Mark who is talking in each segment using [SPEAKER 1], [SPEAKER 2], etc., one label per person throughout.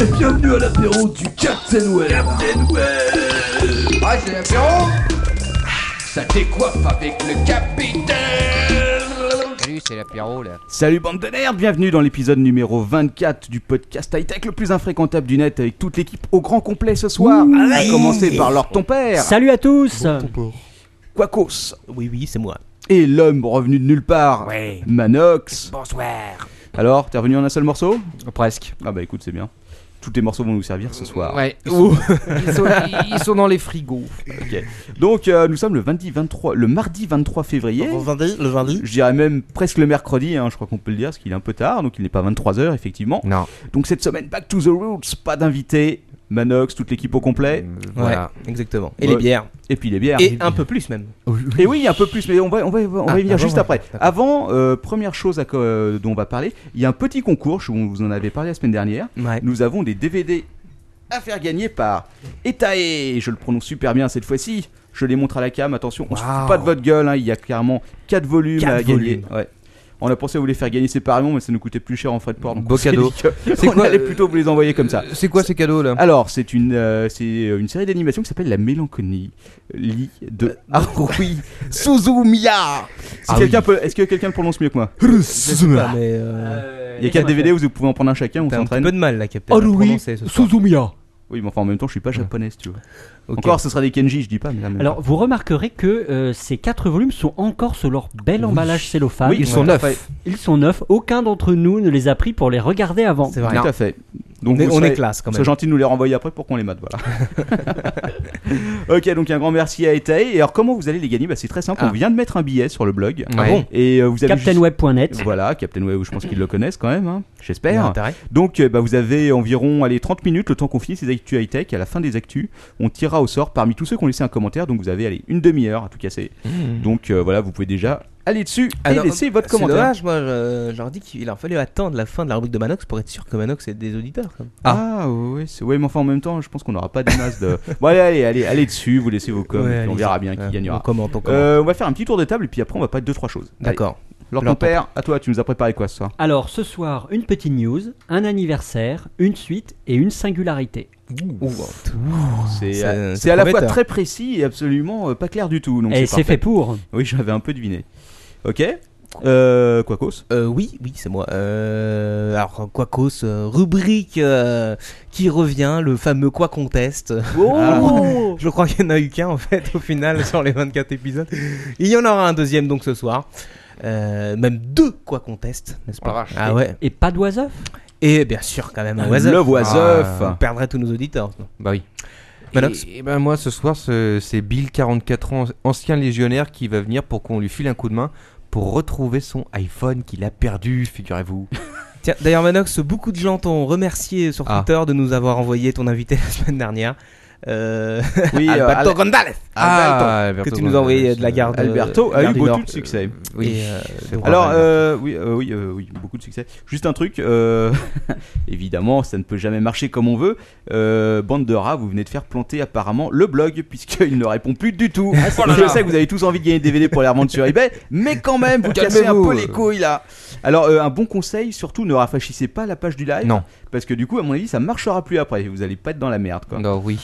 [SPEAKER 1] et bienvenue à l'apéro du Captain Web. Captain Web
[SPEAKER 2] Ouais, c'est l'apéro
[SPEAKER 1] Ça décoiffe avec le capitaine
[SPEAKER 2] Salut, c'est l'apéro là.
[SPEAKER 3] Salut bande de nerds, bienvenue dans l'épisode numéro 24 du podcast High Tech, le plus infréquentable du net, avec toute l'équipe au grand complet ce soir. à commencer par leur ton père,
[SPEAKER 4] Salut à tous
[SPEAKER 3] Quacos,
[SPEAKER 5] Oui, oui, c'est moi.
[SPEAKER 3] et l'homme revenu de nulle part,
[SPEAKER 5] Ouais.
[SPEAKER 3] Manox.
[SPEAKER 5] Bonsoir.
[SPEAKER 3] Alors, t'es revenu en un seul morceau
[SPEAKER 2] Oh, Presque.
[SPEAKER 3] Ah bah écoute, c'est bien. Tous tes morceaux vont nous servir ce soir.
[SPEAKER 2] Ouais. Ouh. Ils sont, ils sont dans les frigos.
[SPEAKER 3] Donc, euh, nous sommes le, 20, 23, le mardi 23 février.
[SPEAKER 5] Le vendredi, le vendredi.
[SPEAKER 3] Je dirais même presque le mercredi, hein, je crois qu'on peut le dire, parce qu'il est un peu tard, donc il n'est pas 23h effectivement.
[SPEAKER 2] Non.
[SPEAKER 3] Donc cette semaine, back to the roots, pas d'invité, Manox, toute l'équipe au complet,
[SPEAKER 2] Voilà.
[SPEAKER 5] Ouais, exactement. Et
[SPEAKER 3] Ouais.
[SPEAKER 5] les bières.
[SPEAKER 3] et puis les bières.
[SPEAKER 5] Et un peu plus même.
[SPEAKER 3] Et oui, un peu plus, mais on va, on va, on va
[SPEAKER 5] Ah,
[SPEAKER 3] y venir
[SPEAKER 5] ah,
[SPEAKER 3] juste
[SPEAKER 5] ouais,
[SPEAKER 3] après. Avant, euh, première chose à, quoi- euh, dont on va parler, il y a un petit concours, je vous en avez parlé la semaine dernière.
[SPEAKER 5] Ouais.
[SPEAKER 3] Nous avons des DVD à faire gagner par Etae. Je le prononce super bien cette fois-ci. Je les montre à la cam, attention, on se
[SPEAKER 5] Wow.
[SPEAKER 3] fout pas de votre gueule, hein, il y a clairement 4 volumes
[SPEAKER 5] Quatre
[SPEAKER 3] à gagner.
[SPEAKER 5] volumes.
[SPEAKER 3] Ouais. On a pensé à vous les faire gagner séparément, mais ça nous coûtait plus cher en frais de port. Donc
[SPEAKER 2] Beau
[SPEAKER 3] on s'est
[SPEAKER 2] cadeau.
[SPEAKER 3] dit que
[SPEAKER 2] C'est
[SPEAKER 3] on
[SPEAKER 2] quoi,
[SPEAKER 3] allait
[SPEAKER 2] euh,
[SPEAKER 3] plutôt vous les envoyer comme ça.
[SPEAKER 2] C'est quoi ces cadeaux là
[SPEAKER 3] Alors, c'est une, euh, c'est une série d'animation qui s'appelle La Mélancolie Lie
[SPEAKER 5] Euh,
[SPEAKER 3] de Harui Suzumiya. Si
[SPEAKER 2] Ah
[SPEAKER 3] quelqu'un peut- Est-ce que quelqu'un le prononce mieux que moi
[SPEAKER 5] Ah, mais, euh,
[SPEAKER 3] Il y a 4 DVD, vous pouvez en prendre un chacun, on
[SPEAKER 5] T'as un petit
[SPEAKER 3] s'entraîne.
[SPEAKER 5] peu de mal là,
[SPEAKER 4] Ah
[SPEAKER 5] Captain. à prononcer ce soir.
[SPEAKER 3] Oui, mais enfin en même temps, je suis pas japonaise, tu vois.
[SPEAKER 5] Ok.
[SPEAKER 3] Encore, ce sera des Kenji, je dis pas. Mais là, même
[SPEAKER 4] Alors, vous remarquerez que euh, ces quatre volumes sont encore sur leur bel emballage cellophane.
[SPEAKER 3] Oui,
[SPEAKER 4] ils,
[SPEAKER 3] ils
[SPEAKER 4] sont...
[SPEAKER 3] sont neufs.
[SPEAKER 4] ils sont neufs. Aucun d'entre nous ne les a pris pour les regarder avant.
[SPEAKER 5] C'est vrai.
[SPEAKER 3] Tout à fait. Donc
[SPEAKER 5] On est-
[SPEAKER 3] vous
[SPEAKER 5] on
[SPEAKER 3] serez-
[SPEAKER 5] est classe, quand même.
[SPEAKER 3] C'est gentil de nous les renvoyer après pour qu'on les mate, voilà. ok, donc un grand merci à Etae. Et alors comment vous allez les gagner bah, C'est très simple,
[SPEAKER 2] Ah.
[SPEAKER 3] on vient de mettre un billet sur le blog.
[SPEAKER 2] Ah bon
[SPEAKER 3] Et euh, vous avez juste-
[SPEAKER 4] CaptainWeb.net.
[SPEAKER 3] Voilà, Captain Web, je pense qu'ils le connaissent quand même, hein.
[SPEAKER 5] Il y a
[SPEAKER 3] j'espère.
[SPEAKER 5] intérêt.
[SPEAKER 3] Donc euh, bah, vous avez environ allez, 30 minutes le temps qu'on finisse les actus high-tech. Et À la fin des actus, on tirera au sort parmi tous ceux qui ont laissé un commentaire. Donc vous avez allez, une demi-heure à tout casser.
[SPEAKER 5] Mmh.
[SPEAKER 3] Donc euh, voilà, vous pouvez déjà aller dessus et
[SPEAKER 5] Alors,
[SPEAKER 3] laisser votre
[SPEAKER 5] C'est
[SPEAKER 3] commentaire.
[SPEAKER 5] dommage, moi je, je leur dis qu'il leur fallait attendre la fin de la rubrique de Manox pour être sûr que Manox est des auditeurs. quoi.
[SPEAKER 3] Ah, ouais, ouais, c'est- ouais, mais enfin en même temps, je pense qu'on n'aura pas des masses de. Bon, allez, allez, allez, allez dessus, vous laissez vos coms,
[SPEAKER 5] Ouais,
[SPEAKER 3] et puis on
[SPEAKER 5] allez-y.
[SPEAKER 3] verra bien
[SPEAKER 5] Ouais,
[SPEAKER 3] qui
[SPEAKER 5] On
[SPEAKER 3] gagnera.
[SPEAKER 5] commente, on commente.
[SPEAKER 3] Euh, on va faire un petit tour de table et puis après on va pas de deux trois choses. Allez.
[SPEAKER 5] D'accord.
[SPEAKER 3] Alors ton
[SPEAKER 5] Leur ton
[SPEAKER 3] père, à toi, tu nous as préparé quoi ce soir
[SPEAKER 4] Alors, ce soir, une petite news, un anniversaire, une suite et une singularité.
[SPEAKER 5] Ouh,
[SPEAKER 3] C'est
[SPEAKER 5] c'est-
[SPEAKER 3] euh,
[SPEAKER 5] c'est
[SPEAKER 3] c'est à la fois
[SPEAKER 5] prometteur.
[SPEAKER 3] très précis et absolument euh, pas clair du tout. Donc
[SPEAKER 4] Et
[SPEAKER 3] parfait.
[SPEAKER 4] c'est fait pour.
[SPEAKER 3] Oui, j'avais un peu deviné. Ok. Euh, Quacos.
[SPEAKER 5] Euh, oui, oui, c'est moi. Euh, alors, Quacos, euh, rubrique euh, qui revient, le fameux Quoi conteste.
[SPEAKER 4] Oh
[SPEAKER 5] Je crois qu'il n'y en a eu qu'un en fait au final sur les 24 épisodes. Il y en aura un deuxième donc ce soir. Euh, même deux Quoi conteste, n'est-ce
[SPEAKER 2] Oh la
[SPEAKER 5] pas
[SPEAKER 2] vache. Euh,
[SPEAKER 5] Ah ouais.
[SPEAKER 4] Et pas d'oiseuf
[SPEAKER 5] Et bien sûr quand même un
[SPEAKER 3] Le
[SPEAKER 5] oiseau.
[SPEAKER 3] Oiseuf.
[SPEAKER 5] On perdrait tous nos auditeurs.
[SPEAKER 2] Bah oui.
[SPEAKER 5] Manox.
[SPEAKER 2] Et, et ben moi ce soir ce- c'est Bill 44 ans ancien légionnaire qui va venir pour qu'on lui file un coup de main pour retrouver son iPhone qu'il a perdu figurez-vous.
[SPEAKER 5] Tiens, d'ailleurs Manox, beaucoup de gens t'ont remercié sur
[SPEAKER 2] Ah.
[SPEAKER 5] Twitter de nous avoir envoyé ton invité la semaine dernière. Euh,
[SPEAKER 3] Oui. euh,
[SPEAKER 5] Alberto
[SPEAKER 3] Ale-
[SPEAKER 5] Gonzalez
[SPEAKER 2] Alberto
[SPEAKER 5] que tu nous as envoyé
[SPEAKER 2] Gonzalez,
[SPEAKER 5] de la garde.
[SPEAKER 2] euh,
[SPEAKER 3] Alberto a
[SPEAKER 5] Gare
[SPEAKER 3] eu
[SPEAKER 5] du
[SPEAKER 3] beaucoup
[SPEAKER 5] Nord.
[SPEAKER 3] de succès.
[SPEAKER 2] Oui.
[SPEAKER 5] Et, euh,
[SPEAKER 2] C'est
[SPEAKER 5] donc,
[SPEAKER 2] pas
[SPEAKER 3] Alors,
[SPEAKER 2] mal.
[SPEAKER 3] euh, oui, euh, oui, euh, oui, beaucoup de succès. Juste un truc, euh, évidemment, ça ne peut jamais marcher comme on veut. Euh, bande de rats, vous venez de faire planter apparemment le blog, puisqu'il ne répond plus du
[SPEAKER 5] Ah,
[SPEAKER 3] tout. Je sais que vous avez tous envie de gagner des DVD pour les revendre sur eBay, mais quand même, vous cassez un
[SPEAKER 2] Calmez-vous.
[SPEAKER 3] peu les couilles là. Alors, euh, un bon conseil, surtout ne rafraîchissez pas la page du live,
[SPEAKER 2] Non.
[SPEAKER 3] parce que du coup, à mon avis, ça marchera plus après. Vous allez pas être dans la merde quoi.
[SPEAKER 2] Non Bah oui.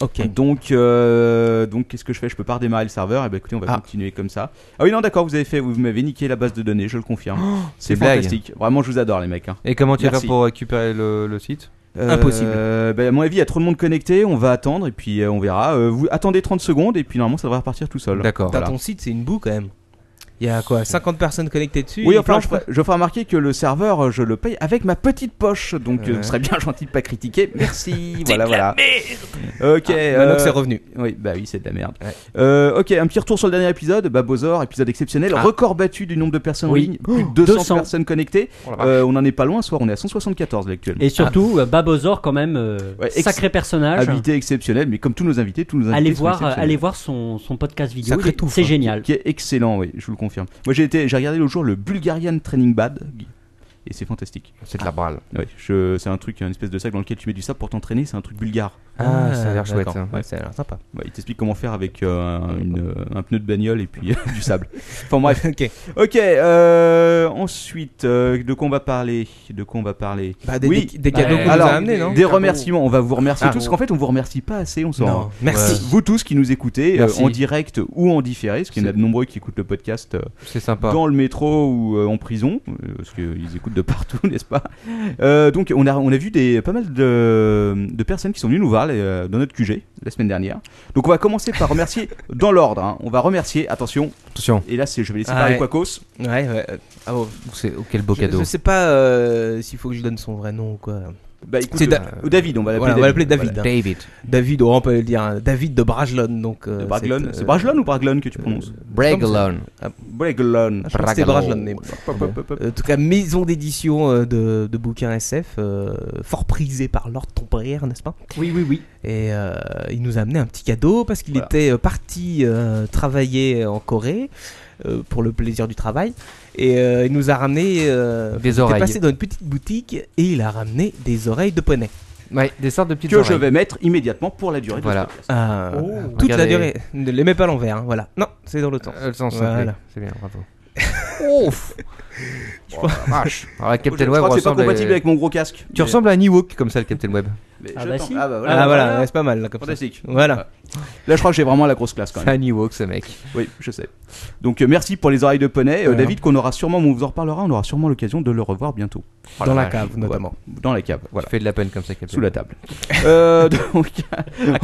[SPEAKER 5] ok.
[SPEAKER 3] Donc, euh, donc qu'est-ce que je fais Je peux pas redémarrer le serveur Et ben écoutez, on va
[SPEAKER 5] Ah.
[SPEAKER 3] continuer comme ça. Ah oui, non, d'accord, vous avez fait, vous m'avez niqué la base de données, je le confirme. c'est
[SPEAKER 2] Oh, c'est blague.
[SPEAKER 3] fantastique. Vraiment, je vous adore, les mecs. hein.
[SPEAKER 2] Et comment tu vas
[SPEAKER 3] Merci.
[SPEAKER 2] faire pour récupérer le, le site
[SPEAKER 3] Euh,
[SPEAKER 5] Impossible.
[SPEAKER 3] ben, à mon avis, il y a trop de monde connecté. On va attendre et puis euh, on verra. Euh, vous attendez 30 secondes et puis normalement, ça devrait repartir tout seul.
[SPEAKER 2] D'accord.
[SPEAKER 5] Putain,
[SPEAKER 3] Voilà.
[SPEAKER 5] ton site, c'est une boue quand même. Il y a quoi 50 personnes connectées dessus
[SPEAKER 3] Oui,
[SPEAKER 5] il
[SPEAKER 3] enfin, je,
[SPEAKER 5] planche,
[SPEAKER 3] ferai- je ferai remarquer que le serveur, euh, je le paye avec ma petite poche. Donc, euh,
[SPEAKER 5] Ouais.
[SPEAKER 3] ce serait bien gentil de pas critiquer. Merci. voilà, voilà. Ok.
[SPEAKER 5] quoi. Manox
[SPEAKER 3] euh,
[SPEAKER 5] est revenu.
[SPEAKER 3] Oui, bah oui, c'est de la merde.
[SPEAKER 5] Ouais.
[SPEAKER 3] Euh, ok, un petit retour sur le dernier épisode. Bah, Bozor, épisode exceptionnel.
[SPEAKER 5] Ah.
[SPEAKER 3] Record battu du nombre de personnes
[SPEAKER 4] Oui.
[SPEAKER 3] en ligne. Plus de 200,
[SPEAKER 4] 200.
[SPEAKER 3] personnes connectées.
[SPEAKER 2] Oh la vache.
[SPEAKER 3] Euh, on n'en est pas loin, ce soir on est à 174 là, actuellement.
[SPEAKER 4] Et
[SPEAKER 5] Ah.
[SPEAKER 4] surtout, euh, Babozor, quand même, euh,
[SPEAKER 3] Ouais, ex-
[SPEAKER 4] sacré personnage.
[SPEAKER 3] Ah. Invité exceptionnel, mais comme tous nos invités, tous nos invités
[SPEAKER 4] Allez
[SPEAKER 3] sont
[SPEAKER 4] voir, euh,
[SPEAKER 3] exceptionnels.
[SPEAKER 4] allez voir son, son podcast vidéo,
[SPEAKER 5] Sacré
[SPEAKER 4] il-
[SPEAKER 5] touffe,
[SPEAKER 4] c'est
[SPEAKER 5] hein.
[SPEAKER 4] génial.
[SPEAKER 3] Qui est excellent, oui, je vous le confirme. Moi j'ai été, j'ai regardé l'autre jour le Bulgarian Training Bad. Et c'est fantastique.
[SPEAKER 2] C'est de la balle.
[SPEAKER 3] Ouais, je- c'est un truc, une espèce de sac dans lequel tu mets du sable pour t'entraîner, c'est un truc bulgare.
[SPEAKER 2] Ah, ça a l'air chouette,
[SPEAKER 5] d'accord.
[SPEAKER 2] hein.
[SPEAKER 5] Ouais, ça a l'air sympa.
[SPEAKER 3] Ouais, il t'explique comment faire avec euh, un, une- un pneu de bagnole et puis euh, du sable. Enfin bref.
[SPEAKER 5] ok.
[SPEAKER 3] Ok, euh, ensuite, euh, de quoi on va parler De quoi on va parler
[SPEAKER 5] Bah, des,
[SPEAKER 3] Oui.
[SPEAKER 5] des- des
[SPEAKER 4] Bah,
[SPEAKER 5] cadeaux qu'on nous
[SPEAKER 3] alors,
[SPEAKER 5] a amenés, non
[SPEAKER 3] Des remerciements, on va vous remercier
[SPEAKER 5] Ah.
[SPEAKER 3] tous, parce qu'en fait on vous remercie pas assez, on s'en Euh,
[SPEAKER 5] Non. Merci.
[SPEAKER 3] Vous tous qui nous écoutez, euh,
[SPEAKER 2] Merci.
[SPEAKER 3] en direct ou en différé, parce qu'il y en a de nombreux qui écoutent le podcast euh,
[SPEAKER 2] C'est sympa.
[SPEAKER 3] dans le métro ou euh, en prison, euh, parce qu'ils écoutent de partout, n'est-ce pas Euh, Donc on a, on a vu des, pas mal de, de personnes qui sont venues nous voir les, euh, dans notre QG la semaine dernière. Donc on va commencer par remercier dans l'ordre, hein. on va remercier, attention,
[SPEAKER 2] Attention,
[SPEAKER 3] et là c'est, je vais laisser
[SPEAKER 5] Ah
[SPEAKER 3] parler
[SPEAKER 5] ouais.
[SPEAKER 3] Quacos.
[SPEAKER 5] Ouais, ouais. euh, ah bon,
[SPEAKER 2] c'est oh, quel beau
[SPEAKER 5] je,
[SPEAKER 2] cadeau.
[SPEAKER 5] je sais pas euh, s'il faut que je donne son vrai nom ou quoi.
[SPEAKER 3] Bah écoute,
[SPEAKER 5] C'est Da-
[SPEAKER 3] euh, David, on va l'appeler
[SPEAKER 5] Voilà, on va l'appeler David. hein.
[SPEAKER 2] David.
[SPEAKER 5] David, oh, on peut le dire. hein, David de Bragelonne. Donc, euh,
[SPEAKER 3] De Braglon.
[SPEAKER 5] cette, euh,
[SPEAKER 3] C'est Braglon ou Braglon que tu Ah, prononces
[SPEAKER 2] Bregalon.
[SPEAKER 3] Braglon.
[SPEAKER 5] Ah, je crois que c'était Bragelonne,
[SPEAKER 2] Bragelonne.
[SPEAKER 5] mais- Euh, En tout cas, maison d'édition euh, de, de bouquins SF, euh, fort prisée par Lord Templier, n'est-ce pas
[SPEAKER 4] Oui, oui, oui.
[SPEAKER 5] Et euh, il nous a amené un petit cadeau parce qu'il
[SPEAKER 3] Voilà.
[SPEAKER 5] était euh, parti euh, travailler en Corée euh, pour le plaisir du travail. Et euh, il nous a ramené. euh,
[SPEAKER 2] Des
[SPEAKER 5] il est
[SPEAKER 2] oreilles.
[SPEAKER 5] passé dans une petite boutique et il a ramené des oreilles de poney.
[SPEAKER 2] Ouais, des sortes de petites
[SPEAKER 3] Que je
[SPEAKER 2] oreilles.
[SPEAKER 3] vais mettre immédiatement pour la durée
[SPEAKER 2] Voilà. Oh.
[SPEAKER 3] de ce podcast.
[SPEAKER 5] Ah, toute la
[SPEAKER 2] regardez.
[SPEAKER 5] durée. Ne les mets pas à l'envers, hein, voilà. Non, c'est dans l'autre sens.
[SPEAKER 2] Euh, le sens
[SPEAKER 5] Voilà.
[SPEAKER 2] simple. C'est bien, bravo. Ouf Oh, la vache Alors,
[SPEAKER 5] Ah,
[SPEAKER 2] la Captain
[SPEAKER 3] je
[SPEAKER 2] Web
[SPEAKER 3] crois que c'est pas
[SPEAKER 2] ressemble à-
[SPEAKER 3] compatible avec mon gros casque.
[SPEAKER 2] Tu ressembles à un Ewok comme ça, le Captain Web.
[SPEAKER 3] Mais
[SPEAKER 4] Ah
[SPEAKER 3] je
[SPEAKER 4] bah
[SPEAKER 3] t'en-
[SPEAKER 4] si.
[SPEAKER 3] Ah bah
[SPEAKER 5] Voilà,
[SPEAKER 3] voilà.
[SPEAKER 5] voilà, c'est pas mal là, comme ça.
[SPEAKER 3] Fantastique. Ah.
[SPEAKER 5] Voilà.
[SPEAKER 3] Là, je crois que j'ai vraiment la grosse classe quand
[SPEAKER 2] C'est
[SPEAKER 3] même.
[SPEAKER 2] un Ewok, ce mec.
[SPEAKER 3] Oui, je sais. Donc, euh, merci pour les oreilles de poney. Euh,
[SPEAKER 5] Voilà.
[SPEAKER 3] David, qu'on aura sûrement, on vous en reparlera, on aura sûrement l'occasion de le revoir bientôt.
[SPEAKER 2] Oh
[SPEAKER 5] Dans la cave, notamment.
[SPEAKER 3] Dans la cave, voilà.
[SPEAKER 2] Tu fais de la peine comme ça, Captain
[SPEAKER 3] Sous la table. Euh, donc,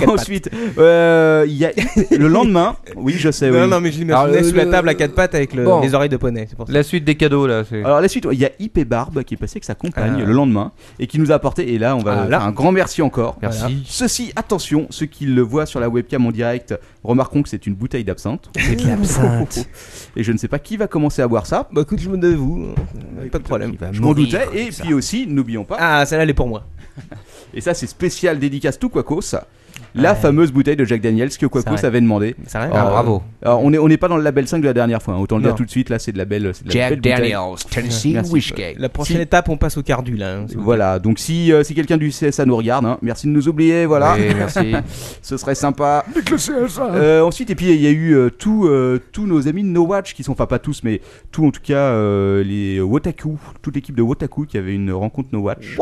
[SPEAKER 3] ensuite, euh, il y a le lendemain. Oui, je sais.
[SPEAKER 5] Non,
[SPEAKER 3] oui.
[SPEAKER 5] non, mais je
[SPEAKER 2] Alors,
[SPEAKER 5] l'imaginais
[SPEAKER 2] le-
[SPEAKER 5] sous la table à quatre pattes avec le-
[SPEAKER 2] Bon.
[SPEAKER 5] les oreilles de poney, c'est pour ça.
[SPEAKER 2] La suite des cadeaux, là. c'est-
[SPEAKER 3] Alors la suite, il y a Ip et Barbe qui est passé avec sa compagne
[SPEAKER 5] Ah.
[SPEAKER 3] le lendemain et qui nous a apporté, et là on va
[SPEAKER 5] Ah, là.
[SPEAKER 3] faire un grand merci encore.
[SPEAKER 2] Merci.
[SPEAKER 3] Ceci, attention, ceux qui le voient sur la webcam en direct, remarquons que c'est une bouteille d'absinthe.
[SPEAKER 2] C'est de l'absinthe.
[SPEAKER 3] Et je ne sais pas qui va commencer à boire ça.
[SPEAKER 5] Bah écoute, je me donne vous, pas de problème.
[SPEAKER 3] Je m'en doutais. Et puis aussi, n'oublions pas,
[SPEAKER 5] Ah, celle-là, elle est pour moi.
[SPEAKER 3] et ça c'est spécial dédicace tout Quacos, la fameuse bouteille de Jack Daniels que
[SPEAKER 5] C'est
[SPEAKER 3] Quacos
[SPEAKER 5] vrai.
[SPEAKER 3] avait demandé.
[SPEAKER 5] Ça arrive
[SPEAKER 2] Ah,
[SPEAKER 3] Euh,
[SPEAKER 2] bravo.
[SPEAKER 3] Alors on n'est on est pas dans le label 5 de la dernière fois, hein, autant le
[SPEAKER 5] Non.
[SPEAKER 3] dire tout de suite, là c'est de la belle, c'est de la belle bouteille.
[SPEAKER 2] Tennessee
[SPEAKER 3] Merci.
[SPEAKER 2] Whiskey.
[SPEAKER 5] La prochaine
[SPEAKER 3] Si.
[SPEAKER 5] étape, on passe au cardu là. hein.
[SPEAKER 3] Voilà, donc si, euh, si quelqu'un du CSA nous regarde, hein, merci de nous oublier, voilà.
[SPEAKER 2] Oui, merci.
[SPEAKER 3] Ce serait sympa. Euh, ensuite, et puis il y a eu euh, tous euh, tous nos amis de No Watch qui sont, enfin pas tous, mais tous en tout cas, euh, les Wotaku, toute l'équipe de Wotaku qui avait une rencontre No Watch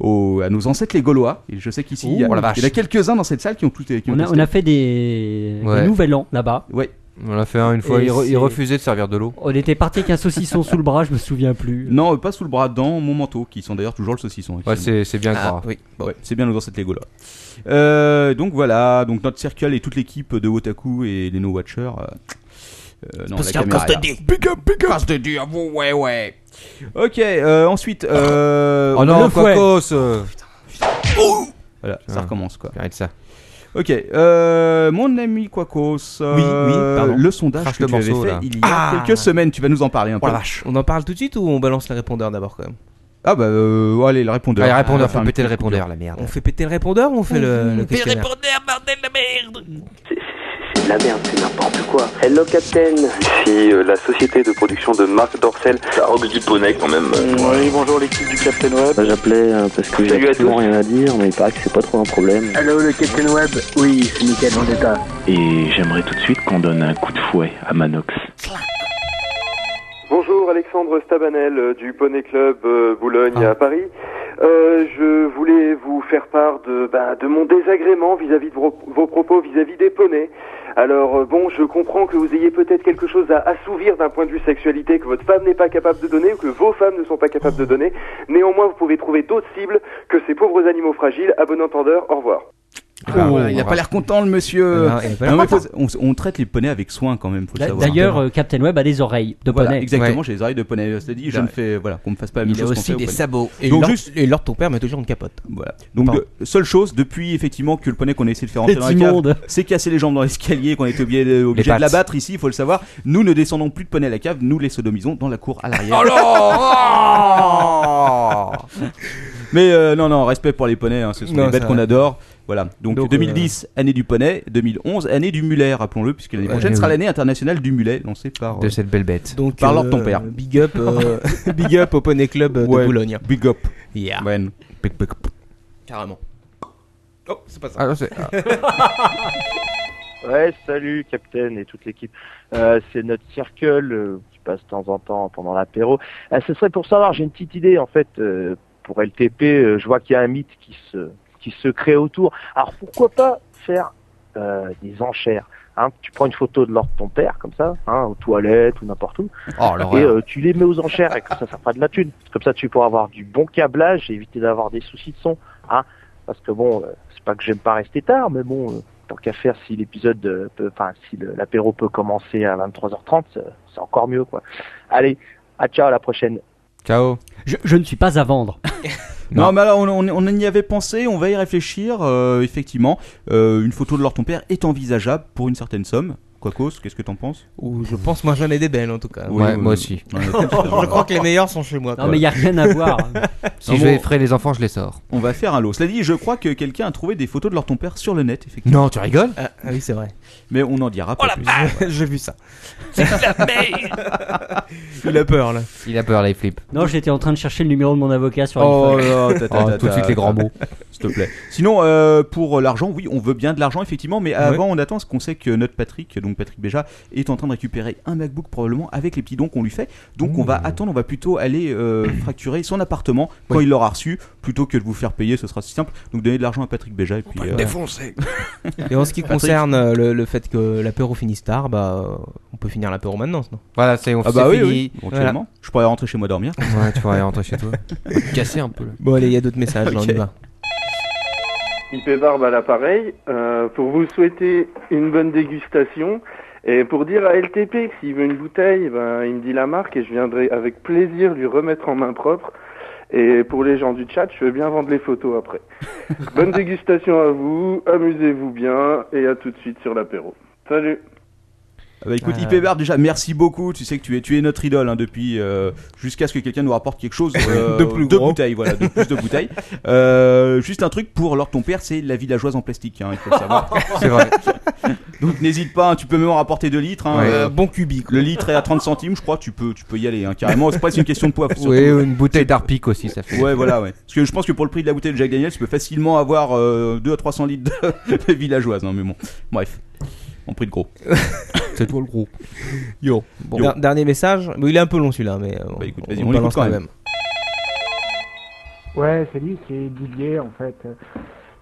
[SPEAKER 3] au- à nos ancêtres les Gaulois. Et je sais qu'ici, il y a,
[SPEAKER 2] Ouh, la vache.
[SPEAKER 3] il y en a quelques-uns dans cette salle qui ont tout. Qui
[SPEAKER 4] On
[SPEAKER 3] ont
[SPEAKER 4] a,
[SPEAKER 3] testé.
[SPEAKER 4] on a fait des, des
[SPEAKER 2] Ouais.
[SPEAKER 4] nouvel an là-bas.
[SPEAKER 3] Ouais.
[SPEAKER 2] On l'a fait un une fois.
[SPEAKER 4] Et
[SPEAKER 2] Il, re- il
[SPEAKER 4] c'est-
[SPEAKER 2] refusait de servir de l'eau.
[SPEAKER 4] On était parti avec un saucisson sous le bras, je me souviens plus.
[SPEAKER 3] Non, euh, pas sous le bras, dans mon manteau, qui sont d'ailleurs toujours le saucisson.
[SPEAKER 2] Ouais,
[SPEAKER 3] effectivement.
[SPEAKER 2] c'est c'est bien
[SPEAKER 5] Ah,
[SPEAKER 2] grave.
[SPEAKER 5] oui. Bon.
[SPEAKER 3] Ouais, c'est bien nos ancêtres les Gaulois. Euh, donc voilà, donc notre circle et toute l'équipe de Wotaku et les No Watchers. euh, euh, non, la caméra est là. Ok, euh, ensuite. Euh,
[SPEAKER 2] Oh non,
[SPEAKER 4] le fouet.
[SPEAKER 2] Quacos euh,
[SPEAKER 3] Oh Voilà, ça
[SPEAKER 2] Putain.
[SPEAKER 3] recommence quoi.
[SPEAKER 2] Arrête ça.
[SPEAKER 3] Ok, euh, mon ami Quacos, euh,
[SPEAKER 5] Oui, oui, pardon.
[SPEAKER 3] le sondage
[SPEAKER 2] Crache
[SPEAKER 3] que
[SPEAKER 2] le
[SPEAKER 3] tu
[SPEAKER 2] morceau,
[SPEAKER 3] avais fait
[SPEAKER 2] là.
[SPEAKER 3] il y a
[SPEAKER 5] Ah.
[SPEAKER 3] quelques semaines, tu vas nous en parler un peu.
[SPEAKER 5] Oh On en parle tout de suite ou on balance les répondeurs d'abord quand même
[SPEAKER 3] Ah bah euh, allez, le répondeur.
[SPEAKER 2] Allez, répondeur,
[SPEAKER 3] Ah,
[SPEAKER 2] faut
[SPEAKER 3] enfin,
[SPEAKER 2] péter le répondeur, la merde.
[SPEAKER 5] On fait péter le répondeur ou on fait le, le questionnaire
[SPEAKER 6] C'est de la merde, c'est n'importe quoi. Hello, Captain.
[SPEAKER 7] Ici euh, la société de production de Marc Dorcel.
[SPEAKER 8] Ça robe du poney quand même.
[SPEAKER 7] Oui, bonjour l'équipe du Captain Web.
[SPEAKER 9] Bah, J'appelais euh, parce que j'ai
[SPEAKER 7] Salut à
[SPEAKER 9] absolument rien à dire, mais il paraît que c'est pas trop un problème.
[SPEAKER 6] Hello, le Captain Web. Oui, c'est Michael Vendetta.
[SPEAKER 10] Et j'aimerais tout de suite qu'on donne un coup de fouet à Manox.
[SPEAKER 7] Bonjour Alexandre Stabanel euh, du Poney Club euh, Boulogne à Paris. Euh, je voulais vous faire part de, bah, de mon désagrément vis-à-vis de vos, vos propos vis-à-vis des poneys. Alors euh, bon, je comprends que vous ayez peut-être quelque chose à assouvir d'un point de vue sexualité que votre femme n'est pas capable de donner ou que vos femmes ne sont pas capables de donner. Néanmoins, vous pouvez trouver d'autres cibles que ces pauvres animaux fragiles. À bon entendeur, au revoir.
[SPEAKER 3] Oh,
[SPEAKER 2] Ah, bon,
[SPEAKER 3] il n'a
[SPEAKER 2] on
[SPEAKER 3] pas
[SPEAKER 2] va-
[SPEAKER 3] l'air content le monsieur.
[SPEAKER 5] Non, il est pas là.
[SPEAKER 3] Non, mais faut- on, on traite les poneys avec soin quand même, faut le
[SPEAKER 4] D'a-
[SPEAKER 3] savoir.
[SPEAKER 4] D'ailleurs, euh, Captain Web a des oreilles de
[SPEAKER 3] Voilà,
[SPEAKER 4] poney.
[SPEAKER 3] exactement, j'ai les oreilles de poney. Cela dit, je
[SPEAKER 5] Ouais.
[SPEAKER 3] ne fais voilà, qu'on me fasse pas la même chose. qu'on fait aux poneys.
[SPEAKER 5] sabots. Et
[SPEAKER 3] Donc
[SPEAKER 5] Lord-
[SPEAKER 3] juste-
[SPEAKER 5] et Lord ton père met toujours une capote.
[SPEAKER 3] Voilà. Donc
[SPEAKER 5] Pardon.
[SPEAKER 3] de- seule chose, depuis effectivement que le poney qu'on a essayé de faire
[SPEAKER 4] C'est
[SPEAKER 3] entrer dans la
[SPEAKER 4] immonde.
[SPEAKER 3] cave, s'est cassé les jambes dans l'escalier, qu'on était obligé de, obligé de
[SPEAKER 2] pattes.
[SPEAKER 3] l'abattre ici, il faut le savoir. Nous ne descendons plus de poney à la cave, nous les sodomisons dans la cour à
[SPEAKER 5] Oh
[SPEAKER 3] l'arrière. Mais euh, non, non, respect pour les poneys, hein, ce sont
[SPEAKER 5] Non,
[SPEAKER 3] des bêtes
[SPEAKER 5] ça
[SPEAKER 3] qu'on
[SPEAKER 5] va.
[SPEAKER 3] adore. Voilà, donc,
[SPEAKER 5] Donc, euh,
[SPEAKER 3] 2010, année du poney, 2011, année du mulet, rappelons-le, puisque l'année
[SPEAKER 5] Ouais,
[SPEAKER 3] prochaine
[SPEAKER 2] oui.
[SPEAKER 3] sera l'année internationale du mulet, lancée par...
[SPEAKER 2] De
[SPEAKER 3] euh,
[SPEAKER 2] cette belle bête.
[SPEAKER 5] Donc,
[SPEAKER 3] Par Lord ton père.
[SPEAKER 5] Big up, euh, big up au Poney Club euh,
[SPEAKER 3] ouais,
[SPEAKER 5] de Boulogne.
[SPEAKER 3] Big up.
[SPEAKER 5] Yeah.
[SPEAKER 3] Ouais.
[SPEAKER 5] Carrément. Oh, c'est pas ça.
[SPEAKER 2] Ah, non, c'est- ah,
[SPEAKER 8] Ouais, salut, Capitaine et toute l'équipe. Euh, c'est notre circle euh, qui passe de temps en temps pendant l'apéro. Euh, ce serait pour savoir, j'ai une petite idée en fait euh, pour LTP. euh, je vois qu'il y a un mythe qui se qui se crée autour. Alors pourquoi pas faire euh, des enchères hein Tu prends une photo de l'ordre de ton père comme ça, hein, aux toilettes ou n'importe où,
[SPEAKER 2] Oh,
[SPEAKER 8] et
[SPEAKER 2] l'horreur.
[SPEAKER 8] euh, tu les mets aux enchères et comme ça, ça fera de la thune. Comme ça, tu pourras avoir du bon câblage et éviter d'avoir des soucis de son. Hein Parce que bon, euh, c'est pas que j'aime pas rester tard, mais bon, euh, tant qu'à faire, si l'épisode, euh, peut- enfin, si le- l'apéro peut commencer à 23h30, euh, c'est encore mieux, quoi. Allez, à ciao, à la prochaine.
[SPEAKER 2] Ciao.
[SPEAKER 4] Je, je ne suis pas à vendre.
[SPEAKER 3] Non,
[SPEAKER 2] Non.
[SPEAKER 3] mais là, on, on- on y avait pensé, on va y réfléchir. euh, effectivement, Euh, une photo de leur ton père est envisageable pour une certaine somme. Quacos, qu'est-ce que t'en penses
[SPEAKER 5] Ou je pense, moi j'en ai des belles en tout cas.
[SPEAKER 2] Ouais, moi aussi.
[SPEAKER 3] Ouais,
[SPEAKER 5] Je crois que les meilleurs sont chez moi.
[SPEAKER 4] Non, mais il n'y a rien à voir.
[SPEAKER 2] Si
[SPEAKER 3] Non,
[SPEAKER 2] je
[SPEAKER 3] bon.
[SPEAKER 2] effrayer les enfants, je les sors.
[SPEAKER 3] on va faire un lot. Cela dit, je crois que quelqu'un a trouvé des photos de leur ton père sur le net, effectivement.
[SPEAKER 2] Non, tu rigoles
[SPEAKER 5] Ah, ah oui, c'est vrai.
[SPEAKER 3] Mais on en dira pas
[SPEAKER 4] Oh
[SPEAKER 3] plus.
[SPEAKER 5] J'ai vu ça. Il a peur là.
[SPEAKER 2] Il a peur, là, il flippe.
[SPEAKER 4] Non, j'étais en train de chercher le numéro de mon avocat sur
[SPEAKER 3] Oh
[SPEAKER 4] une
[SPEAKER 3] là, ta, ta,
[SPEAKER 2] Oh,
[SPEAKER 3] ta,
[SPEAKER 2] tout de
[SPEAKER 3] ta,
[SPEAKER 2] suite, les grands
[SPEAKER 3] ta.
[SPEAKER 2] mots.
[SPEAKER 3] S'il te plaît. Sinon, euh, pour l'argent, oui, on veut bien de l'argent, effectivement, mais avant, on attend, parce qu'on sait que notre Patrick, donc Patrick Béja, est en train de récupérer un MacBook probablement avec les petits dons qu'on lui fait. Donc, on va attendre, on va plutôt aller euh, fracturer son appartement quand il l'aura reçu, plutôt que de vous faire payer, ce sera si simple. Donc, donnez de l'argent à Patrick Béja, et puis. euh,
[SPEAKER 1] Défoncé.
[SPEAKER 5] Et en ce qui concerne euh, le, le fait que l'apéro finisse tard, bah euh, on peut finir l'apéro maintenant. sinon.
[SPEAKER 2] Voilà, c'est on
[SPEAKER 3] Ah bah
[SPEAKER 2] c'est
[SPEAKER 3] oui,
[SPEAKER 2] fini.
[SPEAKER 3] oui, éventuellement. Je pourrais rentrer chez moi dormir.
[SPEAKER 2] Ouais, tu vas aller rentrer chez toi. Casser un peu. là.
[SPEAKER 5] Bon allez, il y a d'autres messages, là, on y
[SPEAKER 3] Ok.
[SPEAKER 5] va.
[SPEAKER 7] IP Barbe à l'appareil, euh, pour vous souhaiter une bonne dégustation et pour dire à LTP que s'il veut une bouteille, ben, il me dit la marque et je viendrai avec plaisir lui remettre en main propre. Et pour les gens du chat, je veux bien vendre les photos après. bonne dégustation à vous, amusez-vous bien et à tout de suite sur l'apéro. Salut
[SPEAKER 3] Ah bah écoute,
[SPEAKER 5] Ah.
[SPEAKER 3] IP Barbe, déjà, merci beaucoup. Tu sais que tu es, tu es notre idole hein, depuis euh, jusqu'à ce que quelqu'un nous rapporte quelque chose euh,
[SPEAKER 5] De plus
[SPEAKER 3] deux
[SPEAKER 5] gros.
[SPEAKER 3] bouteilles, voilà, de plus de bouteilles. Euh, juste un truc pour alors ton père, c'est la villageoise en plastique, hein, il faut le savoir.
[SPEAKER 2] C'est vrai.
[SPEAKER 3] Donc n'hésite pas, hein, tu peux même en rapporter 2 litres. hein,
[SPEAKER 2] Ouais.
[SPEAKER 3] euh,
[SPEAKER 5] bon cubi.
[SPEAKER 3] le litre est à 30 centimes, je crois, tu peux, tu peux y aller hein, carrément. C'est pas une question de poids. surtout.
[SPEAKER 2] Oui, ou une bouteille d'arpic aussi, ça fait.
[SPEAKER 3] Ouais, voilà, ouais. Parce que je pense que pour le prix de la bouteille de Jack Daniel, tu peux facilement avoir euh, 2 à 300 litres de, de villageoise, hein, mais bon. Bref, en prix de gros.
[SPEAKER 2] C'est toi le gros.
[SPEAKER 5] Yo. Bon.
[SPEAKER 3] Yo.
[SPEAKER 5] Der- Dernier message. Bon, il est un peu long celui-là, mais euh, on,
[SPEAKER 3] Bah, écoute,
[SPEAKER 5] on
[SPEAKER 3] vas-y, on
[SPEAKER 5] balance
[SPEAKER 3] l'écoute quand
[SPEAKER 5] quand
[SPEAKER 3] même.
[SPEAKER 5] même.
[SPEAKER 11] Ouais, salut, c'est Didier en fait.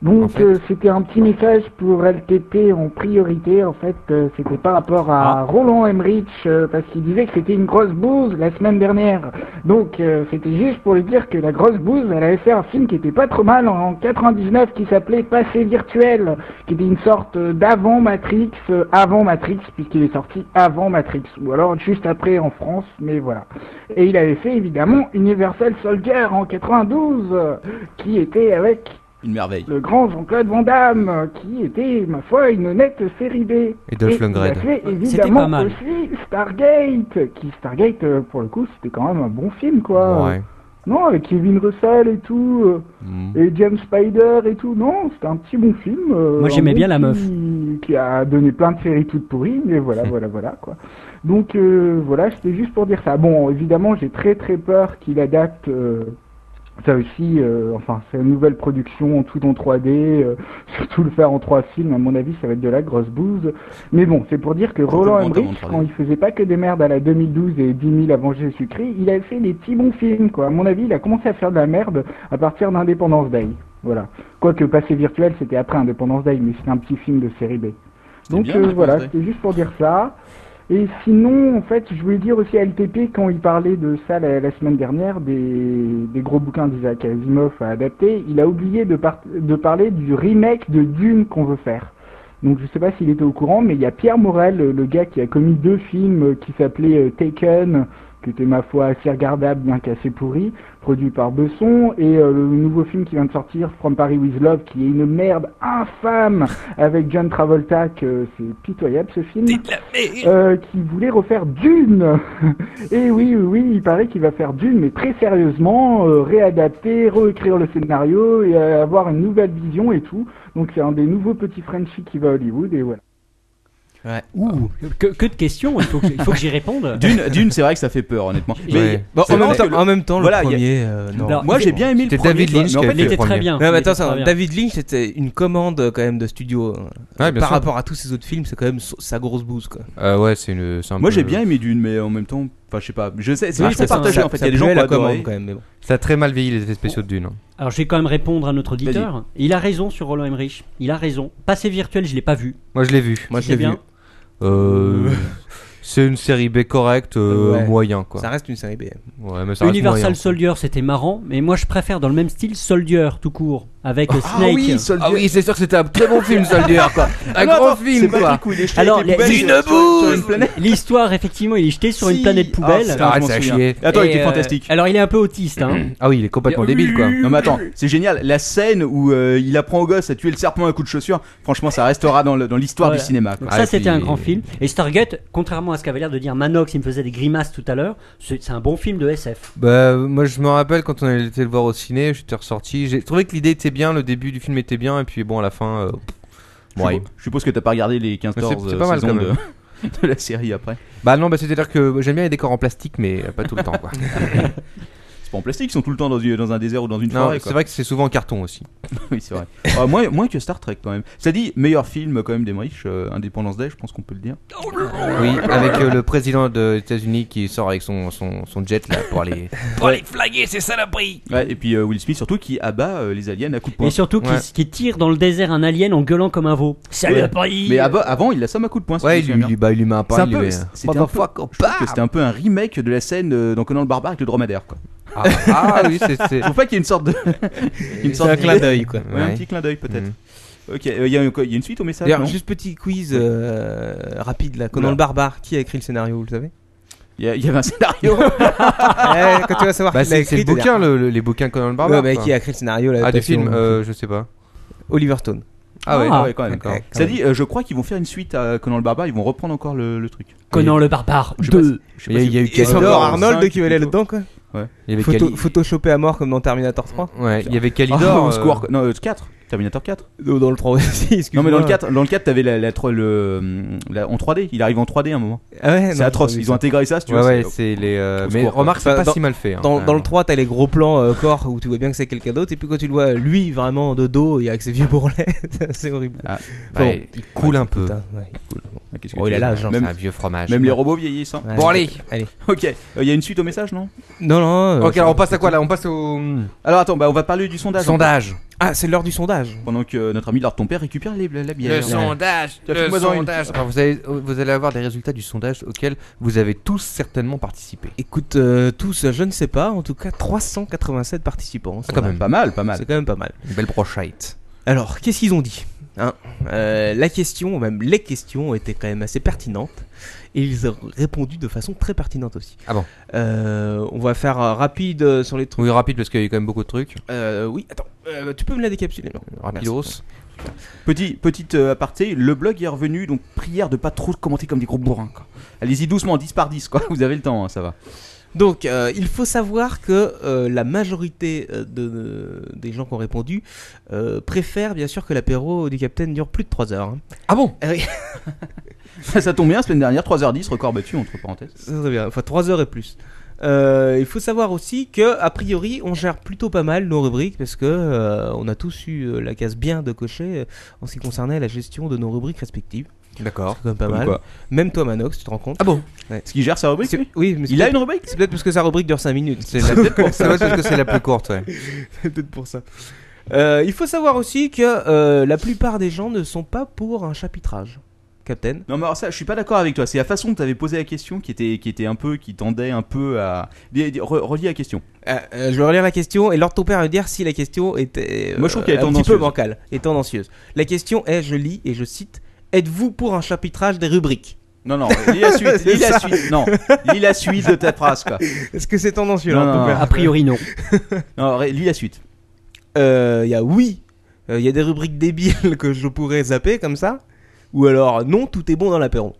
[SPEAKER 11] Donc
[SPEAKER 2] En fait.
[SPEAKER 11] euh, c'était un petit message pour LTP en priorité en fait, euh, c'était par rapport à Roland Emmerich euh, parce qu'il disait que c'était une grosse bouse la semaine dernière. Donc euh, c'était juste pour lui dire que la grosse bouse, elle avait fait un film qui était pas trop mal en 99 qui s'appelait Passé virtuel, qui était une sorte euh, d'avant Matrix, euh, avant Matrix puisqu'il est sorti avant Matrix ou alors juste après en France, mais voilà. Et il avait fait évidemment Universal Soldier en 92, euh, qui était avec
[SPEAKER 3] Une merveille.
[SPEAKER 11] le grand Jean-Claude Van Damme, euh, qui était, ma foi, une honnête série B.
[SPEAKER 2] Et Dolph
[SPEAKER 11] il a
[SPEAKER 2] Lundgren.
[SPEAKER 11] fait
[SPEAKER 4] C'était
[SPEAKER 11] évidemment
[SPEAKER 4] pas mal.
[SPEAKER 11] aussi Stargate, qui Stargate, euh, pour le coup, c'était quand même un bon film, quoi.
[SPEAKER 2] Ouais.
[SPEAKER 11] Non, avec Kevin Russell et tout, euh,
[SPEAKER 2] Mm.
[SPEAKER 11] et James Spider et tout, non, c'était un petit bon film. euh,
[SPEAKER 4] Moi,
[SPEAKER 11] un
[SPEAKER 4] j'aimais
[SPEAKER 11] bon
[SPEAKER 4] bien la meuf.
[SPEAKER 11] qui- Qui a donné plein de séries toutes pourries, mais voilà, voilà, voilà, quoi. Donc euh, voilà, c'était juste pour dire ça. Bon, évidemment, j'ai très très peur qu'il adapte euh, ça aussi, euh, enfin, sa nouvelle production, tout en 3D, euh, surtout le faire en trois films, à mon avis, ça va être de la grosse bouse. Mais bon, c'est pour dire que Roland
[SPEAKER 3] Totalement
[SPEAKER 11] Emmerich,
[SPEAKER 3] en 3D.
[SPEAKER 11] quand il faisait pas que des merdes à la 2012 et 10 000 avant Jésus-Christ, il avait fait des petits bons films, quoi. À mon avis, il a commencé à faire de la merde à partir d'Indépendance Day. Voilà. Quoique Passé Virtuel, c'était après Indépendance Day, mais c'était un petit film de série B.
[SPEAKER 3] C'était
[SPEAKER 11] Donc
[SPEAKER 3] bien,
[SPEAKER 11] euh,
[SPEAKER 3] Independence
[SPEAKER 11] voilà,
[SPEAKER 3] Day.
[SPEAKER 11] c'était juste pour dire ça. Et sinon, en fait, je voulais dire aussi à LTP, quand il parlait de ça la, la semaine dernière, des, des gros bouquins d'Isaac Asimov à adapter, il a oublié de, par- de parler du remake de Dune qu'on veut faire. Donc je sais pas s'il était au courant, mais il y a Pierre Morel, le le gars qui a commis deux films euh, qui s'appelaient euh, Taken, qui était ma foi assez regardable, bien qu'assez pourri, produit par Besson, et euh, le nouveau film qui vient de sortir, From Paris with Love, qui est une merde infâme avec John Travolta, que c'est pitoyable ce film, euh, qui voulait refaire Dune. et oui, oui, oui, il paraît qu'il va faire Dune, mais très sérieusement, euh, réadapter, réécrire le scénario et euh, avoir une nouvelle vision et tout. Donc c'est un des nouveaux petits Frenchies qui va à Hollywood et voilà.
[SPEAKER 4] Ouh, que, que de questions, il faut que, il faut que j'y réponde.
[SPEAKER 3] D'une, d'une, c'est vrai que ça fait peur, honnêtement.
[SPEAKER 4] Ouais. Bon,
[SPEAKER 3] c'est
[SPEAKER 4] en même
[SPEAKER 3] vrai
[SPEAKER 4] temps-
[SPEAKER 3] que
[SPEAKER 5] en même temps, le
[SPEAKER 3] Voilà, il y a-
[SPEAKER 5] premier. euh, non.
[SPEAKER 3] Alors, Moi, j'ai bien aimé le
[SPEAKER 5] C'était
[SPEAKER 3] premier.
[SPEAKER 5] David
[SPEAKER 3] mais
[SPEAKER 5] Lynch.
[SPEAKER 3] en
[SPEAKER 5] qui
[SPEAKER 3] fait,
[SPEAKER 5] avait fait
[SPEAKER 3] le
[SPEAKER 5] le
[SPEAKER 3] premier.
[SPEAKER 5] premier. Non, mais attends, ça, David Lynch, c'était une commande euh, quand même de studio. euh,
[SPEAKER 2] Ouais, bien
[SPEAKER 5] Par
[SPEAKER 2] sûr.
[SPEAKER 5] rapport à tous ces autres films, c'est quand même so- sa grosse bouse, quoi.
[SPEAKER 2] Euh, ouais, c'est une. c'est un
[SPEAKER 3] Moi,
[SPEAKER 2] peu-
[SPEAKER 3] j'ai bien aimé Dune, mais en même temps, enfin, je sais pas. Je sais, c'est
[SPEAKER 2] Ah,
[SPEAKER 3] vrai que
[SPEAKER 2] je
[SPEAKER 3] c'est
[SPEAKER 2] sais pas,
[SPEAKER 3] partagé
[SPEAKER 2] ça-
[SPEAKER 3] en fait. Il
[SPEAKER 2] ça
[SPEAKER 3] y a des gens
[SPEAKER 2] puait
[SPEAKER 3] qui
[SPEAKER 2] la
[SPEAKER 3] ont adoré.
[SPEAKER 2] commande, quand même, mais bon. Ça a très mal vieilli les effets spéciaux de Dune. hein.
[SPEAKER 4] Alors je vais quand même répondre à notre auditeur. Il a raison sur Roland Emmerich. Il a raison. Passé virtuel, je l'ai pas vu.
[SPEAKER 2] Moi, je l'ai vu.
[SPEAKER 4] Moi, je l'ai bien.
[SPEAKER 2] Euh, c'est une série B correcte, euh,
[SPEAKER 5] Ouais.
[SPEAKER 2] moyen quoi.
[SPEAKER 5] Ça reste une série B.
[SPEAKER 2] Ouais, mais ça reste
[SPEAKER 4] Universal
[SPEAKER 2] moyen.
[SPEAKER 4] Soldier, c'était marrant, mais moi je préfère dans le même style Soldier tout court avec euh, Snake.
[SPEAKER 2] Ah oui, c'est sûr que c'était un très bon film, Soldier, quoi. Un
[SPEAKER 4] Non,
[SPEAKER 2] grand
[SPEAKER 4] attends,
[SPEAKER 2] film,
[SPEAKER 4] c'est pas
[SPEAKER 2] quoi.
[SPEAKER 4] les couilles, il est jeté Alors, avec les les- poubelles,
[SPEAKER 2] une
[SPEAKER 4] sur- sur
[SPEAKER 2] bouse
[SPEAKER 4] une planète. Ah, L'histoire, effectivement, il est jeté sur une planète poubelle.
[SPEAKER 3] ça, Arrête, je m'en ça a souviens. chié. Attends, il
[SPEAKER 4] Et, euh,
[SPEAKER 3] était fantastique.
[SPEAKER 4] Alors il est un peu autiste. Hein.
[SPEAKER 2] Ah oui, il est complètement débile quoi.
[SPEAKER 3] Non mais attends, c'est génial. La scène où euh, il apprend au gosse à tuer le serpent à coups de chaussure, franchement, ça restera dans le- dans l'histoire
[SPEAKER 4] Voilà.
[SPEAKER 3] du cinéma.
[SPEAKER 2] Ah,
[SPEAKER 4] Donc ça, c'était un grand film. Et Stargate, contrairement à ce qu'avait l'air de dire Manox, il me faisait des grimaces tout à l'heure, c'est c'est un bon film de SF.
[SPEAKER 2] Bah, moi je me rappelle quand on était le voir au ciné, j'étais ressorti. J'ai trouvé que l'idée était bien, le début du film était bien, et puis bon, à la fin. euh,
[SPEAKER 3] Je suppose- je suppose que t'as pas regardé les 15
[SPEAKER 2] Mais c'est- c'est pas mal,
[SPEAKER 3] saisons
[SPEAKER 2] quand
[SPEAKER 3] de,
[SPEAKER 2] même.
[SPEAKER 3] de la série après.
[SPEAKER 2] Bah non, bah c'est à dire que j'aime bien les décors en plastique, mais euh, pas tout le temps quoi.
[SPEAKER 3] C'est pas en plastique, ils sont tout le temps dans, une- dans un désert ou dans une
[SPEAKER 2] Non,
[SPEAKER 3] forêt.
[SPEAKER 2] c'est vrai que c'est souvent en carton aussi.
[SPEAKER 3] oui, c'est vrai. Ah, moins, moins que Star Trek quand même. Ça dit, meilleur film quand même d'Emmerich, euh, Indépendance Day, je pense qu'on peut le dire.
[SPEAKER 2] Oui, avec euh, le président des États-Unis qui sort avec son, son, son jet là pour aller.
[SPEAKER 12] Pour les flaguer, c'est ça la prix
[SPEAKER 3] Ouais, et puis euh, Will Smith surtout qui abat euh, les aliens à coups de poing.
[SPEAKER 4] Et surtout qui, qui tire dans le désert un alien en gueulant comme un veau. Salut
[SPEAKER 3] Ouais.
[SPEAKER 4] à Paris
[SPEAKER 2] ah,
[SPEAKER 3] Mais aba- avant, il l'assomme à coups de poing. si
[SPEAKER 2] Ouais, il
[SPEAKER 3] je me
[SPEAKER 2] lui,
[SPEAKER 3] souviens
[SPEAKER 2] lui- bah, il lui met un
[SPEAKER 3] C'est
[SPEAKER 2] pain,
[SPEAKER 3] un
[SPEAKER 2] il lui
[SPEAKER 3] peu-
[SPEAKER 2] met-
[SPEAKER 3] c'était un peu-
[SPEAKER 2] Motherfucker,
[SPEAKER 3] je trouve que c'était un peu un remake de la scène euh, dans Conan le Barbare avec le dromadaire quoi.
[SPEAKER 2] Ah, ah oui, c'est- c'est-
[SPEAKER 3] Faut pas qu'il y ait une sorte de une
[SPEAKER 5] C'est un
[SPEAKER 3] d'idée.
[SPEAKER 5] clin d'œil, quoi.
[SPEAKER 3] Ouais, Un
[SPEAKER 5] Ouais.
[SPEAKER 3] petit clin d'œil peut-être.
[SPEAKER 2] Mm.
[SPEAKER 3] Ok, euh, il y, a une- y a une suite au message.
[SPEAKER 5] D'ailleurs,
[SPEAKER 3] non
[SPEAKER 5] juste petit quiz euh, rapide là. Conan
[SPEAKER 3] Oula.
[SPEAKER 5] le Barbare, qui a écrit le scénario, vous le savez
[SPEAKER 3] Il y, a- il y avait un scénario.
[SPEAKER 5] Ouais, Eh, quand tu vas savoir
[SPEAKER 2] Bah,
[SPEAKER 5] qui l'a
[SPEAKER 2] c'est
[SPEAKER 5] écrit.
[SPEAKER 2] c'est le
[SPEAKER 5] t'es
[SPEAKER 2] bouquin,
[SPEAKER 5] là.
[SPEAKER 2] le- le- les bouquins Conan le Barbare.
[SPEAKER 5] Ouais, mais
[SPEAKER 2] quoi.
[SPEAKER 5] qui a écrit le scénario, là,
[SPEAKER 2] Ah, des
[SPEAKER 5] adaptation,
[SPEAKER 2] films, euh, je sais pas.
[SPEAKER 5] Oliver Stone.
[SPEAKER 2] Ah ouais,
[SPEAKER 3] Ah,
[SPEAKER 2] ouais,
[SPEAKER 3] quand même.
[SPEAKER 2] d'accord.
[SPEAKER 3] Ça dit, euh, je crois qu'ils vont faire une suite à Conan le Barbare, ils vont reprendre encore le, le truc.
[SPEAKER 4] Conan le Barbare
[SPEAKER 3] Je sais pas
[SPEAKER 4] 2.
[SPEAKER 3] si- je sais pas si-
[SPEAKER 2] Il y a eu
[SPEAKER 5] Et c'est
[SPEAKER 2] Calidor,
[SPEAKER 5] encore
[SPEAKER 2] cinq,
[SPEAKER 5] Arnold qui va aller
[SPEAKER 3] plutôt.
[SPEAKER 5] là-dedans, quoi.
[SPEAKER 3] Ouais.
[SPEAKER 2] Il y avait
[SPEAKER 5] Photo,
[SPEAKER 2] Cali-
[SPEAKER 5] Photoshopé à mort comme dans Terminator 3.
[SPEAKER 2] Ouais, il y avait
[SPEAKER 3] Ah,
[SPEAKER 2] Calidor.
[SPEAKER 3] au
[SPEAKER 2] euh,
[SPEAKER 3] secours, quoi. Non, euh, 4. Terminator 4.
[SPEAKER 5] Ou Dans le 3 aussi,
[SPEAKER 3] Non,
[SPEAKER 5] excuse-moi.
[SPEAKER 3] mais dans le 4, dans le 4 t'avais la, la, tro- le, la- en 3D. Il arrive en 3D à un moment.
[SPEAKER 5] Ah ouais, non,
[SPEAKER 3] c'est
[SPEAKER 5] j'ai
[SPEAKER 3] atroce.
[SPEAKER 5] pas vu
[SPEAKER 3] Ils ont
[SPEAKER 5] ça.
[SPEAKER 3] intégré ça, si tu
[SPEAKER 2] Ouais,
[SPEAKER 3] vois,
[SPEAKER 2] ouais,
[SPEAKER 3] c'est-
[SPEAKER 2] c'est les. euh,
[SPEAKER 3] Au
[SPEAKER 2] Mais
[SPEAKER 3] secours, quoi.
[SPEAKER 2] remarque, c'est
[SPEAKER 5] Enfin,
[SPEAKER 2] pas
[SPEAKER 5] dans-
[SPEAKER 2] si mal fait. hein,
[SPEAKER 5] Dans,
[SPEAKER 2] quand
[SPEAKER 5] dans
[SPEAKER 2] même.
[SPEAKER 5] le 3, t'as les gros plans euh, corps où tu vois bien que c'est quelqu'un d'autre, et puis quand tu le vois, lui vraiment de dos et avec ses vieux bourrelets, c'est horrible.
[SPEAKER 3] Ah,
[SPEAKER 2] bah, il coule
[SPEAKER 5] Ouais,
[SPEAKER 2] un peu.
[SPEAKER 5] putain, ouais, il coule.
[SPEAKER 3] Ah, qu'est-ce que
[SPEAKER 2] Oh,
[SPEAKER 5] Bon,
[SPEAKER 3] tu
[SPEAKER 5] il a
[SPEAKER 3] veux
[SPEAKER 5] l'âge, hein.
[SPEAKER 3] Même-
[SPEAKER 2] C'est un vieux fromage.
[SPEAKER 3] Même les robots vieillissent. hein.
[SPEAKER 5] Ouais,
[SPEAKER 2] Bon, allez.
[SPEAKER 5] Allez.
[SPEAKER 3] Ok, Euh, il y a une suite au message, non
[SPEAKER 5] Non, non. euh,
[SPEAKER 2] Ok,
[SPEAKER 5] ça-
[SPEAKER 2] alors on passe à quoi là On passe au. hum,
[SPEAKER 3] Alors attends, bah, on va parler du sondage.
[SPEAKER 2] Sondage.
[SPEAKER 5] Hmm. Ah, c'est l'heure du sondage.
[SPEAKER 3] Pendant que euh, notre ami Lord Ton Père récupère les, la bière.
[SPEAKER 2] Le sondage,
[SPEAKER 3] Tu as fait
[SPEAKER 2] le
[SPEAKER 3] moi dans une- Ah,
[SPEAKER 2] sondage. Alors, vous, allez, vous allez avoir des résultats du sondage auquel vous avez tous certainement participé.
[SPEAKER 5] Écoute, euh, tous, je ne sais pas, en tout cas 387 participants.
[SPEAKER 2] quand même.
[SPEAKER 3] Pas mal, pas mal.
[SPEAKER 5] C'est quand même pas mal.
[SPEAKER 2] Une belle brochette.
[SPEAKER 5] Alors, qu'est-ce qu'ils ont dit hein Euh, La question, même les questions, étaient quand même assez pertinentes. Et ils ont répondu de façon très pertinente aussi.
[SPEAKER 2] Ah bon
[SPEAKER 5] Euh, on va faire euh, rapide euh, sur les trucs.
[SPEAKER 2] Oui, rapide parce qu'il y a quand même beaucoup de trucs.
[SPEAKER 5] Euh, oui, attends, euh, tu peux me la décapsuler non
[SPEAKER 3] Ah,
[SPEAKER 2] Rapidos.
[SPEAKER 3] Petit, petite euh, aparté, le blog est revenu, donc prière de pas trop commenter comme des gros bourrins. quoi. Allez-y doucement, 10 par 10, quoi. Vous avez le temps, hein, ça va.
[SPEAKER 5] Donc, euh, il faut savoir que euh, la majorité euh, de- des gens qui ont répondu euh, préfèrent bien sûr que l'apéro du Capitaine dure plus de 3 heures. hein.
[SPEAKER 2] Ah bon
[SPEAKER 5] Ah oui,
[SPEAKER 3] ça tombe bien, semaine dernière, 3h10, record battu, entre parenthèses.
[SPEAKER 5] ça serait bien, enfin 3 heures et plus. Euh, il faut savoir aussi que a priori on gère plutôt pas mal nos rubriques parce que euh, on a tous eu euh, la case bien de cocher euh, en ce qui concernait la gestion de nos rubriques respectives.
[SPEAKER 2] D'accord.
[SPEAKER 5] C'est quand même pas
[SPEAKER 3] Comme
[SPEAKER 5] mal.
[SPEAKER 3] quoi.
[SPEAKER 5] Même toi Manox, tu te rends compte
[SPEAKER 2] Ah bon
[SPEAKER 3] Ce qui gère sa rubrique,
[SPEAKER 5] C'est-
[SPEAKER 3] lui
[SPEAKER 5] Oui, mais c'est
[SPEAKER 3] Il a
[SPEAKER 5] peut-être-
[SPEAKER 3] une rubrique
[SPEAKER 5] C'est peut-être parce que sa rubrique dure 5 minutes.
[SPEAKER 2] C'est la- c'est ouais, parce que c'est la plus courte, ouais.
[SPEAKER 5] C'est peut-être pour ça. Euh, il faut savoir aussi que euh, la plupart des gens ne sont pas pour un chapitrage. Captain
[SPEAKER 3] Non, mais alors ça, je suis pas d'accord avec toi. C'est la façon dont t'avais posé la question qui était, qui était un peu, qui tendait un peu à. Dis- dis- re- Relis la question.
[SPEAKER 5] Euh, euh, Je vais relire la question et Lord ton père va me dire si la question était euh,
[SPEAKER 3] Moi, je trouve qu'elle est
[SPEAKER 5] un petit peu
[SPEAKER 3] tendancieuse.
[SPEAKER 5] bancale et tendancieuse. La question est, je lis et je cite, êtes-vous pour un chapitrage des rubriques
[SPEAKER 3] Non, non, lis la suite,
[SPEAKER 5] C'est
[SPEAKER 3] lis
[SPEAKER 5] ça.
[SPEAKER 3] la suite. Non, lis la suite de ta phrase, quoi.
[SPEAKER 5] Est-ce que c'est tendancieux
[SPEAKER 3] Non,
[SPEAKER 5] Lord
[SPEAKER 3] non,
[SPEAKER 5] ton père
[SPEAKER 4] A priori non.
[SPEAKER 3] Non, re- lis la suite.
[SPEAKER 5] Euh, Il y a oui, Euh, il y a des rubriques débiles que je pourrais zapper comme ça, ou alors non, tout est bon dans l'apéro.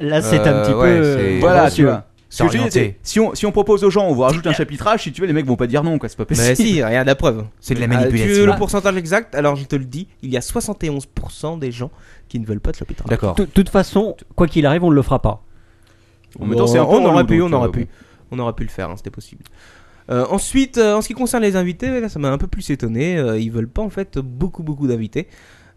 [SPEAKER 4] Là c'est un
[SPEAKER 2] Euh,
[SPEAKER 4] petit
[SPEAKER 2] ouais,
[SPEAKER 4] peu. euh,
[SPEAKER 5] Euh,
[SPEAKER 2] c'est-
[SPEAKER 3] Voilà,
[SPEAKER 2] tendancieux.
[SPEAKER 3] tu vois. Ce que je veux dire,
[SPEAKER 2] orienté.
[SPEAKER 3] c'est- si on, si on propose aux gens, on vous rajoute un chapitrage, si tu veux, les mecs vont pas dire non, quoi, c'est pas possible.
[SPEAKER 5] Mais Bah, si, regarde la preuve.
[SPEAKER 2] C'est de la
[SPEAKER 5] Ah, tu
[SPEAKER 2] manipulation.
[SPEAKER 5] veux le pourcentage exact Alors je te le dis, il y a 71% des gens qui ne veulent pas de l'hôpital.
[SPEAKER 4] De toute façon, quoi qu'il arrive, on ne le fera pas.
[SPEAKER 5] En même temps,
[SPEAKER 4] Bon,
[SPEAKER 5] c'est un peu
[SPEAKER 4] on
[SPEAKER 5] dans
[SPEAKER 4] aurait
[SPEAKER 5] le
[SPEAKER 4] pu,
[SPEAKER 5] doute,
[SPEAKER 4] on aurait
[SPEAKER 5] euh,
[SPEAKER 4] pu.
[SPEAKER 5] bon. On aurait pu le faire, hein, c'était possible. Euh, ensuite, euh, en ce qui concerne les invités, là, ça m'a un peu plus étonné. Euh, ils veulent pas en fait beaucoup beaucoup d'invités.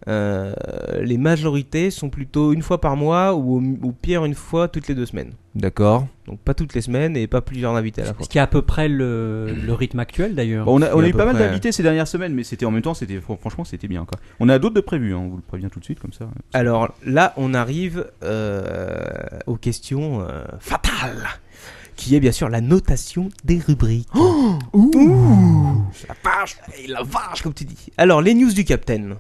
[SPEAKER 5] Euh, les majorités sont plutôt une fois par mois ou au, ou pire une fois toutes les deux semaines.
[SPEAKER 2] D'accord.
[SPEAKER 5] Donc pas toutes les semaines et pas plusieurs invités à la fois.
[SPEAKER 4] Ce qui est à peu près le, le rythme actuel d'ailleurs.
[SPEAKER 3] Bon, on a, on a
[SPEAKER 5] à
[SPEAKER 3] eu
[SPEAKER 5] peu
[SPEAKER 3] pas mal
[SPEAKER 5] près.
[SPEAKER 3] d'invités ces dernières semaines, mais c'était en même temps, c'était fran- franchement, c'était bien. Quoi. On a d'autres de prévus, hein, on vous le prévient tout de suite comme ça.
[SPEAKER 5] Alors là, on arrive euh, aux questions euh, fatales, qui est bien sûr la notation des rubriques. La vache, et la vache, comme tu dis. Alors, les news du Capitaine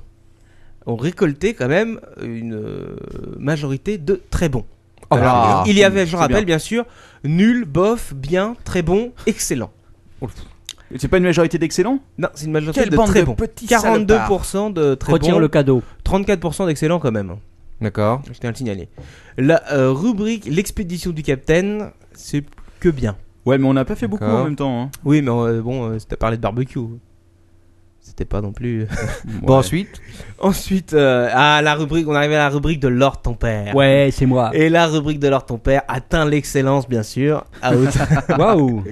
[SPEAKER 5] ont récolté quand même une euh, majorité de très bons.
[SPEAKER 3] Oh
[SPEAKER 5] Alors,
[SPEAKER 3] là là.
[SPEAKER 5] il y avait, je
[SPEAKER 3] C'est
[SPEAKER 5] rappelle,
[SPEAKER 3] bien.
[SPEAKER 5] bien sûr, nul, bof, bien, très bon, excellent.
[SPEAKER 3] C'est pas une majorité d'excellents
[SPEAKER 5] Non, c'est une majorité
[SPEAKER 3] Quelle
[SPEAKER 5] de
[SPEAKER 3] bande
[SPEAKER 5] très
[SPEAKER 3] de
[SPEAKER 5] bons.
[SPEAKER 3] petits
[SPEAKER 5] 42% de très
[SPEAKER 4] Retire
[SPEAKER 5] bons.
[SPEAKER 4] le cadeau.
[SPEAKER 5] 34% d'excellents quand même.
[SPEAKER 2] D'accord.
[SPEAKER 5] Je tiens à le signaler. La euh, rubrique L'expédition du Capitaine, c'est que bien.
[SPEAKER 3] Ouais, mais on n'a pas fait beaucoup
[SPEAKER 5] D'accord.
[SPEAKER 3] en même temps. hein.
[SPEAKER 5] Oui, mais euh, bon, euh, t'as parlé de barbecue. C'était pas non plus.
[SPEAKER 2] Bon, ensuite
[SPEAKER 5] Ensuite, euh, ah, la rubrique, on arrive à la rubrique de Lord ton père.
[SPEAKER 4] Ouais, c'est moi.
[SPEAKER 5] Et la rubrique de Lord ton père atteint l'excellence, bien sûr, Ah à hauteur,
[SPEAKER 4] Waouh.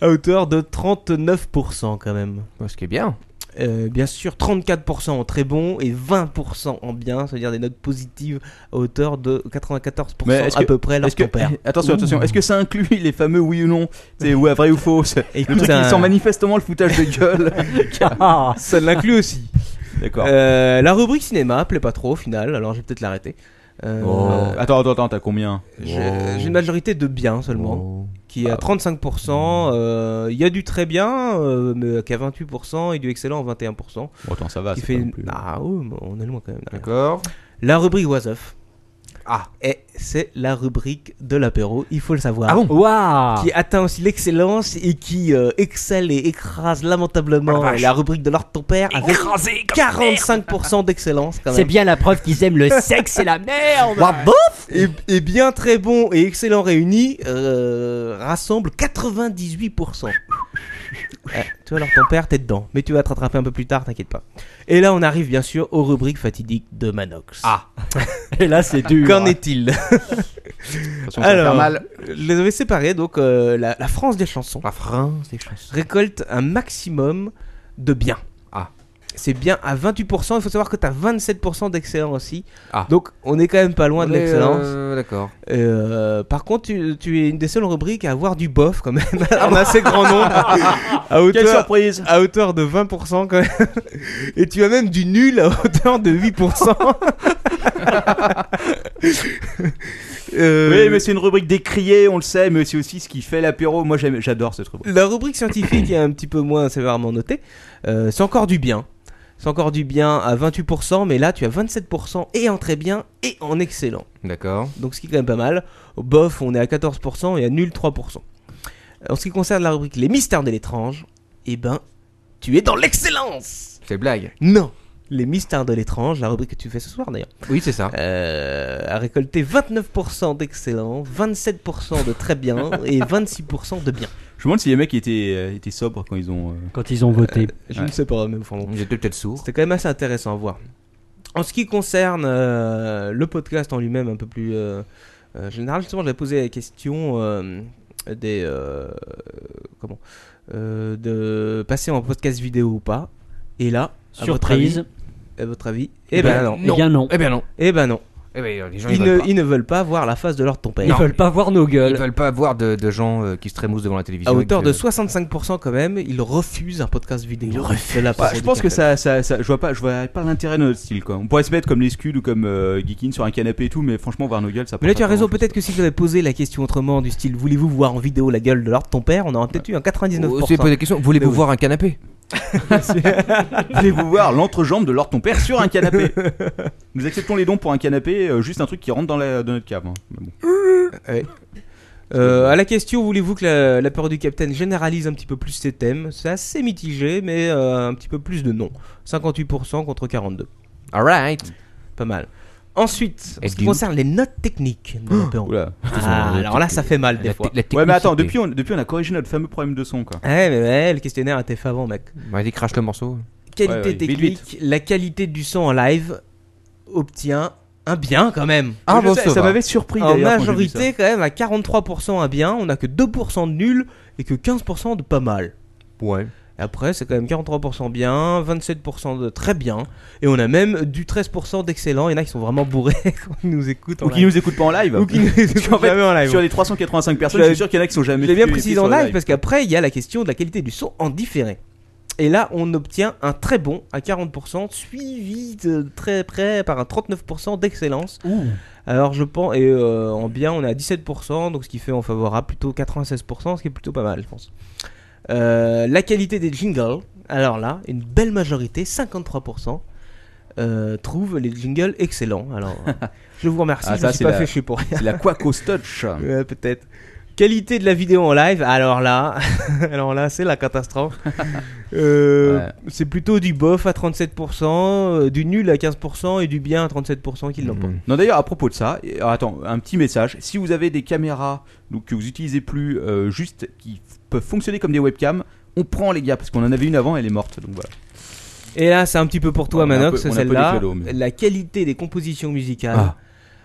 [SPEAKER 5] à hauteur de 39% quand même.
[SPEAKER 2] Ce qui est bien.
[SPEAKER 5] Euh, bien sûr, 34% en très bon et 20% en bien, c'est-à-dire des notes positives à hauteur de 94%
[SPEAKER 3] Mais est-ce
[SPEAKER 5] à
[SPEAKER 3] que-
[SPEAKER 5] peu près Lord
[SPEAKER 3] est-ce que-
[SPEAKER 5] ton père.
[SPEAKER 3] Attention, attention.
[SPEAKER 5] Ouh.
[SPEAKER 3] Est-ce que ça inclut les fameux oui ou non C'est ouais, vrai ou faux c'est- Le
[SPEAKER 5] Écoute,
[SPEAKER 3] truc
[SPEAKER 5] un- Ah.
[SPEAKER 3] qui sent manifestement le foutage de gueule.
[SPEAKER 5] Ça l'inclut aussi.
[SPEAKER 3] D'accord.
[SPEAKER 5] Euh, la rubrique cinéma plaît pas trop au final, alors j'ai peut-être l'arrêter. Euh,
[SPEAKER 3] Euh, Attends, attends, attends, t'as combien Oh.
[SPEAKER 5] J'ai euh, j'ai une majorité de bien seulement, qui
[SPEAKER 3] Ah.
[SPEAKER 5] est à 35%. euh, Il y a du très bien, euh, mais qu'à 28%, et du excellent à 21%.
[SPEAKER 3] Bon, attends, ça va,
[SPEAKER 5] Qui
[SPEAKER 3] c'est
[SPEAKER 5] fait
[SPEAKER 3] pas
[SPEAKER 5] une-
[SPEAKER 3] non plus-
[SPEAKER 5] Ah, oui, mais on est loin quand même. derrière.
[SPEAKER 2] D'accord.
[SPEAKER 5] La rubrique Was Off.
[SPEAKER 2] Ah.
[SPEAKER 5] Et c'est la rubrique de l'apéro, il faut le savoir.
[SPEAKER 4] Ah bon Waouh.
[SPEAKER 5] Qui atteint aussi l'excellence et qui euh, excelle et écrase lamentablement
[SPEAKER 4] Oh la vache.
[SPEAKER 5] la rubrique de l'ordre de ton père avec
[SPEAKER 4] Écrasé comme
[SPEAKER 5] 45% d'excellence quand même.
[SPEAKER 4] C'est bien la preuve qu'ils aiment le sexe et la merde.
[SPEAKER 5] et, et bien très bon et excellent réuni euh, rassemble 98%. Ouais, Eh, tu vois, alors ton père, t'es dedans. Mais tu vas te rattraper un peu plus tard, t'inquiète pas. Et là, on arrive bien sûr aux rubriques fatidiques de Manox.
[SPEAKER 4] Ah. Et là, c'est dur.
[SPEAKER 5] Qu'en est-il
[SPEAKER 4] ça va faire mal.
[SPEAKER 5] je les avais séparés, donc euh, la, la France des chansons. La France des chansons. Récolte un maximum de biens. Ah. C'est bien à 28%. Il faut savoir que t'as 27% d'excellent aussi.
[SPEAKER 2] Ah.
[SPEAKER 5] Donc, on est quand même pas loin de
[SPEAKER 2] On est,
[SPEAKER 5] l'excellence.
[SPEAKER 2] euh, d'accord.
[SPEAKER 5] Euh, par contre, tu, tu es une des seules rubriques à avoir du bof quand même. en assez grand nombre. à hauteur,
[SPEAKER 3] Quelle surprise
[SPEAKER 5] À hauteur de 20% quand même. Et tu as même du nul à hauteur de 8%. Euh,
[SPEAKER 3] Oui, mais c'est une rubrique décriée, on le sait, mais c'est aussi ce qui fait l'apéro. Moi, j'aime- j'adore cette rubrique.
[SPEAKER 5] La rubrique scientifique est un petit peu moins sévèrement notée. Euh, c'est encore du bien. C'est encore du bien à 28%, mais là tu as 27% et en très bien et en excellent.
[SPEAKER 2] D'accord.
[SPEAKER 5] Donc ce qui est quand même pas mal. Au bof, on est à 14% et à nul 3%. En ce qui concerne la rubrique Les mystères de l'étrange, eh ben, tu es dans l'excellence
[SPEAKER 2] C'est blague.
[SPEAKER 5] Non Les mystères de l'étrange, la rubrique que tu fais ce soir d'ailleurs,
[SPEAKER 2] Oui, c'est ça.
[SPEAKER 5] euh, a récolté 29% d'excellent, 27% de très bien et 26% de bien.
[SPEAKER 3] Je me demande si les mecs étaient, euh, étaient sobres quand ils ont. euh,
[SPEAKER 4] Quand ils ont voté.
[SPEAKER 5] Je ne sais pas, mais enfin bon.
[SPEAKER 2] J'étais peut-être sourd.
[SPEAKER 5] C'était quand même assez intéressant à voir. En ce qui concerne euh, le podcast en lui-même, un peu plus euh, euh, général, justement, j'avais posé la question euh, des. euh, comment euh, De passer en podcast vidéo ou pas. Et là, à votre
[SPEAKER 4] Surprise.
[SPEAKER 5] avis- À votre avis Eh ben, non.
[SPEAKER 4] Eh bien non.
[SPEAKER 2] Eh bien non.
[SPEAKER 5] Eh ben non.
[SPEAKER 2] Eh ben, les gens, ils
[SPEAKER 5] ils,
[SPEAKER 2] veulent
[SPEAKER 5] ne,
[SPEAKER 2] pas.
[SPEAKER 5] ils ne veulent pas voir la face de leur ton père.
[SPEAKER 4] Ils veulent pas voir nos
[SPEAKER 2] Ils
[SPEAKER 4] gueules.
[SPEAKER 2] veulent pas avoir de, de gens euh, qui se trémoussent devant la télévision.
[SPEAKER 5] À hauteur
[SPEAKER 2] et
[SPEAKER 5] de
[SPEAKER 2] que-
[SPEAKER 5] 65% quand même, ils refusent un podcast vidéo. de la part
[SPEAKER 3] Ouais, Bah, je
[SPEAKER 5] du
[SPEAKER 3] pense que
[SPEAKER 5] café.
[SPEAKER 3] ça, ça, ça- je vois pas, je vois pas l'intérêt de notre style quoi. On pourrait se mettre comme les scuds ou comme euh, Geekin sur un canapé et tout, mais franchement voir nos gueules ça.
[SPEAKER 5] Mais là, tu as raison. Peut-être que si vous avez posé la question autrement, du style voulez-vous voir en vidéo la gueule de l'ordre de ton père, on aurait peut-être eu un 99%.
[SPEAKER 2] Oh, c'est pas des questions. Voulez-vous
[SPEAKER 5] Mais oui.
[SPEAKER 2] voir un canapé
[SPEAKER 3] Voulez-vous voir l'entrejambe de Lord ton père sur un canapé Nous acceptons les dons pour un canapé, euh, juste un truc qui rentre dans, la, dans notre cave. hein. Mais bon.
[SPEAKER 5] Ouais. Euh, à la question, voulez-vous que la, la peur du capitaine généralise un petit peu plus ses thèmes C'est assez mitigé, mais euh, un petit peu plus de non. 58% contre 42.
[SPEAKER 2] Alright.
[SPEAKER 5] Pas mal. Ensuite, en ce qui concerne les notes techniques de l'apéro.
[SPEAKER 3] Oula.
[SPEAKER 5] Ah, alors là, ça fait mal des fois.
[SPEAKER 3] Ouais, mais attends, depuis on, depuis on a corrigé notre fameux problème de son, quoi.
[SPEAKER 5] Ah Ouais, mais ouais, le questionnaire était fait avant, mec.
[SPEAKER 2] Bah, Vas-y, crache le morceau.
[SPEAKER 5] Qualité
[SPEAKER 3] Ouais, ouais,
[SPEAKER 5] technique, la qualité du son en live obtient un bien quand même.
[SPEAKER 3] Ah, Oui, je bon, sais, ça ça va. m'avait surpris,
[SPEAKER 5] En
[SPEAKER 3] d'ailleurs, quand j'ai vu
[SPEAKER 5] majorité, quand même, à 43% un bien, on a que 2% de nul et que 15% de pas mal.
[SPEAKER 2] Ouais.
[SPEAKER 5] Après, c'est quand même 43% bien, 27% de très bien, et on a même du 13% d'excellent. Il y en a qui sont vraiment bourrés quand ils nous écoutent. en
[SPEAKER 3] Ou qui
[SPEAKER 5] live.
[SPEAKER 3] nous écoutent pas en live.
[SPEAKER 5] Ou qui nous
[SPEAKER 3] Parce
[SPEAKER 5] écoutent
[SPEAKER 3] qu'en fait,
[SPEAKER 5] jamais en live.
[SPEAKER 3] sur les 385 personnes, je suis sûr qu'il y en a qui sont jamais
[SPEAKER 5] J'ai bien
[SPEAKER 3] plus-
[SPEAKER 5] précisé
[SPEAKER 3] plus
[SPEAKER 5] en
[SPEAKER 3] sur le
[SPEAKER 5] live,
[SPEAKER 3] live.
[SPEAKER 5] parce qu'après, il y a la question de la qualité du son en différé. Et là, on obtient un très bon à 40%, suivi de très près par un 39% d'excellence. Alors je pense, et euh, en bien, on est à 17%, donc ce qui fait en favorable plutôt 96%, ce qui est plutôt pas mal, je pense. Euh, la qualité des jingles, alors là, une belle majorité, 53%. euh, trouve les jingles excellents. Alors, je vous remercie.
[SPEAKER 3] Ah,
[SPEAKER 5] je
[SPEAKER 3] ça,
[SPEAKER 5] me suis
[SPEAKER 3] c'est
[SPEAKER 5] pas
[SPEAKER 3] la-
[SPEAKER 5] fait chier pour rien.
[SPEAKER 3] c'est la Quacos Touch.
[SPEAKER 5] Ouais, peut-être. Qualité de la vidéo en live, alors là, alors là, c'est la catastrophe. Euh, C'est plutôt du bof à 37%, euh, du nul à 15% et du bien à 37% qui l'emporte.
[SPEAKER 3] Mmh. Non d'ailleurs à propos de ça, et- alors, attends, un petit message. Si vous avez des caméras donc que vous utilisez plus, euh, juste qui f- peuvent fonctionner comme des webcams, on prend les gars parce qu'on en avait une avant, elle est morte donc voilà.
[SPEAKER 5] Et là, c'est un petit peu pour toi,
[SPEAKER 3] On a un
[SPEAKER 5] Manox,
[SPEAKER 3] peu- on a un peu des
[SPEAKER 5] celle-là.
[SPEAKER 3] clodos, mais-
[SPEAKER 5] La qualité des compositions musicales.
[SPEAKER 3] Ah.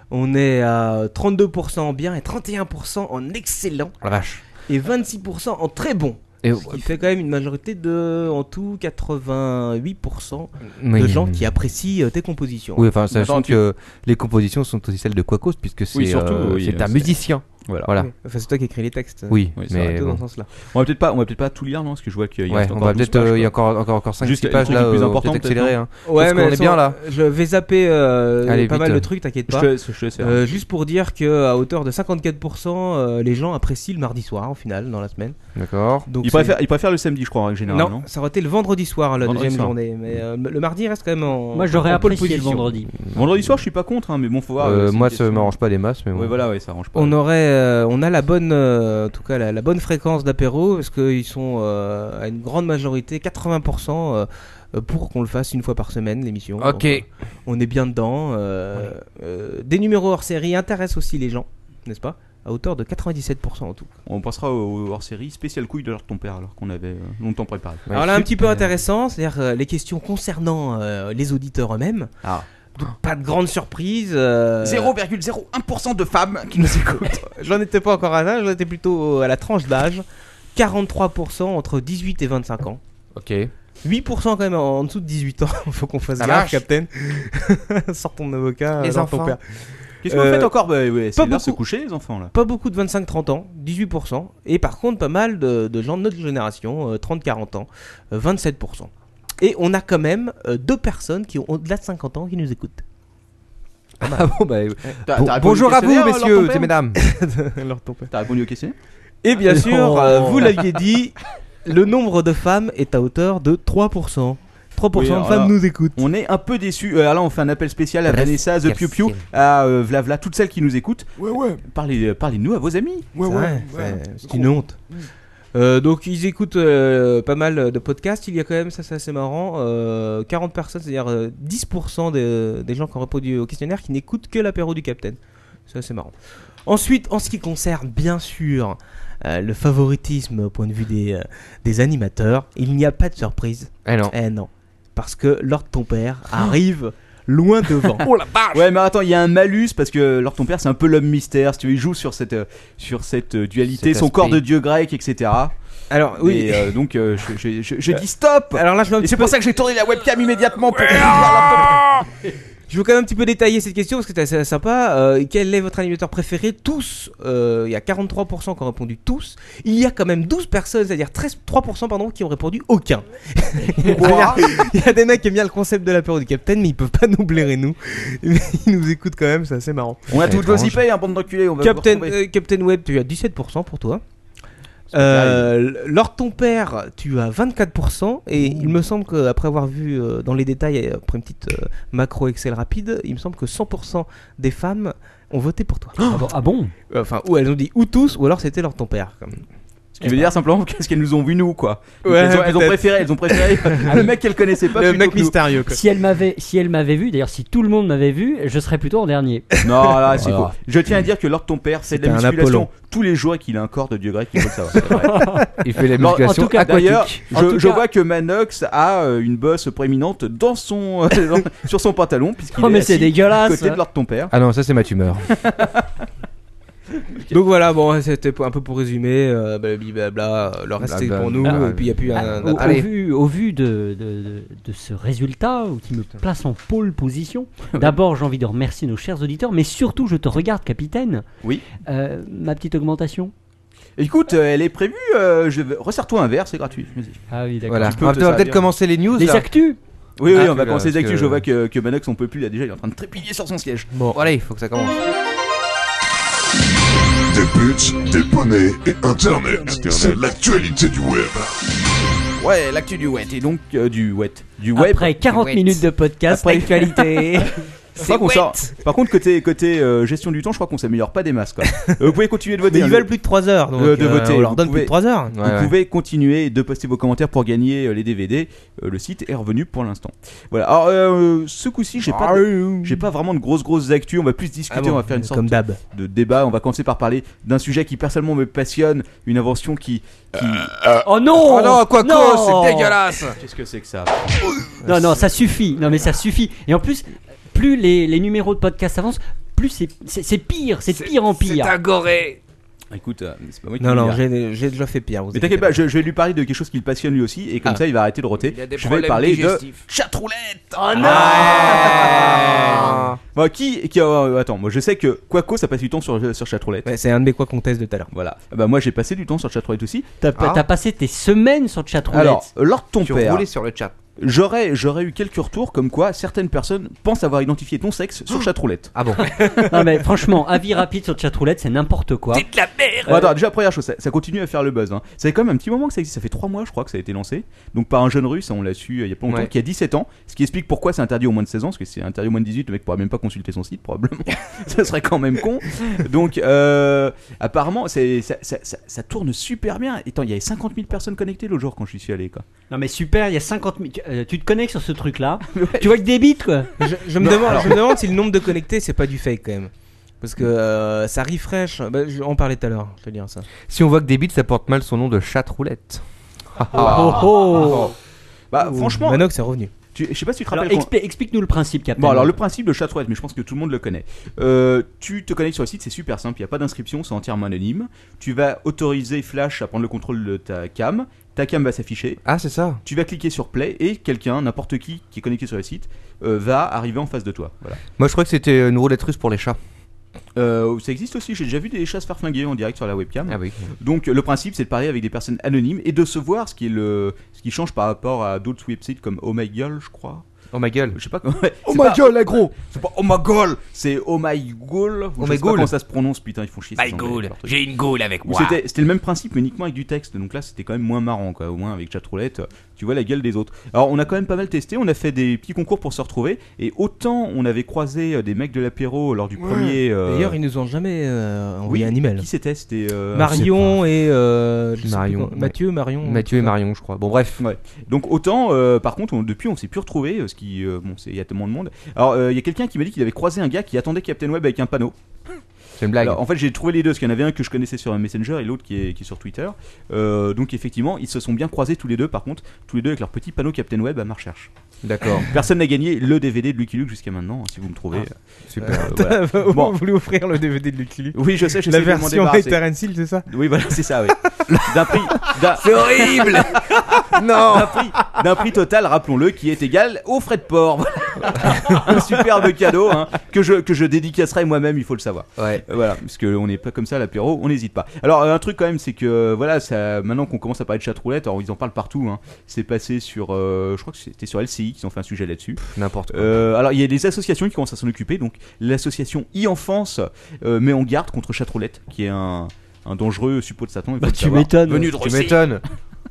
[SPEAKER 5] On est à 32% en bien et 31% en excellent.
[SPEAKER 2] Oh La vache.
[SPEAKER 5] Et 26% en très bon.
[SPEAKER 2] Et-
[SPEAKER 5] ce qui fait quand même une majorité de, en tout, 88% de
[SPEAKER 2] Oui.
[SPEAKER 5] gens qui apprécient euh, tes compositions.
[SPEAKER 2] Oui, enfin, sachant que les compositions sont aussi celles de Quacos, puisque c'est
[SPEAKER 5] Oui, surtout,
[SPEAKER 2] euh,
[SPEAKER 5] oui,
[SPEAKER 2] c'est un
[SPEAKER 5] c'est-
[SPEAKER 2] musicien.
[SPEAKER 3] Voilà.
[SPEAKER 5] Oui. Enfin, c'est toi qui écris les textes.
[SPEAKER 2] Oui,
[SPEAKER 5] Oui, c'est
[SPEAKER 2] mais
[SPEAKER 5] plutôt
[SPEAKER 2] bon.
[SPEAKER 5] dans ce sens-là.
[SPEAKER 3] On va peut-être pas, on va peut-être pas tout lire non, parce que je vois qu'il y a
[SPEAKER 2] Ouais, on va peut-être, euh, il y a encore- encore- encore cinq, six pages, là, euh, peut-être accélérer, hein.
[SPEAKER 5] Ouais,
[SPEAKER 2] Parce
[SPEAKER 5] mais
[SPEAKER 2] qu'on est bien,
[SPEAKER 5] sans-
[SPEAKER 2] là.
[SPEAKER 5] Je vais zapper euh,
[SPEAKER 2] Allez,
[SPEAKER 5] pas
[SPEAKER 2] vite.
[SPEAKER 5] mal de trucs, t'inquiète
[SPEAKER 2] Je
[SPEAKER 5] pas.
[SPEAKER 2] te- je te laisse faire.
[SPEAKER 5] Euh, juste pour dire que à hauteur de 54%, euh, les gens apprécient le mardi soir, au final, dans la semaine.
[SPEAKER 2] D'accord.
[SPEAKER 5] Donc
[SPEAKER 3] il
[SPEAKER 5] c'est-
[SPEAKER 3] préfère, il préfère le samedi je crois en règle générale.
[SPEAKER 5] Non,
[SPEAKER 3] Non.
[SPEAKER 5] ça aurait été le vendredi soir, la
[SPEAKER 3] Vendredi
[SPEAKER 5] deuxième
[SPEAKER 3] soir.
[SPEAKER 5] journée. Mais euh, le mardi reste quand même en.
[SPEAKER 4] Moi, j'aurais
[SPEAKER 5] en pole
[SPEAKER 4] apprécié le
[SPEAKER 5] position.
[SPEAKER 4] vendredi.
[SPEAKER 3] Vendredi soir je suis pas contre hein, mais bon faut voir.
[SPEAKER 2] Euh,
[SPEAKER 3] euh, c'est
[SPEAKER 2] moi,
[SPEAKER 3] une
[SPEAKER 2] ça
[SPEAKER 3] question.
[SPEAKER 2] m'arrange pas des masses, mais bon.
[SPEAKER 3] Ouais voilà ouais ça arrange pas.
[SPEAKER 5] On aurait, euh, on a la bonne, euh, en tout cas la, la bonne fréquence d'apéro parce qu'ils sont euh, à une grande majorité, 80% euh, euh, pour qu'on le fasse une fois par semaine l'émission.
[SPEAKER 2] Ok.
[SPEAKER 5] Donc, euh, on est bien dedans. euh, euh, des numéros hors série intéressent aussi les gens, n'est-ce pas À hauteur de 97% en tout.
[SPEAKER 3] On passera au, hors série spécial couille de l'heure de ton père alors qu'on avait euh, longtemps préparé.
[SPEAKER 5] Alors là, un petit peu intéressant, c'est-à-dire euh, les questions concernant euh, les auditeurs eux-mêmes.
[SPEAKER 3] Ah.
[SPEAKER 5] Donc, pas de grande surprise. euh,
[SPEAKER 3] 0,01% de femmes qui nous écoutent.
[SPEAKER 5] J'en étais pas encore à là, j'en étais plutôt à la tranche d'âge. 43% entre 18 et 25 ans.
[SPEAKER 2] Ok.
[SPEAKER 5] 8% quand même en en dessous de 18 ans. Faut qu'on fasse
[SPEAKER 2] La
[SPEAKER 5] gaffe,
[SPEAKER 2] vache.
[SPEAKER 5] Captain. Sors ton avocat,
[SPEAKER 3] Les
[SPEAKER 5] sors ton
[SPEAKER 3] enfants.
[SPEAKER 5] père. Euh,
[SPEAKER 3] Qu'est-ce que vous faites encore Bah ouais, c'est
[SPEAKER 5] pas
[SPEAKER 3] l'heure de se
[SPEAKER 5] beaucoup.
[SPEAKER 3] coucher les enfants là.
[SPEAKER 5] Pas beaucoup de 25-30 ans, 18%. Et par contre, pas mal de, de gens de notre génération, euh, 30-40 ans, euh, 27%. Et on a quand même euh, deux personnes qui ont au-delà de 50 ans qui nous écoutent.
[SPEAKER 2] Ah bon, bah,
[SPEAKER 5] T'as-
[SPEAKER 2] bon-
[SPEAKER 5] t'as répondu au
[SPEAKER 2] bonjour à vous,
[SPEAKER 5] questionnaire, alors, ton
[SPEAKER 2] messieurs
[SPEAKER 5] père
[SPEAKER 2] et mesdames.
[SPEAKER 3] T'as répondu au questionnaire
[SPEAKER 5] Et bien sûr,
[SPEAKER 3] Non.
[SPEAKER 5] euh, vous l'aviez dit, le nombre de femmes est à hauteur de 3%. 3%
[SPEAKER 3] Oui,
[SPEAKER 5] de
[SPEAKER 3] alors
[SPEAKER 5] femmes
[SPEAKER 3] là,
[SPEAKER 5] nous écoutent.
[SPEAKER 3] On est un peu déçus. Euh, alors là, on fait un appel spécial à
[SPEAKER 5] Bref,
[SPEAKER 3] Vanessa, The Piu Piu,
[SPEAKER 5] merci.
[SPEAKER 3] à euh, Vlavla, toutes celles qui nous écoutent.
[SPEAKER 1] Ouais, ouais.
[SPEAKER 3] Parlez, euh, parlez-nous à vos amis.
[SPEAKER 1] Ouais, Mm.
[SPEAKER 5] C'est vrai, c'est- c'est une honte. Euh, donc ils écoutent euh, pas mal de podcasts. Il y a quand même, ça c'est assez marrant, euh, 40 personnes, c'est-à-dire euh, 10% des, des gens qui ont répondu au questionnaire qui n'écoutent que l'apéro du Capitaine. C'est assez marrant. Ensuite, en ce qui concerne bien sûr euh, le favoritisme au point de vue des, euh, des animateurs, il n'y a pas de surprise.
[SPEAKER 2] Eh non.
[SPEAKER 5] Parce que Lord ton père arrive loin devant.
[SPEAKER 3] Ouais, mais attends, il y a un malus parce que Lord ton père, c'est un peu l'homme mystère. Si tu veux, il joue sur cette, euh, sur cette euh, dualité,
[SPEAKER 5] Cet
[SPEAKER 3] son corps
[SPEAKER 5] aspect.
[SPEAKER 3] de dieu grec, etc.
[SPEAKER 5] Alors, oui.
[SPEAKER 3] Et, euh, donc, euh, je, je- je- je dis stop
[SPEAKER 5] Alors là, je vais un
[SPEAKER 3] Et
[SPEAKER 5] petit
[SPEAKER 3] c'est
[SPEAKER 5] peu-
[SPEAKER 3] pour ça que j'ai tourné la webcam immédiatement pour.
[SPEAKER 5] Je veux quand même un petit peu détailler cette question parce que c'est assez sympa. Euh, quel est votre animateur préféré Tous. Euh, Il y a 43% qui ont répondu tous. Il y a quand même 12 personnes, c'est-à-dire 13 3% pardon, qui ont répondu aucun. Il y a- il y a des mecs qui aiment bien le concept de l'apéro du Capitaine, mais ils peuvent pas nous blairer nous. Mais ils nous écoutent quand même, c'est assez marrant.
[SPEAKER 3] On a tout gossipé, un hein, bande d'enculés, on va vous
[SPEAKER 5] Captain,
[SPEAKER 3] retrouver.
[SPEAKER 5] euh, Captain Web, tu as 17% pour toi.
[SPEAKER 3] pas
[SPEAKER 5] Euh, Lord ton père, tu as 24% et il me semble qu'après avoir vu euh, dans les détails, et après une petite euh, macro Excel rapide, il me semble que 100% des femmes ont voté pour toi. Euh,
[SPEAKER 4] Ah bon
[SPEAKER 5] Enfin, ou elles ont dit ou tous, ou alors c'était Lord ton père. comme.
[SPEAKER 3] Ce qui veut dire simplement qu'est-ce qu'elles nous ont vu nous quoi. Donc,
[SPEAKER 5] Ouais,
[SPEAKER 3] elles, ont, elles ont
[SPEAKER 5] peut-être.
[SPEAKER 3] préféré, elles ont préféré Ah, le mec qu'elles connaissaient pas. plutôt que nous.
[SPEAKER 4] Si elle m'avait, si elle m'avait vu, d'ailleurs, si tout le monde m'avait vu, je serais plutôt en dernier.
[SPEAKER 3] Non, là, c'est faux. Je tiens à dire que lors de ton père, c'est de la
[SPEAKER 4] C'était un
[SPEAKER 3] musculation
[SPEAKER 4] Apollon.
[SPEAKER 3] tous les jours et qu'il a un corps de dieu grec, il faut le savoir. c'est vrai.
[SPEAKER 2] Il fait la
[SPEAKER 3] Non,
[SPEAKER 2] musculation
[SPEAKER 3] en tout cas,
[SPEAKER 2] aquatique.
[SPEAKER 3] D'ailleurs,
[SPEAKER 2] En
[SPEAKER 3] je,
[SPEAKER 2] tout
[SPEAKER 3] je
[SPEAKER 2] cas-
[SPEAKER 3] vois que Manox a euh, une bosse proéminente dans son, dans- sur son pantalon, puisqu'il
[SPEAKER 4] Oh, mais
[SPEAKER 3] est
[SPEAKER 4] c'est
[SPEAKER 3] assis
[SPEAKER 4] dégueulasse,
[SPEAKER 3] côté de
[SPEAKER 4] hein.
[SPEAKER 3] Lord ton père.
[SPEAKER 2] Ah non, ça c'est ma tumeur.
[SPEAKER 5] Donc voilà, bon, c'était pour- un peu pour résumer, euh, blablabla, euh, le reste c'est pour nous, et puis il n'y a plus
[SPEAKER 4] Ah,
[SPEAKER 3] oh,
[SPEAKER 5] un.
[SPEAKER 4] au, au
[SPEAKER 5] Allez.
[SPEAKER 4] vu, au vu de, de- de- de ce résultat ou qui me place en pôle position, d'abord j'ai envie de remercier nos chers auditeurs, mais surtout je te regarde, capitaine. Euh,
[SPEAKER 3] Oui.
[SPEAKER 4] ma petite augmentation.
[SPEAKER 3] Écoute, euh, elle est prévue. euh, je vais- Resserre-toi un verre, c'est gratuit. Vas-y.
[SPEAKER 4] Ah oui,
[SPEAKER 2] Voilà. On va peut- peut-être commencer les news,
[SPEAKER 3] Les
[SPEAKER 2] là.
[SPEAKER 4] actus
[SPEAKER 3] Oui, oui,
[SPEAKER 2] Ah,
[SPEAKER 3] on va
[SPEAKER 2] là,
[SPEAKER 3] commencer les
[SPEAKER 2] parce
[SPEAKER 3] actus.
[SPEAKER 2] que-
[SPEAKER 3] Je vois que, que Manox, on peut plus là déjà, il est en train de trépiller sur son siège.
[SPEAKER 2] Bon, allez, il faut que ça commence.
[SPEAKER 1] Des buts, des poneys et Internet. C'est l'actualité du web.
[SPEAKER 3] Ouais, l'actu du wet et donc euh, du wet, du web.
[SPEAKER 4] Après 40
[SPEAKER 3] Wet.
[SPEAKER 4] minutes de podcast,
[SPEAKER 3] bah, Après-
[SPEAKER 4] l'actualité.
[SPEAKER 3] Je crois qu'on sort- Par contre, côté, côté euh, gestion du temps, je crois qu'on s'améliore pas des masses. Quoi. Euh, vous pouvez continuer de voter.
[SPEAKER 5] Mais ils
[SPEAKER 3] hein,
[SPEAKER 5] veulent plus de 3 heures, donc,
[SPEAKER 3] Euh, de
[SPEAKER 5] euh,
[SPEAKER 3] voter.
[SPEAKER 5] on leur
[SPEAKER 3] Vous
[SPEAKER 5] donne plus de
[SPEAKER 3] pouvez-
[SPEAKER 5] 3 heures.
[SPEAKER 3] Vous
[SPEAKER 5] Ouais, ouais.
[SPEAKER 3] pouvez continuer de poster vos commentaires pour gagner euh, les DVD. Euh, le site est revenu pour l'instant. Voilà. Alors, euh, ce coup-ci, j'ai pas, de- j'ai pas vraiment de grosses grosses actus. On va plus discuter.
[SPEAKER 5] Ah bon,
[SPEAKER 3] on va faire une
[SPEAKER 5] euh,
[SPEAKER 3] sorte
[SPEAKER 5] comme d'hab.
[SPEAKER 3] de débat. On va commencer par parler d'un sujet qui personnellement me passionne, une invention qui. qui-
[SPEAKER 4] Oh non
[SPEAKER 3] Euh, Oh non, quoi
[SPEAKER 4] Non
[SPEAKER 3] c'est dégueulasse Qu'est-ce que c'est que ça
[SPEAKER 4] Non, non, ça suffit. Non, mais ça suffit. Et en plus, plus les, les numéros de podcast avancent, plus c'est- c'est c'est pire, c'est de pire en pire.
[SPEAKER 12] C'est agoré.
[SPEAKER 3] Écoute, euh, c'est pas moi qui
[SPEAKER 5] Non,
[SPEAKER 3] le
[SPEAKER 5] non,
[SPEAKER 3] dis, hein.
[SPEAKER 5] j'ai j'ai déjà fait pire. vous
[SPEAKER 3] Mais t'inquiète
[SPEAKER 5] inquiétez
[SPEAKER 3] pas, je, je vais lui parler de quelque chose qui le passionne lui aussi, et comme
[SPEAKER 5] Ah.
[SPEAKER 3] ça il va arrêter de roter.
[SPEAKER 5] Il a des
[SPEAKER 3] je vais
[SPEAKER 5] problèmes
[SPEAKER 3] parler
[SPEAKER 5] digestifs.
[SPEAKER 3] de Ah
[SPEAKER 12] Chatroulette.
[SPEAKER 4] Oh
[SPEAKER 5] Ah
[SPEAKER 3] non Bon, qui, qui euh, attends, moi je sais que Quaco ça passe du temps sur sur Chatroulette.
[SPEAKER 5] c'est un de mes quoi qu'on teste de tout à l'heure.
[SPEAKER 3] Voilà. Ah Bah moi j'ai passé du temps sur Chatroulette aussi.
[SPEAKER 4] T'as
[SPEAKER 5] Ah.
[SPEAKER 4] t'as passé tes semaines sur chatroulette.
[SPEAKER 3] Hein Alors, lors de ton père,
[SPEAKER 2] sur le chat.
[SPEAKER 3] j'aurais j'aurais eu quelques retours comme quoi certaines personnes pensent avoir identifié ton sexe
[SPEAKER 5] Oh.
[SPEAKER 3] sur Chatroulette.
[SPEAKER 2] Ah bon
[SPEAKER 4] Non, mais franchement, avis rapide sur chatroulette, c'est n'importe quoi.
[SPEAKER 12] C'est de la merde.
[SPEAKER 3] Bon, attends, déjà première chose, ça, ça continue à faire le buzz. Hein. Ça fait quand même un petit moment que ça existe, ça fait 3 mois je crois que ça a été lancé. Donc par un jeune russe, on l'a su euh, il y a pas longtemps,
[SPEAKER 2] Ouais.
[SPEAKER 3] qui a 17 ans, ce qui explique pourquoi c'est interdit au moins de 16 ans, parce que c'est interdit au moins de 18, le mec pourra même pas consulter son site probablement. ça serait quand même con. Donc euh, apparemment, c'est- ça, ça- ça- ça tourne super bien. Et Attends, il y avait 50 000 personnes connectées le jour quand je suis allé quoi.
[SPEAKER 4] Non, mais super, il y a 50 000. euh, tu te connectes sur ce truc-là. Tu vois que des bits, quoi.
[SPEAKER 5] Je, Je me, demande, je me demande si le nombre de connectés, c'est pas du fake quand même. Parce que euh, ça refresh. Bah, je- on parlait tout à l'heure, je te dire ça.
[SPEAKER 2] Si on voit que Debit, ça porte mal son nom de chat roulette. Oh,
[SPEAKER 4] Oh,
[SPEAKER 3] Oh, Bah franchement,
[SPEAKER 5] Manox est revenu.
[SPEAKER 3] tu- je sais pas si tu te
[SPEAKER 4] Alors,
[SPEAKER 3] rappelles. quand-
[SPEAKER 4] expli- explique-nous le principe, Captain.
[SPEAKER 3] Bon, alors le principe de Chatroulette, mais je pense que tout le monde le connaît. Euh, tu te connectes sur le site, c'est super simple, il n'y a pas d'inscription, c'est entièrement anonyme. Tu vas autoriser Flash à prendre le contrôle de ta cam, ta cam va s'afficher.
[SPEAKER 2] Ah, c'est ça
[SPEAKER 3] Tu vas cliquer sur Play et quelqu'un, n'importe qui qui est connecté sur le site, euh, va arriver en face de toi. Voilà.
[SPEAKER 2] Moi, je crois que c'était euh, une roulette russe pour les chats.
[SPEAKER 3] Euh, ça existe aussi, j'ai déjà vu des chats se faire flinguer en direct sur la webcam.
[SPEAKER 2] Ah
[SPEAKER 3] Donc euh, le principe c'est de parler avec des personnes anonymes et de se voir, ce qui, est le, ce qui change par rapport à d'autres websites comme Oh My Girl je crois.
[SPEAKER 2] Oh my gueule.
[SPEAKER 3] Je sais pas comment... ouais,
[SPEAKER 2] Oh
[SPEAKER 3] c'est
[SPEAKER 2] my
[SPEAKER 3] pas-
[SPEAKER 2] gueule, les gros
[SPEAKER 3] C'est pas Oh my goal C'est Oh my goal
[SPEAKER 2] Oh
[SPEAKER 3] Je
[SPEAKER 2] my
[SPEAKER 3] sais pas
[SPEAKER 2] goal.
[SPEAKER 3] comment ça se prononce, putain, ils font chier.
[SPEAKER 12] My
[SPEAKER 3] ces Anglais,
[SPEAKER 12] Bah, goal.
[SPEAKER 3] leur truc.
[SPEAKER 12] J'ai une goal avec
[SPEAKER 3] Ou
[SPEAKER 12] moi.
[SPEAKER 3] C'était c'était le même principe, mais uniquement avec du texte. Donc là, c'était quand même moins marrant, quoi. Au moins, avec chatroulette, euh, tu vois la gueule des autres. Alors, on a quand même pas mal testé. On a fait des petits concours pour se retrouver. Et autant on avait croisé euh, des mecs de l'apéro lors du premier. euh,
[SPEAKER 5] D'ailleurs, ils nous ont jamais euh,
[SPEAKER 3] oui,
[SPEAKER 5] envoyé un email.
[SPEAKER 3] Qui c'était C'était. euh,
[SPEAKER 5] Marion et. euh, je sais plus
[SPEAKER 2] Marion.
[SPEAKER 5] comment- Mathieu, Marion.
[SPEAKER 2] Mathieu et Marion, je crois. Bon, bref.
[SPEAKER 3] Ouais. Donc autant, euh, par contre, on- depuis, on s'est plus retrouvé, euh, ce qui, euh, bon, c'est- il y a tellement de monde. Alors, euh, il y a quelqu'un qui m'a dit qu'il avait croisé un gars qui attendait Captain Web avec un panneau.
[SPEAKER 2] C'est une blague.
[SPEAKER 3] Alors, en fait, j'ai trouvé les deux, parce qu'il y en avait un que je connaissais sur un Messenger et l'autre qui est, qui est sur Twitter. Euh, donc, effectivement, ils se sont bien croisés tous les deux, par contre, tous les deux avec leur petit panneau Captain Web à ma recherche.
[SPEAKER 2] D'accord.
[SPEAKER 3] Personne n'a gagné le DVD de Lucky Luke jusqu'à maintenant, hein, si vous me trouvez.
[SPEAKER 5] Ah,
[SPEAKER 2] super.
[SPEAKER 3] Euh, voilà.
[SPEAKER 5] Vous
[SPEAKER 3] Bon.
[SPEAKER 5] voulez offrir le DVD de Lucky Luke
[SPEAKER 3] Oui, je sais, je
[SPEAKER 5] La
[SPEAKER 3] sais, je vais m'en
[SPEAKER 5] version avec
[SPEAKER 3] débarrasser.
[SPEAKER 5] Terence Hill, c'est ça
[SPEAKER 3] Oui, voilà, c'est ça, oui. D'un prix. d'un-
[SPEAKER 12] C'est horrible.
[SPEAKER 2] non
[SPEAKER 3] D'un prix, d'un prix total, rappelons-le, qui est égal aux frais de port. Voilà. Un superbe cadeau hein, que, je, que je dédicacerai moi-même, il faut le savoir.
[SPEAKER 2] Ouais.
[SPEAKER 3] Euh, Voilà, parce qu'on n'est pas comme ça à l'apéro, on n'hésite pas. Alors, euh, un truc quand même, c'est que euh, voilà, ça, maintenant qu'on commence à parler de chatroulette, alors ils en parlent partout. hein. C'est passé sur, euh, je crois que c'était sur LCI qu'ils ont fait un sujet là-dessus.
[SPEAKER 2] N'importe quoi.
[SPEAKER 3] Euh, alors, il y a des associations qui commencent à s'en occuper. Donc, l'association e-enfance euh, met en garde contre chatroulette, qui est un, un dangereux suppôt de Satan. il faut
[SPEAKER 4] Bah,
[SPEAKER 3] le
[SPEAKER 4] tu
[SPEAKER 3] savoir.
[SPEAKER 4] m'étonnes.
[SPEAKER 12] Venu de
[SPEAKER 2] tu
[SPEAKER 12] Russie.
[SPEAKER 2] m'étonnes.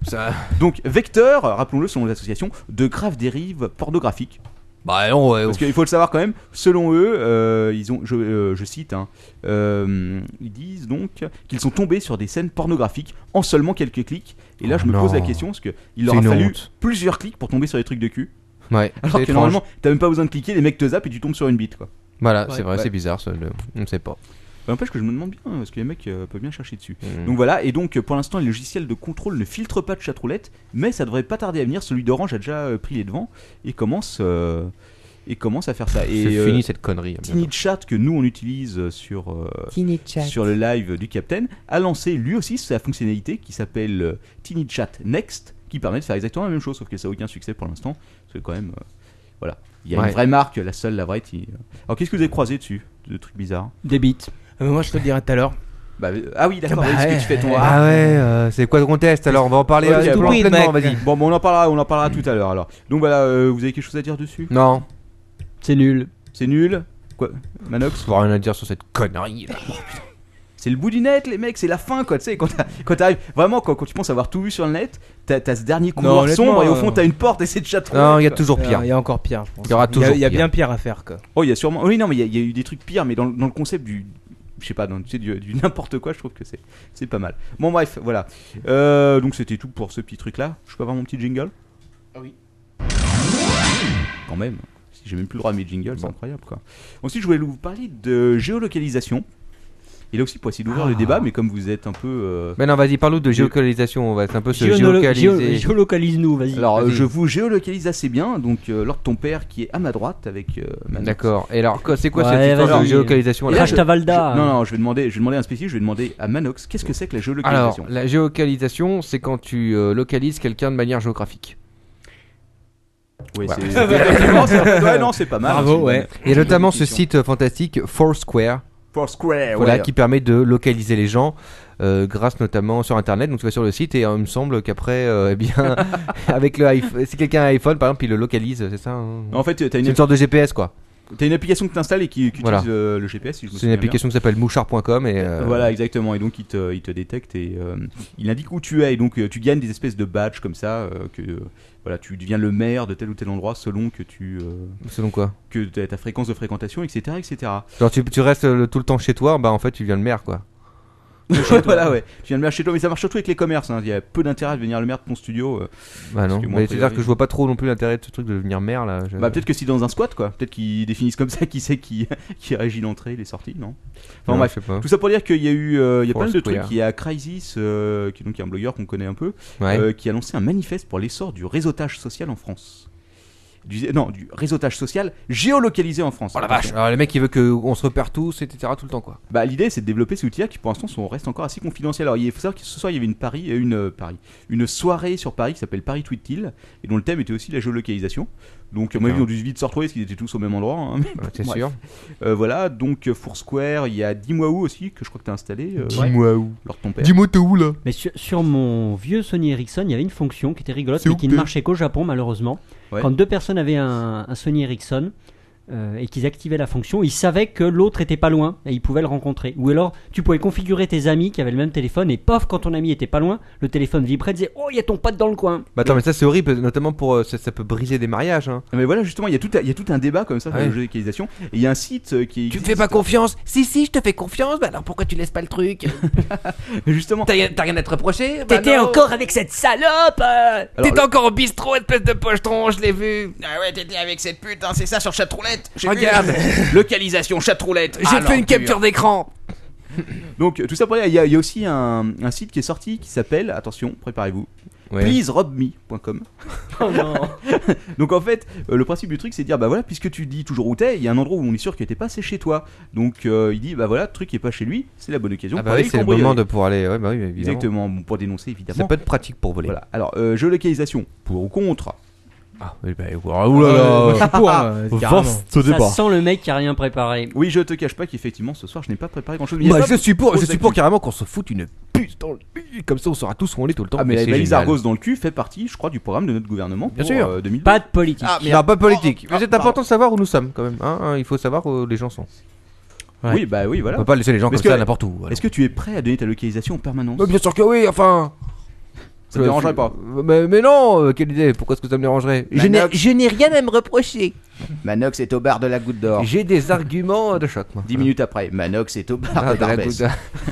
[SPEAKER 2] Ça...
[SPEAKER 3] Donc, vecteur, rappelons-le, selon l'association, de graves dérives pornographiques.
[SPEAKER 5] Bah non,
[SPEAKER 3] Parce qu'il faut le savoir quand même, selon eux, euh, ils ont, je, euh, je cite, hein, euh, ils disent donc qu'ils sont tombés sur des scènes pornographiques en seulement quelques clics. Et là,
[SPEAKER 2] Oh
[SPEAKER 3] je me
[SPEAKER 2] non.
[SPEAKER 3] pose la question, parce qu'il leur
[SPEAKER 2] C'est
[SPEAKER 3] a
[SPEAKER 2] une
[SPEAKER 3] fallu
[SPEAKER 2] honte.
[SPEAKER 3] plusieurs clics pour tomber sur des trucs de cul.
[SPEAKER 2] Ouais,
[SPEAKER 3] Alors que
[SPEAKER 2] c'est étrange.
[SPEAKER 3] normalement, t'as même pas besoin de cliquer, les mecs te zappent et tu tombes sur une bite, quoi.
[SPEAKER 2] Voilà, c'est vrai,
[SPEAKER 3] Ouais.
[SPEAKER 2] c'est bizarre, ça, le- on ne sait pas.
[SPEAKER 3] Ça N'empêche que je me demande bien, parce que les mecs euh, peuvent bien chercher dessus.
[SPEAKER 2] Mmh.
[SPEAKER 3] Donc voilà, et donc euh, pour l'instant, les logiciels de contrôle ne filtrent pas de chatroulette, mais ça devrait pas tarder à venir. Celui d'Orange a déjà euh, pris les devants et commence, euh, et commence à faire ça. Et,
[SPEAKER 2] C'est fini, cette connerie, hein, à bientôt.
[SPEAKER 3] Tiny Chat que nous on utilise euh, sur, euh,
[SPEAKER 2] Tiny Chat.
[SPEAKER 3] sur le live du Captain a lancé lui aussi sa fonctionnalité qui s'appelle euh, Tiny Chat Next, qui permet de faire exactement la même chose, sauf que ça n'a aucun succès pour l'instant. Parce que quand même, euh, voilà, il y a
[SPEAKER 2] Ouais.
[SPEAKER 3] une vraie marque, la seule, la vraie. Tiny- Alors qu'est-ce que vous avez croisé dessus, de trucs bizarres
[SPEAKER 4] Des bites.
[SPEAKER 5] Ah, moi, je te le dirai tout à l'heure.
[SPEAKER 3] Bah, euh, ah oui, d'accord,
[SPEAKER 5] Bah
[SPEAKER 3] oui, ce que
[SPEAKER 5] ouais.
[SPEAKER 3] tu fais ton
[SPEAKER 2] Ah ouais, euh, c'est quoi ton test Alors, on va en parler
[SPEAKER 3] Ok,
[SPEAKER 2] euh, pleinement,
[SPEAKER 3] bon, complètement,
[SPEAKER 2] vas-y.
[SPEAKER 3] Bon, bon, on en parlera, on en parlera tout à l'heure alors. Donc voilà, euh, vous avez quelque chose à dire dessus
[SPEAKER 2] Non.
[SPEAKER 4] C'est nul.
[SPEAKER 3] C'est nul Quoi Manox Oh,
[SPEAKER 2] Rien à dire sur cette connerie là.
[SPEAKER 3] C'est le bout du net, les mecs, c'est la fin quoi, tu sais, quand t'as- quand t'arrives, vraiment, quand, quand tu penses avoir tout vu sur le net, t'as t'as ce dernier
[SPEAKER 5] Non,
[SPEAKER 3] couloir
[SPEAKER 5] honnêtement,
[SPEAKER 3] sombre et au fond
[SPEAKER 5] euh,
[SPEAKER 3] t'as une porte et c'est de chat.
[SPEAKER 2] Non, il y a toujours pire.
[SPEAKER 5] Il y a encore pire, je pense.
[SPEAKER 2] Il y
[SPEAKER 5] Il
[SPEAKER 2] aura
[SPEAKER 5] y a-
[SPEAKER 2] toujours
[SPEAKER 5] il y a
[SPEAKER 2] pire.
[SPEAKER 5] bien pire à faire, quoi.
[SPEAKER 3] Oh, il y a sûrement. Oui, non, mais il y a- il y, a eu des trucs pires, mais dans, le- dans le concept du. Je sais pas, dans, tu sais, du, du n'importe quoi, je trouve que c'est c'est pas mal. Bon, bref, voilà. Euh, donc c'était tout pour ce petit truc là. Je peux avoir mon petit jingle
[SPEAKER 5] Ah oui.
[SPEAKER 3] Quand même. J'ai même plus le droit à mes jingles, c'est incroyable quoi. Ensuite, je voulais vous parler de géolocalisation. Et là aussi, pour essayer d'ouvrir le débat, mais comme vous êtes un peu. euh,
[SPEAKER 2] Mais non, vas-y, parle-nous de géolocalisation. On va un peu se
[SPEAKER 3] Géonolo-
[SPEAKER 2] géolocaliser.
[SPEAKER 3] géo-
[SPEAKER 4] Géolocalise-nous, vas-y.
[SPEAKER 3] Alors, euh,
[SPEAKER 2] Vas-y.
[SPEAKER 3] je vous géolocalise assez bien. Donc, euh, Lord ton père qui est à ma droite avec. euh, Manox.
[SPEAKER 2] D'accord. Et alors, quoi- c'est quoi
[SPEAKER 3] Ouais,
[SPEAKER 2] cette histoire
[SPEAKER 3] vas-y.
[SPEAKER 2] de géolocalisation
[SPEAKER 3] Et
[SPEAKER 2] là
[SPEAKER 3] là, je- je- Non, non, je vais demander, je vais demander à un spécialiste, je vais demander à Manox, qu'est-ce que c'est que la
[SPEAKER 2] Alors,
[SPEAKER 3] géolocalisation
[SPEAKER 2] la géolocalisation, c'est quand tu euh, localises quelqu'un de manière géographique.
[SPEAKER 3] Oui,
[SPEAKER 2] Voilà.
[SPEAKER 3] c'est- c'est- effectivement, c'est- ouais, non, c'est pas mal. C'est une bonne-
[SPEAKER 2] Il y a Ah notamment ce site euh, fantastique Foursquare.
[SPEAKER 3] Foursquare,
[SPEAKER 2] Voilà,
[SPEAKER 3] ouais.
[SPEAKER 2] qui permet de localiser les gens euh, grâce notamment sur internet. Donc tu vas sur le site et euh, il me semble qu'après, euh, eh bien, avec le iPhone, si quelqu'un a un iPhone par exemple, il le localise, c'est ça hein
[SPEAKER 3] En fait, t'as
[SPEAKER 2] C'est
[SPEAKER 3] une-
[SPEAKER 2] une... sorte de GPS quoi.
[SPEAKER 3] T'as une application que t'installes et qui, qui
[SPEAKER 2] Voilà.
[SPEAKER 3] utilise euh, le GPS. si je me
[SPEAKER 2] C'est une
[SPEAKER 3] souviens bien.
[SPEAKER 2] application qui s'appelle mouchard.com et euh,
[SPEAKER 3] Voilà, exactement. Et donc, il te, il te détecte et euh, il indique où tu es. Et donc, euh, tu gagnes des espèces de badges comme ça. euh, que euh, voilà, tu deviens le maire de tel ou tel endroit selon que tu. euh,
[SPEAKER 2] Selon quoi
[SPEAKER 3] Que t'as ta fréquence de fréquentation, etc. etc.
[SPEAKER 2] Genre tu, tu restes euh, tout le temps chez toi, bah en fait tu viens le maire quoi.
[SPEAKER 3] voilà, ouais. Tu viens de me lâcher toi, mais ça marche surtout avec les commerces. hein. Il y a peu d'intérêt à devenir le maire de ton studio. euh,
[SPEAKER 2] Bah
[SPEAKER 3] parce
[SPEAKER 2] non,
[SPEAKER 3] que moi,
[SPEAKER 2] mais
[SPEAKER 3] a
[SPEAKER 2] c'est-à-dire
[SPEAKER 3] priori-
[SPEAKER 2] que je vois pas trop non plus l'intérêt de ce truc de devenir maire là. Je-
[SPEAKER 3] Bah peut-être que si dans un squat quoi, peut-être qu'ils définissent comme ça qui c'est qui, qui régit l'entrée, les sorties, non Enfin
[SPEAKER 2] Non,
[SPEAKER 3] bref,
[SPEAKER 2] je sais pas.
[SPEAKER 3] tout ça pour dire qu'il y a eu euh, il y a pas mal de
[SPEAKER 2] Foursquare.
[SPEAKER 3] trucs, il y a Crysis euh, qui est donc un blogueur qu'on connaît un peu
[SPEAKER 2] Ouais.
[SPEAKER 3] euh, qui a lancé un manifeste pour l'essor du réseautage social en France. Du, non, du réseautage social géolocalisé en France.
[SPEAKER 2] Oh la vache, alors le mec il veut qu'on se repère tous, etc. tout le temps quoi.
[SPEAKER 3] Bah, l'idée c'est de développer ces outils-là qui pour l'instant sont, restent encore assez confidentiels. Alors il faut savoir que ce soir il y avait une Paris, euh, une euh, Paris, une soirée sur Paris qui s'appelle Paris Tweet Hill et dont le thème était aussi la géolocalisation. Donc à mon avis ils ont dû vite se retrouver parce qu'ils étaient tous au même endroit. hein, mais
[SPEAKER 2] Ouais, c'est
[SPEAKER 3] bref.
[SPEAKER 2] sûr.
[SPEAKER 3] Euh, voilà, donc euh, Foursquare, il y a Dimwaou aussi que je crois que t'as installé. euh,
[SPEAKER 2] Dimwaou.
[SPEAKER 3] Lors de ton père.
[SPEAKER 2] Dis-moi t'es où là
[SPEAKER 4] Mais sur, sur mon vieux Sony Ericsson, il y avait une fonction qui était rigolote,
[SPEAKER 2] C'est
[SPEAKER 4] mais
[SPEAKER 2] où
[SPEAKER 4] qui
[SPEAKER 2] que
[SPEAKER 4] ne
[SPEAKER 2] t'es
[SPEAKER 4] marchait qu'au Japon, malheureusement.
[SPEAKER 2] Ouais.
[SPEAKER 4] Quand deux personnes avaient un, un Sony Ericsson euh, et qu'ils activaient la fonction, ils savaient que l'autre était pas loin et ils pouvaient le rencontrer. Ou alors, tu pouvais configurer tes amis qui avaient le même téléphone et pof, quand ton ami était pas loin, le téléphone vibrait, disait Oh, il y a ton pote dans le coin.
[SPEAKER 2] Bah attends, mais ça c'est horrible, notamment pour. euh, ça, ça peut briser des mariages. Hein.
[SPEAKER 3] Ah, Mais voilà, justement, il y, a tout un- il y a tout un débat comme ça sur
[SPEAKER 2] Ouais.
[SPEAKER 3] la géolocalisation. Et il y a un site euh, qui.
[SPEAKER 12] Tu me fais pas confiance Si, si, je te fais confiance, bah alors pourquoi tu laisses pas le truc
[SPEAKER 3] Justement.
[SPEAKER 12] T'as t'as rien à te reprocher Bah
[SPEAKER 13] T'étais
[SPEAKER 12] non.
[SPEAKER 13] encore avec cette salope euh.
[SPEAKER 12] Alors,
[SPEAKER 13] T'étais
[SPEAKER 12] le-
[SPEAKER 13] encore au bistrot, espèce de pochetron, je l'ai vu
[SPEAKER 12] Ah ouais, t'étais avec cette pute, hein, c'est ça sur chatroulette J'ai vu.
[SPEAKER 13] Regarde.
[SPEAKER 12] Localisation, chatroulette J'ai
[SPEAKER 13] Alors,
[SPEAKER 12] fait une
[SPEAKER 13] dur.
[SPEAKER 12] capture d'écran
[SPEAKER 3] Donc euh, tout ça pour dire, il y, a- il y a aussi un, un site qui est sorti qui s'appelle, attention, préparez-vous,
[SPEAKER 2] Ouais.
[SPEAKER 3] pleaserobme.com. Donc en fait, euh, le principe du truc c'est de dire, bah voilà, puisque tu dis toujours où t'es, il y a un endroit où on est sûr que t'es pas, c'est chez toi. Donc euh, il dit, bah voilà, le truc qui est pas chez lui, c'est la bonne occasion.
[SPEAKER 2] Ah
[SPEAKER 3] pour
[SPEAKER 2] bah
[SPEAKER 3] aller
[SPEAKER 2] oui, c'est le
[SPEAKER 3] cambrioler.
[SPEAKER 2] moment de pouvoir aller. Ouais, bah oui, évidemment.
[SPEAKER 3] Exactement, bon, pour dénoncer évidemment.
[SPEAKER 2] Ça peut être pratique pour voler.
[SPEAKER 3] Voilà. Alors, euh, géolocalisation, Oh pour ou contre
[SPEAKER 2] Ah, oui, bah, oulala.
[SPEAKER 4] Euh,
[SPEAKER 3] je suis pour, moi,
[SPEAKER 2] Euh, Vaste
[SPEAKER 3] carrément.
[SPEAKER 2] Ce
[SPEAKER 4] hein, Ça
[SPEAKER 2] débat.
[SPEAKER 4] sent le mec qui a rien préparé.
[SPEAKER 3] Oui, je te cache pas qu'effectivement ce soir je n'ai pas préparé grand chose.
[SPEAKER 2] Bah, je suis pour, je suis pour carrément qu'on se foute une puce dans le cul, comme ça on saura tous où on est tout le temps.
[SPEAKER 3] Ah, mais la
[SPEAKER 2] c'est
[SPEAKER 3] balise
[SPEAKER 2] génial.
[SPEAKER 3] argos dans le cul fait partie, je crois, du programme de notre gouvernement.
[SPEAKER 2] Bien
[SPEAKER 3] pour,
[SPEAKER 2] sûr.
[SPEAKER 3] euh, 2012.
[SPEAKER 4] Pas de politique.
[SPEAKER 2] Ah, non, pas politique. mais c'est important de savoir où nous sommes quand même. hein, hein, il faut savoir où les gens sont.
[SPEAKER 3] Oui, bah oui, voilà.
[SPEAKER 2] On peut pas laisser les gens
[SPEAKER 3] Mais
[SPEAKER 2] comme
[SPEAKER 3] est-ce que-
[SPEAKER 2] ça n'importe où.
[SPEAKER 3] Est-ce que tu es prêt à donner ta localisation en permanence
[SPEAKER 2] bien sûr que oui, enfin.
[SPEAKER 3] Ça te dérangerait pas
[SPEAKER 2] euh, Mais, mais non, euh, quelle idée, pourquoi est-ce que ça me dérangerait
[SPEAKER 3] Bah,
[SPEAKER 2] Je n'ai-
[SPEAKER 3] Nox.
[SPEAKER 2] Je n'ai rien à me reprocher.
[SPEAKER 3] Manox est au bar de la goutte d'or.
[SPEAKER 2] J'ai des arguments de choc, moi.
[SPEAKER 3] Dix minutes après, Manox est au bar
[SPEAKER 2] Ah,
[SPEAKER 3] de
[SPEAKER 2] de la
[SPEAKER 3] Barbès.
[SPEAKER 2] goutte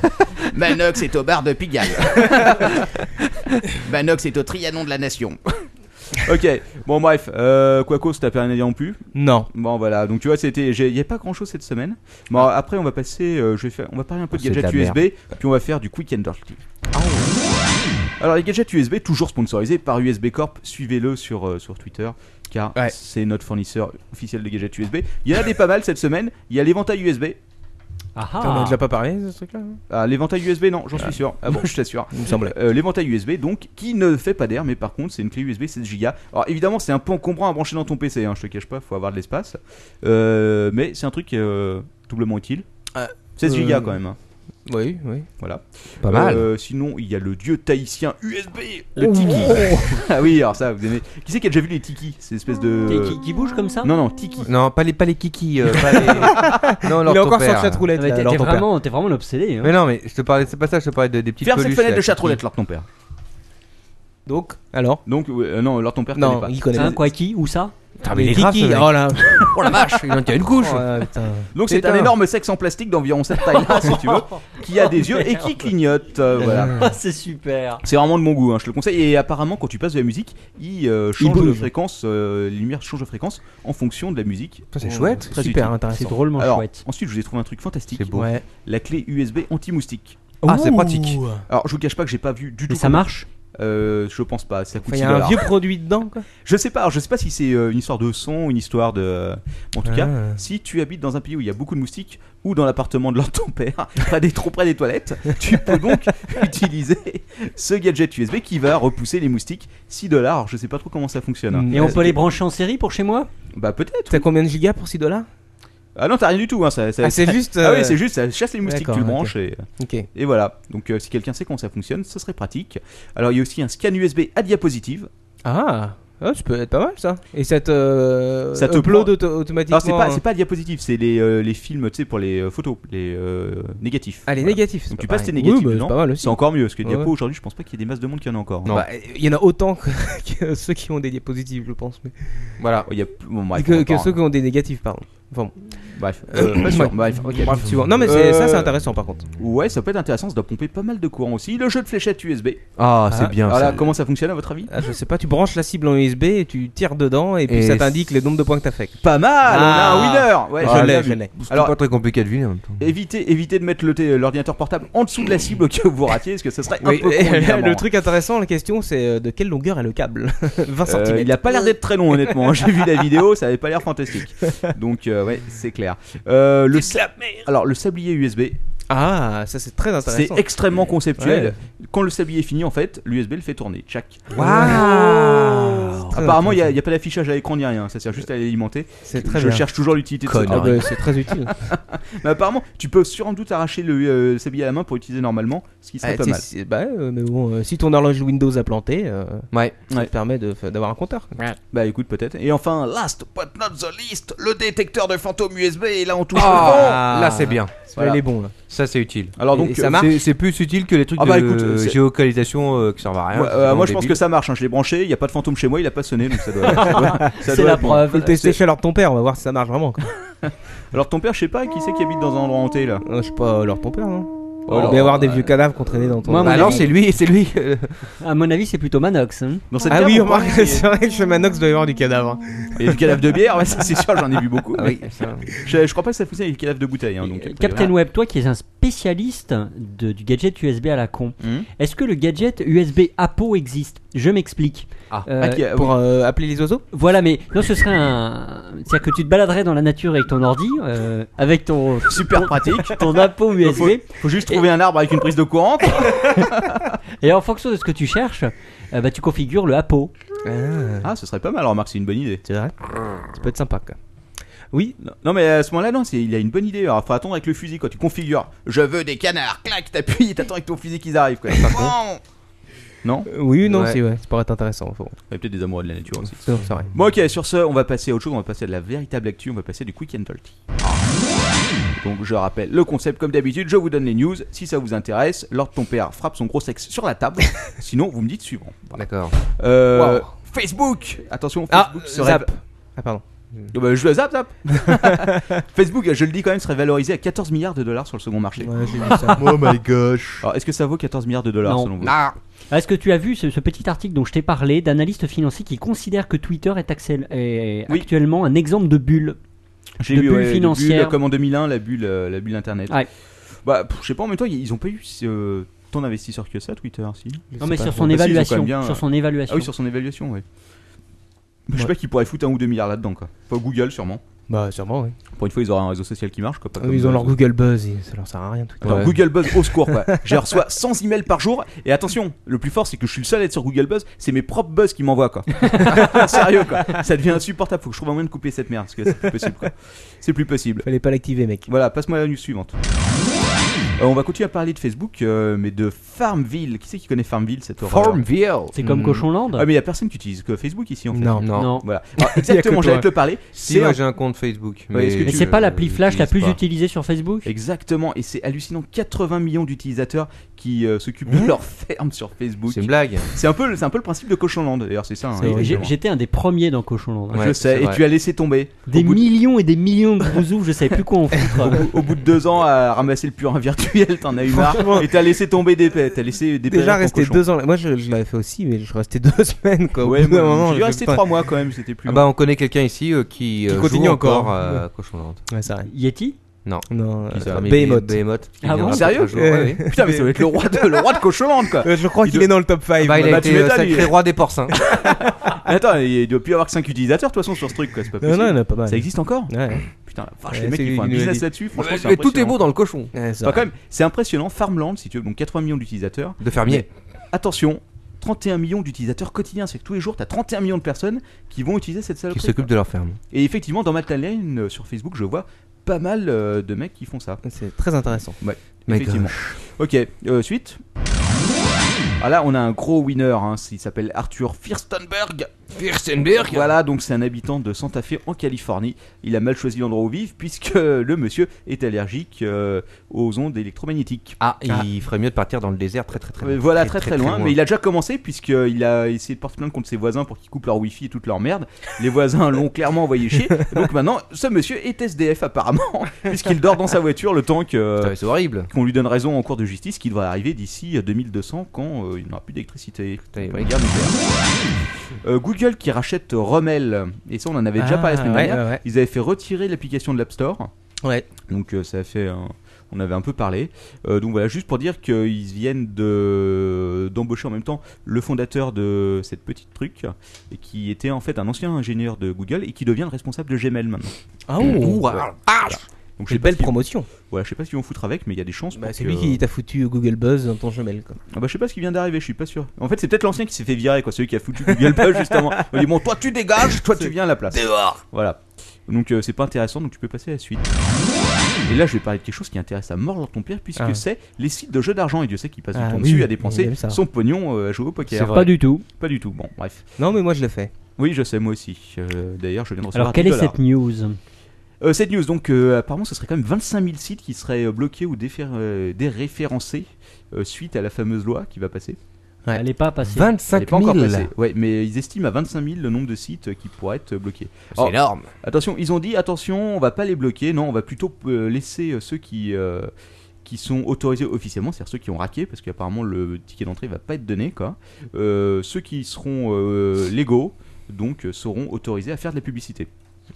[SPEAKER 3] Manox est au bar de Pigalle. Manox est au Trianon de la Nation. ok, bon bref, euh, Quaco, t'as pas rien à dire non plus
[SPEAKER 5] Non.
[SPEAKER 3] Bon voilà, donc tu vois, c'était, j'ai- il n'y a pas grand chose cette semaine. Bon
[SPEAKER 2] Ah.
[SPEAKER 3] après, on va passer, euh, je vais faire, on va parler un peu
[SPEAKER 2] Oh,
[SPEAKER 3] de
[SPEAKER 5] C'est de
[SPEAKER 3] gadgets
[SPEAKER 5] la
[SPEAKER 3] USB,
[SPEAKER 5] merde.
[SPEAKER 3] puis on va faire du Quick and Dirty. Ah. Alors les gadgets USB, toujours sponsorisés par USB Corp, suivez-le sur, euh, sur Twitter, car c'est notre fournisseur officiel de gadgets USB. Il y en a des pas mal cette semaine, il y a l'éventail USB.
[SPEAKER 4] Ah
[SPEAKER 5] T'en as déjà pas parlé de ce truc-là hein
[SPEAKER 3] Ah, l'éventail USB, non, j'en
[SPEAKER 5] Ah.
[SPEAKER 3] suis sûr.
[SPEAKER 5] Ah bon.
[SPEAKER 3] je t'assure.
[SPEAKER 5] Il me semblait.
[SPEAKER 3] Euh, l'éventail USB, donc, qui ne fait pas d'air, mais par contre, c'est une clé USB 7 Go. Alors, évidemment, c'est un peu encombrant à brancher dans ton PC, hein, je te cache pas, faut avoir de l'espace. Euh, mais c'est un truc euh, doublement utile. 16 Go
[SPEAKER 5] euh,
[SPEAKER 3] quand même. hein.
[SPEAKER 5] Oui, oui.
[SPEAKER 3] Voilà.
[SPEAKER 5] Pas mal.
[SPEAKER 3] Euh, sinon, il y a le dieu tahitien USB, le
[SPEAKER 5] Oh.
[SPEAKER 3] Tiki. ah oui, alors ça, vous aimez. Qui c'est qui a déjà vu les Tiki Ces espèces de.
[SPEAKER 4] Qui, qui, qui bouge comme ça
[SPEAKER 3] Non, non, Tiki.
[SPEAKER 2] Non, pas les, pas les kikis. euh, pas les- Non, leur ton père.
[SPEAKER 4] Ah, mais T'es t'es vraiment, t'es vraiment l'obsédé. hein.
[SPEAKER 2] Mais non, mais je te parlais, c'est pas ça, je te parlais de- des petites
[SPEAKER 3] Ferme cette
[SPEAKER 2] peluches,
[SPEAKER 3] fenêtre
[SPEAKER 2] là,
[SPEAKER 3] de
[SPEAKER 2] qui-
[SPEAKER 3] chatroulette, leur ton père.
[SPEAKER 5] Donc, alors
[SPEAKER 3] Donc, ouais, euh, non, leur ton père
[SPEAKER 5] Non,
[SPEAKER 3] connaît pas.
[SPEAKER 5] il connaît
[SPEAKER 4] Hein,
[SPEAKER 5] pas.
[SPEAKER 4] quoi, qui Où ça
[SPEAKER 2] Ah, mais il est grave, ce mec.
[SPEAKER 5] oh là
[SPEAKER 2] Oh la vache, il en tient une couche.
[SPEAKER 5] Oh, ouais, putain.
[SPEAKER 3] Donc c'est un
[SPEAKER 5] Putain.
[SPEAKER 3] énorme sexe en plastique d'environ cette taille-là, si tu veux, qui a des yeux et qui clignote. euh, voilà.
[SPEAKER 4] Ah, c'est super.
[SPEAKER 3] C'est vraiment de mon goût, hein, je te le conseille. Et apparemment, quand tu passes de la musique, il euh, change de
[SPEAKER 5] bouge.
[SPEAKER 3] fréquence, euh, les lumières changent de fréquence en fonction de la musique.
[SPEAKER 5] Ça, c'est chouette.
[SPEAKER 3] Très
[SPEAKER 5] Super
[SPEAKER 3] utile.
[SPEAKER 5] intéressant. C'est drôlement
[SPEAKER 3] Alors,
[SPEAKER 5] chouette.
[SPEAKER 3] Ensuite, je vous ai trouvé un truc fantastique.
[SPEAKER 5] C'est beau. Ouais.
[SPEAKER 3] La clé USB anti-moustique.
[SPEAKER 5] Ah, c'est Ouh. pratique.
[SPEAKER 3] Alors, je vous cache pas que j'ai pas vu du tout.
[SPEAKER 5] ça
[SPEAKER 3] comment-
[SPEAKER 5] marche
[SPEAKER 3] euh, Je pense pas. Ça
[SPEAKER 5] Il
[SPEAKER 3] coûte
[SPEAKER 5] y
[SPEAKER 3] 6
[SPEAKER 5] a un
[SPEAKER 3] dollars.
[SPEAKER 5] vieux produit dedans, quoi.
[SPEAKER 3] Je sais pas, alors je sais pas si c'est euh, une histoire de son, une histoire de. euh, En tout cas,
[SPEAKER 5] Ah.
[SPEAKER 3] si tu habites dans un pays où il y a beaucoup de moustiques ou dans l'appartement de leur ton père, près des, trop près des toilettes, tu peux donc utiliser ce gadget USB qui va repousser les moustiques 6 dollars. Alors, Je sais pas trop comment ça fonctionne. hein.
[SPEAKER 4] Mm. Et on peut les brancher en série pour chez moi
[SPEAKER 3] Bah peut-être.
[SPEAKER 5] T'as combien de gigas pour 6 dollars
[SPEAKER 3] Ah non, t'as rien du tout. Hein, ça, ça-
[SPEAKER 5] Ah, c'est juste,
[SPEAKER 3] Ah oui,
[SPEAKER 5] euh,
[SPEAKER 3] c'est juste, ça chasse les moustiques, tu
[SPEAKER 5] D'accord,
[SPEAKER 3] le
[SPEAKER 5] ok.
[SPEAKER 3] branches et.
[SPEAKER 5] Ok.
[SPEAKER 3] Et voilà. Donc euh, si quelqu'un sait comment ça fonctionne, ce serait pratique. Alors il y a aussi un scan USB à diapositive.
[SPEAKER 5] Ah, ah, ça peut être pas mal ça. Et ça te. euh,
[SPEAKER 3] ça te
[SPEAKER 5] upload
[SPEAKER 3] prend-
[SPEAKER 5] auto- automatiquement. euh.
[SPEAKER 3] Alors, c'est pas, c'est pas diapositive, c'est les, euh, les films, tu sais, pour les euh, photos, les euh, négatifs.
[SPEAKER 5] Ah, les négatifs, c'est
[SPEAKER 3] Donc
[SPEAKER 5] pas
[SPEAKER 3] tu passes
[SPEAKER 5] pareil.
[SPEAKER 3] tes négatifs
[SPEAKER 5] Oui, bah, c'est
[SPEAKER 3] dedans.
[SPEAKER 5] pas mal aussi.
[SPEAKER 3] C'est encore mieux, parce que
[SPEAKER 5] Ouais,
[SPEAKER 3] diapo
[SPEAKER 5] ouais.
[SPEAKER 3] aujourd'hui, je pense pas qu'il y ait des masses de monde qui en a encore. hein.
[SPEAKER 5] Bah, Il y en a autant que, que ceux qui ont des diapositives, je pense. Mais...
[SPEAKER 3] Voilà. Il y a plus- bon, bref,
[SPEAKER 5] que,
[SPEAKER 3] on en
[SPEAKER 5] que
[SPEAKER 3] parle.
[SPEAKER 5] ceux qui ont des négatifs, pardon. Enfin, bon.
[SPEAKER 3] Bref, euh, pas sûr.
[SPEAKER 5] ouais.
[SPEAKER 3] Bref, ok.
[SPEAKER 5] Bref, suivant. Non, mais c'est- ça, c'est
[SPEAKER 3] Euh,
[SPEAKER 5] intéressant par contre.
[SPEAKER 3] Ouais, ça peut être intéressant, ça doit pomper pas mal de courant aussi. Le jeu de fléchettes USB.
[SPEAKER 2] Ah, c'est bien,
[SPEAKER 3] Hein Voilà,
[SPEAKER 2] ça.
[SPEAKER 3] comment ça fonctionne à votre avis
[SPEAKER 5] Ah, je sais pas, tu branches la cible en USB et tu tires dedans et puis
[SPEAKER 2] Et
[SPEAKER 5] ça t'indique le nombre de points que t'as fait.
[SPEAKER 3] Pas mal, on a un winner. Ouais,
[SPEAKER 2] Ah,
[SPEAKER 3] je l'ai,
[SPEAKER 2] c'est
[SPEAKER 3] je l'ai. Alors,
[SPEAKER 2] pas très compliqué de deviner en même temps.
[SPEAKER 3] évitez, évitez de mettre le t- l'ordinateur portable en dessous de la cible que vous ratiez, parce que ça serait un
[SPEAKER 5] Oui,
[SPEAKER 3] peu con, évidemment, hein.
[SPEAKER 5] le truc intéressant, la question, c'est euh, de quelle longueur est le câble 20
[SPEAKER 3] Euh,
[SPEAKER 5] cm.
[SPEAKER 3] il a pas l'air d'être très long, honnêtement. J'ai vu la vidéo, ça avait pas l'air fantastique. Donc, euh, ouais, c'est clair. Euh, le sa- Alors, le sablier USB.
[SPEAKER 5] Ah, ça c'est très intéressant.
[SPEAKER 3] C'est extrêmement conceptuel.
[SPEAKER 5] Ouais.
[SPEAKER 3] Quand le sablier est fini, en fait, l'USB le fait tourner. Tchac.
[SPEAKER 5] Waouh
[SPEAKER 3] Apparemment, il n'y a, il y a pas d'affichage à l'écran ni rien. hein. Ça sert juste à l'alimenter.
[SPEAKER 5] C'est très
[SPEAKER 3] Je
[SPEAKER 5] bien.
[SPEAKER 3] cherche toujours l'utilité de ce
[SPEAKER 5] Ah,
[SPEAKER 3] truc.
[SPEAKER 5] bah, c'est très utile.
[SPEAKER 3] Mais apparemment, tu peux sans doute arracher le euh, sablier à la main pour utiliser normalement, ce qui serait
[SPEAKER 5] Ah,
[SPEAKER 3] pas
[SPEAKER 5] t'sais,
[SPEAKER 3] mal.
[SPEAKER 5] si- bah, euh, mais bon, euh, si ton horloge Windows a planté, euh,
[SPEAKER 2] Ouais.
[SPEAKER 5] ça te permet de f- d'avoir un compteur.
[SPEAKER 3] Bah écoute, peut-être. Et enfin, last but not the least, le détecteur de fantômes USB. Et là, on touche
[SPEAKER 2] Ah, là c'est bien.
[SPEAKER 5] Celui-là, il est bon, là.
[SPEAKER 2] Ça c'est utile.
[SPEAKER 3] Alors, donc,
[SPEAKER 2] Et
[SPEAKER 3] euh,
[SPEAKER 2] ça marche.
[SPEAKER 3] c'est-
[SPEAKER 2] C'est, plus utile que les trucs
[SPEAKER 3] Ah, bah,
[SPEAKER 2] de
[SPEAKER 3] écoute, c'est-
[SPEAKER 2] géocalisation euh, qui servent
[SPEAKER 5] Ah,
[SPEAKER 2] à rien.
[SPEAKER 3] Moi, euh, moi, je pense que ça marche. hein. Je l'ai branché, il n'y a pas de fantôme chez moi, il a pas sonné, donc euh, ça doit. ça doit- ça doit être bon.
[SPEAKER 5] Faut le tester chez alors ton père, on va voir si ça marche vraiment. quoi.
[SPEAKER 3] Alors ton père, je sais pas, qui c'est qui habite dans un endroit hanté là
[SPEAKER 5] Euh, je sais pas, alors ton père, non
[SPEAKER 3] Oh,
[SPEAKER 5] Il doit y avoir des vieux cadavres qu'on traînait dans ton. Bah,
[SPEAKER 4] Moi, à mon avis-
[SPEAKER 2] lui, c'est lui.
[SPEAKER 4] À mon avis, c'est plutôt Manox. hein.
[SPEAKER 3] Dans cette
[SPEAKER 5] Ah
[SPEAKER 3] cave,
[SPEAKER 5] oui,
[SPEAKER 3] on
[SPEAKER 5] remarque,
[SPEAKER 3] parle-
[SPEAKER 5] c'est vrai que chez Manox doit y avoir du cadavre. Ah
[SPEAKER 3] Et du cadavre de bière, ouais, ça, c'est sûr, j'en ai vu beaucoup.
[SPEAKER 2] oui,
[SPEAKER 3] mais-
[SPEAKER 2] ça-
[SPEAKER 3] je, je crois pas que ça fonctionne avec des cadavres de bouteille. Hein, donc,
[SPEAKER 4] Captain Web, toi qui es un spécialiste de- du gadget USB à la con,
[SPEAKER 3] Mhm.
[SPEAKER 4] est-ce que le gadget USB à peau existe Je m'explique.
[SPEAKER 2] Ah.
[SPEAKER 4] Euh,
[SPEAKER 5] Ah, qui a- pour euh, appeler les oiseaux
[SPEAKER 4] Voilà, mais non, ce serait un. C'est-à-dire que tu te baladerais dans la nature avec ton ordi, euh, avec ton,
[SPEAKER 3] Super pratique.
[SPEAKER 4] ton appôt USB,
[SPEAKER 3] Faut, faut juste trouver un arbre avec une prise de courant. quoi.
[SPEAKER 4] et en fonction de ce que tu cherches, euh, bah, tu configures le appôt.
[SPEAKER 3] Ah, ce serait pas mal. Alors, Marc, c'est une bonne idée.
[SPEAKER 5] C'est vrai Ça peut être sympa, quoi.
[SPEAKER 3] Oui. Non, non, mais à ce moment-là, non, c'est- il y a une bonne idée. Alors, faut attendre avec le fusil, quoi. Tu configures. Je veux des canards. Clac, t'appuies, t'attends avec ton fusil qu'ils arrivent, quoi. Bon. Non
[SPEAKER 5] Euh, Oui, non,
[SPEAKER 2] Ouais.
[SPEAKER 5] c'est ouais, ça pourrait être intéressant. faut-
[SPEAKER 3] Il y a peut-être des amoureux de la nature aussi.
[SPEAKER 5] C'est vrai.
[SPEAKER 3] Bon ok, sur ce, on va passer à autre chose, on va passer à de la véritable actu, on va passer du quick and dirty. Donc je rappelle le concept comme d'habitude, je vous donne les news, si ça vous intéresse, Lord ton père frappe son gros sexe sur la table, sinon vous me dites suivant.
[SPEAKER 2] D'accord.
[SPEAKER 3] Euh,
[SPEAKER 5] Wow.
[SPEAKER 3] Facebook Attention,
[SPEAKER 5] Ah,
[SPEAKER 3] Facebook se
[SPEAKER 5] zap.
[SPEAKER 3] rêve...
[SPEAKER 5] Ah, pardon.
[SPEAKER 3] Oh bah, je le zap, zap. Facebook, je le dis quand même, serait valorisé à 14 milliards de dollars sur le second marché.
[SPEAKER 5] j'ai vu ça. Oh my
[SPEAKER 3] gosh. Alors, est-ce que ça vaut 14 milliards de dollars
[SPEAKER 4] Non.
[SPEAKER 3] selon vous
[SPEAKER 5] Ah,
[SPEAKER 4] Est-ce que tu as vu ce, ce petit article dont je t'ai parlé d'analystes financiers qui considèrent que Twitter est, axel- est actuellement un exemple de bulle
[SPEAKER 3] J'ai
[SPEAKER 4] de
[SPEAKER 3] lu,
[SPEAKER 4] bulle
[SPEAKER 3] ouais, de
[SPEAKER 4] financière
[SPEAKER 3] bulle, comme en 2001, la bulle, euh, la bulle internet.
[SPEAKER 4] Ouais.
[SPEAKER 3] Bah, pff, je sais pas, en même temps, ils ils ont pas eu euh, tant d'investisseurs que ça, Twitter, si.
[SPEAKER 4] Non, mais
[SPEAKER 3] C'est
[SPEAKER 4] sur
[SPEAKER 3] pas
[SPEAKER 4] son
[SPEAKER 3] trop. Bah, si, ils ont quand
[SPEAKER 4] évaluation,
[SPEAKER 3] même bien,
[SPEAKER 4] sur
[SPEAKER 3] euh,
[SPEAKER 4] son évaluation.
[SPEAKER 3] Ah oui, sur son évaluation, ouais. Bah, Je sais
[SPEAKER 5] Ouais.
[SPEAKER 3] pas qu'ils pourraient foutre un ou deux milliards là-dedans, quoi. Enfin, Google, sûrement.
[SPEAKER 5] Bah, sûrement, oui. Ah
[SPEAKER 3] Pour une fois, ils auraient un réseau social qui marche, quoi. pas comme,
[SPEAKER 5] ils ont
[SPEAKER 3] euh,
[SPEAKER 5] leur Google Buzz, et ça leur sert à rien. Twitter.
[SPEAKER 3] Attends, Google Buzz au secours quoi. J'ai reçois 100 emails par jour et attention, le plus fort c'est que je suis le seul à être sur Google Buzz, c'est mes propres buzz qui m'envoient quoi. Sérieux quoi. Ça devient insupportable, faut que je trouve un moyen de couper cette merde parce que c'est plus possible quoi. C'est plus possible.
[SPEAKER 5] Fallait pas l'activer mec.
[SPEAKER 3] Voilà, passe-moi la news suivante. Euh, on va continuer à parler de Facebook euh, mais de Farmville. Qui c'est qui connaît Farmville cette horreur
[SPEAKER 2] Farmville.
[SPEAKER 4] C'est comme
[SPEAKER 3] Hmm.
[SPEAKER 4] Cochonland.
[SPEAKER 3] Ah mais il y a personne qui utilise que Facebook ici en fait.
[SPEAKER 2] Non. Non.
[SPEAKER 3] Voilà. Ah, exactement, j'allais te le parler.
[SPEAKER 2] Si, moi,
[SPEAKER 3] un-
[SPEAKER 2] j'ai un compte Facebook.
[SPEAKER 3] Ouais, est-ce que
[SPEAKER 4] Mais
[SPEAKER 3] tu-
[SPEAKER 4] c'est pas l'appli
[SPEAKER 3] euh,
[SPEAKER 4] Flash la plus
[SPEAKER 3] pas.
[SPEAKER 4] utilisée sur Facebook
[SPEAKER 3] Exactement, et c'est hallucinant, 80 millions d'utilisateurs qui euh, s'occupent de leur ferme sur Facebook.
[SPEAKER 2] C'est une blague.
[SPEAKER 3] C'est un peu, le- c'est un peu le principe de Cochonland d'ailleurs, c'est ça. hein,
[SPEAKER 4] Et j'ai-
[SPEAKER 3] exactement.
[SPEAKER 4] J'étais un des premiers dans Cochonland.
[SPEAKER 3] Je sais, et tu as laissé tomber.
[SPEAKER 4] Des
[SPEAKER 3] au, bout de,
[SPEAKER 4] millions et des millions de bousoufs, je savais plus quoi en
[SPEAKER 3] au
[SPEAKER 4] foutre.
[SPEAKER 3] bout- au bout de deux ans à ramasser le purin virtuel, t'en as eu
[SPEAKER 5] Franchement.
[SPEAKER 3] marre, et t'as laissé tomber des pets, t'as laissé des
[SPEAKER 5] Déjà resté deux ans. là- Moi je, je l'avais fait aussi, mais je restais deux semaines quoi. Au
[SPEAKER 3] Ouais,
[SPEAKER 5] bout d'un
[SPEAKER 3] moi,
[SPEAKER 5] moment,
[SPEAKER 3] j'y
[SPEAKER 5] je-
[SPEAKER 3] restais
[SPEAKER 5] putain.
[SPEAKER 3] trois mois quand même, c'était plus.
[SPEAKER 2] Ah
[SPEAKER 3] long.
[SPEAKER 2] bah on connaît quelqu'un ici euh, qui, euh,
[SPEAKER 5] continue
[SPEAKER 2] joue
[SPEAKER 5] encore.
[SPEAKER 2] à
[SPEAKER 3] hein.
[SPEAKER 5] Ouais.
[SPEAKER 2] Cochonland.
[SPEAKER 5] Ouais, c'est vrai.
[SPEAKER 4] Yeti
[SPEAKER 2] Non.
[SPEAKER 5] Non,
[SPEAKER 2] Qui
[SPEAKER 5] euh,
[SPEAKER 2] sera-
[SPEAKER 5] Behemoth.
[SPEAKER 2] Behemoth. qui
[SPEAKER 5] Ah
[SPEAKER 2] viendra
[SPEAKER 5] bon
[SPEAKER 2] peut-être
[SPEAKER 5] Sérieux
[SPEAKER 2] un jour. Ouais, ouais.
[SPEAKER 3] Putain, mais ça va être le roi de, le roi de Cochonland quoi.
[SPEAKER 5] Euh, Je crois qu'il est dans le top 5.
[SPEAKER 2] Bah, il a
[SPEAKER 3] Bah, tu
[SPEAKER 2] été euh,
[SPEAKER 3] m'étonnes,
[SPEAKER 2] sacré
[SPEAKER 3] il-
[SPEAKER 2] roi des porcins.
[SPEAKER 3] Attends, il doit plus y avoir que 5 utilisateurs de toute façon sur ce truc quoi, c'est pas
[SPEAKER 5] Non,
[SPEAKER 3] possible.
[SPEAKER 5] non, il y en a pas mal.
[SPEAKER 3] Ça existe encore
[SPEAKER 5] Ouais.
[SPEAKER 3] Putain, la vache,
[SPEAKER 5] Ouais,
[SPEAKER 3] les mecs
[SPEAKER 5] c'est
[SPEAKER 3] ils font un
[SPEAKER 5] une
[SPEAKER 3] business
[SPEAKER 5] idée.
[SPEAKER 3] là-dessus, franchement.
[SPEAKER 2] Mais-
[SPEAKER 3] c'est
[SPEAKER 2] mais tout est
[SPEAKER 3] impressionnant.
[SPEAKER 2] beau dans le cochon.
[SPEAKER 5] Ouais, c'est
[SPEAKER 3] Enfin,
[SPEAKER 5] vrai.
[SPEAKER 3] quand même, c'est impressionnant. Farmland, si tu veux, donc 80 millions d'utilisateurs.
[SPEAKER 2] De fermiers.
[SPEAKER 3] Mais attention, 31 millions d'utilisateurs quotidiens. C'est que tous les jours, tu as 31 millions de personnes qui vont utiliser cette saloperie.
[SPEAKER 2] Qui s'occupent
[SPEAKER 3] quoi.
[SPEAKER 2] de leur ferme.
[SPEAKER 3] Et effectivement, dans ma timeline euh, sur Facebook, je vois pas mal euh, de mecs qui font ça.
[SPEAKER 5] Ah, C'est très intéressant.
[SPEAKER 3] Ouais,
[SPEAKER 2] My
[SPEAKER 3] effectivement. Ok, euh, suite. Ah là, on a un gros winner. hein, il s'appelle Arthur Firstenberg.
[SPEAKER 13] Firstenberg
[SPEAKER 3] Voilà, donc c'est un habitant de Santa Fe en Californie. Il a mal choisi l'endroit où vivre puisque le monsieur est allergique euh, aux ondes électromagnétiques.
[SPEAKER 2] Ah, il ferait mieux de partir dans le désert très très très
[SPEAKER 3] Euh,
[SPEAKER 2] loin.
[SPEAKER 3] Voilà, très très, loin. Mais il a déjà commencé puisqu'il a essayé de porter plainte contre ses voisins pour qu'ils coupent leur wifi et toute leur merde. Les voisins l'ont clairement envoyé chier. Donc maintenant, ce monsieur est SDF apparemment puisqu'il dort dans sa voiture le temps que,
[SPEAKER 2] Putain, c'est horrible.
[SPEAKER 3] qu'on lui donne raison en cours de justice qui devrait arriver d'ici à 2200 quand euh, il n'aura plus d'électricité.
[SPEAKER 2] Putain,
[SPEAKER 3] Pour les guerres nucléaires. Euh, Google qui rachète Rommel. Et ça, on en avait déjà
[SPEAKER 5] Ah,
[SPEAKER 3] parlé la semaine
[SPEAKER 5] ouais,
[SPEAKER 3] dernière.
[SPEAKER 5] ouais, ouais.
[SPEAKER 3] Ils avaient fait retirer l'application de l'App Store.
[SPEAKER 5] Ouais.
[SPEAKER 3] Donc euh, ça a fait un- On avait un peu parlé. Euh, donc voilà, juste pour dire qu'ils viennent de d'embaucher en même temps le fondateur de cette petite truc, et qui était en fait un ancien ingénieur de Google et qui devient le responsable de Gmail maintenant.
[SPEAKER 5] Ah oh.
[SPEAKER 3] Voilà. Donc je sais
[SPEAKER 5] Quelle
[SPEAKER 3] pas
[SPEAKER 5] belle
[SPEAKER 3] ce qu'ils-
[SPEAKER 5] promotion.
[SPEAKER 3] Voilà, je sais pas ce qu'ils vont foutre avec, mais il y a des chances.
[SPEAKER 5] Bah,
[SPEAKER 3] pour
[SPEAKER 5] c'est
[SPEAKER 3] que-
[SPEAKER 5] lui qui t'a foutu Google Buzz dans ton Gmail quoi.
[SPEAKER 3] Ah bah je sais pas ce qui vient d'arriver, je suis pas sûr. En fait, c'est peut-être l'ancien qui s'est fait virer, quoi, celui qui a foutu Google Plus justement. On dit bon, toi tu dégages, toi tu viens à la place.
[SPEAKER 13] Dehors.
[SPEAKER 3] Voilà. Donc euh, c'est pas intéressant, donc tu peux passer à la suite. Et là, je vais parler de quelque chose qui intéresse à mort dans ton père, puisque
[SPEAKER 5] Ah.
[SPEAKER 3] c'est les sites de jeux d'argent. Et Dieu sait qu'il passe
[SPEAKER 5] Ah
[SPEAKER 3] du temps
[SPEAKER 5] oui,
[SPEAKER 3] dessus à
[SPEAKER 5] il
[SPEAKER 3] dépenser
[SPEAKER 5] aime ça.
[SPEAKER 3] son pognon euh, à jouer au poker.
[SPEAKER 2] C'est vrai.
[SPEAKER 4] Pas du tout.
[SPEAKER 3] Pas du tout. Bon, bref.
[SPEAKER 5] Non mais moi je l'ai fait.
[SPEAKER 3] Oui, je sais, moi aussi. Euh, D'ailleurs, je viens de recevoir.
[SPEAKER 4] Alors, quelle
[SPEAKER 3] 10
[SPEAKER 4] est cette news
[SPEAKER 3] euh, cette news, donc euh, apparemment, ce serait quand même 25 000 sites qui seraient euh, bloqués ou défer- euh, déréférencés euh, suite à la fameuse loi qui va passer.
[SPEAKER 5] Ouais.
[SPEAKER 4] Elle est pas passée.
[SPEAKER 3] Elle
[SPEAKER 2] 25
[SPEAKER 3] est pas encore
[SPEAKER 2] 000.
[SPEAKER 3] passée. Ouais, mais ils estiment à 25 000 le nombre de sites euh, qui pourraient être euh, bloqués.
[SPEAKER 2] C'est
[SPEAKER 3] Alors,
[SPEAKER 2] énorme.
[SPEAKER 3] Attention, ils ont dit attention, on va pas les bloquer, non, on va plutôt euh, laisser euh, ceux qui euh, qui sont autorisés officiellement, c'est-à-dire ceux qui ont raqué, parce qu'apparemment le ticket d'entrée va pas être donné, quoi. Euh, ceux qui seront euh, légaux, donc euh, seront autorisés à faire de la publicité.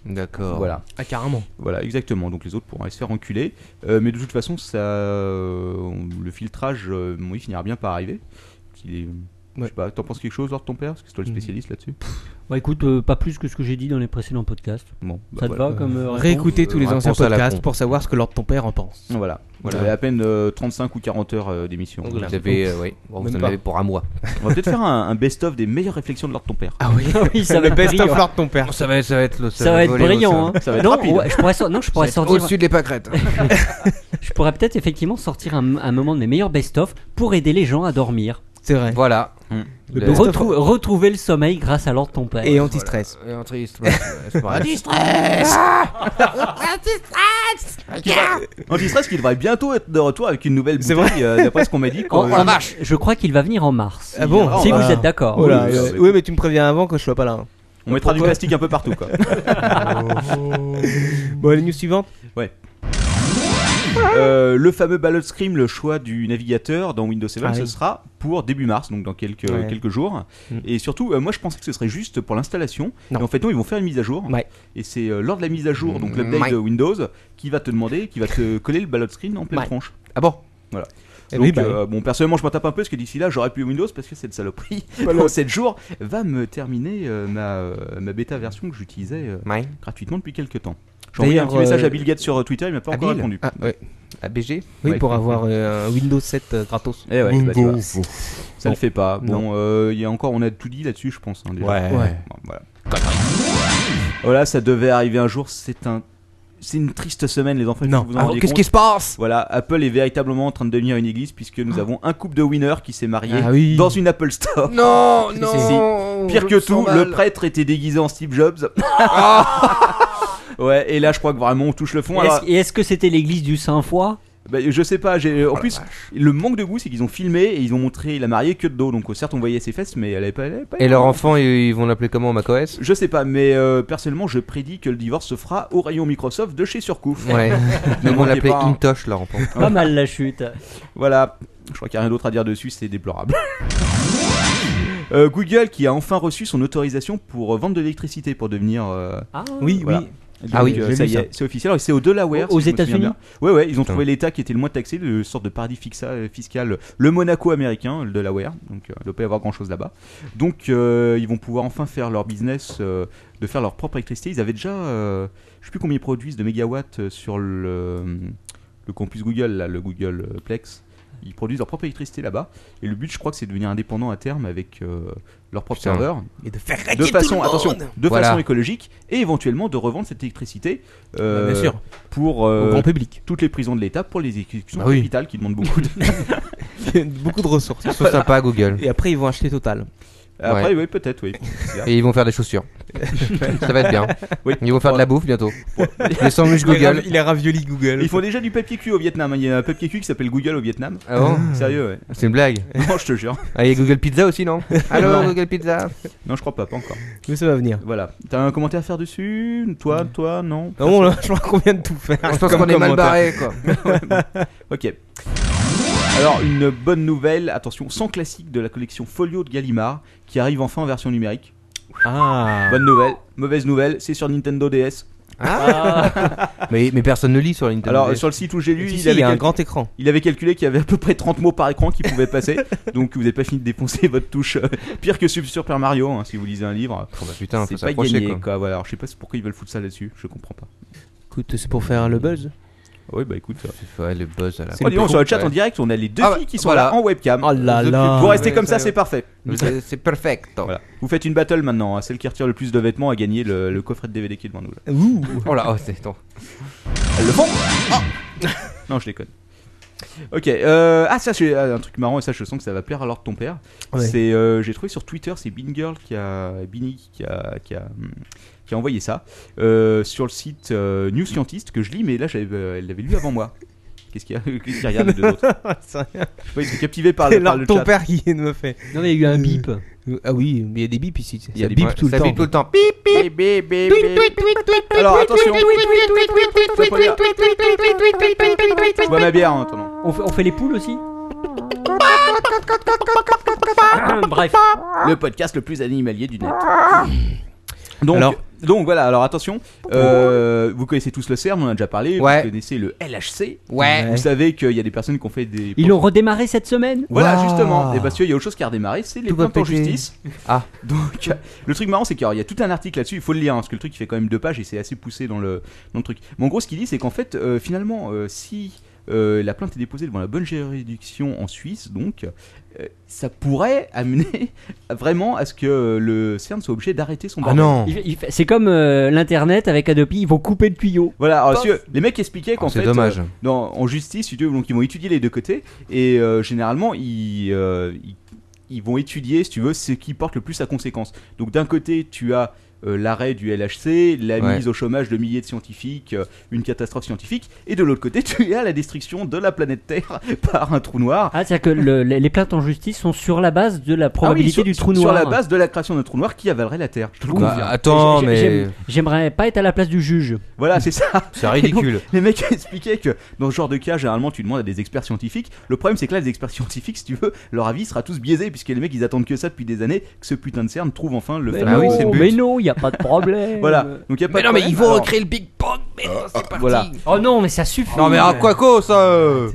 [SPEAKER 2] D'accord.
[SPEAKER 3] Voilà.
[SPEAKER 5] Ah carrément.
[SPEAKER 3] Voilà, exactement. Donc les autres pourront aller se faire enculer. Euh, mais de toute façon, ça, euh, on- le filtrage, euh, bon, il finira bien par arriver. Il est- Je
[SPEAKER 5] Ouais.
[SPEAKER 3] sais pas, t'en penses quelque chose, Lord ton père Parce que c'est toi le spécialiste là-dessus.
[SPEAKER 4] Bah, écoute, euh, pas plus que ce que j'ai dit dans les précédents podcasts.
[SPEAKER 3] Bon, bah,
[SPEAKER 4] Ça te
[SPEAKER 3] voilà.
[SPEAKER 4] va comme. euh, réponse
[SPEAKER 5] Réécoutez tous les
[SPEAKER 2] réponse
[SPEAKER 5] anciens
[SPEAKER 2] à la
[SPEAKER 5] podcasts
[SPEAKER 2] con.
[SPEAKER 5] pour savoir ce que l'ordre de ton père en pense.
[SPEAKER 3] Voilà, voilà.
[SPEAKER 2] Voilà.
[SPEAKER 3] à peine euh, 35 ou 40 heures euh, d'émission.
[SPEAKER 2] Vous
[SPEAKER 3] Voilà.
[SPEAKER 2] avez, euh, oui, bon, vous
[SPEAKER 5] Même
[SPEAKER 2] en
[SPEAKER 5] pas.
[SPEAKER 2] avez pour un mois.
[SPEAKER 3] On va peut-être faire un, un best-of des meilleures réflexions de Lord ton père.
[SPEAKER 5] Ah oui.
[SPEAKER 4] oui, ça va
[SPEAKER 5] le
[SPEAKER 4] être
[SPEAKER 5] best
[SPEAKER 4] brillant.
[SPEAKER 5] of l'ordre de ton père.
[SPEAKER 2] Ça va, ça va être le.
[SPEAKER 4] Ça va être brillant. hein.
[SPEAKER 3] Ça va être
[SPEAKER 4] non,
[SPEAKER 3] rapide.
[SPEAKER 4] ouais, je pourrais sor- non, je pourrais sortir.
[SPEAKER 2] Au-dessus des pâquerettes.
[SPEAKER 4] Je pourrais peut-être effectivement sortir un, un moment de mes meilleurs best-of pour aider les gens à dormir.
[SPEAKER 5] C'est vrai.
[SPEAKER 2] Voilà.
[SPEAKER 3] Hum.
[SPEAKER 5] Le
[SPEAKER 2] Le-
[SPEAKER 5] best- Christophe-
[SPEAKER 4] Retrou- retrouver le sommeil grâce à l'ordre de ton père.
[SPEAKER 5] Et anti-stress.
[SPEAKER 2] Et un triste. ouais, c'est pareil.
[SPEAKER 3] Ah Antistress qui devrait bientôt être de retour avec une nouvelle
[SPEAKER 5] C'est
[SPEAKER 3] bouteille, euh, d'après ce qu'on m'a dit.
[SPEAKER 4] En-
[SPEAKER 3] quoi.
[SPEAKER 4] en- Je crois qu'il va venir en mars.
[SPEAKER 5] Ah bon
[SPEAKER 3] Ah,
[SPEAKER 4] si
[SPEAKER 3] bah.
[SPEAKER 4] vous êtes d'accord.
[SPEAKER 5] Oh là,
[SPEAKER 3] Oui,
[SPEAKER 5] euh,
[SPEAKER 3] bah,
[SPEAKER 5] oui, mais tu me préviens avant que je sois pas là. hein.
[SPEAKER 3] On mettra du
[SPEAKER 5] Pourquoi
[SPEAKER 3] plastique un peu partout, quoi. Oh.
[SPEAKER 5] bon, les news suivantes
[SPEAKER 3] Ouais. Euh, le fameux ballot scream, le choix du navigateur dans Windows 7,
[SPEAKER 5] Ah
[SPEAKER 3] ce
[SPEAKER 5] oui.
[SPEAKER 3] sera pour début mars, donc dans quelques,
[SPEAKER 5] Ouais.
[SPEAKER 3] quelques jours.
[SPEAKER 5] Mm.
[SPEAKER 3] Et surtout, euh, moi je pensais que ce serait juste pour l'installation. Mais en fait, non, ils vont faire une mise à jour. Et c'est euh, lors de la mise à jour, donc l'update
[SPEAKER 5] Ouais.
[SPEAKER 3] de Windows, qui va te demander, qui va te coller le ballot screen en pleine
[SPEAKER 5] Ouais.
[SPEAKER 3] tronche.
[SPEAKER 2] Ah bon
[SPEAKER 3] Voilà.
[SPEAKER 5] Eh
[SPEAKER 3] donc,
[SPEAKER 5] oui, bah
[SPEAKER 3] euh, bon, personnellement, je m'en tape un peu parce que d'ici là, j'aurais plus Windows parce que cette saloperie,
[SPEAKER 5] Voilà.
[SPEAKER 3] dans 7 jours, va me terminer euh, ma, euh, ma bêta version que j'utilisais euh, gratuitement depuis quelques temps. J'ai envoyé un
[SPEAKER 5] D'ailleurs,
[SPEAKER 3] petit message
[SPEAKER 5] euh,
[SPEAKER 3] à Bill Gates sur euh, Twitter, il m'a pas encore répondu.
[SPEAKER 2] Ah, ouais. ABG
[SPEAKER 5] Oui,
[SPEAKER 3] Ouais.
[SPEAKER 5] pour avoir euh, un Windows 7 euh, gratos.
[SPEAKER 3] Eh ouais, bah, tu vois, ça
[SPEAKER 5] Bon.
[SPEAKER 3] le fait pas.
[SPEAKER 5] Non.
[SPEAKER 3] Bon, euh, il y a encore, on a tout dit là-dessus, je pense. hein, déjà.
[SPEAKER 5] Ouais. Ouais.
[SPEAKER 3] Bon, voilà. Voilà, ça devait arriver un jour. C'est un, c'est une triste semaine, les enfants. il faut que vous en
[SPEAKER 2] Ah,
[SPEAKER 3] rendiez
[SPEAKER 2] qu'est-ce
[SPEAKER 3] compte.
[SPEAKER 2] qui se passe
[SPEAKER 3] Voilà, Apple est véritablement en train de devenir une église puisque nous avons un couple de winners qui s'est marié
[SPEAKER 5] Ah oui.
[SPEAKER 3] dans une Apple Store.
[SPEAKER 2] Non,
[SPEAKER 3] Si,
[SPEAKER 2] non, je
[SPEAKER 3] si. Pire que
[SPEAKER 2] me sens
[SPEAKER 3] tout,
[SPEAKER 2] mal. Ah
[SPEAKER 3] le prêtre était déguisé en Steve Jobs. ouais, et là, je crois que vraiment on touche le fond.
[SPEAKER 4] Et
[SPEAKER 3] Alors,
[SPEAKER 4] est-ce- Et est-ce que c'était l'église du Saint-Foy
[SPEAKER 3] bah, je sais pas, j'ai
[SPEAKER 2] Oh
[SPEAKER 3] en plus le manque de goût c'est qu'ils ont filmé et ils ont montré la mariée que de dos donc certes on voyait ses fesses mais elle avait pas, elle avait pas
[SPEAKER 2] Et leur enfant, ils ils vont l'appeler comment macOS
[SPEAKER 3] Je sais pas, mais euh, personnellement, je prédis que le divorce se fera au rayon Microsoft de chez Surcouf.
[SPEAKER 2] Ouais.
[SPEAKER 3] Ne
[SPEAKER 2] Ils vont
[SPEAKER 3] manquez
[SPEAKER 2] l'appeler
[SPEAKER 3] pas, hein.
[SPEAKER 2] Intosh, leur enfant.
[SPEAKER 4] Pas mal la chute.
[SPEAKER 3] Voilà, je crois qu'il n'y a rien d'autre à dire dessus, c'est déplorable. Euh, Google qui a enfin reçu son autorisation pour euh, vendre de l'électricité pour devenir. euh,
[SPEAKER 4] Ah.
[SPEAKER 5] Oui,
[SPEAKER 3] voilà.
[SPEAKER 5] oui.
[SPEAKER 3] Donc,
[SPEAKER 5] Ah oui,
[SPEAKER 3] euh,
[SPEAKER 5] j'ai
[SPEAKER 3] ça
[SPEAKER 5] lu
[SPEAKER 3] y
[SPEAKER 5] ça.
[SPEAKER 3] est, c'est officiel. Alors, C'est au Delaware.
[SPEAKER 5] Aux
[SPEAKER 3] si je me souviens
[SPEAKER 5] États-Unis
[SPEAKER 3] bien. Ouais, ouais, ils ont trouvé
[SPEAKER 5] Putain.
[SPEAKER 3] l'État qui était le moins taxé, de sorte de paradis fixa- euh, fiscal, le Monaco américain, le Delaware. Donc, euh, il ne doit pas y avoir grand chose là-bas. Donc, euh, ils vont pouvoir enfin faire leur business euh, de faire leur propre électricité. Ils avaient déjà, euh, je sais plus combien ils produisent de mégawatts euh, sur le, le campus Google, là, le Google euh, Plex. Ils produisent leur propre électricité là-bas. Et le but, je crois que c'est de devenir indépendant à terme avec euh, leur propre
[SPEAKER 2] Putain.
[SPEAKER 3] serveur.
[SPEAKER 5] Et de faire
[SPEAKER 3] de
[SPEAKER 5] régner tout
[SPEAKER 3] façon,
[SPEAKER 5] le monde.
[SPEAKER 3] attention, de
[SPEAKER 5] Voilà.
[SPEAKER 3] façon écologique et éventuellement de revendre cette électricité euh,
[SPEAKER 5] Bah, bien sûr.
[SPEAKER 3] pour euh,
[SPEAKER 5] Au grand public.
[SPEAKER 3] toutes les prisons de l'État pour les exécutions
[SPEAKER 5] Bah oui.
[SPEAKER 3] capitales qui demandent beaucoup de,
[SPEAKER 5] Beaucoup de ressources.
[SPEAKER 3] Ils sont sympas, Google.
[SPEAKER 5] Et après, ils vont acheter Total.
[SPEAKER 3] Après, oui, peut-être, oui.
[SPEAKER 2] Et ils vont faire des chaussures. ça va être bien.
[SPEAKER 3] Oui.
[SPEAKER 2] Ils vont faire de la bouffe bientôt. Les sandwichs
[SPEAKER 3] Il est
[SPEAKER 2] Google.
[SPEAKER 3] ravi-
[SPEAKER 5] Il est ravioli Google.
[SPEAKER 3] Ils font déjà du papier cul au Vietnam. hein. Il y a un papier cul qui s'appelle Google au Vietnam.
[SPEAKER 2] Ah bon
[SPEAKER 3] Sérieux, ouais.
[SPEAKER 2] C'est une blague.
[SPEAKER 3] Non, je te jure.
[SPEAKER 2] Ah, il y a Google Pizza aussi, non Allô,
[SPEAKER 3] Non.
[SPEAKER 2] Google Pizza
[SPEAKER 3] Non, je crois pas, pas encore.
[SPEAKER 5] Mais ça va venir.
[SPEAKER 3] Voilà. T'as un commentaire à faire dessus Toi, toi, non
[SPEAKER 5] Non, Ah bon, là, je crois qu'on vient de tout faire.
[SPEAKER 2] Je pense qu'on est mal barré, quoi.
[SPEAKER 3] Ouais, bon. ok. Alors, une bonne nouvelle, attention, 100 classiques de la collection Folio de Gallimard qui arrive enfin en version numérique.
[SPEAKER 5] Ah.
[SPEAKER 3] Bonne nouvelle, mauvaise nouvelle, c'est sur Nintendo DS.
[SPEAKER 5] Ah.
[SPEAKER 2] mais, mais personne ne lit sur la Nintendo.
[SPEAKER 3] Alors,
[SPEAKER 2] DS.
[SPEAKER 3] sur le site où j'ai lu,
[SPEAKER 5] Si,
[SPEAKER 3] il,
[SPEAKER 5] si,
[SPEAKER 3] avait
[SPEAKER 5] il y a un
[SPEAKER 3] calc-
[SPEAKER 5] grand écran.
[SPEAKER 3] Il avait calculé qu'il y avait à peu près 30 mots par écran qui pouvaient passer. donc, vous n'avez pas fini de défoncer votre touche. euh, Pire que Sub- Super Mario, hein, si vous lisez un livre.
[SPEAKER 2] Oh, bah, putain, faut
[SPEAKER 3] c'est pas
[SPEAKER 2] s'accrocher,
[SPEAKER 3] gagné,
[SPEAKER 2] quoi.
[SPEAKER 3] quoi. Voilà, alors, je sais pas pourquoi ils veulent foutre ça là-dessus. Je comprends pas.
[SPEAKER 5] Écoute, c'est pour faire le buzz.
[SPEAKER 3] Oui, bah écoute.
[SPEAKER 2] Ouais, le buzz à la
[SPEAKER 3] Oh, dis donc, sur le chat en direct, on a les deux
[SPEAKER 2] Ah,
[SPEAKER 3] filles qui sont
[SPEAKER 2] voilà.
[SPEAKER 3] là en webcam.
[SPEAKER 2] Oh là
[SPEAKER 3] Vous-
[SPEAKER 2] là.
[SPEAKER 3] Vous restez
[SPEAKER 2] Ouais,
[SPEAKER 3] comme
[SPEAKER 2] ça y
[SPEAKER 3] ça,
[SPEAKER 2] est.
[SPEAKER 3] c'est parfait.
[SPEAKER 2] Vous êtes- C'est parfait.
[SPEAKER 3] Voilà. Vous faites une battle maintenant. hein. Celle qui retire le plus de vêtements a gagné le, le coffret de DVD qui est devant nous. là.
[SPEAKER 5] Ouh.
[SPEAKER 2] Oh là, oh, c'est. attends.
[SPEAKER 3] Le fond
[SPEAKER 5] Ah.
[SPEAKER 3] Non, je déconne. Ok, euh, ah ça c'est ah, un truc marrant et ça je sens que ça va plaire alors de ton père.
[SPEAKER 5] Ouais.
[SPEAKER 3] C'est euh, j'ai trouvé sur Twitter c'est Bean Girl qui a Bini qui a qui a, hum, qui a envoyé ça euh, sur le site euh, New Scientist que je lis mais là j'avais euh, elle l'avait lu avant moi. Qu'est-ce qu'il y a Qu'est-ce qu'il regarde les deux autres
[SPEAKER 5] C'est rien.
[SPEAKER 3] Je sais pas, ils sont captivés par,
[SPEAKER 5] C'est
[SPEAKER 3] le- par
[SPEAKER 5] leur-
[SPEAKER 3] le
[SPEAKER 5] ton
[SPEAKER 3] chat.
[SPEAKER 5] père qui me fait.
[SPEAKER 4] Non, mais il y a eu un bip.
[SPEAKER 5] Ah oui, mais il y a des bips ici.
[SPEAKER 3] Il y a
[SPEAKER 5] Ça
[SPEAKER 3] des
[SPEAKER 5] bip
[SPEAKER 3] bips.
[SPEAKER 5] tout le
[SPEAKER 3] Ça
[SPEAKER 5] temps.
[SPEAKER 3] bip tout le temps.
[SPEAKER 5] Bip,
[SPEAKER 3] bip, bip, bip, Alors attention. Je bois ma bière en attendant.
[SPEAKER 4] On fait, on fait les poules aussi Bref.
[SPEAKER 3] Le podcast le plus animalier du net. Donc, donc voilà, alors attention, euh, vous connaissez tous le CERN, on en a déjà parlé,
[SPEAKER 2] Ouais.
[SPEAKER 3] vous connaissez le LHC,
[SPEAKER 2] Ouais.
[SPEAKER 3] vous savez qu'il y a des personnes qui ont fait des...
[SPEAKER 4] Ils l'ont redémarré cette semaine
[SPEAKER 3] Voilà, justement, Eh et parce qu'il y a autre chose qui a redémarré, c'est les
[SPEAKER 4] Tout va
[SPEAKER 3] plaintes en
[SPEAKER 4] péter.
[SPEAKER 3] justice.
[SPEAKER 2] Ah.
[SPEAKER 3] Donc, euh, le truc marrant, c'est qu'il y a tout un article là-dessus, il faut le lire, hein, parce que le truc il fait quand même deux pages et c'est assez poussé dans le, dans le truc. Mais en gros, ce qu'il dit, c'est qu'en fait, euh, finalement, euh, si euh, la plainte est déposée devant la bonne juridiction en Suisse, donc, euh, ça pourrait amener vraiment à ce que le CERN soit obligé d'arrêter
[SPEAKER 4] Ah
[SPEAKER 5] Ah
[SPEAKER 3] son bordel.
[SPEAKER 4] Il- il fait- C'est comme euh, l'internet avec Adobe, ils vont couper le tuyau.
[SPEAKER 3] Voilà, alors, si, euh, les mecs expliquaient qu'en
[SPEAKER 2] Ah, c'est
[SPEAKER 3] fait,
[SPEAKER 2] dommage.
[SPEAKER 3] euh, dans- en justice, si tu veux, donc ils vont étudier les deux côtés et euh, généralement ils, euh, ils, ils vont étudier, si tu veux, ce qui porte le plus à conséquence. Donc d'un côté, tu as euh, l'arrêt du LHC, la
[SPEAKER 2] Ouais.
[SPEAKER 3] mise au chômage de milliers de scientifiques, euh, une catastrophe scientifique, et de l'autre côté, tu as la destruction de la planète Terre par un trou noir.
[SPEAKER 4] Ah, c'est-à-dire que le- les les plaintes en justice sont sur la base de la probabilité
[SPEAKER 3] Ah oui, sur-
[SPEAKER 4] du trou
[SPEAKER 3] Sur
[SPEAKER 4] noir.
[SPEAKER 3] la base de la création d'un trou noir qui avalerait la Terre. Je te le
[SPEAKER 2] Bah,
[SPEAKER 3] confirme.
[SPEAKER 2] attends,
[SPEAKER 4] J'ai-
[SPEAKER 2] mais-
[SPEAKER 4] j'aime- J'aimerais pas être à la place du juge.
[SPEAKER 3] Voilà, c'est ça.
[SPEAKER 2] C'est ridicule.
[SPEAKER 3] Et donc, les mecs expliquaient que dans ce genre de cas, généralement, tu demandes à des experts scientifiques. Le problème, c'est que là, les experts scientifiques, si tu veux, leur avis sera tous biaisé, puisque les mecs, ils attendent que ça depuis des années, que ce putain de CERN trouve enfin le
[SPEAKER 4] Mais
[SPEAKER 3] fameux-
[SPEAKER 4] non, mais non, y a pas de problème.
[SPEAKER 3] voilà. Donc, y a pas
[SPEAKER 4] Mais
[SPEAKER 3] de
[SPEAKER 4] non, mais
[SPEAKER 3] problème.
[SPEAKER 4] ils vont
[SPEAKER 3] Alors,
[SPEAKER 4] recréer
[SPEAKER 13] le Big Bang, mais c'est parti.
[SPEAKER 3] Voilà.
[SPEAKER 4] Oh non, mais ça suffit.
[SPEAKER 3] Non mais à quoi cause ça
[SPEAKER 2] euh.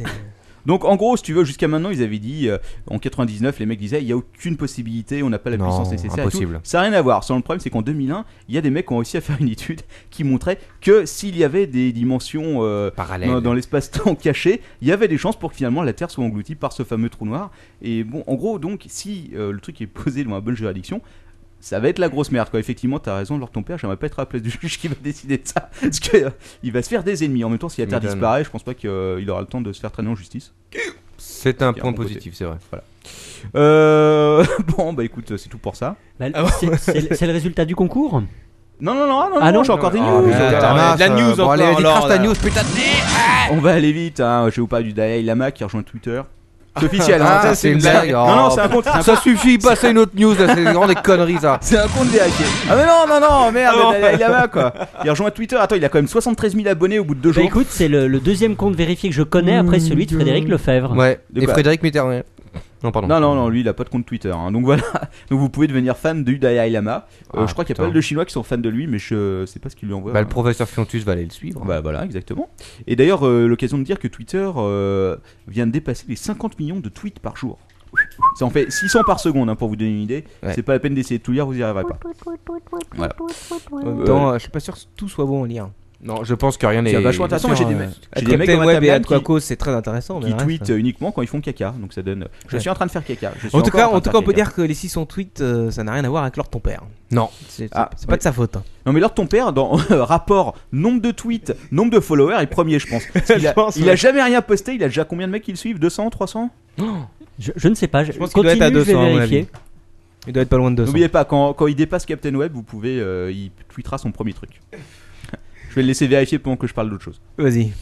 [SPEAKER 3] Donc en gros, si tu veux, jusqu'à maintenant, ils avaient dit euh, en 99, les mecs disaient il n'y a aucune possibilité, on n'a pas la
[SPEAKER 2] Non,
[SPEAKER 3] puissance nécessaire. et tout.
[SPEAKER 2] impossible.
[SPEAKER 3] Ça n'a rien à voir. Sans le problème, c'est qu'en 2001, il y a des mecs qui ont réussi à faire une étude qui montrait que s'il y avait des dimensions euh, dans, dans l'espace-temps caché, il y avait des chances pour que finalement la Terre soit engloutie par ce fameux trou noir. Et bon, en gros, donc, si euh, le truc est posé dans la bonne juridiction, ça va être la grosse merde, quoi. Effectivement, t'as raison, lors de ton père, j'aimerais pas être à la place du juge qui va décider de ça. Parce que euh, il va se faire des ennemis. En même temps, si la Terre
[SPEAKER 2] M'étonne.
[SPEAKER 3] disparaît, je pense pas qu'il aura le temps de se faire traîner en justice.
[SPEAKER 2] C'est un
[SPEAKER 3] Qui est à
[SPEAKER 2] point
[SPEAKER 3] mon côté.
[SPEAKER 2] positif, c'est vrai.
[SPEAKER 3] Voilà. Euh... bon, bah écoute, c'est tout pour ça.
[SPEAKER 4] Bah,
[SPEAKER 2] Ah
[SPEAKER 4] c'est- c'est le- c'est le résultat du concours
[SPEAKER 3] Non, non, non, non,
[SPEAKER 4] Ah non
[SPEAKER 3] j'ai encore des
[SPEAKER 4] Ah,
[SPEAKER 3] news.
[SPEAKER 4] putain,
[SPEAKER 3] Attends,
[SPEAKER 2] la
[SPEAKER 3] la
[SPEAKER 2] mince,
[SPEAKER 3] news
[SPEAKER 2] euh, bon,
[SPEAKER 3] encore,
[SPEAKER 2] allez, vas-y,
[SPEAKER 3] alors,
[SPEAKER 2] crache ta
[SPEAKER 3] là.
[SPEAKER 2] news, putain de
[SPEAKER 3] On va aller vite, hein. je vais vous parler du Dalai Lama qui a rejoint Twitter. C'est officiel, hein.
[SPEAKER 2] Ah,
[SPEAKER 3] Ça,
[SPEAKER 2] c'est une blague.
[SPEAKER 3] Non, non, c'est un
[SPEAKER 2] Oh,
[SPEAKER 3] compte. c'est un
[SPEAKER 2] Ça
[SPEAKER 3] compte-
[SPEAKER 2] suffit, passez une autre news, là, c'est des grandes conneries ça.
[SPEAKER 3] C'est un compte hackers. Ah, mais non, non, non, merde,
[SPEAKER 2] Ah bon.
[SPEAKER 3] le Dalai Lama quoi. Il a rejoint Twitter. Attends, il a quand même 73 000 abonnés au bout de deux
[SPEAKER 4] Bah,
[SPEAKER 3] jours.
[SPEAKER 4] écoute, c'est le, le deuxième compte vérifié que je connais après celui de Frédéric Lefebvre.
[SPEAKER 3] De quoi
[SPEAKER 2] Mitterrand. Non, pardon.
[SPEAKER 3] Non, non, non, lui, il a pas de compte Twitter. hein. Donc voilà. Donc vous pouvez devenir fan du Dalai Lama. Euh,
[SPEAKER 2] Ah,
[SPEAKER 3] je crois qu'il
[SPEAKER 2] putain.
[SPEAKER 3] y a pas mal de Chinois qui sont fans de lui, mais je sais pas ce qu'il lui envoie. hein.
[SPEAKER 2] Bah, le professeur Fiontus va aller le suivre.
[SPEAKER 3] Bah voilà, exactement. Et d'ailleurs, euh, l'occasion de dire que Twitter euh, vient de dépasser les 50 millions de tweets par jour. Ça en fait 600 par seconde, hein, pour vous donner une idée.
[SPEAKER 2] Ouais.
[SPEAKER 3] C'est pas la peine d'essayer de tout lire, vous y arriverez pas. Voilà.
[SPEAKER 5] En même temps, euh, je suis pas sûr que tout soit bon hein. à lire. euh,
[SPEAKER 2] Non, je pense que rien n'est. euh,
[SPEAKER 3] C'est vachement intéressant. Moi, j'ai des, mecs- j'ai des mecs
[SPEAKER 5] Captain
[SPEAKER 3] dans ma
[SPEAKER 5] euh, Web et
[SPEAKER 3] timeline
[SPEAKER 5] Ad Quaco,
[SPEAKER 3] qui-
[SPEAKER 5] c'est très intéressant, mais
[SPEAKER 3] Qui
[SPEAKER 5] le reste,
[SPEAKER 3] tweetent
[SPEAKER 5] euh.
[SPEAKER 3] euh, uniquement quand ils font caca, donc ça donne. euh, Je
[SPEAKER 5] Ouais.
[SPEAKER 3] suis en train de faire caca. Je suis
[SPEAKER 5] En tout
[SPEAKER 3] encore
[SPEAKER 5] cas,
[SPEAKER 3] train
[SPEAKER 5] en
[SPEAKER 3] de
[SPEAKER 5] tout
[SPEAKER 3] faire
[SPEAKER 5] cas, on peut
[SPEAKER 3] caca.
[SPEAKER 5] dire que les 600 tweets, euh, ça n'a rien à voir avec leur ton père.
[SPEAKER 2] Non.
[SPEAKER 5] C'est c'est-
[SPEAKER 3] Ah,
[SPEAKER 5] c'est pas
[SPEAKER 3] oui.
[SPEAKER 5] de sa faute. hein.
[SPEAKER 3] Non mais lors de ton père, dans euh, rapport nombre de tweets, nombre de followers, est premier je pense. Parce qu'il
[SPEAKER 5] Je
[SPEAKER 3] a,
[SPEAKER 5] pense,
[SPEAKER 3] il
[SPEAKER 5] ouais. Oh
[SPEAKER 3] a jamais rien posté, il a déjà combien de mecs qui le suivent 200, 300
[SPEAKER 4] Je, je ne sais pas. Je,
[SPEAKER 5] pense qu'il
[SPEAKER 4] continue,
[SPEAKER 5] doit être à
[SPEAKER 4] je vais
[SPEAKER 5] 200, à mon
[SPEAKER 4] vérifier.
[SPEAKER 5] avis. Il doit être pas loin de 200.
[SPEAKER 3] N'oubliez pas, quand, quand il dépasse Captain Web, vous pouvez, euh, il tweetera son premier truc. je vais le laisser vérifier pendant que je parle d'autre chose.
[SPEAKER 5] Vas-y.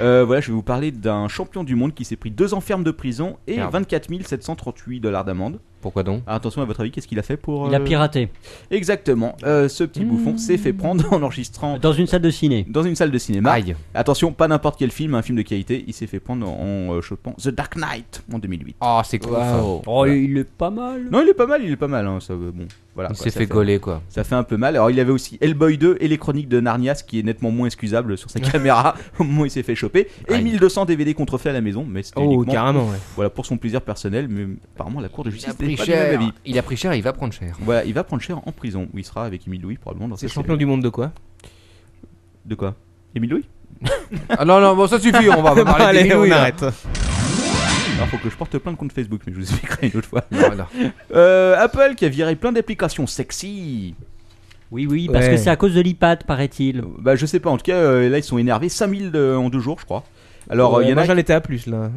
[SPEAKER 3] Euh, voilà, je vais vous parler d'un champion du monde qui s'est pris deux ans ferme de prison et
[SPEAKER 2] Merde.
[SPEAKER 3] 24 738 dollars d'amende.
[SPEAKER 2] Pourquoi donc
[SPEAKER 3] Ah, Attention, à votre avis, qu'est-ce qu'il a fait pour...
[SPEAKER 4] Il a
[SPEAKER 3] euh,
[SPEAKER 4] piraté. Mmh.
[SPEAKER 3] Exactement. Euh, ce petit bouffon s'est fait prendre en enregistrant...
[SPEAKER 4] Dans une salle de ciné.
[SPEAKER 3] Dans une salle de cinéma.
[SPEAKER 2] Aïe.
[SPEAKER 3] Attention, pas n'importe quel film, un film de qualité. Il s'est fait prendre en, en, euh, chopant The Dark Knight en 2008.
[SPEAKER 2] Ah, c'est cool ça.
[SPEAKER 4] Oh, il est pas mal.
[SPEAKER 3] Non, il est pas mal, il est pas mal. hein, ça, euh, bon, voilà,
[SPEAKER 2] Il
[SPEAKER 3] quoi,
[SPEAKER 2] s'est
[SPEAKER 3] ça
[SPEAKER 2] fait gauler, quoi.
[SPEAKER 3] Ça fait un peu mal. Alors, il avait aussi Hellboy 2 et les chroniques de Narnia, ce qui est nettement moins excusable sur sa caméra au moment où il s'est fait choper. Et 1200 DVD contrefaits à la maison, mais c'était
[SPEAKER 5] Oh,
[SPEAKER 3] uniquement,
[SPEAKER 5] carrément, ouais.
[SPEAKER 3] Voilà, pour son plaisir personnel, mais apparemment, la Cour de
[SPEAKER 2] Il a
[SPEAKER 3] justice n'est
[SPEAKER 2] pris
[SPEAKER 3] pas de même
[SPEAKER 2] cher.
[SPEAKER 3] avis.
[SPEAKER 2] Il a pris cher et il va prendre cher.
[SPEAKER 3] Voilà, il va prendre cher en prison, où il sera avec Émile Louis probablement dans
[SPEAKER 5] C'est
[SPEAKER 3] ses
[SPEAKER 5] champion du monde de quoi
[SPEAKER 3] De quoi Émile Louis
[SPEAKER 2] Ah non, non, bon, ça suffit, on va pas parler
[SPEAKER 5] Allez,
[SPEAKER 2] d'Émile
[SPEAKER 5] on
[SPEAKER 2] Louis, hein. là.
[SPEAKER 5] arrête.
[SPEAKER 3] Alors, faut que je porte plein de comptes Facebook, mais je vous expliquerai une autre fois.
[SPEAKER 2] Non, non.
[SPEAKER 3] Euh, Apple qui a viré plein d'applications sexy.
[SPEAKER 4] Oui, oui, parce que c'est à cause de l'IPAD, paraît-il.
[SPEAKER 3] Bah, je sais pas, en tout cas, euh, là, ils sont énervés. 5000 de- en deux jours, je crois. Alors, euh, il y en a.
[SPEAKER 5] j'en étais à plus là.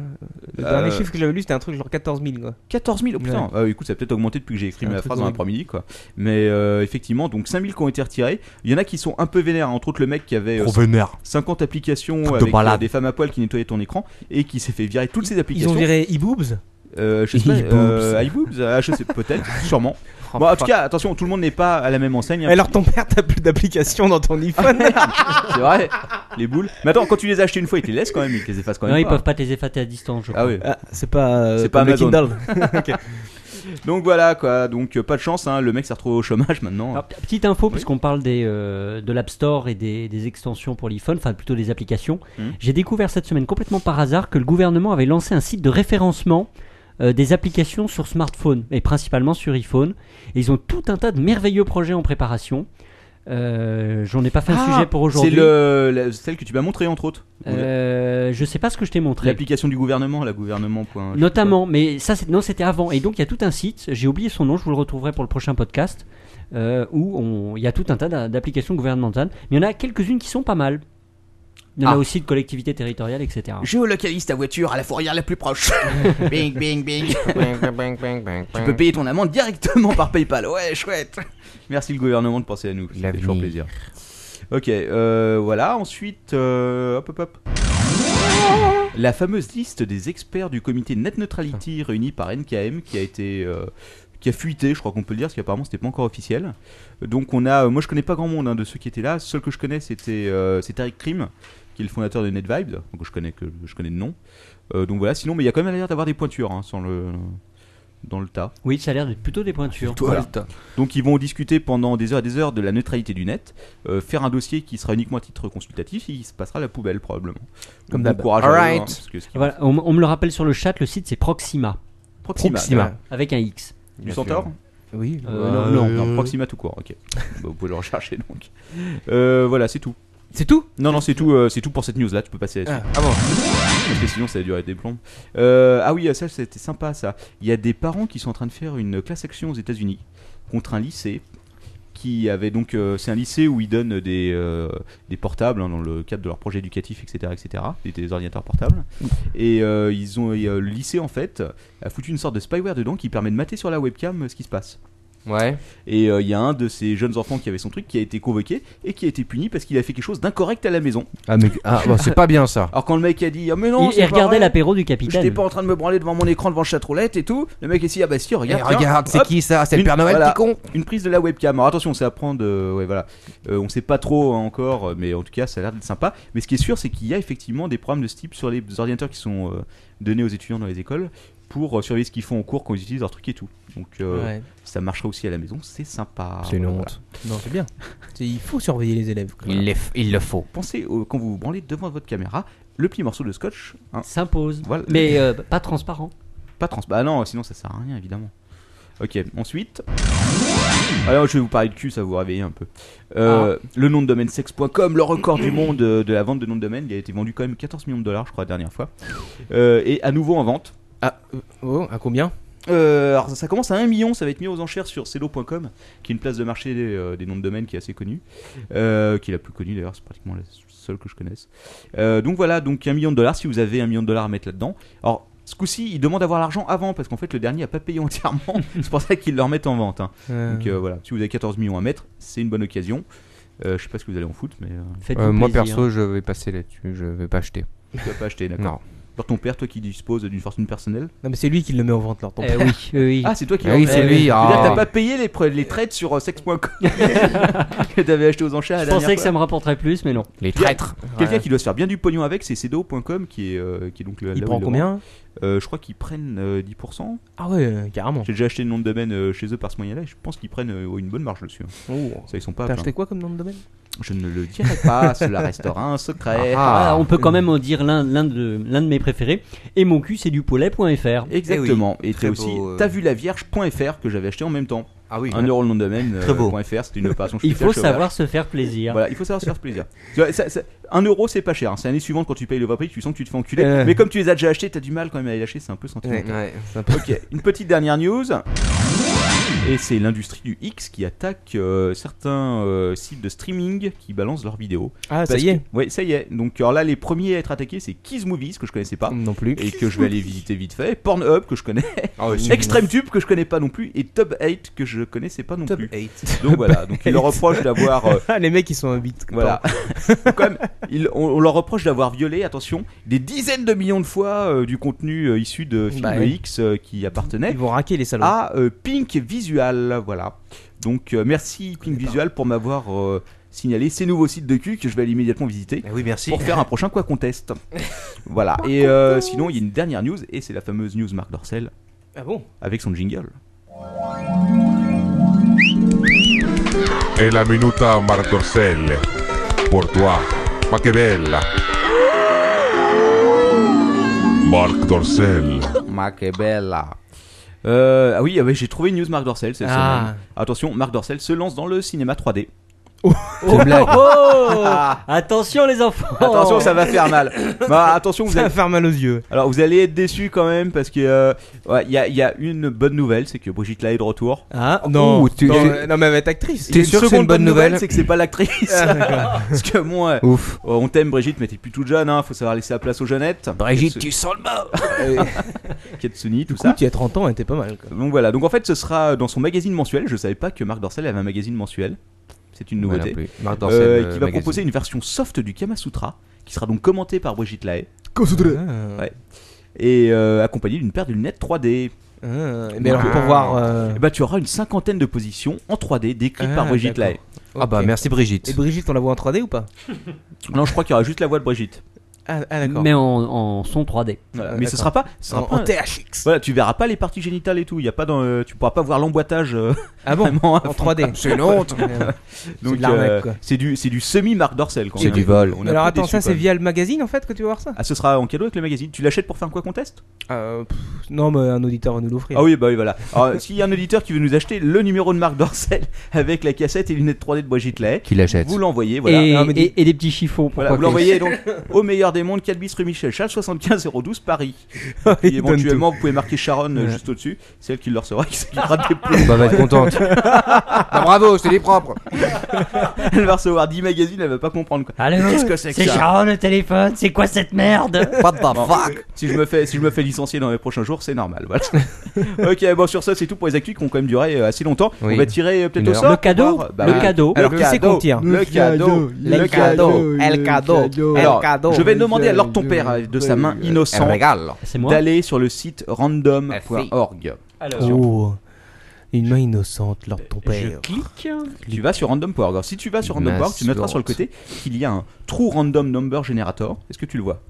[SPEAKER 5] Le
[SPEAKER 3] Euh,
[SPEAKER 5] dernier chiffre que j'avais lu, c'était un truc genre 14 000 quoi.
[SPEAKER 3] 14 000, oh putain,
[SPEAKER 5] Ouais.
[SPEAKER 3] Euh, écoute, ça a peut-être augmenté depuis que j'ai écrit
[SPEAKER 5] C'est un
[SPEAKER 3] ma
[SPEAKER 5] truc
[SPEAKER 3] phrase dans
[SPEAKER 5] horrible.
[SPEAKER 3] l'après-midi, quoi. Mais euh, effectivement, donc 5 000 qui ont été retirés. Il y en a qui sont un peu vénères, hein. entre autres le mec qui avait euh,
[SPEAKER 2] Trop vénère.
[SPEAKER 3] 50 applications
[SPEAKER 2] de
[SPEAKER 3] avec euh,
[SPEAKER 2] balade.
[SPEAKER 3] des femmes à poil qui nettoyaient ton écran et qui s'est fait virer toutes ces
[SPEAKER 5] Ils
[SPEAKER 3] applications.
[SPEAKER 5] ont viré e-boobs
[SPEAKER 3] Euh, je sais pas,
[SPEAKER 5] E-boobs.
[SPEAKER 3] euh, iBoobs, euh, je sais peut-être, sûrement.
[SPEAKER 4] Oh,
[SPEAKER 3] Bon, en tout
[SPEAKER 5] fuck.
[SPEAKER 3] cas, attention, tout le monde n'est pas à la même enseigne. hein.
[SPEAKER 5] Alors ton père, t'as plus d'application dans ton iPhone.
[SPEAKER 3] C'est vrai, les boules. Mais attends, quand tu les as achetées une fois, ils te les laissent quand même, ils te les effacent quand même.
[SPEAKER 4] Non, ils
[SPEAKER 3] pas.
[SPEAKER 4] peuvent pas te les effacer à distance, je
[SPEAKER 3] Ah
[SPEAKER 4] crois.
[SPEAKER 3] oui.
[SPEAKER 5] Ah, c'est pas, euh,
[SPEAKER 3] C'est pas
[SPEAKER 5] comme le
[SPEAKER 3] Amazon.
[SPEAKER 5] Kindle. Ok.
[SPEAKER 3] Donc voilà quoi, donc euh, pas de chance, hein. le mec s'est retrouvé au chômage maintenant.
[SPEAKER 4] Alors, p- petite info, puisqu'on parle des, euh, de l'App Store et des, des extensions pour l'iPhone, enfin plutôt des applications,
[SPEAKER 3] Mhm.
[SPEAKER 4] j'ai découvert cette semaine complètement par hasard que le gouvernement avait lancé un site de référencement euh, des applications sur smartphone et principalement sur iPhone. Et ils ont tout un tas de merveilleux projets en préparation. Euh, J'en ai pas fait un
[SPEAKER 3] Ah,
[SPEAKER 4] sujet pour aujourd'hui.
[SPEAKER 3] C'est le, la- celle que tu m'as montrée entre autres.
[SPEAKER 4] Euh, je sais pas ce que je t'ai montré.
[SPEAKER 3] L'application du gouvernement, la gouvernement. point-
[SPEAKER 4] Notamment, mais ça, c'est- non, c'était avant. Et donc, il y a tout un site, j'ai oublié son nom, je vous le retrouverai pour le prochain podcast, euh, où on- il y a tout un tas d'a- d'applications gouvernementales. Mais il y en a quelques-unes qui sont pas mal. Il y en a
[SPEAKER 3] Ah.
[SPEAKER 4] aussi de collectivités territoriales, etc.
[SPEAKER 3] Géolocalise ta voiture à la fourrière la plus proche. bing, bing, bing. tu peux payer ton amende directement par PayPal. Ouais, chouette. Merci le gouvernement de penser à nous. Ça fait toujours plaisir. Ok, euh, voilà. Ensuite, euh, hop, hop, hop. La fameuse liste des experts du comité Net Neutrality réunie par NKM qui a été. euh, qui a fuité, je crois qu'on peut le dire, parce qu'apparemment c'était pas encore officiel. Donc on a, euh, moi je connais pas grand monde hein, de ceux qui étaient là. Seul que je connais c'était euh, c'est Eric Krim, qui est le fondateur de NetVibes, donc je connais que je connais de nom. Euh, donc voilà. Sinon, mais il y a quand même l'air d'avoir des pointures hein, sur le dans le tas.
[SPEAKER 4] Oui, ça a l'air d'être plutôt des pointures.
[SPEAKER 3] Voilà. Donc ils vont discuter pendant des heures et des heures de la neutralité du net, euh, faire un dossier qui sera uniquement à titre consultatif et il se passera à la poubelle probablement.
[SPEAKER 4] Comme
[SPEAKER 3] Donc, bon
[SPEAKER 4] d'hab.
[SPEAKER 3] courage à eux, hein, parce que ce qui-
[SPEAKER 4] Voilà, on, on me le rappelle sur le chat, le site c'est Proxima.
[SPEAKER 3] Proxima, ouais.
[SPEAKER 4] Avec un X.
[SPEAKER 3] Du centaure
[SPEAKER 5] Oui.
[SPEAKER 4] Euh,
[SPEAKER 3] Euh,
[SPEAKER 4] non, non.
[SPEAKER 3] non, Proxima tout court, ok. Bah, vous pouvez le rechercher donc. Euh, voilà, c'est tout. C'est tout Non, non, c'est tout, euh, c'est tout pour cette news là, tu peux passer à la suite.
[SPEAKER 5] Ah, ah bon.
[SPEAKER 3] Parce que sinon ça va durer des plombs. Euh, ah oui, ça c'était sympa ça. Il y a des parents qui sont en train de faire une classe action aux États-Unis contre un lycée qui avait donc euh, c'est un lycée où ils donnent des, euh, des portables hein, dans le cadre de leur projet éducatif etc etc des, des ordinateurs portables et euh, ils ont et, euh, le lycée en fait a foutu une sorte de spyware dedans qui permet de mater sur la webcam euh, ce qui se passe
[SPEAKER 2] Ouais.
[SPEAKER 3] et euh, il y a un de ces jeunes enfants qui avait son truc qui a été convoqué et qui a été puni parce qu'il a fait quelque chose d'incorrect à la maison
[SPEAKER 2] Ah, mais ah, bon, c'est pas bien ça.
[SPEAKER 3] alors quand le mec a dit ah mais non
[SPEAKER 2] Il-
[SPEAKER 3] c'est
[SPEAKER 2] il
[SPEAKER 3] pas
[SPEAKER 2] regardait
[SPEAKER 3] vrai.
[SPEAKER 2] l'apéro du capitaine.
[SPEAKER 3] j'étais pas en train de me branler devant mon écran devant chatroulette et tout le mec est si ah bah si regarde
[SPEAKER 2] Eh,
[SPEAKER 3] tiens,
[SPEAKER 2] regarde, c'est
[SPEAKER 3] hop.
[SPEAKER 2] qui ça C'est le
[SPEAKER 3] Une-
[SPEAKER 2] Père Noël,
[SPEAKER 3] voilà.
[SPEAKER 2] petit con
[SPEAKER 3] Une prise de la webcam. Alors attention, c'est à prendre. euh, ouais, voilà. Euh, on sait pas trop hein, encore, euh, mais en tout cas, ça a l'air d'être sympa. Mais ce qui est sûr, c'est qu'il y a effectivement des programmes de ce type sur les ordinateurs qui sont euh, donnés aux étudiants dans les écoles pour euh, surveiller ce qu'ils font en cours quand ils utilisent leur truc et tout. Donc euh,
[SPEAKER 5] Ouais.
[SPEAKER 3] ça marchera aussi à la maison, c'est sympa.
[SPEAKER 2] C'est une
[SPEAKER 3] Voilà.
[SPEAKER 2] honte.
[SPEAKER 5] Non, c'est bien. C'est- Il faut surveiller les élèves. quoi.
[SPEAKER 2] Il, le faut.
[SPEAKER 3] Pensez au- quand vous vous branlez devant votre caméra, le petit morceau de scotch hein.
[SPEAKER 4] s'impose.
[SPEAKER 3] Voilà.
[SPEAKER 4] Mais euh, pas transparent.
[SPEAKER 3] Pas trans. Bah non, sinon ça sert à rien évidemment. Ok, ensuite. Alors je vais vous parler de cul, ça va vous réveiller un peu. Euh, Le nom de domaine sexe.com, le record du monde euh, de la vente de nom de domaine, il a été vendu quand même 14 millions de dollars, je crois, la dernière fois. Euh, et à nouveau en vente. Ah,
[SPEAKER 5] oh, à combien
[SPEAKER 3] euh, alors ça commence à 1 million, ça va être mis aux enchères sur cello.com, qui est une place de marché euh, des noms de domaine qui est assez connue, euh, qui est la plus connue d'ailleurs, c'est pratiquement la seule que je connaisse. Euh, donc voilà, donc 1 million de dollars, si vous avez 1 million de dollars à mettre là-dedans. Alors ce coup-ci, ils demandent d'avoir l'argent avant, parce qu'en fait le dernier a pas payé entièrement, c'est pour ça qu'ils le remettent en vente. hein.
[SPEAKER 5] Euh.
[SPEAKER 3] Donc euh, voilà, si vous avez 14 millions à mettre, c'est une bonne occasion. Euh, je sais pas ce que vous allez en foutre, mais... euh,
[SPEAKER 2] Euh, moi perso, je vais passer là-dessus, je vais pas acheter.
[SPEAKER 3] Tu vas pas acheter, d'accord.
[SPEAKER 2] Non.
[SPEAKER 3] Pour ton père, toi qui dispose d'une fortune personnelle
[SPEAKER 5] Non, mais c'est lui qui le met en vente, leur ton
[SPEAKER 3] Eh
[SPEAKER 5] père.
[SPEAKER 3] oui,
[SPEAKER 4] oui.
[SPEAKER 3] Ah, c'est toi qui
[SPEAKER 2] Ah oui, c'est
[SPEAKER 5] Eh
[SPEAKER 2] lui,
[SPEAKER 3] Tu
[SPEAKER 2] ah.
[SPEAKER 3] t'as pas payé les, pre- les traites sur euh, sex.com que t'avais acheté aux enchères la
[SPEAKER 4] Je
[SPEAKER 3] dernière
[SPEAKER 4] pensais que
[SPEAKER 3] fois.
[SPEAKER 4] ça me rapporterait plus, mais non.
[SPEAKER 2] Les traîtres.
[SPEAKER 3] Quelqu'un
[SPEAKER 4] Ouais.
[SPEAKER 3] qui doit se faire bien du pognon avec, c'est cedo.com qui est, euh, qui est donc le.
[SPEAKER 5] Il
[SPEAKER 3] là où
[SPEAKER 5] prend
[SPEAKER 3] le
[SPEAKER 5] combien
[SPEAKER 3] vendent. Euh, Je crois qu'ils prennent euh, 10%.
[SPEAKER 5] Ah ouais, euh, carrément.
[SPEAKER 3] J'ai déjà acheté le nom de domaine euh, chez eux par ce moyen-là et je pense qu'ils prennent euh, une bonne marge dessus. hein.
[SPEAKER 5] Oh.
[SPEAKER 3] Ça, ils sont pas.
[SPEAKER 5] T'as
[SPEAKER 3] pleins.
[SPEAKER 5] acheté quoi comme nom de domaine
[SPEAKER 3] Je ne le dirai pas, cela restera un secret.
[SPEAKER 4] Ah, on peut quand même en dire l'un l'un de, l'un de mes préférés. Et mon cul, c'est du poulet.fr.
[SPEAKER 3] Exactement. Et t'as aussi t'as vu la vierge.fr que j'avais acheté en même temps.
[SPEAKER 2] Ah oui.
[SPEAKER 3] Un euro le nom de domaine.
[SPEAKER 4] Très beau.
[SPEAKER 3] euh, .fr, c'était une opération.
[SPEAKER 4] Il
[SPEAKER 3] spéciale
[SPEAKER 4] faut
[SPEAKER 3] chômage.
[SPEAKER 4] savoir se faire plaisir.
[SPEAKER 3] Voilà, il faut savoir se faire plaisir. Tu vois, ça- ça- un euro, c'est pas cher. hein. C'est l'année suivante quand tu payes le vrai prix, tu sens que tu te fais enculer.
[SPEAKER 5] Euh.
[SPEAKER 3] Mais comme tu les as déjà achetés, t'as du mal quand même à les lâcher. C'est un peu sentimental.
[SPEAKER 2] Ouais, ouais, c'est un peu-
[SPEAKER 3] Ok, une petite dernière news. Et c'est l'industrie du X qui attaque euh, certains euh, sites de streaming qui balancent leurs vidéos.
[SPEAKER 5] Ah, ça
[SPEAKER 3] Parce
[SPEAKER 5] y est.
[SPEAKER 3] que- Ouais, ça y est. Donc alors là, les premiers à être attaqués, c'est Kiss Movies que je connaissais pas
[SPEAKER 5] non plus, Ah
[SPEAKER 3] et que je vais aller visiter vite fait. Pornhub que je connais, Extreme Tube que je connais pas non plus et Top 8 que je connaissais pas non plus. Donc voilà. Donc ils leur reprochent d'avoir euh,
[SPEAKER 5] Ah, les mecs, ils sont un bit.
[SPEAKER 3] voilà. Quand même, ils- on, on leur reproche d'avoir violé, attention, des dizaines de millions de fois euh, du contenu euh, issu de films
[SPEAKER 5] Bah oui.
[SPEAKER 3] X euh, qui appartenaient.
[SPEAKER 5] Ils vont raquer les salauds.
[SPEAKER 3] À euh, Pink Visual, voilà. Donc euh, merci Pink Visual pour m'avoir euh, signalé ces nouveaux sites de cul que je vais aller immédiatement
[SPEAKER 5] Eh
[SPEAKER 3] visiter.
[SPEAKER 2] oui, merci.
[SPEAKER 3] Pour faire un prochain quoi qu'on teste. voilà. Et euh, sinon, il y a une dernière news et c'est la fameuse news Marc Dorcel.
[SPEAKER 5] Ah bon
[SPEAKER 3] Avec son jingle.
[SPEAKER 14] È la minuta Marc Dorcel. Pour toi. Ma che bella. Marc Dorcel.
[SPEAKER 3] Ma que bella. Euh, ah oui, ah ouais, j'ai trouvé une news Marc Dorcel cette
[SPEAKER 5] Ah.
[SPEAKER 3] semaine. Attention, Marc Dorcel se lance dans le cinéma 3D. C'est une blague.
[SPEAKER 4] Oh Attention les enfants
[SPEAKER 3] Attention, ça va faire mal. Bah, attention, vous
[SPEAKER 5] Ça
[SPEAKER 3] allez
[SPEAKER 5] va faire mal aux yeux.
[SPEAKER 3] Alors vous allez être déçus quand même parce que euh, ouais, il y, a, il y a une bonne nouvelle, c'est que Brigitte là est de retour.
[SPEAKER 5] Ah non,
[SPEAKER 3] Ouh, tu-
[SPEAKER 5] non,
[SPEAKER 3] tu-
[SPEAKER 5] mais- non, mais elle va être actrice.
[SPEAKER 3] Et une seconde C'est que c'est pas l'actrice.
[SPEAKER 5] Ah, d'accord.
[SPEAKER 3] Parce que moi,
[SPEAKER 5] Ouf.
[SPEAKER 3] euh, on t'aime Brigitte, mais t'es plus toute jeune, hein, faut savoir laisser la place aux jeunettes.
[SPEAKER 5] Brigitte,
[SPEAKER 3] Katsu-
[SPEAKER 5] tu sens le mort.
[SPEAKER 3] Katsuni, tout
[SPEAKER 5] Du coup,
[SPEAKER 3] ça.
[SPEAKER 5] tu as 30 ans, elle était pas mal. quoi.
[SPEAKER 3] Donc voilà, donc en fait ce sera dans son magazine mensuel. Je savais pas que Marc Dorcel avait un magazine mensuel. C'est une
[SPEAKER 2] Moi
[SPEAKER 3] nouveauté.
[SPEAKER 2] non plus. Marc Dorcel,
[SPEAKER 3] Euh,
[SPEAKER 2] euh,
[SPEAKER 3] qui va
[SPEAKER 2] magazine.
[SPEAKER 3] proposer une version soft du Kama Sutra qui sera donc commentée par Brigitte Lahaye.
[SPEAKER 5] Ah.
[SPEAKER 3] Ouais. Et euh, accompagnée d'une paire de lunettes 3D.
[SPEAKER 5] mais
[SPEAKER 3] Donc,
[SPEAKER 5] Ah. Eh alors, pour voir, euh,
[SPEAKER 3] eh ben, tu auras une cinquantaine de positions en 3D décrites
[SPEAKER 5] Ah,
[SPEAKER 3] par Brigitte
[SPEAKER 5] d'accord.
[SPEAKER 3] Lahaye.
[SPEAKER 5] Ah bah, Ok. merci,
[SPEAKER 3] Brigitte.
[SPEAKER 5] Et Brigitte, on la voit en 3D ou pas
[SPEAKER 3] Non, je crois qu'il y aura juste la voix de Brigitte.
[SPEAKER 5] Ah, ah, d'accord.
[SPEAKER 4] Mais en, en son 3D.
[SPEAKER 5] Euh,
[SPEAKER 3] Voilà, mais ce sera pas, ce sera
[SPEAKER 4] En-
[SPEAKER 3] pas
[SPEAKER 4] en THX.
[SPEAKER 3] Voilà, tu verras pas les parties génitales et tout. Il y a pas dans, euh, tu pourras pas voir l'emboîtage. euh, vraiment, à
[SPEAKER 5] Ah En
[SPEAKER 3] fond.
[SPEAKER 5] 3D. C'est une honte. C'est
[SPEAKER 3] Donc
[SPEAKER 5] de l'arnaque,
[SPEAKER 3] euh,
[SPEAKER 5] quoi.
[SPEAKER 3] c'est du, c'est du semi Marc Dorcel. quand
[SPEAKER 5] C'est
[SPEAKER 3] même.
[SPEAKER 5] du
[SPEAKER 2] vol.
[SPEAKER 3] On est un
[SPEAKER 5] Alors
[SPEAKER 3] peu
[SPEAKER 5] attends,
[SPEAKER 3] déçus,
[SPEAKER 5] ça
[SPEAKER 3] quand
[SPEAKER 5] c'est
[SPEAKER 3] même.
[SPEAKER 5] via le magazine en fait que tu vas voir ça
[SPEAKER 3] Ah, ce sera en cadeau avec le magazine. Tu l'achètes pour faire quoi qu'on teste
[SPEAKER 5] Euh, pff, Non, mais un auditeur va nous l'offrir.
[SPEAKER 3] Ah oui, bah oui, voilà. Alors, s'il y a un auditeur qui veut nous acheter le numéro de Marc Dorcel avec la cassette et les lunettes 3D de Brigitte Lahaye,
[SPEAKER 2] Qu'il achète.
[SPEAKER 3] Vous l'envoyez, voilà.
[SPEAKER 4] Et,
[SPEAKER 3] Non, mais dis-
[SPEAKER 4] et- et des petits chiffons pour
[SPEAKER 3] Voilà,
[SPEAKER 4] quoi
[SPEAKER 3] vous
[SPEAKER 4] que-
[SPEAKER 3] l'envoyez donc au meilleur des mondes, 4 bis rue Michel, Charles 75 012 Paris. Et
[SPEAKER 2] Ah,
[SPEAKER 5] Il donne
[SPEAKER 3] éventuellement, vous pouvez marquer Sharon euh,
[SPEAKER 2] Ouais.
[SPEAKER 3] juste au-dessus. C'est elle qui le recevra, qui s'occupera des plombs.
[SPEAKER 2] Bah, va être contente.
[SPEAKER 3] Bah,
[SPEAKER 2] bravo, je te dis propre.
[SPEAKER 3] elle va recevoir 10 magazines, elle va pas comprendre quoi.
[SPEAKER 4] Allô
[SPEAKER 3] Qu'est-ce que c'est que
[SPEAKER 4] C'est
[SPEAKER 3] ça
[SPEAKER 4] Sharon au téléphone, c'est quoi cette merde What the
[SPEAKER 3] Bon, si je me fais si je me fais licencier dans les prochains jours, c'est normal. Voilà. ok, bon sur ça c'est tout pour les actus qui ont quand même duré euh, assez longtemps.
[SPEAKER 2] Oui.
[SPEAKER 3] On va tirer euh, peut-être
[SPEAKER 2] Une
[SPEAKER 3] au
[SPEAKER 2] heure.
[SPEAKER 3] sort.
[SPEAKER 2] Le
[SPEAKER 3] pour
[SPEAKER 2] cadeau
[SPEAKER 3] voir- euh, bah,
[SPEAKER 2] Le cadeau.
[SPEAKER 3] Alors
[SPEAKER 2] Le
[SPEAKER 3] qui c'est
[SPEAKER 2] cadeau.
[SPEAKER 3] qu'on tire Le
[SPEAKER 2] Le
[SPEAKER 3] cadeau.
[SPEAKER 2] cadeau.
[SPEAKER 3] Le
[SPEAKER 2] Le
[SPEAKER 3] cadeau.
[SPEAKER 2] cadeau. Le cadeau.
[SPEAKER 3] Alors,
[SPEAKER 2] Le cadeau.
[SPEAKER 3] je vais demander à Lord ton
[SPEAKER 2] Le
[SPEAKER 3] père euh, de sa main
[SPEAKER 2] cadeau.
[SPEAKER 3] innocente
[SPEAKER 2] Un régal. C'est moi
[SPEAKER 3] d'aller sur le site random.org.
[SPEAKER 5] Oh, une main innocente, lors de ton père.
[SPEAKER 4] Euh, clique.
[SPEAKER 3] Tu vas sur random.org. Alors, Si tu vas sur random.org, tu noteras sur le côté qu'il y a un true random number generator. Est-ce que tu le vois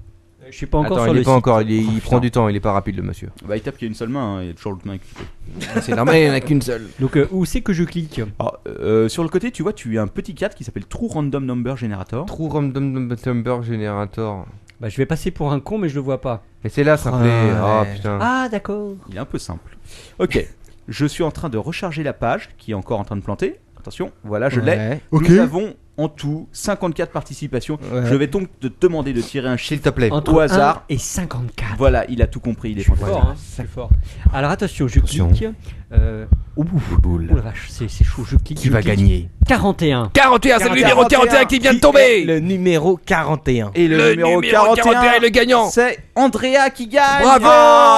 [SPEAKER 4] Je suis pas encore
[SPEAKER 2] Attends,
[SPEAKER 4] sur
[SPEAKER 2] il est
[SPEAKER 4] le
[SPEAKER 2] pas
[SPEAKER 4] site.
[SPEAKER 2] encore, il, est- il
[SPEAKER 4] Oh, putain.
[SPEAKER 2] prend du temps, il est pas rapide le monsieur.
[SPEAKER 3] Bah, il tape qu'il y a une seule main, hein, il y a toujours l'autre main qui
[SPEAKER 2] C'est normal, il y en a qu'une seule.
[SPEAKER 4] Donc euh, où c'est que je clique
[SPEAKER 3] Alors, euh, sur le côté, tu vois, tu as un petit cadre qui s'appelle True Random Number Generator.
[SPEAKER 2] True Random Number Generator.
[SPEAKER 4] Bah je vais passer pour un con mais je le vois pas.
[SPEAKER 2] Mais c'est là, ça
[SPEAKER 4] Ah,
[SPEAKER 2] plaît. Ah
[SPEAKER 4] ouais.
[SPEAKER 2] putain.
[SPEAKER 4] Ah d'accord.
[SPEAKER 3] Il est un peu simple. Ok, je suis en train de recharger la page qui est encore en train de planter. Attention, voilà, je l'ai.
[SPEAKER 2] Ouais.
[SPEAKER 3] Nous avons en tout 54 participations.
[SPEAKER 2] Ouais.
[SPEAKER 3] Je vais donc te demander de tirer un chiffre
[SPEAKER 2] te plaît.
[SPEAKER 4] Entre
[SPEAKER 3] au
[SPEAKER 4] 1
[SPEAKER 3] hasard.
[SPEAKER 4] et 54.
[SPEAKER 3] Voilà, il a tout compris, il est fantastique.
[SPEAKER 4] Fort, hein, c'est fort. Alors attention, je clique. Euh, au bout. Oh la vache, c'est c'est chaud, je clique.
[SPEAKER 2] Qui
[SPEAKER 4] je
[SPEAKER 2] va
[SPEAKER 4] clique.
[SPEAKER 2] gagner
[SPEAKER 4] 41.
[SPEAKER 12] 41, c'est le numéro 41 qui vient de
[SPEAKER 5] est
[SPEAKER 12] tomber
[SPEAKER 5] Le numéro 41.
[SPEAKER 3] Et
[SPEAKER 12] Le numéro 41 est le gagnant
[SPEAKER 3] C'est Andrea qui gagne. Ah.
[SPEAKER 12] Bravo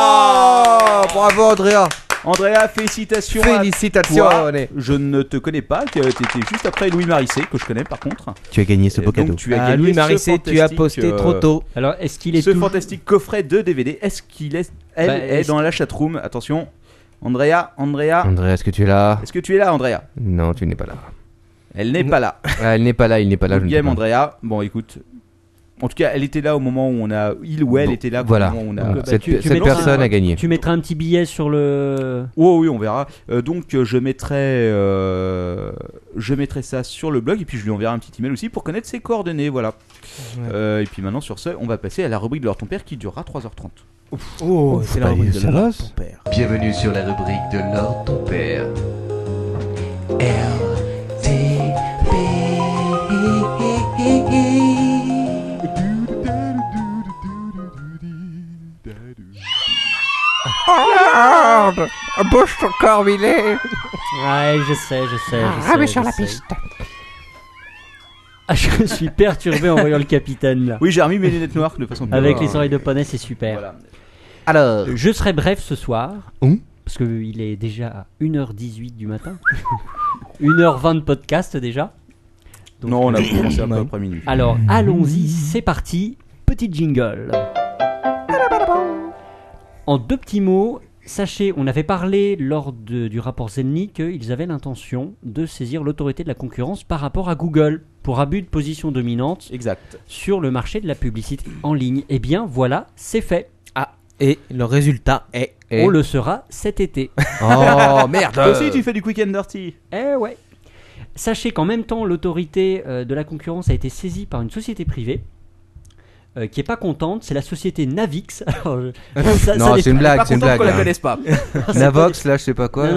[SPEAKER 2] Oh, Bravo Andrea.
[SPEAKER 3] Andrea, félicitations. à
[SPEAKER 2] Félicitations,
[SPEAKER 3] toi.
[SPEAKER 2] René.
[SPEAKER 3] Je ne te connais pas, tu étais juste après Louis Marissé, que je connais par contre.
[SPEAKER 2] Tu as gagné ce
[SPEAKER 3] beau cadeau. tu as
[SPEAKER 5] Ah,
[SPEAKER 3] gagné
[SPEAKER 5] Louis
[SPEAKER 3] ce
[SPEAKER 5] Marisset, tu as
[SPEAKER 3] fantastique,
[SPEAKER 5] posté
[SPEAKER 3] euh,
[SPEAKER 5] trop tôt.
[SPEAKER 4] Alors est-ce qu'il est,
[SPEAKER 3] ce
[SPEAKER 4] tou-
[SPEAKER 3] fantastique coffret de DVD, est-ce qu'il est, elle
[SPEAKER 4] Bah,
[SPEAKER 3] est
[SPEAKER 4] est-ce
[SPEAKER 3] dans la chatroom Attention, Andrea, Andrea,
[SPEAKER 2] Andrea, Ah. est-ce que tu es là
[SPEAKER 3] est-ce que tu es là, Andrea
[SPEAKER 2] Non, tu n'es pas là.
[SPEAKER 3] Elle n'est pas là.
[SPEAKER 2] Ah, elle n'est pas là, il n'est pas là.
[SPEAKER 3] Good
[SPEAKER 2] je ne sais
[SPEAKER 3] game,
[SPEAKER 2] pas.
[SPEAKER 3] Andrea. Bon, écoute. En tout cas, elle était là au moment où on a. Il ou elle
[SPEAKER 2] Bon,
[SPEAKER 3] était là au
[SPEAKER 2] voilà.
[SPEAKER 3] moment où on
[SPEAKER 2] Donc,
[SPEAKER 3] a.
[SPEAKER 2] bah, Cette-
[SPEAKER 4] tu- tu
[SPEAKER 2] cette
[SPEAKER 4] mettras-
[SPEAKER 2] personne a gagné.
[SPEAKER 4] Tu mettras un petit billet sur le.
[SPEAKER 3] Oh oui, on verra. Euh, donc euh, je mettrai, euh, je mettrai ça sur le blog et puis je lui enverrai un petit email aussi pour connaître ses coordonnées, voilà. Euh, et puis maintenant sur ce, on va passer à la rubrique de leur ton père qui durera 3h30.
[SPEAKER 5] Oh, c'est la rubrique de
[SPEAKER 15] ça
[SPEAKER 5] Laure,
[SPEAKER 15] passe.
[SPEAKER 5] ton père.
[SPEAKER 15] Bienvenue sur la rubrique de l'or ton père.
[SPEAKER 12] Oh merde Bouge ton corps, il est
[SPEAKER 4] Ouais, je sais, je sais. je sais,
[SPEAKER 12] Ramène
[SPEAKER 4] je
[SPEAKER 12] sur la
[SPEAKER 4] sais.
[SPEAKER 12] piste
[SPEAKER 4] Ah, je suis perturbé en voyant le capitaine là.
[SPEAKER 3] Oui, j'ai remis mes lunettes noires de façon.
[SPEAKER 4] Avec
[SPEAKER 3] Ah.
[SPEAKER 4] les oreilles de poney, c'est super.
[SPEAKER 3] Voilà.
[SPEAKER 4] Alors, je serai bref ce soir.
[SPEAKER 2] Hum
[SPEAKER 4] Parce qu'il est déjà à 1h18 du matin. 1h20 de podcast déjà. Donc,
[SPEAKER 3] Non, on a
[SPEAKER 4] euh,
[SPEAKER 3] commencé un peu après minuit.
[SPEAKER 4] Alors, allons-y, c'est parti. Petit jingle. En deux petits mots, sachez, on avait parlé lors de- du rapport Zelny qu'ils avaient l'intention de saisir l'autorité de la concurrence par rapport à Google pour abus de position dominante
[SPEAKER 3] Exact.
[SPEAKER 4] sur le marché de la publicité en ligne. Eh bien, voilà, c'est fait.
[SPEAKER 5] Ah, Et le résultat est.
[SPEAKER 4] On le sera cet été.
[SPEAKER 2] Oh merde.
[SPEAKER 3] Toi aussi, tu fais du quick and dirty.
[SPEAKER 4] Eh ouais. Sachez qu'en même temps, l'autorité euh, de la concurrence a été saisie par une société privée euh, qui est pas contente, c'est la société Navix. Alors, je-
[SPEAKER 2] Non, c'est
[SPEAKER 4] dépend.
[SPEAKER 2] une blague, c'est une blague. hein.
[SPEAKER 4] C'est
[SPEAKER 2] Navox,
[SPEAKER 4] pas-
[SPEAKER 2] là, je sais pas quoi.
[SPEAKER 4] c'est- c'est-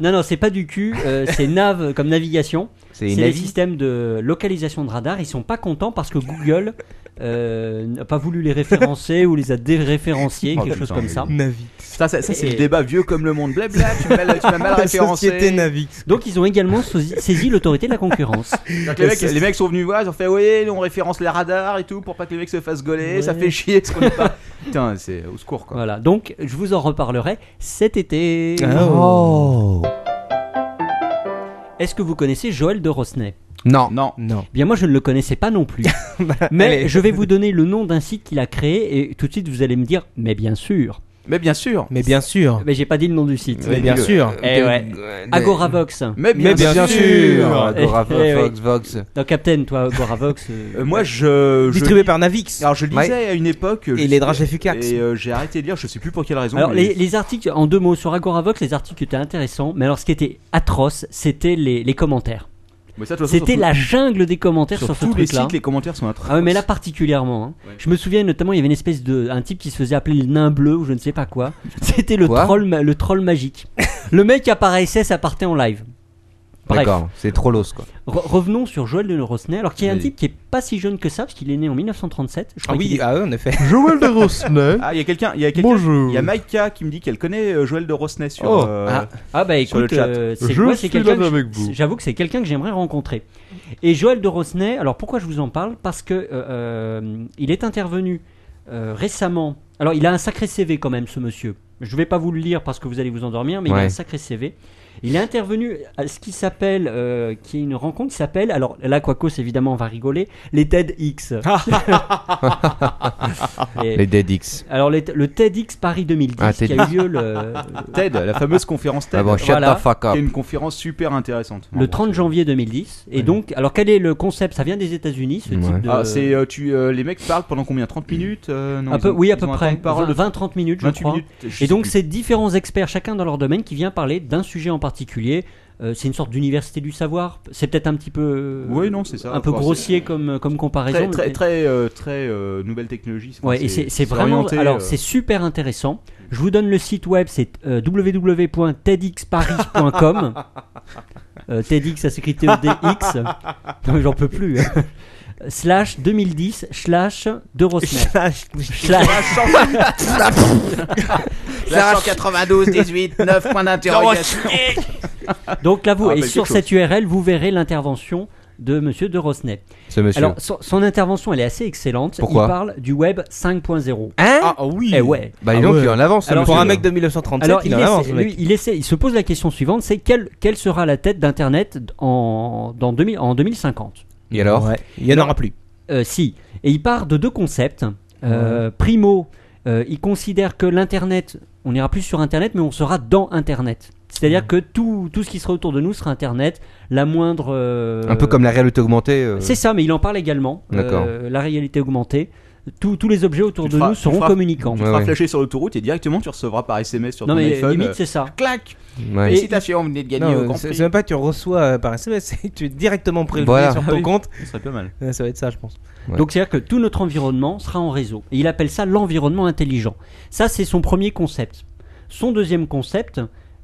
[SPEAKER 4] Non, non, c'est pas du cul, euh, c'est nav comme navigation.
[SPEAKER 2] C'est
[SPEAKER 4] C'est les
[SPEAKER 2] Navi.
[SPEAKER 4] systèmes de localisation de radar. Ils sont pas contents parce que Google euh, n'a pas voulu les référencer ou les a déréférenciés,
[SPEAKER 3] Oh,
[SPEAKER 4] quelque chose
[SPEAKER 3] putain,
[SPEAKER 4] comme
[SPEAKER 3] mais
[SPEAKER 4] ça.
[SPEAKER 3] oui. Navi. Ça, ça- ça, c'est
[SPEAKER 4] Et-
[SPEAKER 3] le débat vieux comme le monde. Blabla, tu m'as mal- tu m'as mal référencé. Société Navix.
[SPEAKER 4] Donc ils ont également saisi, saisi l'autorité de la concurrence.
[SPEAKER 3] Donc les, mecs, les mecs sont venus voir, ils ont fait oui, nous, on référence les radars et tout pour pas que les mecs se fassent gauler, eh, ça fait chier ce qu'on est pas. Putain, c'est au secours quoi.
[SPEAKER 4] Voilà, donc je vous en reparlerai cet été.
[SPEAKER 5] Ah.
[SPEAKER 3] Oh.
[SPEAKER 4] Est-ce que vous connaissez Joël de Rosnay
[SPEAKER 2] Non.
[SPEAKER 3] Non.
[SPEAKER 5] Non.
[SPEAKER 4] Bien moi je ne le connaissais pas non plus. mais
[SPEAKER 5] allez.
[SPEAKER 4] je vais vous donner le nom d'un site qu'il a créé et tout de suite vous allez me dire mais bien sûr.
[SPEAKER 3] Mais bien sûr.
[SPEAKER 5] Mais bien sûr.
[SPEAKER 4] Mais j'ai pas dit le nom du site.
[SPEAKER 5] Mais bien sûr.
[SPEAKER 4] Eh ouais.
[SPEAKER 5] Mais-
[SPEAKER 4] Agoravox.
[SPEAKER 5] Mais bien Mais bien sûr. sûr.
[SPEAKER 2] Agoravox,
[SPEAKER 4] Eh oui.
[SPEAKER 2] Vox.
[SPEAKER 4] Donc Captain toi Agoravox. euh,
[SPEAKER 3] Euh, moi je.
[SPEAKER 4] Distribué
[SPEAKER 3] par Navix. Alors je lisais
[SPEAKER 4] Ouais.
[SPEAKER 3] à une époque.
[SPEAKER 4] Et
[SPEAKER 3] je-
[SPEAKER 4] les drages efficaces.
[SPEAKER 3] Et euh, j'ai arrêté de lire, je sais plus pour quelle raison.
[SPEAKER 4] Alors,
[SPEAKER 3] mais-
[SPEAKER 4] les, les articles, en deux mots, sur Agoravox, les articles étaient intéressants, mais alors ce qui était atroce, c'était les, les commentaires.
[SPEAKER 3] Mais ça, de toute façon,
[SPEAKER 4] C'était
[SPEAKER 3] sur
[SPEAKER 4] la
[SPEAKER 3] tout-
[SPEAKER 4] jungle des commentaires sur,
[SPEAKER 3] sur
[SPEAKER 4] ce
[SPEAKER 3] tous les
[SPEAKER 4] truc-là.
[SPEAKER 3] sites, les commentaires sont atroces.
[SPEAKER 4] Ah ouais, mais là particulièrement. hein. Je me souviens notamment, il y avait une espèce de un type qui se faisait appeler le nain bleu ou je ne sais pas quoi. C'était le
[SPEAKER 2] Quoi
[SPEAKER 4] troll, ma- le troll magique. le mec apparaissait, ça partait en live. Bref.
[SPEAKER 2] D'accord, c'est trop los quoi.
[SPEAKER 4] Re- revenons sur Joël de Rosnay, alors qui est un
[SPEAKER 2] Vas-y.
[SPEAKER 4] type qui est pas si jeune que ça, parce qu'il est né en 1937. Je
[SPEAKER 5] Ah
[SPEAKER 4] crois qu'il
[SPEAKER 5] oui,
[SPEAKER 4] est-
[SPEAKER 5] ah ouais, en effet.
[SPEAKER 3] Joël de Rosnay. Ah, il y a quelqu'un, il y a quelqu'un. Il y a Maïka qui me dit qu'elle connaît euh, Joël de Rosnay sur.
[SPEAKER 4] Oh.
[SPEAKER 3] euh,
[SPEAKER 4] ah. Ah bah
[SPEAKER 3] sur le
[SPEAKER 4] écoute,
[SPEAKER 3] chat.
[SPEAKER 4] euh, c'est moi, c'est quelqu'un que je- J'avoue que c'est quelqu'un que j'aimerais rencontrer. Et Joël de Rosnay, alors pourquoi je vous en parle Parce que euh, euh, il est intervenu euh, récemment. Alors il a un sacré CV quand même, ce monsieur. Je vais pas vous le lire parce que vous allez vous endormir, mais il a
[SPEAKER 2] Ouais.
[SPEAKER 4] un sacré CV. Il est intervenu à ce qui s'appelle, euh, qui est une rencontre qui s'appelle, alors là Quacos évidemment va rigoler, les TEDx. Et-
[SPEAKER 2] Les TEDx.
[SPEAKER 4] Alors les- le TEDx Paris 2010
[SPEAKER 2] Ah,
[SPEAKER 4] qui a
[SPEAKER 2] TEDx.
[SPEAKER 4] eu lieu le, euh,
[SPEAKER 3] TED, la fameuse conférence TED.
[SPEAKER 2] Ah bon, shut
[SPEAKER 4] Voilà.
[SPEAKER 2] the fuck
[SPEAKER 3] qui est
[SPEAKER 2] up.
[SPEAKER 3] une conférence super intéressante.
[SPEAKER 4] Le 30 janvier 2010. Et donc, alors quel est le concept Ça vient des États-Unis, ce type de.
[SPEAKER 3] Ah, c'est euh, tu euh, les mecs parlent pendant combien 30 minutes euh, non,
[SPEAKER 4] Un
[SPEAKER 3] ils
[SPEAKER 4] peu-
[SPEAKER 3] ont-
[SPEAKER 4] oui, à
[SPEAKER 3] ils
[SPEAKER 4] peu
[SPEAKER 3] ont un
[SPEAKER 4] près.
[SPEAKER 3] temps de parole de-
[SPEAKER 4] 20-30 minutes, je
[SPEAKER 3] 28
[SPEAKER 4] crois.
[SPEAKER 3] minutes, je
[SPEAKER 4] et donc,
[SPEAKER 3] sais
[SPEAKER 4] c'est différents experts, chacun dans leur domaine, qui vient parler d'un sujet en particulier. Euh, c'est une sorte d'université du savoir. C'est peut-être un petit peu.
[SPEAKER 3] Oui, non, c'est ça.
[SPEAKER 4] Un peu
[SPEAKER 3] Enfin,
[SPEAKER 4] grossier
[SPEAKER 3] c'est-
[SPEAKER 4] comme, comme
[SPEAKER 3] plus.
[SPEAKER 4] comparaison.
[SPEAKER 3] très très
[SPEAKER 4] mais-
[SPEAKER 3] très, euh, très, euh, nouvelle technologie. Enfin,
[SPEAKER 4] Ouais, et c'est c'est vraiment.
[SPEAKER 3] orienté,
[SPEAKER 4] alors,
[SPEAKER 3] euh,
[SPEAKER 4] c'est super intéressant. Je vous donne le site web, c'est euh, www.tedxparis.com. Euh, TEDx, ça s'écrit T-E-D-X. Non, mais j'en peux plus. hein. Slash 2010, slash de Rosner.
[SPEAKER 5] Slash-
[SPEAKER 4] Slash.
[SPEAKER 12] Slash 92 18 9 point d'interrogation.
[SPEAKER 4] Donc là, vous,
[SPEAKER 12] Ah,
[SPEAKER 4] et
[SPEAKER 12] mais
[SPEAKER 4] sur
[SPEAKER 12] quelque
[SPEAKER 4] cette URL, vous verrez l'intervention de monsieur de Rosnay.
[SPEAKER 2] Ce monsieur.
[SPEAKER 4] Alors, son, son intervention, elle est assez excellente.
[SPEAKER 2] Pourquoi
[SPEAKER 4] Il parle du web 5.0.
[SPEAKER 5] Hein Ah, ah oui.
[SPEAKER 4] Eh ouais.
[SPEAKER 2] Bah, dis donc, il est en avance, ce
[SPEAKER 4] Alors,
[SPEAKER 2] monsieur.
[SPEAKER 5] Pour un mec de 1937,
[SPEAKER 4] alors,
[SPEAKER 5] il
[SPEAKER 4] il,
[SPEAKER 5] est en
[SPEAKER 4] essaie-
[SPEAKER 5] avance, ce mec.
[SPEAKER 4] lui, il essaie- il se pose la question suivante, c'est quelle, quelle sera la tête d'Internet en, dans 2000 en 2050
[SPEAKER 2] Et alors Ouais.
[SPEAKER 5] Il y en aura plus.
[SPEAKER 4] Euh, si. Et il part de deux concepts. Euh, Primo, euh, il considère que l'Internet, on n'ira plus sur Internet, mais on sera dans Internet. C'est-à-dire que tout, tout ce qui sera autour de nous sera Internet. La moindre... euh,
[SPEAKER 2] Un peu comme la réalité augmentée. euh,
[SPEAKER 4] C'est ça, mais il en parle également.
[SPEAKER 2] D'accord.
[SPEAKER 4] Euh, la réalité augmentée. Tous- tous les objets autour
[SPEAKER 3] tu
[SPEAKER 4] de
[SPEAKER 3] feras-
[SPEAKER 4] nous
[SPEAKER 3] tu
[SPEAKER 4] seront
[SPEAKER 3] feras-
[SPEAKER 4] communicants.
[SPEAKER 3] Tu feras flasher sur l'autoroute et directement tu recevras par SMS sur
[SPEAKER 4] Non,
[SPEAKER 3] ton
[SPEAKER 4] mais
[SPEAKER 3] iPhone.
[SPEAKER 4] limite,
[SPEAKER 3] euh,
[SPEAKER 4] c'est ça.
[SPEAKER 3] Clac.
[SPEAKER 2] Ouais.
[SPEAKER 3] Félicitations, vous venez de gagner au
[SPEAKER 5] Non, euh,
[SPEAKER 3] Grand
[SPEAKER 5] c'est
[SPEAKER 3] Prix.
[SPEAKER 5] c'est même pas tu reçois euh, par SMS, c'est que tu es directement prélevé
[SPEAKER 2] Voilà.
[SPEAKER 5] sur
[SPEAKER 2] Ah
[SPEAKER 5] ton
[SPEAKER 2] oui,
[SPEAKER 5] compte.
[SPEAKER 3] ce serait pas mal.
[SPEAKER 5] Ouais, ça va être ça, je pense.
[SPEAKER 4] Donc c'est-à-dire que tout notre environnement sera en réseau. Et il appelle ça l'environnement intelligent. Ça, c'est son premier concept. Son deuxième concept,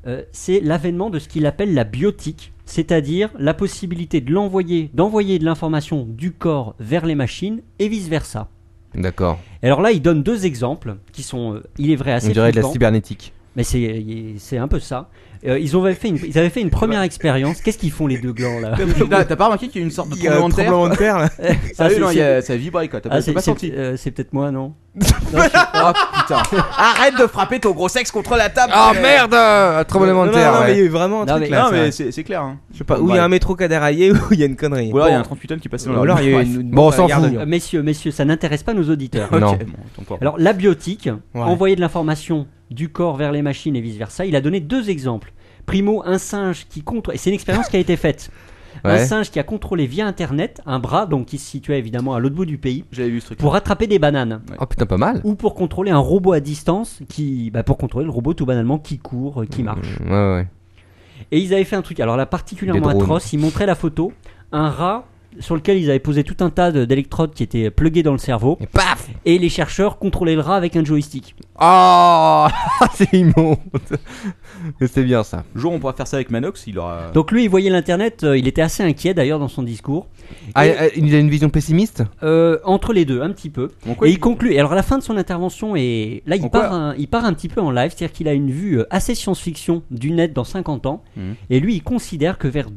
[SPEAKER 4] euh, c'est l'avènement de ce qu'il appelle la biotique, c'est-à-dire la possibilité de l'envoyer, d'envoyer de l'information du corps vers les machines et vice-versa.
[SPEAKER 2] D'accord.
[SPEAKER 4] Et Alors là, il donne deux exemples qui sont, euh, il est vrai, assez
[SPEAKER 2] On dirait de la
[SPEAKER 4] flippants.
[SPEAKER 2] cybernétique.
[SPEAKER 4] Mais c'est, il- c'est un peu ça. Euh, ils, ont fait une, ils avaient fait une première expérience. Qu'est-ce qu'ils font les deux glands là
[SPEAKER 3] Là, T'as pas remarqué qu'il y a une sorte de
[SPEAKER 4] Il y a un
[SPEAKER 3] tremblement de terre
[SPEAKER 4] tremblement de terre, là.
[SPEAKER 3] Ah
[SPEAKER 4] Ça,
[SPEAKER 3] oui,
[SPEAKER 4] c'est-
[SPEAKER 3] non, il y
[SPEAKER 4] c'est-
[SPEAKER 3] a- ça vibrait quoi.
[SPEAKER 4] Ah,
[SPEAKER 3] T'as pas- t'as
[SPEAKER 4] c'est-
[SPEAKER 3] pas
[SPEAKER 4] c'est-
[SPEAKER 3] senti.
[SPEAKER 4] euh, c'est peut-être moi, non
[SPEAKER 3] Ah putain. Arrête de frapper ton gros sexe contre la table.
[SPEAKER 2] Ah, merde, un tremblement de
[SPEAKER 5] Non, non,
[SPEAKER 2] terre,
[SPEAKER 5] non,
[SPEAKER 2] ouais.
[SPEAKER 5] mais il y a eu vraiment euh, un
[SPEAKER 3] Non,
[SPEAKER 5] truc
[SPEAKER 3] mais-
[SPEAKER 5] là.
[SPEAKER 3] non,
[SPEAKER 5] ça.
[SPEAKER 3] mais c'est- c'est clair, hein.
[SPEAKER 5] Je sais pas, où il y a un métro qui a déraillé, où il y a une connerie.
[SPEAKER 3] Ou alors il y a
[SPEAKER 5] Bon.
[SPEAKER 3] un 38 qui passait dans
[SPEAKER 5] Ou
[SPEAKER 3] la
[SPEAKER 5] alors il y a
[SPEAKER 3] rue.
[SPEAKER 5] une.
[SPEAKER 3] Bref.
[SPEAKER 5] une-
[SPEAKER 3] Bon, on
[SPEAKER 5] enfin,
[SPEAKER 3] s'en
[SPEAKER 5] il y a
[SPEAKER 3] fout.
[SPEAKER 5] un-
[SPEAKER 4] Euh, Messieurs, messieurs, ça n'intéresse pas nos auditeurs.
[SPEAKER 3] Ok, Non. bon, tant pis.
[SPEAKER 4] Alors, la biotique,
[SPEAKER 5] Ouais.
[SPEAKER 4] envoyer de l'information du corps vers les machines et vice-versa, il a donné deux exemples. Primo, un singe qui contre... Et c'est une expérience qui a été faite. Un
[SPEAKER 2] Ouais.
[SPEAKER 4] singe qui a contrôlé via Internet un bras, donc qui se situait évidemment à l'autre bout du pays,
[SPEAKER 3] J'avais vu ce truc.
[SPEAKER 4] pour attraper des bananes.
[SPEAKER 2] Oh putain, pas mal.
[SPEAKER 4] Ou pour contrôler un robot à distance, qui, bah, pour contrôler le robot tout banalement qui court, euh, qui
[SPEAKER 2] Mmh.
[SPEAKER 4] marche.
[SPEAKER 2] Ouais, ouais.
[SPEAKER 4] Et ils avaient fait un truc, alors là
[SPEAKER 2] Des
[SPEAKER 4] particulièrement
[SPEAKER 2] drones.
[SPEAKER 4] atroce, ils montraient la photo, un rat sur lequel ils avaient posé tout un tas de- d'électrodes qui étaient pluguées dans le cerveau. Et
[SPEAKER 2] paf
[SPEAKER 4] Et les chercheurs contrôlaient le rat avec un joystick.
[SPEAKER 2] Oh C'est immonde Mais c'est bien ça.
[SPEAKER 3] Un jour, on pourra faire ça avec Manox. Il aura.
[SPEAKER 4] Donc lui, il voyait l'internet, euh, il était assez inquiet d'ailleurs dans son discours.
[SPEAKER 2] Ah, euh, il a une vision pessimiste
[SPEAKER 4] Euh, Entre les deux, un petit peu. et il conclut. Et alors à la fin de son intervention, et là il part, un, il part un petit peu en live, c'est-à-dire qu'il a une vue euh, assez science-fiction du net dans 50 ans.
[SPEAKER 2] Mhm.
[SPEAKER 4] Et lui, il considère que vers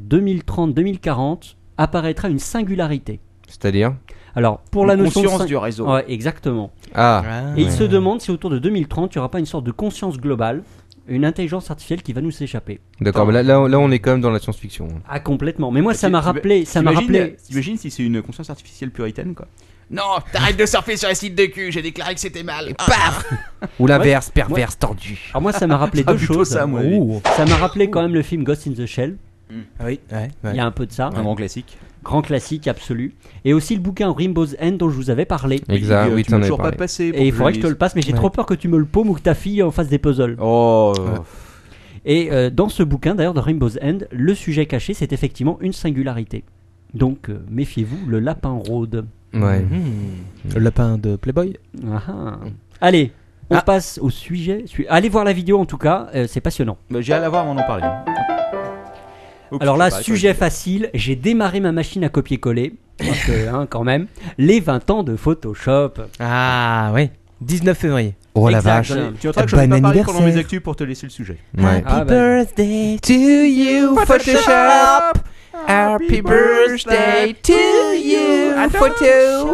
[SPEAKER 4] 2030-2040 apparaîtra une singularité.
[SPEAKER 2] C'est-à-dire
[SPEAKER 4] Alors pour la
[SPEAKER 2] Une
[SPEAKER 4] notion de
[SPEAKER 2] conscience
[SPEAKER 4] sing-
[SPEAKER 2] du réseau.
[SPEAKER 4] Ouais, exactement.
[SPEAKER 2] Ah.
[SPEAKER 4] Et il
[SPEAKER 2] Ouais.
[SPEAKER 4] se demande si autour de 2030, il n'y aura pas une sorte de conscience globale, une intelligence artificielle qui va nous échapper.
[SPEAKER 2] D'accord, mais là, Bah, là, là, on est quand même dans la science-fiction.
[SPEAKER 4] Ah complètement. Mais moi ça
[SPEAKER 3] T'im-
[SPEAKER 4] m'a
[SPEAKER 3] t'im-
[SPEAKER 4] rappelé, ça m'a
[SPEAKER 3] t'imagines-
[SPEAKER 4] rappelé.
[SPEAKER 3] T'imagines si c'est une conscience artificielle puritaine, quoi.
[SPEAKER 12] Non, t'arrêtes de surfer sur les sites de cul, j'ai déclaré que c'était mal.
[SPEAKER 16] Ah.
[SPEAKER 12] Paf
[SPEAKER 2] Ou l'inverse,
[SPEAKER 4] Ouais.
[SPEAKER 2] perverse,
[SPEAKER 4] Moi-
[SPEAKER 2] tordu.
[SPEAKER 4] Alors moi ça m'a rappelé
[SPEAKER 2] Ah,
[SPEAKER 4] deux
[SPEAKER 2] plutôt
[SPEAKER 4] choses.
[SPEAKER 2] ça, Mm. à mon avis.
[SPEAKER 4] Ouh. Ça m'a rappelé quand même le film Ghost in the Shell.
[SPEAKER 5] Oui, ouais, ouais.
[SPEAKER 4] Il y a un peu de ça.
[SPEAKER 3] Un grand classique.
[SPEAKER 4] Grand classique absolu. Et aussi le bouquin Rainbow's End dont je vous avais parlé.
[SPEAKER 2] Exact, Oui, oui, tu m'as t'en toujours avais pas parlé.
[SPEAKER 3] passé pour
[SPEAKER 4] Et il
[SPEAKER 3] que
[SPEAKER 4] faudrait
[SPEAKER 3] je
[SPEAKER 4] que je te
[SPEAKER 3] lise.
[SPEAKER 4] le passe, mais j'ai
[SPEAKER 3] Ouais.
[SPEAKER 4] trop peur que tu me le paumes ou que ta fille en fasse des puzzles.
[SPEAKER 3] Oh.
[SPEAKER 4] Et euh, dans ce bouquin d'ailleurs de Rainbow's End, le sujet caché c'est effectivement une singularité. Donc euh, méfiez-vous, le lapin rôde.
[SPEAKER 2] Ouais.
[SPEAKER 5] Le lapin de Playboy.
[SPEAKER 4] Ah, ah. Allez, on
[SPEAKER 3] Ah.
[SPEAKER 4] passe au sujet. su- Allez voir la vidéo en tout cas, euh, c'est passionnant.
[SPEAKER 3] Bah, j'ai hâte de la voir, on en parlait. Oups,
[SPEAKER 4] Alors
[SPEAKER 3] je
[SPEAKER 4] là,
[SPEAKER 3] sais pas,
[SPEAKER 4] sujet facile, j'ai démarré ma machine à copier-coller, parce que, hein, quand même, les 20 ans de Photoshop.
[SPEAKER 5] Ah oui, 19 février.
[SPEAKER 2] Oh la
[SPEAKER 4] Exact.
[SPEAKER 2] vache.
[SPEAKER 3] Tu noteras que je
[SPEAKER 5] Bon
[SPEAKER 3] n'ai pas parlé pendant mes
[SPEAKER 5] anniversaire.
[SPEAKER 3] actus pour te laisser le sujet.
[SPEAKER 2] Ouais.
[SPEAKER 4] Ah, bah.
[SPEAKER 5] birthday
[SPEAKER 12] to you,
[SPEAKER 5] Photoshop.
[SPEAKER 12] Happy birthday to you, Photo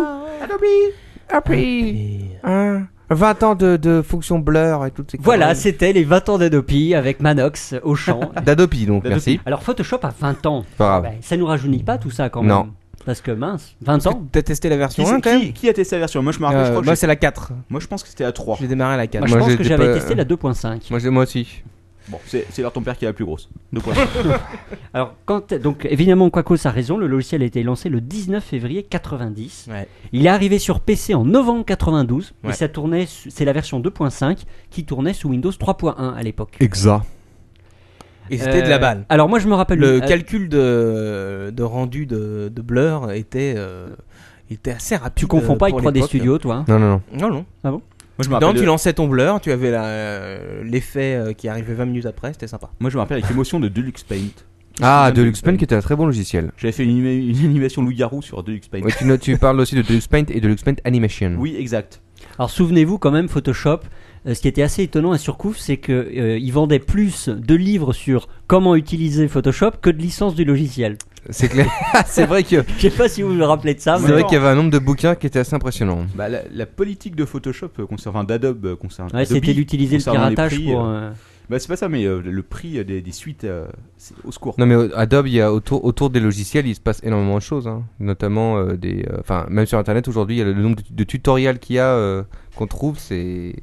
[SPEAKER 2] Après
[SPEAKER 3] Ah.
[SPEAKER 2] 20 ans de, de fonction blur et toutes ces
[SPEAKER 4] Voilà,
[SPEAKER 2] conneries.
[SPEAKER 4] c'était les 20 ans d'Adopi avec Manox au chant.
[SPEAKER 2] D'Adopi donc, merci.
[SPEAKER 4] Alors Photoshop a 20 ans.
[SPEAKER 2] Pas grave.
[SPEAKER 4] Bah, ça nous rajeunit pas tout ça quand même.
[SPEAKER 2] Non.
[SPEAKER 4] Parce que mince, 20 ans.
[SPEAKER 5] T'as testé la version
[SPEAKER 3] Qui,
[SPEAKER 5] 1
[SPEAKER 3] c'est-
[SPEAKER 5] quand même
[SPEAKER 3] qui- qui a testé la version Moi, je me rappelle,
[SPEAKER 5] Euh,
[SPEAKER 3] je crois que
[SPEAKER 5] Moi,
[SPEAKER 3] j'ai-
[SPEAKER 5] c'est la 4.
[SPEAKER 3] Moi, je pense que c'était à 3.
[SPEAKER 5] J'ai démarré à la 4.
[SPEAKER 4] Moi, je pense que j'avais testé la 2.5.
[SPEAKER 2] Moi, j'ai- moi aussi.
[SPEAKER 3] Bon, c'est c'est leur ton père qui est la plus grosse. De quoi
[SPEAKER 4] Alors, quand, donc, évidemment, Quaco a raison, le logiciel a été lancé le 19 février 90.
[SPEAKER 5] Ouais.
[SPEAKER 4] Il est arrivé sur PC en novembre 92,
[SPEAKER 5] Ouais.
[SPEAKER 4] et ça tournait, su- c'est la version 2.5 qui tournait sous Windows 3.1 à l'époque.
[SPEAKER 2] Exact.
[SPEAKER 5] Et c'était de la
[SPEAKER 4] Euh,
[SPEAKER 5] balle.
[SPEAKER 4] alors moi, je me rappelle-
[SPEAKER 5] Le
[SPEAKER 4] euh,
[SPEAKER 5] calcul de, de rendu de, de Blur était, euh, était assez rapide. euh,
[SPEAKER 4] Tu confonds pas
[SPEAKER 5] pour
[SPEAKER 4] avec 3D
[SPEAKER 5] l'époque.
[SPEAKER 4] Studio, toi, hein
[SPEAKER 2] Non, non, non.
[SPEAKER 5] Non, non.
[SPEAKER 4] Ah bon
[SPEAKER 5] Moi,
[SPEAKER 3] je me rappelle
[SPEAKER 5] tu
[SPEAKER 3] de-
[SPEAKER 5] lançais ton Blur, tu avais la, euh, l'effet euh, qui arrivait 20 minutes après, c'était sympa.
[SPEAKER 3] Moi, je me rappelle avec émotion de Deluxe Paint.
[SPEAKER 2] Ah, Deluxe Paint qui était un très bon logiciel.
[SPEAKER 3] J'avais fait une, anima- une animation loup-garou sur Deluxe Paint.
[SPEAKER 2] Ouais, tu, notes- tu parles aussi de Deluxe Paint et Deluxe Paint Animation.
[SPEAKER 3] Oui, exact.
[SPEAKER 4] Alors souvenez-vous quand même Photoshop, euh, ce qui était assez étonnant à Surcouf, c'est que euh, ils vendaient plus de livres sur comment utiliser Photoshop que de licences du logiciel.
[SPEAKER 2] C'est clair. c'est vrai que.
[SPEAKER 4] Je sais pas si vous vous rappelez de ça.
[SPEAKER 2] C'est
[SPEAKER 4] mais-
[SPEAKER 2] vrai qu'il y avait un nombre de bouquins qui était assez impressionnant.
[SPEAKER 3] Bah, la, la politique de Photoshop euh, concernant d'Adobe euh, concernant
[SPEAKER 4] Ouais,
[SPEAKER 3] Adobe,
[SPEAKER 4] c'était d'utiliser le
[SPEAKER 3] concernant les
[SPEAKER 4] piratage
[SPEAKER 3] prix,
[SPEAKER 4] pour,
[SPEAKER 3] euh,
[SPEAKER 4] euh,
[SPEAKER 3] Bah, c'est pas ça, mais euh, le prix euh, des, des suites, euh, c'est au secours.
[SPEAKER 2] Non mais au- Adobe, il y a autour, autour des logiciels, il se passe énormément de choses, hein. notamment euh, des, euh, enfin même sur Internet aujourd'hui, il y a le, le nombre de, de tutoriels qu'il y a euh, qu'on trouve, c'est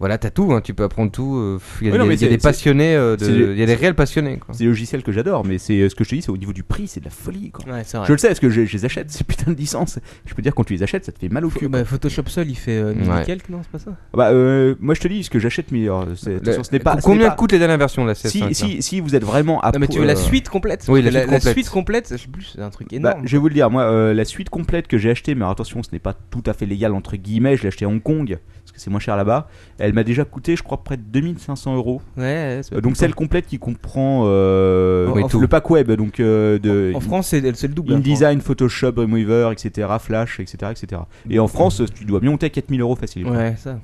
[SPEAKER 2] voilà, t'as tout, hein, tu peux apprendre tout. euh, pff, Il y a,
[SPEAKER 3] Oui, non,
[SPEAKER 2] des-
[SPEAKER 3] mais
[SPEAKER 2] il y a
[SPEAKER 3] c'est-
[SPEAKER 2] des
[SPEAKER 3] c'est-
[SPEAKER 2] passionnés, euh, de-
[SPEAKER 3] c'est-
[SPEAKER 2] il y a des réels passionnés. Quoi.
[SPEAKER 3] C'est des logiciels que j'adore, mais c'est euh, ce que je te dis, c'est au niveau du prix, c'est de la folie. Quoi.
[SPEAKER 5] Ouais, c'est vrai.
[SPEAKER 3] Je le sais, parce que je, je les achète, ces putains de licences. Je peux dire, quand tu les achètes, ça te fait mal au cul.
[SPEAKER 5] Bah, Photoshop seul, il fait euh, mille
[SPEAKER 3] Ouais.
[SPEAKER 5] et quelques, non, c'est pas ça
[SPEAKER 3] Bah, euh, moi je te dis ce que j'achète, mais euh, c'est- attention, ce n'est pas. ce
[SPEAKER 2] Combien
[SPEAKER 3] n'est pas-
[SPEAKER 2] coûtent les dernières versions, la CS5,
[SPEAKER 3] si,
[SPEAKER 2] là
[SPEAKER 3] si, si vous êtes vraiment à euh,
[SPEAKER 5] Non, mais tu veux la suite complète
[SPEAKER 3] Oui, la,
[SPEAKER 5] Parce que
[SPEAKER 3] suite complète.
[SPEAKER 5] suite complète, je sais plus, c'est un truc
[SPEAKER 3] Bah,
[SPEAKER 5] énorme.
[SPEAKER 3] je vais vous le dire, moi, euh, la suite complète que j'ai achetée, mais alors attention, ce n'est pas tout à fait légal entre guillemets, je l'ai achetée à Hong Kong, parce que c'est moins cher là-bas, elle m'a déjà coûté, je crois, près de 2500 euros.
[SPEAKER 5] Ouais, c'est pas
[SPEAKER 3] Euh, donc
[SPEAKER 5] tout.
[SPEAKER 3] celle complète qui comprend euh,
[SPEAKER 5] Oui, tout.
[SPEAKER 3] le pack web, donc euh, de...
[SPEAKER 5] En France, c'est c'est le double. hein,
[SPEAKER 3] InDesign, Photoshop, Remover, etc., Flash, etc., etc. Et en France, tu dois bien monter à 4000 euros facile.
[SPEAKER 5] Ouais, ça.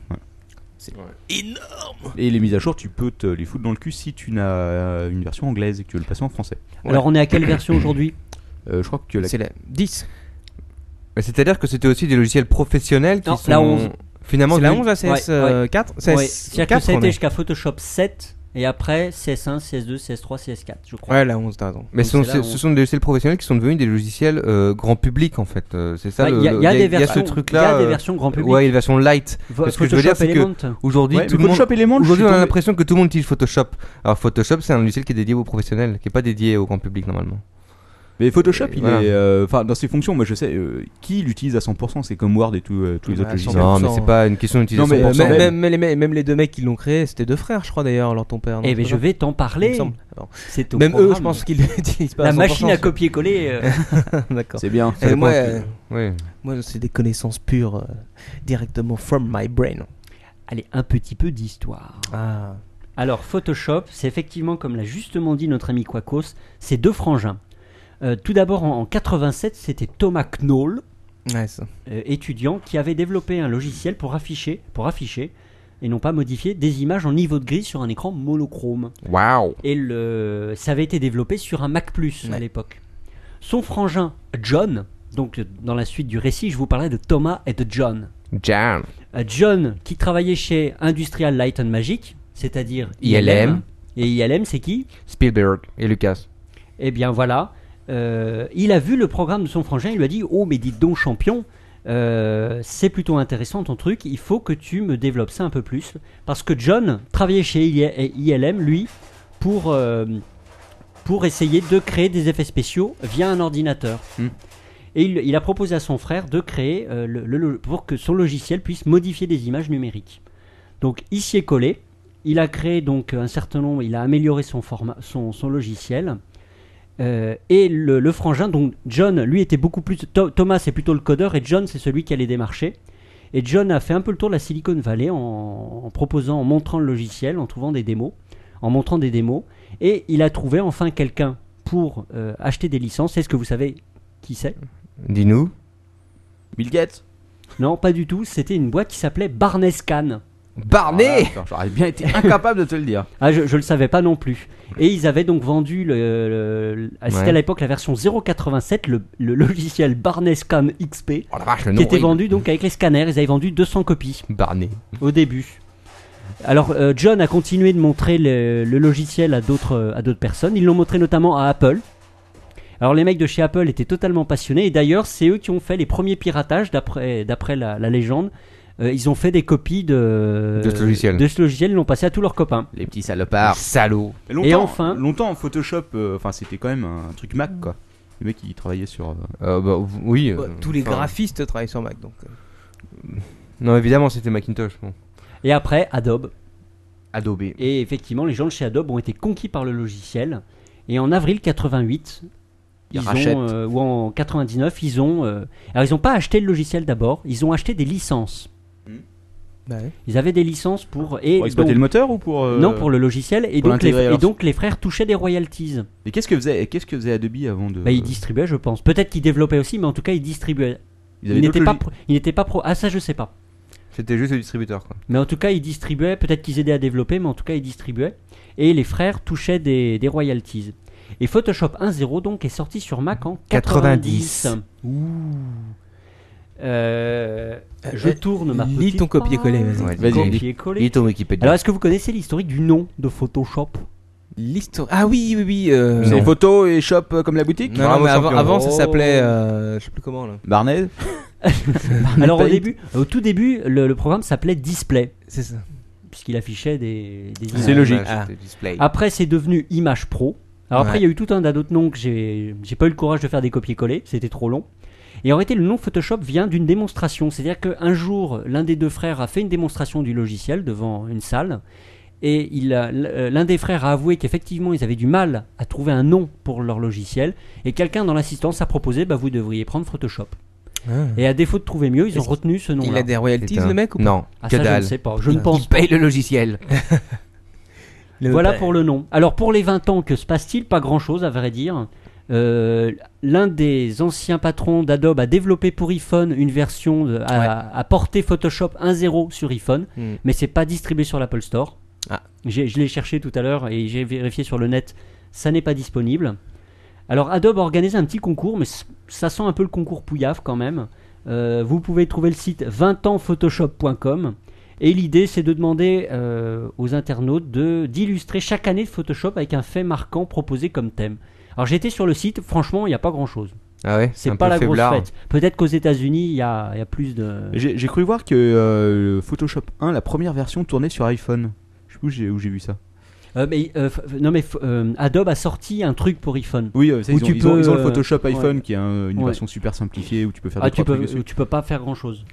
[SPEAKER 3] C'est énorme. Et les mises à jour, tu peux te les foutre dans le cul si tu n'as euh, une version anglaise et que tu veux le passer en français.
[SPEAKER 4] Alors on est à quelle version aujourd'hui
[SPEAKER 3] Euh, Je crois que la...
[SPEAKER 5] C'est la 10.
[SPEAKER 2] Mais C'est-à-dire que c'était aussi des logiciels professionnels qui
[SPEAKER 4] Non,
[SPEAKER 2] sont
[SPEAKER 4] la 11.
[SPEAKER 2] finalement
[SPEAKER 5] C'est la
[SPEAKER 2] devenus-
[SPEAKER 5] 11, la euh, CS4
[SPEAKER 4] euh, Ouais. C'est-à-dire que ça a
[SPEAKER 5] on
[SPEAKER 4] été
[SPEAKER 5] est.
[SPEAKER 4] jusqu'à Photoshop 7 et après CS1, CS2, CS3, CS4, je crois.
[SPEAKER 5] Ouais, la 11, t'as raison.
[SPEAKER 2] Mais
[SPEAKER 4] Donc,
[SPEAKER 2] ce sont,
[SPEAKER 4] c'est
[SPEAKER 2] ce
[SPEAKER 4] là où-
[SPEAKER 2] ce sont des logiciels professionnels qui sont devenus des logiciels euh, grand public en fait. Euh, c'est ça.
[SPEAKER 4] Ouais,
[SPEAKER 2] le-
[SPEAKER 4] il Bah, y a- il y a
[SPEAKER 2] le-
[SPEAKER 4] des
[SPEAKER 2] ce
[SPEAKER 4] versions-
[SPEAKER 2] truc-là.
[SPEAKER 4] il y a des
[SPEAKER 2] euh,
[SPEAKER 4] versions grand public.
[SPEAKER 2] Ouais, les versions light.
[SPEAKER 4] Vo-
[SPEAKER 2] Parce que je veux dire,
[SPEAKER 4] Photoshop
[SPEAKER 2] c'est
[SPEAKER 4] Element.
[SPEAKER 2] que aujourd'hui,
[SPEAKER 3] Ouais,
[SPEAKER 2] tout
[SPEAKER 3] mais
[SPEAKER 2] le monde.
[SPEAKER 3] Photoshop Element, je
[SPEAKER 2] Aujourd'hui,
[SPEAKER 3] suis
[SPEAKER 2] on a
[SPEAKER 3] tombé-
[SPEAKER 2] l'impression que tout le monde utilise Photoshop. Alors Photoshop, c'est un logiciel qui est dédié aux professionnels, qui est pas dédié au grand public normalement.
[SPEAKER 3] Mais Photoshop, il
[SPEAKER 2] voilà.
[SPEAKER 3] est. euh, Enfin, dans ses fonctions, moi je sais, euh, qui l'utilise à 100% C'est comme Word et tout, euh, tous les
[SPEAKER 5] Ah,
[SPEAKER 3] autres logiciels.
[SPEAKER 5] 100%.
[SPEAKER 3] Non, mais, euh,
[SPEAKER 5] même, même-
[SPEAKER 3] même-
[SPEAKER 5] même les, mecs- même les deux mecs qui l'ont créé, c'était deux frères, je crois d'ailleurs, alors ton père. non,
[SPEAKER 4] Eh ben,
[SPEAKER 5] c'est
[SPEAKER 4] je
[SPEAKER 5] pas-
[SPEAKER 4] vais t'en parler.
[SPEAKER 5] Il me semble. Alors,
[SPEAKER 4] C'est au
[SPEAKER 5] Même eux, je
[SPEAKER 4] programme.
[SPEAKER 5] pense qu'ils l'utilisent pas.
[SPEAKER 4] La
[SPEAKER 5] 100%,
[SPEAKER 4] machine à
[SPEAKER 5] ça.
[SPEAKER 4] copier-coller, euh.
[SPEAKER 5] D'accord.
[SPEAKER 4] C'est bien.
[SPEAKER 5] Et
[SPEAKER 4] Ça dépend
[SPEAKER 5] moi,
[SPEAKER 4] ce que-
[SPEAKER 5] euh,
[SPEAKER 4] Oui.
[SPEAKER 5] moi, c'est des connaissances pures, euh, directement from my brain.
[SPEAKER 4] Allez, un petit peu d'histoire. Alors, Photoshop, c'est effectivement, comme l'a justement dit notre ami Quacos, c'est deux frangins. Euh, tout d'abord, en, en 87, c'était Thomas Knoll, euh, étudiant, qui avait développé un logiciel pour afficher, pour afficher, et non pas modifier, des images en niveau de gris sur un écran monochrome.
[SPEAKER 2] Waouh
[SPEAKER 4] Et le, ça avait été développé sur un Mac Plus à l'époque. Son frangin, John, donc euh, dans la suite du récit, je vous parlerai de Thomas et de John.
[SPEAKER 2] Jam.
[SPEAKER 4] Euh, John, qui travaillait chez Industrial Light and Magic, c'est-à-dire
[SPEAKER 2] ILM.
[SPEAKER 4] Et ILM, c'est qui
[SPEAKER 2] Spielberg et Lucas.
[SPEAKER 4] Eh bien voilà, Euh, il a vu le programme de son frangin, il lui a dit Oh, mais dites donc, champion, euh, c'est plutôt intéressant ton truc, il faut que tu me développes ça un peu plus. Parce que John travaillait chez I- ILM, lui, pour, euh, pour essayer de créer des effets spéciaux via un ordinateur. Et il, il a proposé à son frère de créer euh, le, le lo- pour que son logiciel puisse modifier des images numériques. Donc il s'y est collé. Il a créé donc un certain nombre, il a amélioré son format, son, son logiciel. Euh, et le, le frangin, donc John, lui était beaucoup plus. Tho- Thomas c'est plutôt le codeur et John c'est celui qui allait démarcher. Et John a fait un peu le tour de la Silicon Valley en, en proposant, en montrant le logiciel, en trouvant des démos, en montrant des démos. Et il a trouvé enfin quelqu'un pour euh, acheter des licences. Est-ce que vous savez qui c'est
[SPEAKER 2] Dis-nous.
[SPEAKER 3] Bill Gates
[SPEAKER 4] Non, pas du tout. C'était une boîte qui s'appelait Barnes Scan.
[SPEAKER 2] Barney
[SPEAKER 3] J'aurais bien été incapable de te le dire.
[SPEAKER 4] Ah, je, je le savais pas non plus. Et ils avaient donc vendu, le, le- ah, c'était
[SPEAKER 3] Ouais.
[SPEAKER 4] à l'époque la version 0.87, le, le logiciel Barnescan XP,
[SPEAKER 2] Oh vache, le nom
[SPEAKER 4] qui était
[SPEAKER 2] horrible.
[SPEAKER 4] vendu donc avec les scanners. Ils avaient vendu 200 copies.
[SPEAKER 2] Barney.
[SPEAKER 4] Au début. Alors, euh, John a continué de montrer le, le logiciel à d'autres à d'autres personnes. Ils l'ont montré notamment à Apple. Alors, les mecs de chez Apple étaient totalement passionnés. Et d'ailleurs, c'est eux qui ont fait les premiers piratages, d'après d'après la, la légende. Euh, ils ont fait des copies de,
[SPEAKER 2] De ce logiciel.
[SPEAKER 4] Euh, De ce logiciel, ils l'ont passé à tous leurs copains.
[SPEAKER 3] Les petits salopards.
[SPEAKER 2] Salaud.
[SPEAKER 3] Mais longtemps,
[SPEAKER 4] Et enfin.
[SPEAKER 3] longtemps Photoshop, euh, enfin c'était quand même un truc Mac quoi. Le mec il travaillait sur. euh,
[SPEAKER 2] oui.
[SPEAKER 4] Euh,
[SPEAKER 5] Ouais, tous les graphistes travaillent sur Mac, donc. euh,
[SPEAKER 2] Non, évidemment, c'était Macintosh. Bon.
[SPEAKER 4] Et après, Adobe.
[SPEAKER 2] Adobe.
[SPEAKER 4] Et effectivement, les gens de chez Adobe ont été conquis par le logiciel. Et en avril 88,
[SPEAKER 3] Ils
[SPEAKER 4] ils,
[SPEAKER 3] rachètent.
[SPEAKER 4] ont, euh, ou en 99, ils ont. euh, alors, ils n'ont pas acheté le logiciel d'abord, ils ont acheté des licences. Ils avaient des licences pour. Et
[SPEAKER 3] Pour exploiter
[SPEAKER 4] donc-
[SPEAKER 3] le moteur ou pour, euh,
[SPEAKER 4] Non, pour le logiciel. Et,
[SPEAKER 3] pour
[SPEAKER 4] donc, les,
[SPEAKER 3] l'intégrer à
[SPEAKER 4] et
[SPEAKER 3] leur-
[SPEAKER 4] donc, les frères touchaient des royalties.
[SPEAKER 3] Et qu'est-ce que faisait, qu'est-ce que faisait Adobe avant de.
[SPEAKER 4] Bah, ils distribuaient, je pense. Peut-être qu'ils développaient aussi, mais en tout cas, ils distribuaient.
[SPEAKER 3] Ils avaient
[SPEAKER 4] n'étaient
[SPEAKER 3] d'autres
[SPEAKER 4] pas,
[SPEAKER 3] logis-
[SPEAKER 4] pro- ils n'étaient pas pro. Ah, ça, je sais pas.
[SPEAKER 2] C'était juste le distributeur. Quoi.
[SPEAKER 4] Mais en tout cas, ils distribuaient, peut-être qu'ils aidaient à développer, mais en tout cas, ils distribuaient. Et les frères touchaient des, des royalties. Et Photoshop 1.0 donc est sorti sur Mac en 90.
[SPEAKER 5] 90.
[SPEAKER 4] Ouh. Euh, je tourne ma
[SPEAKER 5] Eh, lis
[SPEAKER 4] petite
[SPEAKER 5] ton copier-coller, vas-y.
[SPEAKER 4] page.
[SPEAKER 5] Vas-y, lis-
[SPEAKER 4] Copier-coller.
[SPEAKER 5] lis ton Wikipédia.
[SPEAKER 4] Alors, est-ce que vous connaissez l'historique du nom de Photoshop
[SPEAKER 5] L'histoire. Ah oui, oui, oui. euh,
[SPEAKER 3] C'est
[SPEAKER 5] non.
[SPEAKER 3] photo et shop euh, comme la boutique
[SPEAKER 5] Non, non, mais avant, avant, ça s'appelait. euh, je sais plus comment là.
[SPEAKER 3] Barney
[SPEAKER 4] Alors, au
[SPEAKER 5] Paint.
[SPEAKER 4] début, au tout début, le, le programme s'appelait Display.
[SPEAKER 5] C'est ça.
[SPEAKER 4] Puisqu'il affichait des, des
[SPEAKER 3] C'est
[SPEAKER 4] images.
[SPEAKER 3] logique. Ah. C'était Display.
[SPEAKER 4] Après, c'est devenu Image Pro. Alors après,
[SPEAKER 3] Ouais.
[SPEAKER 4] il y a eu tout un tas d'autres noms que j'ai j'ai pas eu le courage de faire des copier-coller, c'était trop long. Et en réalité, le nom Photoshop vient d'une démonstration. C'est-à-dire qu'un jour, l'un des deux frères a fait une démonstration du logiciel devant une salle. Et il a- euh, l'un des frères a avoué qu'effectivement, ils avaient du mal à trouver un nom pour leur logiciel. Et quelqu'un dans l'assistance a proposé bah, vous devriez prendre Photoshop.
[SPEAKER 5] Ah.
[SPEAKER 4] Et à défaut de trouver mieux, ils ont
[SPEAKER 5] Est-ce
[SPEAKER 4] retenu ce nom-là.
[SPEAKER 5] Il a des royalties, le mec ou pas
[SPEAKER 2] Non,
[SPEAKER 4] Ah,
[SPEAKER 2] que
[SPEAKER 4] ça, je ne
[SPEAKER 2] dalle.
[SPEAKER 4] sais pas. Je ne
[SPEAKER 2] Il-
[SPEAKER 4] pense
[SPEAKER 2] il paye le logiciel. Le
[SPEAKER 4] voilà
[SPEAKER 2] père.
[SPEAKER 4] pour le nom. Alors pour les 20 ans, que se passe-t-il Pas grand-chose à vrai dire. Euh, L'un des anciens patrons d'Adobe a développé pour iPhone une version de- à, à portée Photoshop 1.0 sur iPhone,
[SPEAKER 5] Hmm.
[SPEAKER 4] mais c'est pas distribué sur l'Apple Store.
[SPEAKER 5] Ah.
[SPEAKER 4] J'ai- Je l'ai cherché tout à l'heure et j'ai vérifié sur le net, ça n'est pas disponible. Alors Adobe a organisé un petit concours, mais c- ça sent un peu le concours Pouillaf quand même. Euh, vous pouvez trouver le site 20ansphotoshop.com et l'idée c'est de demander euh, aux internautes de d'illustrer chaque année de Photoshop avec un fait marquant proposé comme thème. Alors j'étais sur le site, franchement il n'y a pas grand chose.
[SPEAKER 2] Ah ouais
[SPEAKER 4] C'est
[SPEAKER 2] un
[SPEAKER 4] pas
[SPEAKER 2] peu
[SPEAKER 4] la grosse
[SPEAKER 2] faiblard.
[SPEAKER 4] fête. Peut-être qu'aux États-Unis il y a, il y a plus de.
[SPEAKER 3] J'ai j'ai cru voir que euh, le Photoshop 1, la première version tournait sur iPhone. Je sais plus où j'ai- où j'ai vu ça.
[SPEAKER 4] Euh, mais, euh, f- non mais f- euh, Adobe a sorti un truc pour iPhone.
[SPEAKER 3] Oui, euh, ça,
[SPEAKER 4] Où
[SPEAKER 3] ils, ont,
[SPEAKER 4] tu
[SPEAKER 3] ils ont-
[SPEAKER 4] peux,
[SPEAKER 3] ils ont le
[SPEAKER 4] euh,
[SPEAKER 3] Photoshop
[SPEAKER 4] ouais.
[SPEAKER 3] iPhone qui est un- une
[SPEAKER 4] Ouais.
[SPEAKER 3] version super simplifiée où tu peux faire
[SPEAKER 4] Ah,
[SPEAKER 3] des
[SPEAKER 4] tu peux, tu peux pas faire grand chose.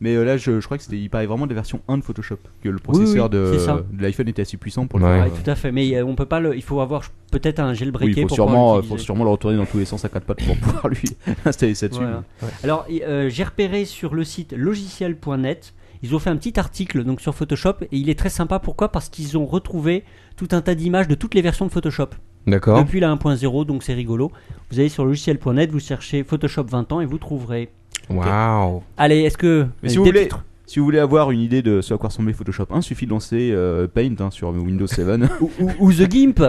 [SPEAKER 3] Mais euh, là, je, je crois que c'était, il parlait vraiment de la version 1 de Photoshop, que le processeur
[SPEAKER 4] oui,
[SPEAKER 3] de,
[SPEAKER 4] c'est ça.
[SPEAKER 3] de l'iPhone était assez puissant pour le
[SPEAKER 4] Ouais,
[SPEAKER 3] faire.
[SPEAKER 4] tout à fait. Mais euh, on peut pas le. Il faut avoir peut-être un
[SPEAKER 3] Oui,
[SPEAKER 4] jailbreaké
[SPEAKER 3] il faut
[SPEAKER 4] pour pouvoir
[SPEAKER 3] sûrement, euh,
[SPEAKER 4] l'utiliser.
[SPEAKER 3] faut sûrement le retourner dans tous les sens à quatre pattes pour pouvoir lui installer ça dessus.
[SPEAKER 4] Voilà. Alors, i- euh, j'ai repéré sur le site logiciel.net, ils ont fait un petit article donc sur Photoshop et il est très sympa. Pourquoi Parce qu'ils ont retrouvé tout un tas d'images de toutes les versions de Photoshop.
[SPEAKER 2] D'accord.
[SPEAKER 4] Depuis la 1.0, donc c'est rigolo. Vous allez sur logiciel.net, vous cherchez Photoshop 20 ans et vous trouverez.
[SPEAKER 2] Waouh.
[SPEAKER 4] Allez, est-ce que
[SPEAKER 3] Mais
[SPEAKER 4] avec
[SPEAKER 3] si vous,
[SPEAKER 4] des
[SPEAKER 3] voulez,
[SPEAKER 4] titres
[SPEAKER 3] si vous voulez avoir une idée de ce à quoi ressemblait Photoshop 1, suffit de lancer euh, Paint hein, sur Windows 7.
[SPEAKER 4] ou, The Gimp
[SPEAKER 3] Ou The,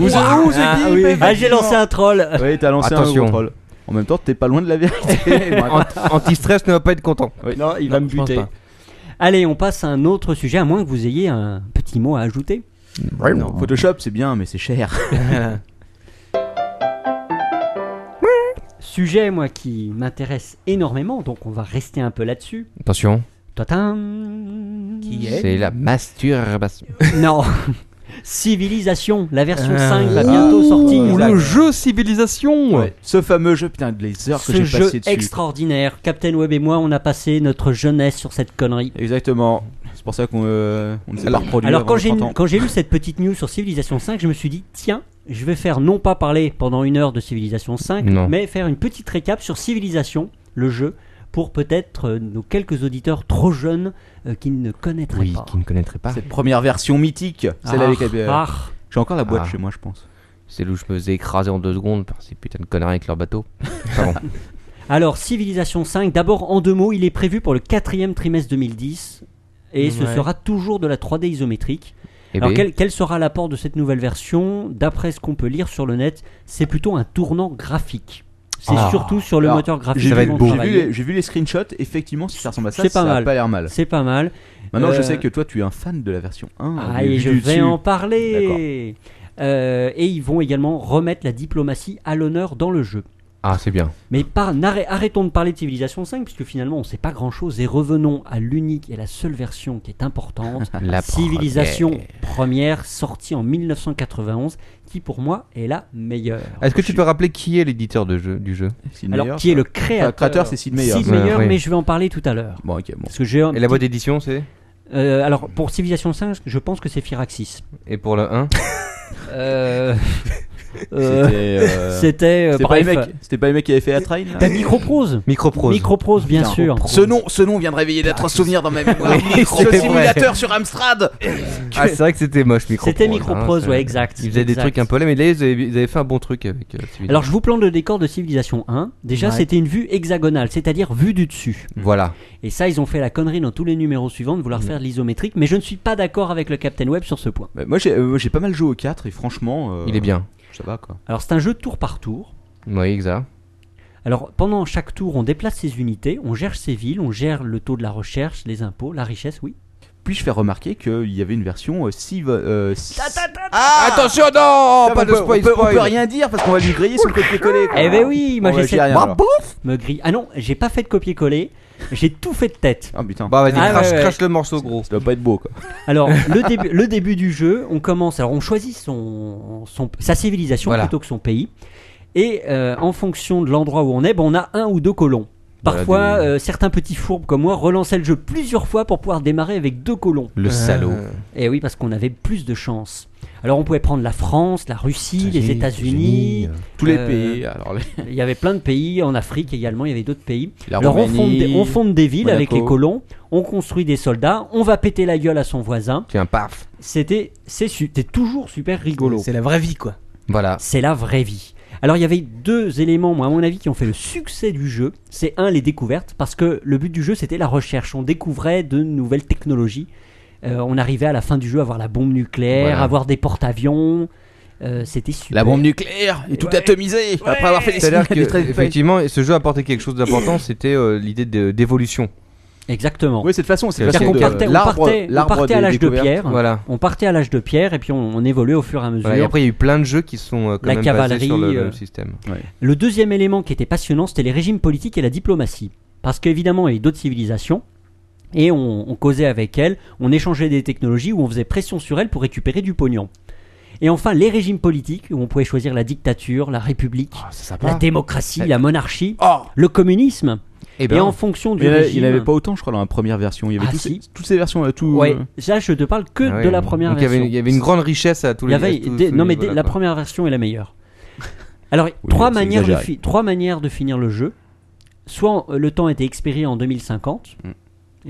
[SPEAKER 4] Ouah.
[SPEAKER 3] ou The
[SPEAKER 4] Ah,
[SPEAKER 3] Gimp
[SPEAKER 4] oui.
[SPEAKER 3] effectivement.
[SPEAKER 4] Ah, j'ai lancé un troll.
[SPEAKER 3] Oui, t'as lancé
[SPEAKER 2] Attention.
[SPEAKER 3] un gros troll. En même temps, t'es pas loin de la vérité.
[SPEAKER 2] Ant- Antistress ne va pas être content.
[SPEAKER 3] Non, il va me
[SPEAKER 4] buter. Allez, on passe à un autre sujet, à moins que vous ayez un petit mot à ajouter.
[SPEAKER 3] Non, Photoshop, c'est bien, mais c'est cher.
[SPEAKER 4] Sujet, moi, qui m'intéresse énormément, donc on va rester un peu là-dessus.
[SPEAKER 2] Attention.
[SPEAKER 4] Qui
[SPEAKER 2] C'est la masturbation.
[SPEAKER 4] Non. Civilisation, la version
[SPEAKER 2] Euh,
[SPEAKER 4] 5 va bientôt sortir.
[SPEAKER 2] ouh, le jeu Civilisation
[SPEAKER 3] Ce fameux jeu, putain, de les heures que
[SPEAKER 4] Ce
[SPEAKER 3] j'ai
[SPEAKER 4] jeu
[SPEAKER 3] passé dessus.
[SPEAKER 4] extraordinaire. Captain Web et moi, on a passé notre jeunesse sur cette connerie.
[SPEAKER 3] Exactement. C'est pour ça qu'on euh, on ne s'est pas reproduit.
[SPEAKER 4] Alors
[SPEAKER 3] avant
[SPEAKER 4] quand
[SPEAKER 3] le
[SPEAKER 4] j'ai
[SPEAKER 3] printemps.
[SPEAKER 4] quand j'ai lu cette petite news sur Civilisation 5, je me suis dit tiens, je vais faire non pas parler pendant une heure de Civilisation 5,
[SPEAKER 2] Non.
[SPEAKER 4] mais faire une petite récap sur Civilisation, le jeu, pour peut-être euh, nos quelques auditeurs trop jeunes euh, qui ne connaîtraient
[SPEAKER 2] Oui,
[SPEAKER 4] pas.
[SPEAKER 2] qui ne connaîtrait pas.
[SPEAKER 3] Cette première version mythique, celle
[SPEAKER 4] Ah,
[SPEAKER 3] avec la.
[SPEAKER 4] ah.
[SPEAKER 3] J'ai encore la boîte
[SPEAKER 2] Ah.
[SPEAKER 3] chez moi, je pense.
[SPEAKER 2] C'est où je me faisais écraser en deux secondes par ces putains de connards avec leur bateau. Pardon.
[SPEAKER 4] Alors Civilisation 5, d'abord en deux mots, il est prévu pour le quatrième trimestre 2010 et ce
[SPEAKER 2] Ouais.
[SPEAKER 4] sera toujours de la 3D isométrique.
[SPEAKER 2] Eh
[SPEAKER 4] Alors
[SPEAKER 2] ben.
[SPEAKER 4] quel, quel sera l'apport de cette nouvelle version D'après ce qu'on peut lire sur le net, c'est plutôt un tournant graphique. C'est
[SPEAKER 3] Ah.
[SPEAKER 4] surtout sur le
[SPEAKER 3] Alors,
[SPEAKER 4] moteur graphique.
[SPEAKER 3] J'ai
[SPEAKER 4] qu'ils
[SPEAKER 3] vu,
[SPEAKER 4] vont
[SPEAKER 3] j'ai vu
[SPEAKER 4] travailler.
[SPEAKER 3] les, j'ai vu les screenshots, effectivement, si ça ressemble à ça,
[SPEAKER 4] C'est
[SPEAKER 3] ça
[SPEAKER 4] pas
[SPEAKER 3] a
[SPEAKER 4] mal.
[SPEAKER 3] pas l'air mal.
[SPEAKER 4] C'est pas mal.
[SPEAKER 3] Maintenant, je
[SPEAKER 4] Euh,
[SPEAKER 3] sais que toi, tu es un fan de la version 1.
[SPEAKER 4] Ah,
[SPEAKER 3] du-
[SPEAKER 4] et
[SPEAKER 3] du-
[SPEAKER 4] je
[SPEAKER 3] du
[SPEAKER 4] vais
[SPEAKER 3] dessus.
[SPEAKER 4] en
[SPEAKER 3] D'accord.
[SPEAKER 4] parler. Euh, et ils vont également remettre la diplomatie à l'honneur dans le jeu.
[SPEAKER 2] Ah, c'est bien.
[SPEAKER 4] Mais par, n'arrê- arrêtons de parler de Civilisation 5 puisque finalement on sait pas grand chose et revenons à l'unique et la seule version qui est importante,
[SPEAKER 2] La
[SPEAKER 4] Civilisation première. sortie en 1991 qui pour moi est la meilleure.
[SPEAKER 2] Est-ce que tu peux rappeler qui est l'éditeur de jeu, du jeu
[SPEAKER 4] Alors qui est le créateur
[SPEAKER 3] Enfin, créateur, c'est Sid Meier.
[SPEAKER 4] Sid
[SPEAKER 2] Ouais,
[SPEAKER 4] Meier,
[SPEAKER 2] oui.
[SPEAKER 4] mais je vais en parler tout à l'heure.
[SPEAKER 3] Bon, ok, bon.
[SPEAKER 4] Parce que j'ai un
[SPEAKER 2] Et la boîte
[SPEAKER 4] petit-
[SPEAKER 2] d'édition, c'est
[SPEAKER 4] Euh, alors pour Civilisation 5, je pense que c'est Firaxis.
[SPEAKER 2] Et pour le 1
[SPEAKER 4] Euh, euh,
[SPEAKER 3] C'était. euh,
[SPEAKER 4] C'était. euh,
[SPEAKER 3] c'était pas les
[SPEAKER 4] bref.
[SPEAKER 3] mecs- C'était pas les mecs qui avaient fait Atrain
[SPEAKER 4] T'as Microprose
[SPEAKER 2] Microprose.
[SPEAKER 4] Microprose, bien
[SPEAKER 3] Putain,
[SPEAKER 4] sûr.
[SPEAKER 3] Ce nom, ce nom vient de réveiller d'atroces souvenirs dans ma mémoire.
[SPEAKER 2] Oui,
[SPEAKER 3] Micro
[SPEAKER 2] c'est vrai.
[SPEAKER 3] simulateur sur Amstrad.
[SPEAKER 2] Ah, c'est vrai que c'était moche, Microprose.
[SPEAKER 4] C'était
[SPEAKER 2] hein,
[SPEAKER 4] Microprose,
[SPEAKER 2] c'est-
[SPEAKER 4] ouais, exact,
[SPEAKER 2] Ils faisaient des
[SPEAKER 4] exact.
[SPEAKER 2] trucs un peu là, mais là, ils avaient, ils avaient fait un bon truc avec euh, Civilisation.
[SPEAKER 4] Alors je vous plante le décor de Civilisation 1. Déjà,
[SPEAKER 2] Ouais.
[SPEAKER 4] c'était une vue hexagonale, c'est-à-dire vue du dessus.
[SPEAKER 3] Mm.
[SPEAKER 2] Voilà.
[SPEAKER 4] Et ça, ils ont fait la connerie dans tous les numéros suivants de vouloir faire de l'isométrique, mais je ne suis pas d'accord avec le Captain Web sur ce point.
[SPEAKER 3] Bah, Moi, j'ai euh, j'ai pas mal joué au 4 et franchement. euh,
[SPEAKER 2] Il est bien.
[SPEAKER 3] Ça va quoi.
[SPEAKER 4] Alors c'est un jeu tour par tour.
[SPEAKER 2] Oui, exact.
[SPEAKER 4] Alors pendant chaque tour, on déplace ses unités, on gère ses villes, on gère le taux de la recherche, les impôts, la richesse, oui.
[SPEAKER 3] Puis-je faire remarquer qu'il y avait une version euh, Civ. euh, Civ-
[SPEAKER 16] Ah.
[SPEAKER 2] Attention, non Pas
[SPEAKER 3] Ça, on
[SPEAKER 2] de
[SPEAKER 3] peut-
[SPEAKER 2] spoil,
[SPEAKER 3] on peut- on
[SPEAKER 2] spoil.
[SPEAKER 3] peut rien dire parce qu'on va lui griller sur le copier-coller. quoi.
[SPEAKER 4] Eh ben oui, moi
[SPEAKER 3] Bon,
[SPEAKER 4] j'ai
[SPEAKER 3] bah, j'y ai
[SPEAKER 4] cette-
[SPEAKER 3] rien, alors.
[SPEAKER 4] me grille. Ah non, j'ai pas fait de copier-coller, j'ai tout fait de tête.
[SPEAKER 3] Ah putain.
[SPEAKER 2] Bah vas-y,
[SPEAKER 4] Ah,
[SPEAKER 2] crache,
[SPEAKER 4] ouais, ouais.
[SPEAKER 2] crache le morceau gros.
[SPEAKER 3] Ça doit pas être beau quoi.
[SPEAKER 4] Alors, le, début, le début du jeu, on commence. Alors, on choisit son, son- sa civilisation
[SPEAKER 2] Voilà.
[SPEAKER 4] plutôt que son pays. Et euh, en fonction de l'endroit où on est, ben, on a un ou deux colons.
[SPEAKER 2] Voilà,
[SPEAKER 4] Parfois,
[SPEAKER 2] des-
[SPEAKER 4] euh, certains petits fourbes comme moi relançaient le jeu plusieurs fois pour pouvoir démarrer avec deux colons.
[SPEAKER 2] Le salaud.
[SPEAKER 4] Et oui, parce qu'on avait plus de chance. Alors, on pouvait prendre la France, la Russie, les États-Unis,
[SPEAKER 3] Tous les
[SPEAKER 4] euh,
[SPEAKER 3] pays. Alors les-
[SPEAKER 4] il y avait plein de pays, en Afrique également, il y avait d'autres pays.
[SPEAKER 3] La
[SPEAKER 4] Alors on
[SPEAKER 3] Roumanie,
[SPEAKER 4] fonde, des, on fonde des villes avec
[SPEAKER 3] Monaco.
[SPEAKER 4] les colons, on construit des soldats, on va péter la gueule à son voisin.
[SPEAKER 2] Tiens, paf.
[SPEAKER 4] C'était c'est su- c'était toujours super rigolo.
[SPEAKER 5] C'est la vraie vie, quoi.
[SPEAKER 2] Voilà.
[SPEAKER 4] C'est la vraie vie. Alors il y avait deux éléments, moi, à mon avis, qui ont fait le succès du jeu. C'est un, les découvertes, parce que le but du jeu, c'était la recherche. On découvrait de nouvelles technologies. Euh, on arrivait à la fin du jeu à avoir la bombe nucléaire,
[SPEAKER 3] Voilà.
[SPEAKER 4] à avoir des porte-avions. Euh, c'était super.
[SPEAKER 3] La bombe nucléaire et tout atomisé après avoir fait des
[SPEAKER 2] C'est-à-dire
[SPEAKER 3] des
[SPEAKER 2] que,
[SPEAKER 3] traits de feuilles.
[SPEAKER 2] effectivement, ce jeu apportait quelque chose d'important, c'était euh, l'idée de- d'évolution.
[SPEAKER 4] Exactement.
[SPEAKER 3] Oui, cette façon, c'est
[SPEAKER 4] C'est-à-dire
[SPEAKER 3] façon
[SPEAKER 4] qu'on
[SPEAKER 3] de-
[SPEAKER 4] partait, on
[SPEAKER 3] l'arbre-
[SPEAKER 4] partait- on
[SPEAKER 3] l'arbre
[SPEAKER 4] partait à
[SPEAKER 3] des
[SPEAKER 4] l'âge de
[SPEAKER 3] découvertes.
[SPEAKER 4] pierre.
[SPEAKER 2] Voilà.
[SPEAKER 4] On partait à l'âge de pierre et puis on, on évoluait au fur et à mesure.
[SPEAKER 2] Voilà, et après, il y a eu plein de jeux qui sont euh, quand
[SPEAKER 4] La
[SPEAKER 2] même
[SPEAKER 4] cavalerie,
[SPEAKER 2] basés sur le, le
[SPEAKER 4] euh,
[SPEAKER 2] système.
[SPEAKER 4] Le deuxième élément qui était passionnant, c'était les régimes politiques et la diplomatie. Parce qu'évidemment, il y a eu d'autres civilisations. et on, on causait avec elle, on échangeait des technologies où on faisait pression sur elle pour récupérer du pognon. Et enfin, les régimes politiques, où on pouvait choisir la dictature, la république,
[SPEAKER 3] Ah,
[SPEAKER 4] la
[SPEAKER 3] Eh.
[SPEAKER 4] démocratie, la monarchie, le communisme. Et, en fonction du
[SPEAKER 3] ben. il y en avait-
[SPEAKER 4] régime...
[SPEAKER 3] Il n'y avait pas autant, je crois, dans la première version. Il y avait
[SPEAKER 4] Ah,
[SPEAKER 3] Eh ben, tous
[SPEAKER 4] si.
[SPEAKER 3] ces- toutes ces versions. euh, Tout,
[SPEAKER 4] Ouais, ça je te parle que
[SPEAKER 3] Ah ouais,
[SPEAKER 4] de la
[SPEAKER 3] donc
[SPEAKER 4] première
[SPEAKER 3] il y avait-
[SPEAKER 4] version.
[SPEAKER 3] il y avait une grande richesse à tous les-
[SPEAKER 4] Il y avait
[SPEAKER 3] à tous-
[SPEAKER 4] des-
[SPEAKER 3] tous
[SPEAKER 4] non
[SPEAKER 3] les
[SPEAKER 4] mais
[SPEAKER 3] niveaux,
[SPEAKER 4] des-
[SPEAKER 3] là,
[SPEAKER 4] la
[SPEAKER 3] quoi.
[SPEAKER 4] première version est la meilleure. Alors trois
[SPEAKER 3] c'est
[SPEAKER 4] manières de
[SPEAKER 3] exagéré.
[SPEAKER 4] fi- trois manières de finir le jeu. Soit euh, le temps était expiré en 2050
[SPEAKER 3] Mm.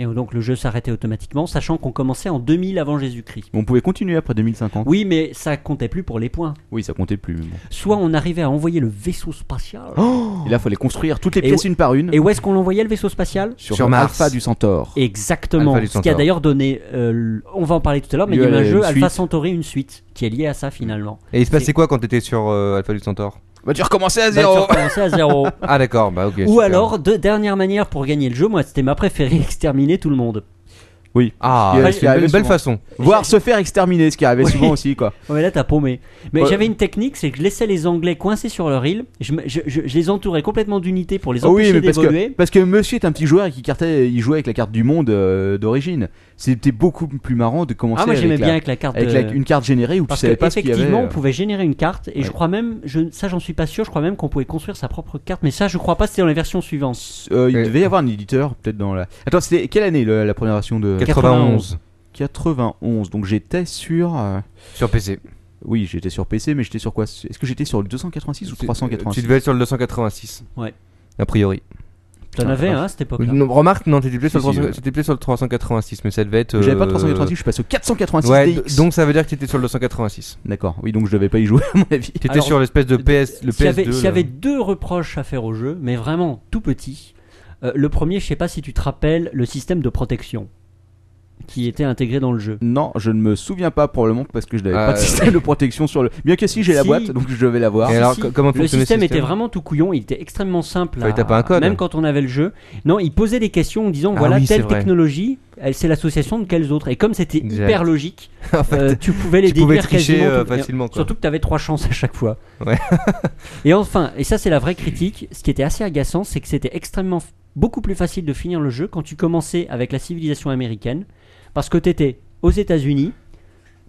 [SPEAKER 4] et donc le jeu s'arrêtait automatiquement, sachant qu'on commençait en 2000 avant Jésus-Christ.
[SPEAKER 3] On pouvait continuer après 2050.
[SPEAKER 4] Oui, mais ça comptait plus pour les points.
[SPEAKER 3] Oui, ça comptait plus. mais bon.
[SPEAKER 4] Soit on arrivait à envoyer le vaisseau spatial.
[SPEAKER 3] Oh Et là, il fallait construire toutes les
[SPEAKER 4] Et
[SPEAKER 3] pièces
[SPEAKER 4] où-
[SPEAKER 3] une par une.
[SPEAKER 4] Et où est-ce qu'on l'envoyait le vaisseau spatial
[SPEAKER 3] Sur Sur Mars. Alpha du Centaure.
[SPEAKER 4] Exactement.
[SPEAKER 3] Alpha du
[SPEAKER 4] Ce qui a
[SPEAKER 3] Centaure.
[SPEAKER 4] d'ailleurs donné, euh, l- on va en parler tout à l'heure, mais il y a eu
[SPEAKER 2] Lieu à
[SPEAKER 4] un
[SPEAKER 2] une
[SPEAKER 4] jeu Alpha
[SPEAKER 2] suite.
[SPEAKER 4] Centauri, une suite, qui est liée à ça finalement.
[SPEAKER 2] Et il se
[SPEAKER 4] C'est-
[SPEAKER 2] passait quoi quand t'étais sur euh, Alpha du Centaure
[SPEAKER 3] Bah, tu recommençais à
[SPEAKER 4] Bah, tu zéro. recommençais à zéro.
[SPEAKER 2] ah, d'accord, bah ok.
[SPEAKER 4] Ou
[SPEAKER 2] super.
[SPEAKER 4] alors, de dernière manière pour gagner le jeu, moi c'était ma préférée, exterminer tout le monde.
[SPEAKER 3] Oui.
[SPEAKER 2] Ah,
[SPEAKER 3] Il y a-
[SPEAKER 2] c'est
[SPEAKER 3] ce qui
[SPEAKER 2] une
[SPEAKER 3] arrivait
[SPEAKER 2] belle
[SPEAKER 3] souvent.
[SPEAKER 2] façon.
[SPEAKER 3] Voir se faire exterminer, ce qui arrivait
[SPEAKER 4] Oui.
[SPEAKER 3] souvent aussi, quoi.
[SPEAKER 4] Ouais, mais là t'as paumé. Mais
[SPEAKER 3] Ouais.
[SPEAKER 4] j'avais une technique, c'est que je laissais les Anglais coincés sur leur île, je, me- je- je- je les entourais complètement d'unités pour les
[SPEAKER 3] Ah oui,
[SPEAKER 4] empêcher
[SPEAKER 3] mais parce
[SPEAKER 4] d'évoluer.
[SPEAKER 3] que, parce que monsieur est un petit joueur et qu'il cartait, il jouait avec la carte du monde euh, d'origine. C'était beaucoup plus marrant de commencer
[SPEAKER 4] Ah, moi
[SPEAKER 3] avec,
[SPEAKER 4] j'aimais bien avec la carte.
[SPEAKER 3] avec
[SPEAKER 4] de-
[SPEAKER 3] la- une carte générée où tu
[SPEAKER 4] Parce
[SPEAKER 3] savais
[SPEAKER 4] que
[SPEAKER 3] pas ce qu'il y
[SPEAKER 4] effectivement,
[SPEAKER 3] avait.
[SPEAKER 4] on
[SPEAKER 3] euh.
[SPEAKER 4] pouvait générer une carte et je
[SPEAKER 3] Ouais.
[SPEAKER 4] crois même, je, ça j'en suis pas sûr, je crois même qu'on pouvait construire sa propre carte, mais ça je crois pas c'était dans les versions suivantes.
[SPEAKER 3] Euh, il devait y avoir un éditeur, peut-être dans la. Attends, c'était quelle année le- la première version de
[SPEAKER 2] 91.
[SPEAKER 3] 91. Donc j'étais sur. euh,
[SPEAKER 2] Sur PC.
[SPEAKER 3] Oui, j'étais sur PC, mais j'étais sur quoi Est-ce que j'étais sur le 286 ou
[SPEAKER 2] Tu-
[SPEAKER 3] 386
[SPEAKER 2] Tu devais être sur le 286.
[SPEAKER 4] Ouais.
[SPEAKER 2] A priori.
[SPEAKER 4] T'en
[SPEAKER 3] Ah,
[SPEAKER 4] avais, hein, à cette époque-là.
[SPEAKER 2] Non, remarque, non, t'étais plus, sur
[SPEAKER 3] Si,
[SPEAKER 2] le
[SPEAKER 3] si,
[SPEAKER 2] 300
[SPEAKER 3] ouais.
[SPEAKER 2] t'étais plus sur le 386, mais ça devait être. euh,
[SPEAKER 3] J'avais pas 386, je suis passé au 486
[SPEAKER 2] Ouais, d-
[SPEAKER 3] DX.
[SPEAKER 2] donc ça veut dire que t'étais sur le 286.
[SPEAKER 3] D'accord, oui, donc je devais pas y jouer à mon avis.
[SPEAKER 2] T'étais sur l'espèce de PS, le
[SPEAKER 4] S'il y avait-
[SPEAKER 2] PS2.
[SPEAKER 4] s'il y avait
[SPEAKER 2] là.
[SPEAKER 4] deux reproches à faire au jeu, mais vraiment tout petit, euh, le premier, je sais pas si tu te rappelles, le système de protection qui était intégré dans le jeu.
[SPEAKER 3] Non, je ne me souviens pas pour le moment parce que je n'avais
[SPEAKER 2] Ah,
[SPEAKER 3] pas de
[SPEAKER 2] euh.
[SPEAKER 3] système de protection sur le. Bien que si j'ai la
[SPEAKER 4] Si.
[SPEAKER 3] boîte, donc je vais la voir.
[SPEAKER 2] Et alors,
[SPEAKER 4] Si,
[SPEAKER 2] co-
[SPEAKER 4] si.
[SPEAKER 2] comment
[SPEAKER 4] le
[SPEAKER 2] fonctionnait
[SPEAKER 4] système,
[SPEAKER 2] le système
[SPEAKER 4] était vraiment tout couillon, il était extrêmement simple.
[SPEAKER 2] Fallait
[SPEAKER 4] à-
[SPEAKER 2] taper un code.
[SPEAKER 4] Même quand on avait le jeu. Non, il posait des questions en disant
[SPEAKER 2] Ah
[SPEAKER 4] voilà
[SPEAKER 2] oui, c'est
[SPEAKER 4] telle
[SPEAKER 2] vrai.
[SPEAKER 4] technologie, elle c'est l'association de quelles autres. Et comme c'était
[SPEAKER 2] Exact.
[SPEAKER 4] hyper logique,
[SPEAKER 2] En fait,
[SPEAKER 4] euh, tu pouvais les
[SPEAKER 2] tu pouvais
[SPEAKER 4] déduire
[SPEAKER 2] tricher,
[SPEAKER 4] quasiment
[SPEAKER 2] euh,
[SPEAKER 4] tout- et-
[SPEAKER 2] facilement, quoi.
[SPEAKER 4] Surtout que tu avais trois chances à chaque fois.
[SPEAKER 2] Ouais.
[SPEAKER 4] et enfin, et ça c'est la vraie critique, ce qui était assez agaçant, c'est que c'était extrêmement f- beaucoup plus facile de finir le jeu quand tu commençais avec la civilisation américaine, parce que t'étais aux États-Unis,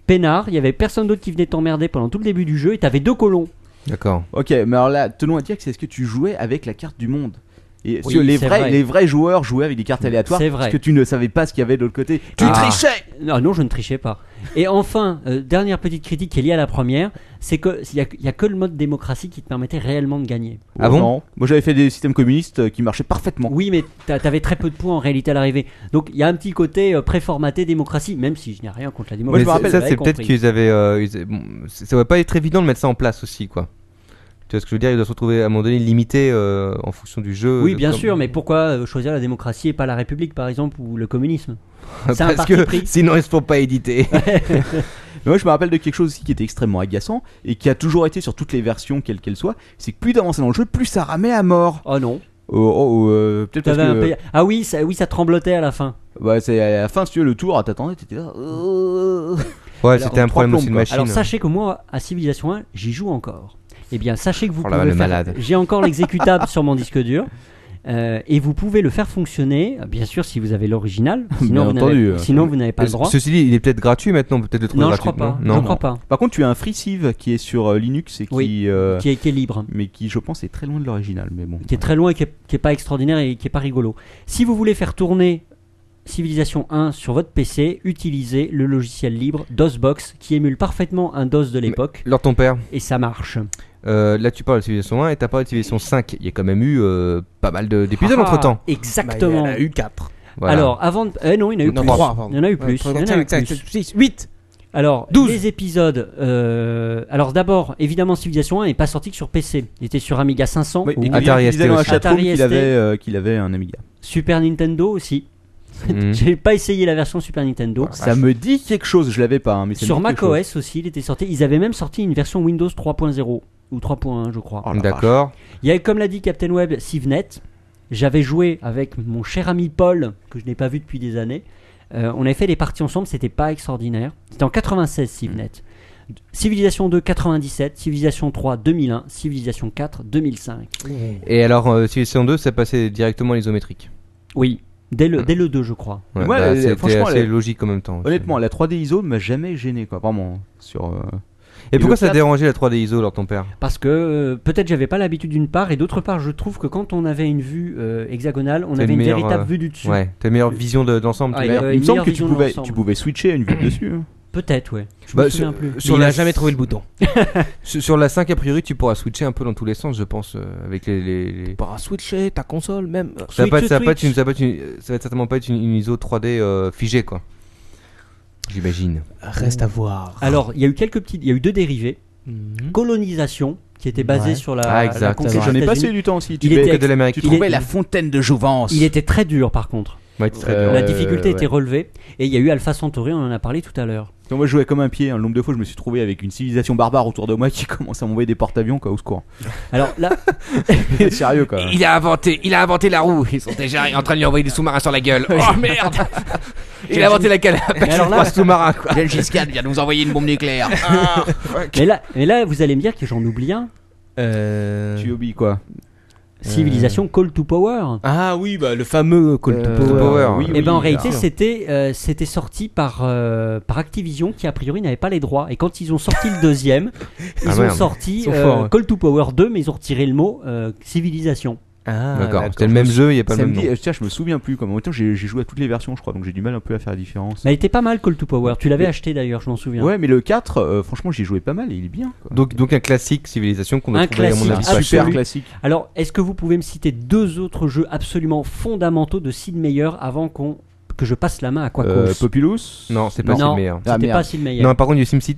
[SPEAKER 4] peinard, il y avait personne d'autre qui venait t'emmerder pendant tout le début du jeu, et t'avais deux colons.
[SPEAKER 2] D'accord.
[SPEAKER 3] Ok, mais alors là, tenons à dire que c'est ce que tu jouais avec la carte du monde. Et parce
[SPEAKER 4] Oui,
[SPEAKER 3] que les,
[SPEAKER 4] c'est
[SPEAKER 3] vrais,
[SPEAKER 4] vrai.
[SPEAKER 3] les vrais joueurs jouaient avec des cartes aléatoires
[SPEAKER 4] C'est vrai.
[SPEAKER 3] parce que tu ne savais pas ce qu'il y avait de l'autre côté. Tu
[SPEAKER 4] Ah.
[SPEAKER 3] trichais
[SPEAKER 4] Non, non, je ne trichais pas. Et enfin, euh, dernière petite critique qui est liée à la première, c'est que il n'y a, que le mode démocratie qui te permettait réellement de gagner.
[SPEAKER 2] Ah
[SPEAKER 3] Oh, non. Moi j'avais fait des systèmes communistes euh, qui marchaient parfaitement.
[SPEAKER 4] Oui, mais t'a- t'avais très peu de points en réalité à l'arrivée. Donc il y a un petit côté euh, préformaté démocratie, même si je n'ai rien contre la
[SPEAKER 2] Moi,
[SPEAKER 4] démocratie.
[SPEAKER 2] je me rappelle,
[SPEAKER 4] vous
[SPEAKER 2] ça,
[SPEAKER 4] l'avez
[SPEAKER 2] c'est peut-être
[SPEAKER 4] compris.
[SPEAKER 2] qu'ils avaient. euh, ils- bon, c'est- ça va pas être évident de mettre ça en place aussi, quoi. Tu vois ce que je veux dire Il doit se retrouver à un moment donné limité euh, en fonction du jeu.
[SPEAKER 4] Oui,
[SPEAKER 2] de
[SPEAKER 4] bien
[SPEAKER 2] comme-
[SPEAKER 4] sûr, mais pourquoi euh, choisir la démocratie et pas la République, par exemple, ou le communisme C'est un
[SPEAKER 2] Parce
[SPEAKER 4] parti
[SPEAKER 2] que
[SPEAKER 4] pris.
[SPEAKER 2] sinon, ils se font pas éditer.
[SPEAKER 3] Mais moi je me rappelle de quelque chose aussi qui était extrêmement agaçant et qui a toujours été sur toutes les versions, quelles qu'elles soient, c'est que plus t'avançais dans le jeu, plus ça ramait à mort.
[SPEAKER 4] Oh non.
[SPEAKER 3] Oh, oh, euh, peut-être parce
[SPEAKER 4] T'avais un
[SPEAKER 3] que.
[SPEAKER 4] pays- Ah oui, ça, oui, ça tremblotait à la fin.
[SPEAKER 3] Ouais, c'est à la fin, si tu veux, le tour, t'attendais, t'étais là.
[SPEAKER 2] Euh,
[SPEAKER 3] euh.
[SPEAKER 2] Ouais,
[SPEAKER 4] Alors,
[SPEAKER 2] c'était un
[SPEAKER 4] trois
[SPEAKER 2] problème aussi de
[SPEAKER 4] plombes, quoi.
[SPEAKER 2] machine.
[SPEAKER 4] Alors sachez que moi, à Civilization 1, j'y joue encore. Eh bien, sachez que vous
[SPEAKER 2] Oh là
[SPEAKER 4] pouvez
[SPEAKER 2] là, le
[SPEAKER 4] faire-
[SPEAKER 2] malade.
[SPEAKER 4] J'ai encore l'exécutable sur mon disque dur. euh, et vous pouvez le faire fonctionner, bien sûr, si vous avez l'original. Sinon, vous n'avez, sinon vous n'avez pas le droit.
[SPEAKER 2] hein. Ceci dit, il est peut-être gratuit maintenant, on peut peut-être le trouver
[SPEAKER 4] Non, je
[SPEAKER 2] gratuit,
[SPEAKER 4] crois pas.
[SPEAKER 2] Non,
[SPEAKER 4] Je crois pas.
[SPEAKER 3] Par contre, tu as un FreeSieve qui est sur euh, Linux et qui,
[SPEAKER 4] Oui,
[SPEAKER 3] euh,
[SPEAKER 4] qui est- qui est libre.
[SPEAKER 3] Mais qui, je pense, est très loin de l'original. Mais bon.
[SPEAKER 4] qui est très loin et qui est, qui est pas extraordinaire et qui est pas rigolo. Si vous voulez faire tourner Civilization 1 sur votre PC, utilisez le logiciel libre DOSBox qui émule parfaitement un DOS de l'époque.
[SPEAKER 2] Lors ton père.
[SPEAKER 4] Et ça marche.
[SPEAKER 2] Euh, là, tu parles de Civilization 1 et t'as parlé de Civilization 5. Il y a quand même eu euh, pas mal de- d'épisodes
[SPEAKER 4] Ah,
[SPEAKER 2] entre temps.
[SPEAKER 4] Exactement.
[SPEAKER 5] Bah, il y en a eu quatre.
[SPEAKER 2] Voilà.
[SPEAKER 4] Alors, avant de... eh non, il y en a eu
[SPEAKER 2] Non,
[SPEAKER 4] plus.
[SPEAKER 5] trois, pardon.
[SPEAKER 4] il y en a eu
[SPEAKER 5] Ouais,
[SPEAKER 4] plus.
[SPEAKER 5] trois,
[SPEAKER 4] il y en a
[SPEAKER 5] cinq,
[SPEAKER 4] eu
[SPEAKER 5] cinq,
[SPEAKER 4] plus.
[SPEAKER 5] cinq, six, huit.
[SPEAKER 4] Alors,
[SPEAKER 5] Douze.
[SPEAKER 4] les épisodes. euh, Alors, d'abord, évidemment, Civilization 1 n'est pas sorti que sur PC. Il était sur Amiga 500.
[SPEAKER 3] Oui,
[SPEAKER 4] ou-
[SPEAKER 3] et qui
[SPEAKER 2] Atari
[SPEAKER 3] disait dans la
[SPEAKER 2] ST
[SPEAKER 3] chatroom
[SPEAKER 4] aussi.
[SPEAKER 3] qu'il
[SPEAKER 4] Atari
[SPEAKER 3] avait,
[SPEAKER 4] ST.
[SPEAKER 3] euh, qu'il avait un Amiga.
[SPEAKER 4] Super Nintendo aussi.
[SPEAKER 2] Mhm.
[SPEAKER 4] J'ai pas essayé la version Super Nintendo.
[SPEAKER 3] Ça me dit quelque chose, je l'avais pas. hein, mais ça me
[SPEAKER 4] Sur
[SPEAKER 3] dit quelque chose.
[SPEAKER 4] macOS aussi, il était sorti. Ils avaient même sorti une version Windows 3.0 ou 3.1, je crois.
[SPEAKER 2] Oh D'accord.
[SPEAKER 4] Il y a, comme l'a dit Captain Web, Sivnet. J'avais joué avec mon cher ami Paul, que je n'ai pas vu depuis des années. Euh, on avait fait des parties ensemble, c'était pas extraordinaire. C'était en 96, Sivnet. Civilisation 2, 97. Civilisation 3, 2001. Civilisation 4, 2005.
[SPEAKER 2] Et alors, euh, Civilization 2, ça passait directement à l'isométrique.
[SPEAKER 4] Oui. Dès le, dès le 2, je crois.
[SPEAKER 3] Ouais,
[SPEAKER 2] bah,
[SPEAKER 3] euh,
[SPEAKER 2] c'était
[SPEAKER 3] franchement,
[SPEAKER 2] assez
[SPEAKER 3] elle-
[SPEAKER 2] logique en même temps.
[SPEAKER 3] Honnêtement, la 3D ISO m'a jamais gêné, quoi, vraiment. Sur, euh,
[SPEAKER 2] Et pourquoi
[SPEAKER 3] le
[SPEAKER 2] ça
[SPEAKER 3] quatre-
[SPEAKER 2] dérangeait la 3D ISO alors ton père
[SPEAKER 4] Parce que euh, peut-être j'avais pas l'habitude d'une part, et d'autre part, je trouve que quand on avait une vue euh, hexagonale, on
[SPEAKER 2] T'as
[SPEAKER 4] avait une,
[SPEAKER 2] meilleure,
[SPEAKER 4] véritable
[SPEAKER 2] euh,
[SPEAKER 4] vue du dessus.
[SPEAKER 2] Ouais, t'as une meilleure vision de- d'ensemble.
[SPEAKER 4] Ah,
[SPEAKER 2] tu
[SPEAKER 4] il y
[SPEAKER 2] vois.
[SPEAKER 4] a- il me semble que tu pouvais- tu
[SPEAKER 3] pouvais switcher à une vue dessus. hein.
[SPEAKER 4] Peut-être, ouais. Je
[SPEAKER 2] Bah,
[SPEAKER 4] me souviens
[SPEAKER 2] sur-
[SPEAKER 4] plus.
[SPEAKER 2] sur
[SPEAKER 4] Mais
[SPEAKER 2] la-
[SPEAKER 4] il a jamais trouvé le bouton.
[SPEAKER 2] sur sur la 5, a priori, tu pourras switcher un peu dans tous les sens, je pense, euh, avec les. les- les-
[SPEAKER 5] Bah, switcher ta console, même. euh,
[SPEAKER 2] Ça va pas être-
[SPEAKER 5] switch,
[SPEAKER 2] ça va pas être
[SPEAKER 5] switch.
[SPEAKER 2] une- ça va pas être une- ça va être certainement pas être une, une ISO 3D euh, figée, quoi. J'imagine.
[SPEAKER 5] Reste à voir.
[SPEAKER 4] Alors, il y a eu quelques petites, il y a eu deux dérivés. Colonisation, qui était basée
[SPEAKER 3] Mhm. Ouais.
[SPEAKER 4] sur la.
[SPEAKER 3] Ah,
[SPEAKER 4] la
[SPEAKER 3] exact.
[SPEAKER 4] conquête
[SPEAKER 3] J'en ai
[SPEAKER 4] des
[SPEAKER 3] passé
[SPEAKER 4] États-Unis.
[SPEAKER 3] du temps aussi, tu
[SPEAKER 4] Il
[SPEAKER 3] trouvais
[SPEAKER 4] était
[SPEAKER 3] que de l'Amérique. Tu
[SPEAKER 4] il
[SPEAKER 3] trouvais
[SPEAKER 4] était-
[SPEAKER 3] la fontaine de Jouvence.
[SPEAKER 4] Il était très dur, par contre.
[SPEAKER 3] Ouais, il était très dur.
[SPEAKER 4] La
[SPEAKER 3] Euh,
[SPEAKER 4] difficulté était
[SPEAKER 3] ouais.
[SPEAKER 4] relevée. Et il y a eu Alpha Centauri, on en a parlé tout à l'heure.
[SPEAKER 3] Donc moi je jouais comme un pied, hein. le nombre de fois je me suis trouvé avec une civilisation barbare autour de moi qui commence à m'envoyer des porte-avions quoi, au secours.
[SPEAKER 4] Alors là,
[SPEAKER 3] sérieux quoi.
[SPEAKER 13] Il a inventé, il a inventé la roue. Ils sont déjà en train de lui envoyer des sous-marins sur la gueule. Oh merde Il a inventé la canapé.
[SPEAKER 4] Mais alors là-
[SPEAKER 13] sous-marin quoi. Gengis Khan vient de nous envoyer une bombe nucléaire. Ah.
[SPEAKER 4] Mais là, mais là, vous allez me dire que j'en oublie un.
[SPEAKER 3] Tu oublies quoi
[SPEAKER 4] Civilisation Call to Power.
[SPEAKER 5] Euh. Ah oui, bah, le fameux Call to
[SPEAKER 4] Euh,
[SPEAKER 5] Power. Oui,
[SPEAKER 4] et
[SPEAKER 5] oui,
[SPEAKER 4] ben en
[SPEAKER 5] bien
[SPEAKER 4] réalité,
[SPEAKER 5] sûr.
[SPEAKER 4] c'était euh, c'était sorti par euh, par Activision qui a priori n'avait pas les droits. Et quand ils ont sorti le deuxième, ils
[SPEAKER 2] Ah,
[SPEAKER 4] ont
[SPEAKER 2] merde.
[SPEAKER 4] sorti
[SPEAKER 2] Ils sont
[SPEAKER 4] euh,
[SPEAKER 2] forts, ouais.
[SPEAKER 4] Call to Power 2, mais ils ont retiré le mot euh, civilisation.
[SPEAKER 2] Ah,
[SPEAKER 4] Ah,
[SPEAKER 2] D'accord, c'était le même jeu, il y a pas le même
[SPEAKER 3] Samedi,
[SPEAKER 2] nom.
[SPEAKER 3] euh, Tiens, je me souviens plus comme en même temps j'ai j'ai joué à toutes les versions je crois donc j'ai du mal un peu à faire la différence.
[SPEAKER 4] Mais elle était pas mal Call to Power. Tu l'avais
[SPEAKER 3] Mais-
[SPEAKER 4] acheté d'ailleurs, je m'en souviens.
[SPEAKER 3] Ouais, mais le 4 euh, franchement j'ai joué pas mal et il est bien. quoi.
[SPEAKER 2] Donc, donc un classique civilisation qu'on a
[SPEAKER 4] Un
[SPEAKER 2] trouvé à mon
[SPEAKER 4] classique,
[SPEAKER 2] avis
[SPEAKER 4] absolu.
[SPEAKER 2] super
[SPEAKER 4] Alors, est-ce que vous pouvez me citer deux autres jeux absolument fondamentaux de Sid Meier avant qu'on que je passe la main à quoi
[SPEAKER 3] Euh, Populous
[SPEAKER 2] Non, c'est pas
[SPEAKER 4] Non,
[SPEAKER 2] Sid Meier.
[SPEAKER 4] c'était Ah, merde. pas Sid Meier.
[SPEAKER 2] Non, par contre, il y a SimCity.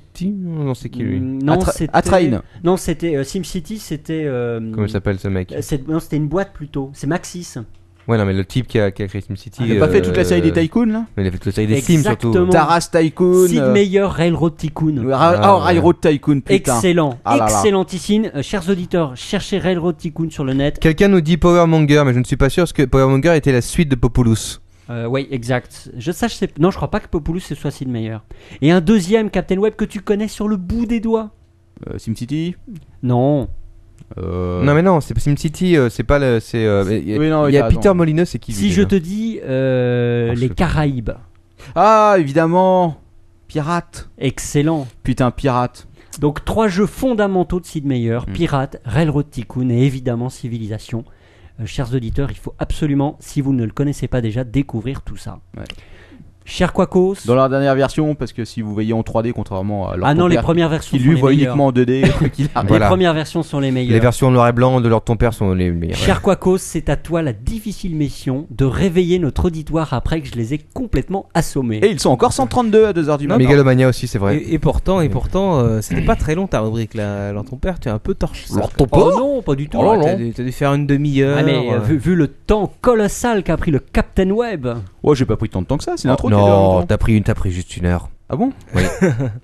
[SPEAKER 2] euh, Non, c'est qui lui
[SPEAKER 4] Mm, Non, c'était-
[SPEAKER 2] Atrain.
[SPEAKER 4] Non, c'était euh, SimCity, c'était. euh,
[SPEAKER 2] Comment il s'appelle, ce mec
[SPEAKER 4] euh, c'est- Non, c'était une boîte plutôt. C'est Maxis.
[SPEAKER 2] Ouais, non, mais le type qui a, qui a créé SimCity. euh,
[SPEAKER 3] Ah, il a pas fait toute la série des Tycoons, là
[SPEAKER 2] Mais il a fait toute la série des Sims surtout.
[SPEAKER 4] Exactement.
[SPEAKER 3] Taras Tycoon,
[SPEAKER 4] Sid
[SPEAKER 3] euh,
[SPEAKER 4] Meier Railroad Tycoon.
[SPEAKER 3] Ra- Ah, oh, Railroad Tycoon, putain.
[SPEAKER 4] Excellent.
[SPEAKER 3] Ah là là.
[SPEAKER 4] Excellentissime. Euh, chers auditeurs, cherchez Railroad Tycoon sur le net.
[SPEAKER 2] Quelqu'un nous dit Powermonger, mais je ne suis pas sûr parce que Powermonger était la suite de Populous.
[SPEAKER 4] Euh, oui, exact. Je sache, c'est- non, je crois pas que Populous ce soit Sid Meier. Et un deuxième Captain Web que tu connais sur le bout des doigts.
[SPEAKER 3] Euh, SimCity
[SPEAKER 4] Non.
[SPEAKER 2] Non, mais non, c'est pas SimCity, euh, c'est pas le. c'est, euh, il y a,
[SPEAKER 3] Euh. Oui, non,
[SPEAKER 2] il y a
[SPEAKER 3] t'as raison.
[SPEAKER 2] Peter Molineux, c'est qui lui,
[SPEAKER 4] Si je
[SPEAKER 2] déjà
[SPEAKER 4] te dis euh, les Caraïbes.
[SPEAKER 3] Ah, évidemment Pirate
[SPEAKER 4] Excellent
[SPEAKER 3] Putain, pirate
[SPEAKER 4] Donc trois jeux fondamentaux de Sid Meier,
[SPEAKER 2] Hmm.
[SPEAKER 4] Pirate, Railroad Tycoon et évidemment Civilisation. Euh, chers auditeurs, il faut absolument, si vous ne le connaissez pas déjà, découvrir tout ça. Cher Quacos,
[SPEAKER 3] Dans leur dernière version, parce que si vous voyez en 3D, contrairement à leur
[SPEAKER 4] Ah non,
[SPEAKER 3] compère
[SPEAKER 4] les premières versions
[SPEAKER 3] Qui
[SPEAKER 4] sont
[SPEAKER 3] lui
[SPEAKER 4] les
[SPEAKER 3] voit
[SPEAKER 4] meilleures.
[SPEAKER 3] uniquement en 2D. qu'il
[SPEAKER 4] les
[SPEAKER 3] arrive.
[SPEAKER 4] premières versions sont les meilleures.
[SPEAKER 2] Les versions en noir et blanc de leur ton père sont les meilleures.
[SPEAKER 4] Cher Quacos, c'est à toi la difficile mission de réveiller notre auditoire après que je les ai complètement assommés.
[SPEAKER 3] Et ils sont encore 132 à 2h du matin.
[SPEAKER 2] Megalomania aussi, c'est vrai.
[SPEAKER 5] Et, et pourtant, et pourtant euh, c'était pas très long ta rubrique là. Alors ton père, tu es un peu torché. ça.
[SPEAKER 4] Oh non, pas du tout.
[SPEAKER 5] Oh, t'as dû- t'as dû faire une demi-heure.
[SPEAKER 4] Ah, mais, euh,
[SPEAKER 5] euh,
[SPEAKER 4] vu, vu le temps colossal qu'a pris le Captain Web.
[SPEAKER 3] Ouais, j'ai pas pris tant de temps que ça, c'est l'intro. qui dure
[SPEAKER 2] Oh, Non,
[SPEAKER 3] longtemps.
[SPEAKER 2] t'as pris, une- t'as pris juste une heure.
[SPEAKER 3] Ah bon Oh,
[SPEAKER 2] Oui.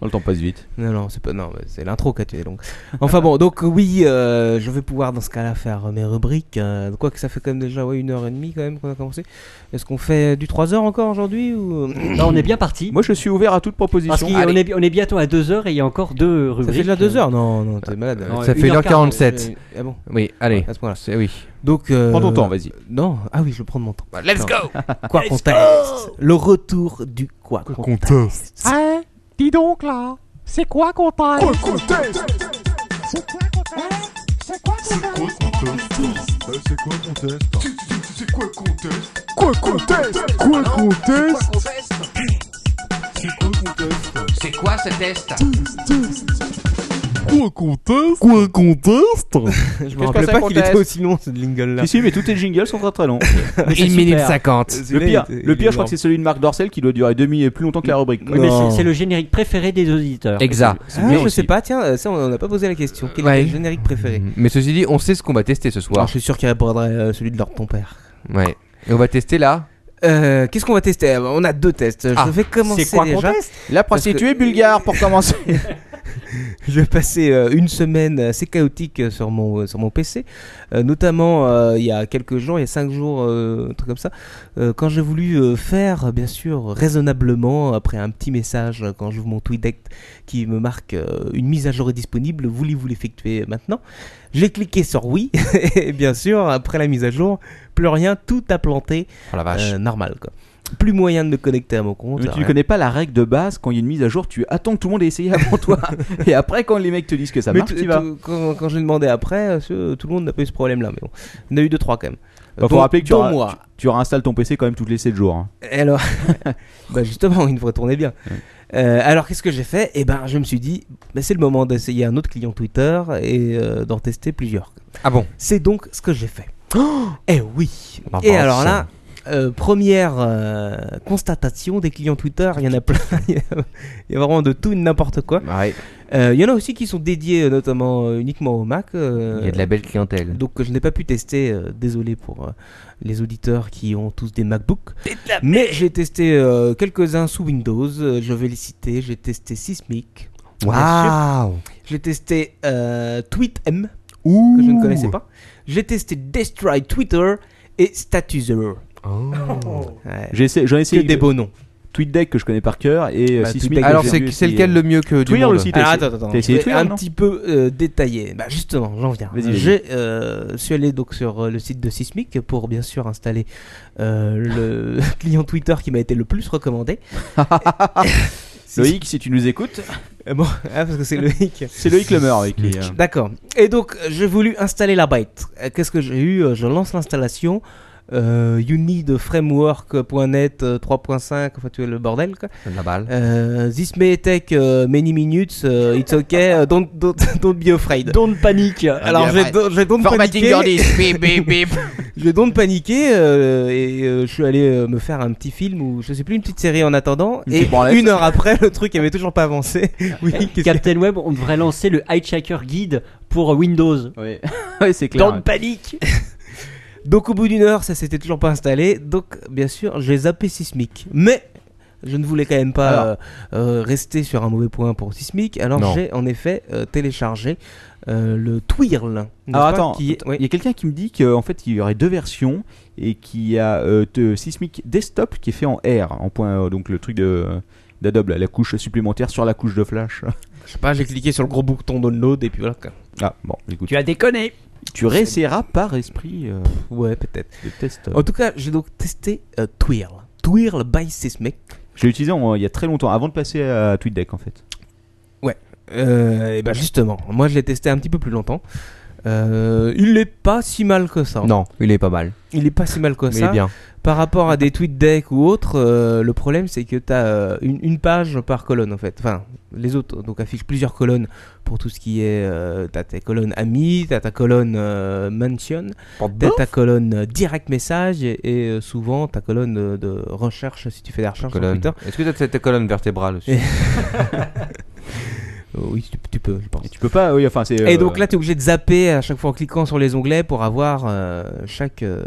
[SPEAKER 3] le temps passe vite.
[SPEAKER 5] Non, non, c'est pas. Non, mais c'est l'intro qu'a tué donc. Enfin bon, donc oui, euh, je vais pouvoir dans ce cas-là faire euh, mes rubriques. euh, Quoique ça fait quand même déjà ouais, une heure et demie quand même qu'on a commencé. Est-ce qu'on fait du 3 heures encore aujourd'hui ou... euh,
[SPEAKER 4] Non, Bah, on est bien parti.
[SPEAKER 3] Moi je suis ouvert à toute proposition.
[SPEAKER 4] Parce qu'on est, on est bientôt à 2h et il y a encore deux rubriques. euh,
[SPEAKER 5] Ça fait déjà 2 heures Non, non, t'es malade.
[SPEAKER 2] Euh, ça fait 1h47.
[SPEAKER 5] Ah bon
[SPEAKER 2] Oui, allez.
[SPEAKER 5] À ce point-là.
[SPEAKER 2] C'est- Oui.
[SPEAKER 5] Donc, euh,
[SPEAKER 2] Prends ton temps, vas-y.
[SPEAKER 5] Non, ah oui, je vais prendre mon temps.
[SPEAKER 13] Bah, let's
[SPEAKER 5] Non.
[SPEAKER 13] go
[SPEAKER 5] Quoi
[SPEAKER 13] Let's
[SPEAKER 5] qu'on teste. Le retour du quoi qu'on teste.
[SPEAKER 17] Hein Dis donc là, c'est quoi qu'on t'a
[SPEAKER 14] Bah, C'est quoi qu'on teste C'est quoi qu'on teste
[SPEAKER 17] Quoi qu'on teste Quoi qu'on teste
[SPEAKER 13] C'est quoi ce test
[SPEAKER 17] Quoi qu'on teste Quoi qu'on teste
[SPEAKER 5] Je me rappelais pas qu'il était aussi long ce jingle là.
[SPEAKER 3] Si, si, mais tous les jingles sont très très longs.
[SPEAKER 5] Mais c'est Une minute super. Euh, cinquante.
[SPEAKER 3] Le pire,
[SPEAKER 5] Il est- il
[SPEAKER 3] le
[SPEAKER 5] est
[SPEAKER 3] pire je crois que c'est celui de Marc Dorcel qui doit durer demi et plus longtemps que la rubrique. quoi.
[SPEAKER 4] Oui, mais c'est- c'est le générique préféré des auditeurs.
[SPEAKER 2] Exact.
[SPEAKER 5] Ah, je sais pas, tiens, euh, ça on n'a pas posé la question. Quel
[SPEAKER 2] Ouais. Mm.
[SPEAKER 5] est le générique préféré
[SPEAKER 2] Mais ceci dit, on sait ce qu'on va tester ce
[SPEAKER 5] Alors,
[SPEAKER 2] soir.
[SPEAKER 5] je suis sûr qu'il répondrait euh, celui de leur ton père.
[SPEAKER 2] Ouais. Et on va tester là.
[SPEAKER 5] Euh, Qu'est-ce qu'on va tester Ah, On a deux tests. Je
[SPEAKER 2] Ah,
[SPEAKER 5] vais commencer
[SPEAKER 2] c'est quoi qu'on
[SPEAKER 5] déjà.
[SPEAKER 2] teste
[SPEAKER 3] La prostituée bulgare pour commencer.
[SPEAKER 5] je passais euh, une semaine assez chaotique euh, sur mon, euh, sur mon PC. Euh, notamment, euh, il y a quelques jours, il y a cinq jours, euh, un truc comme ça, euh, quand j'ai voulu euh, faire, bien sûr, raisonnablement, après un petit message, euh, quand j'ouvre mon TweetDeck qui me marque euh, une mise à jour est disponible, voulez-vous l'effectuer maintenant J'ai cliqué sur oui, et bien sûr, après la mise à jour, plus rien, tout a planté. Euh, normal, quoi. Plus moyen de me connecter à mon compte.
[SPEAKER 3] Oh Mais tu
[SPEAKER 5] rien.
[SPEAKER 3] ne connais pas la règle de base, quand il y a une mise à jour, tu attends que tout le monde ait essayé avant toi. Et après, quand les mecs te disent que ça
[SPEAKER 5] Mais
[SPEAKER 3] marche,
[SPEAKER 5] tu-
[SPEAKER 3] tu vas.
[SPEAKER 5] tu- quand, quand j'ai demandé après, euh, ce- tout le monde n'a pas eu ce problème-là, mais bon, il y en a eu deux trois quand même.
[SPEAKER 3] Bah, faut
[SPEAKER 5] Dont-
[SPEAKER 3] rappeler que tu,
[SPEAKER 5] dont
[SPEAKER 3] auras-
[SPEAKER 5] moi.
[SPEAKER 3] tu, tu réinstalles ton PC quand même toutes les 7 jours. hein.
[SPEAKER 5] Et Alors, bah justement, il me retournait bien. Euh, alors, qu'est-ce que j'ai fait Eh ben, je me suis dit, bah, c'est le moment d'essayer un autre client Twitter et euh, d'en tester plusieurs.
[SPEAKER 2] Ah bon Oh
[SPEAKER 5] C'est donc ce que j'ai fait. eh oui
[SPEAKER 2] Bah,
[SPEAKER 5] Et
[SPEAKER 2] bah,
[SPEAKER 5] alors
[SPEAKER 2] ça.
[SPEAKER 5] là, euh, première euh, constatation des clients Twitter, il y en a plein, il y a- il y a vraiment de tout et de n'importe quoi. Euh, il y en a aussi qui sont dédiés euh, notamment euh, uniquement au Mac. euh,
[SPEAKER 2] Il y a de la belle clientèle.
[SPEAKER 5] donc euh, je n'ai pas pu tester, euh, désolé pour euh, les auditeurs qui ont tous des MacBooks. Mais j'ai testé euh, quelques-uns sous Windows, euh, je vais les citer. J'ai testé Sysmic. bien
[SPEAKER 2] Waouh.
[SPEAKER 5] sûr. J'ai testé euh, TweetM, que je ne connaissais pas. J'ai testé Destroy Twitter et Statuser. Ouais.
[SPEAKER 3] Oh. J'ai essayé- J'en ai essayé
[SPEAKER 5] Eh, Que des beaux noms.
[SPEAKER 3] TweetDeck que je connais par cœur et euh,
[SPEAKER 5] Bah,
[SPEAKER 3] Sysmic
[SPEAKER 5] TweetDeck,
[SPEAKER 3] que
[SPEAKER 5] Alors,
[SPEAKER 3] j'ai
[SPEAKER 5] c'est-
[SPEAKER 3] vu
[SPEAKER 5] c'est
[SPEAKER 3] aussi,
[SPEAKER 5] lequel
[SPEAKER 3] euh,
[SPEAKER 5] le mieux que du
[SPEAKER 3] Twitter
[SPEAKER 5] monde
[SPEAKER 3] aussi. t'as
[SPEAKER 5] Alors,
[SPEAKER 3] essayé-
[SPEAKER 5] Ah, attends, attends,
[SPEAKER 3] T'as essayé
[SPEAKER 5] je vais
[SPEAKER 3] Twitter
[SPEAKER 5] un
[SPEAKER 3] non
[SPEAKER 5] petit peu euh, détaillé. Bah, justement, j'en viens.
[SPEAKER 3] Vas-y, vas-y.
[SPEAKER 5] J'ai, euh, suis allé donc sur euh, le site de Sismic pour bien sûr installer euh, le client Twitter qui m'a été le plus recommandé.
[SPEAKER 3] Loïc, si tu nous écoutes.
[SPEAKER 5] Euh, bon, ah, parce que c'est Loïc.
[SPEAKER 3] C'est Loïc Lemeur, oui, qui est, euh,
[SPEAKER 5] D'accord. Et donc, euh, j'ai voulu installer la byte. Euh, Qu'est-ce que j'ai eu Euh, Je lance l'installation. Euh, you need framework.net euh, 3.5, enfin tu vois le bordel quoi.
[SPEAKER 2] La balle.
[SPEAKER 5] Euh, this may take euh, many minutes, euh, it's okay, euh, don't, don't, don't be afraid.
[SPEAKER 4] Don't panic.
[SPEAKER 5] Ah, Alors j'ai don- j'ai don't
[SPEAKER 12] Formatting
[SPEAKER 5] paniqué.
[SPEAKER 12] Gordis, bip, bip, bip.
[SPEAKER 5] J'ai donc paniqué euh, et euh, je suis allé euh, me faire un petit film ou je sais plus une petite série en attendant
[SPEAKER 4] Une
[SPEAKER 5] et
[SPEAKER 4] petite branlette.
[SPEAKER 5] une heure après le truc avait toujours pas avancé. Oui, qu'est-ce que-
[SPEAKER 4] Captain Web, on devrait lancer le Hijacker Guide pour euh, Windows.
[SPEAKER 3] Oui,
[SPEAKER 5] c'est clair,
[SPEAKER 4] Dans
[SPEAKER 5] ouais.
[SPEAKER 4] le panique.
[SPEAKER 5] Donc au bout d'une heure, ça s'était toujours pas installé. Donc bien sûr, j'ai zappé Sismic. Mais je ne voulais quand même pas
[SPEAKER 3] Alors.
[SPEAKER 5] euh, euh, rester sur un mauvais point pour Sismic. Alors
[SPEAKER 3] Non.
[SPEAKER 5] j'ai en effet euh, téléchargé euh, le Twirl. n'est-ce
[SPEAKER 3] Alors
[SPEAKER 5] pas,
[SPEAKER 3] attends,
[SPEAKER 5] qui est-
[SPEAKER 3] attends, il y a quelqu'un qui me dit qu'en fait il y aurait deux versions et qu'il y a euh, te- Sysmic Desktop qui est fait en R, en point, euh, donc le truc de d'Adobe, là, la couche supplémentaire sur la couche de Flash.
[SPEAKER 5] Je sais pas, j'ai cliqué sur le gros bouton download et puis voilà.
[SPEAKER 3] Ah bon, écoute.
[SPEAKER 5] Tu as déconné.
[SPEAKER 3] Tu réessayeras par esprit. euh,
[SPEAKER 5] Ouais, peut-être.
[SPEAKER 3] de test.
[SPEAKER 5] En tout cas, j'ai donc testé euh, Twirl. Twirl by Sismic.
[SPEAKER 3] je l'ai utilisé en- il y a très longtemps, avant de passer à TweetDeck en fait.
[SPEAKER 5] Ouais. Euh, et ben justement, moi je l'ai testé un petit peu plus longtemps. Euh, il est pas si mal que ça.
[SPEAKER 2] Non, il est pas mal.
[SPEAKER 5] Il est pas si mal que
[SPEAKER 2] Mais
[SPEAKER 5] ça.
[SPEAKER 2] bien.
[SPEAKER 5] Par rapport à des tweet deck ou autres, euh, le problème c'est que tu as une, une page par colonne en fait. Enfin, les autres donc affichent plusieurs colonnes pour tout ce qui est. euh, t'as tes colonnes amis, t'as ta colonne euh, mention, t'as ta colonne euh, direct message et, et, euh, souvent ta colonne euh, de recherche si tu fais des recherches sur
[SPEAKER 2] Colonne.
[SPEAKER 5] Twitter.
[SPEAKER 2] Est-ce que t'as tes colonnes vertébrales aussi
[SPEAKER 5] Oui, tu, tu peux, je pense.
[SPEAKER 3] tu peux pas, oui, enfin c'est.
[SPEAKER 5] Et
[SPEAKER 3] euh,
[SPEAKER 5] donc là, tu es obligé de zapper à chaque fois en cliquant sur les onglets pour avoir euh, chaque, euh,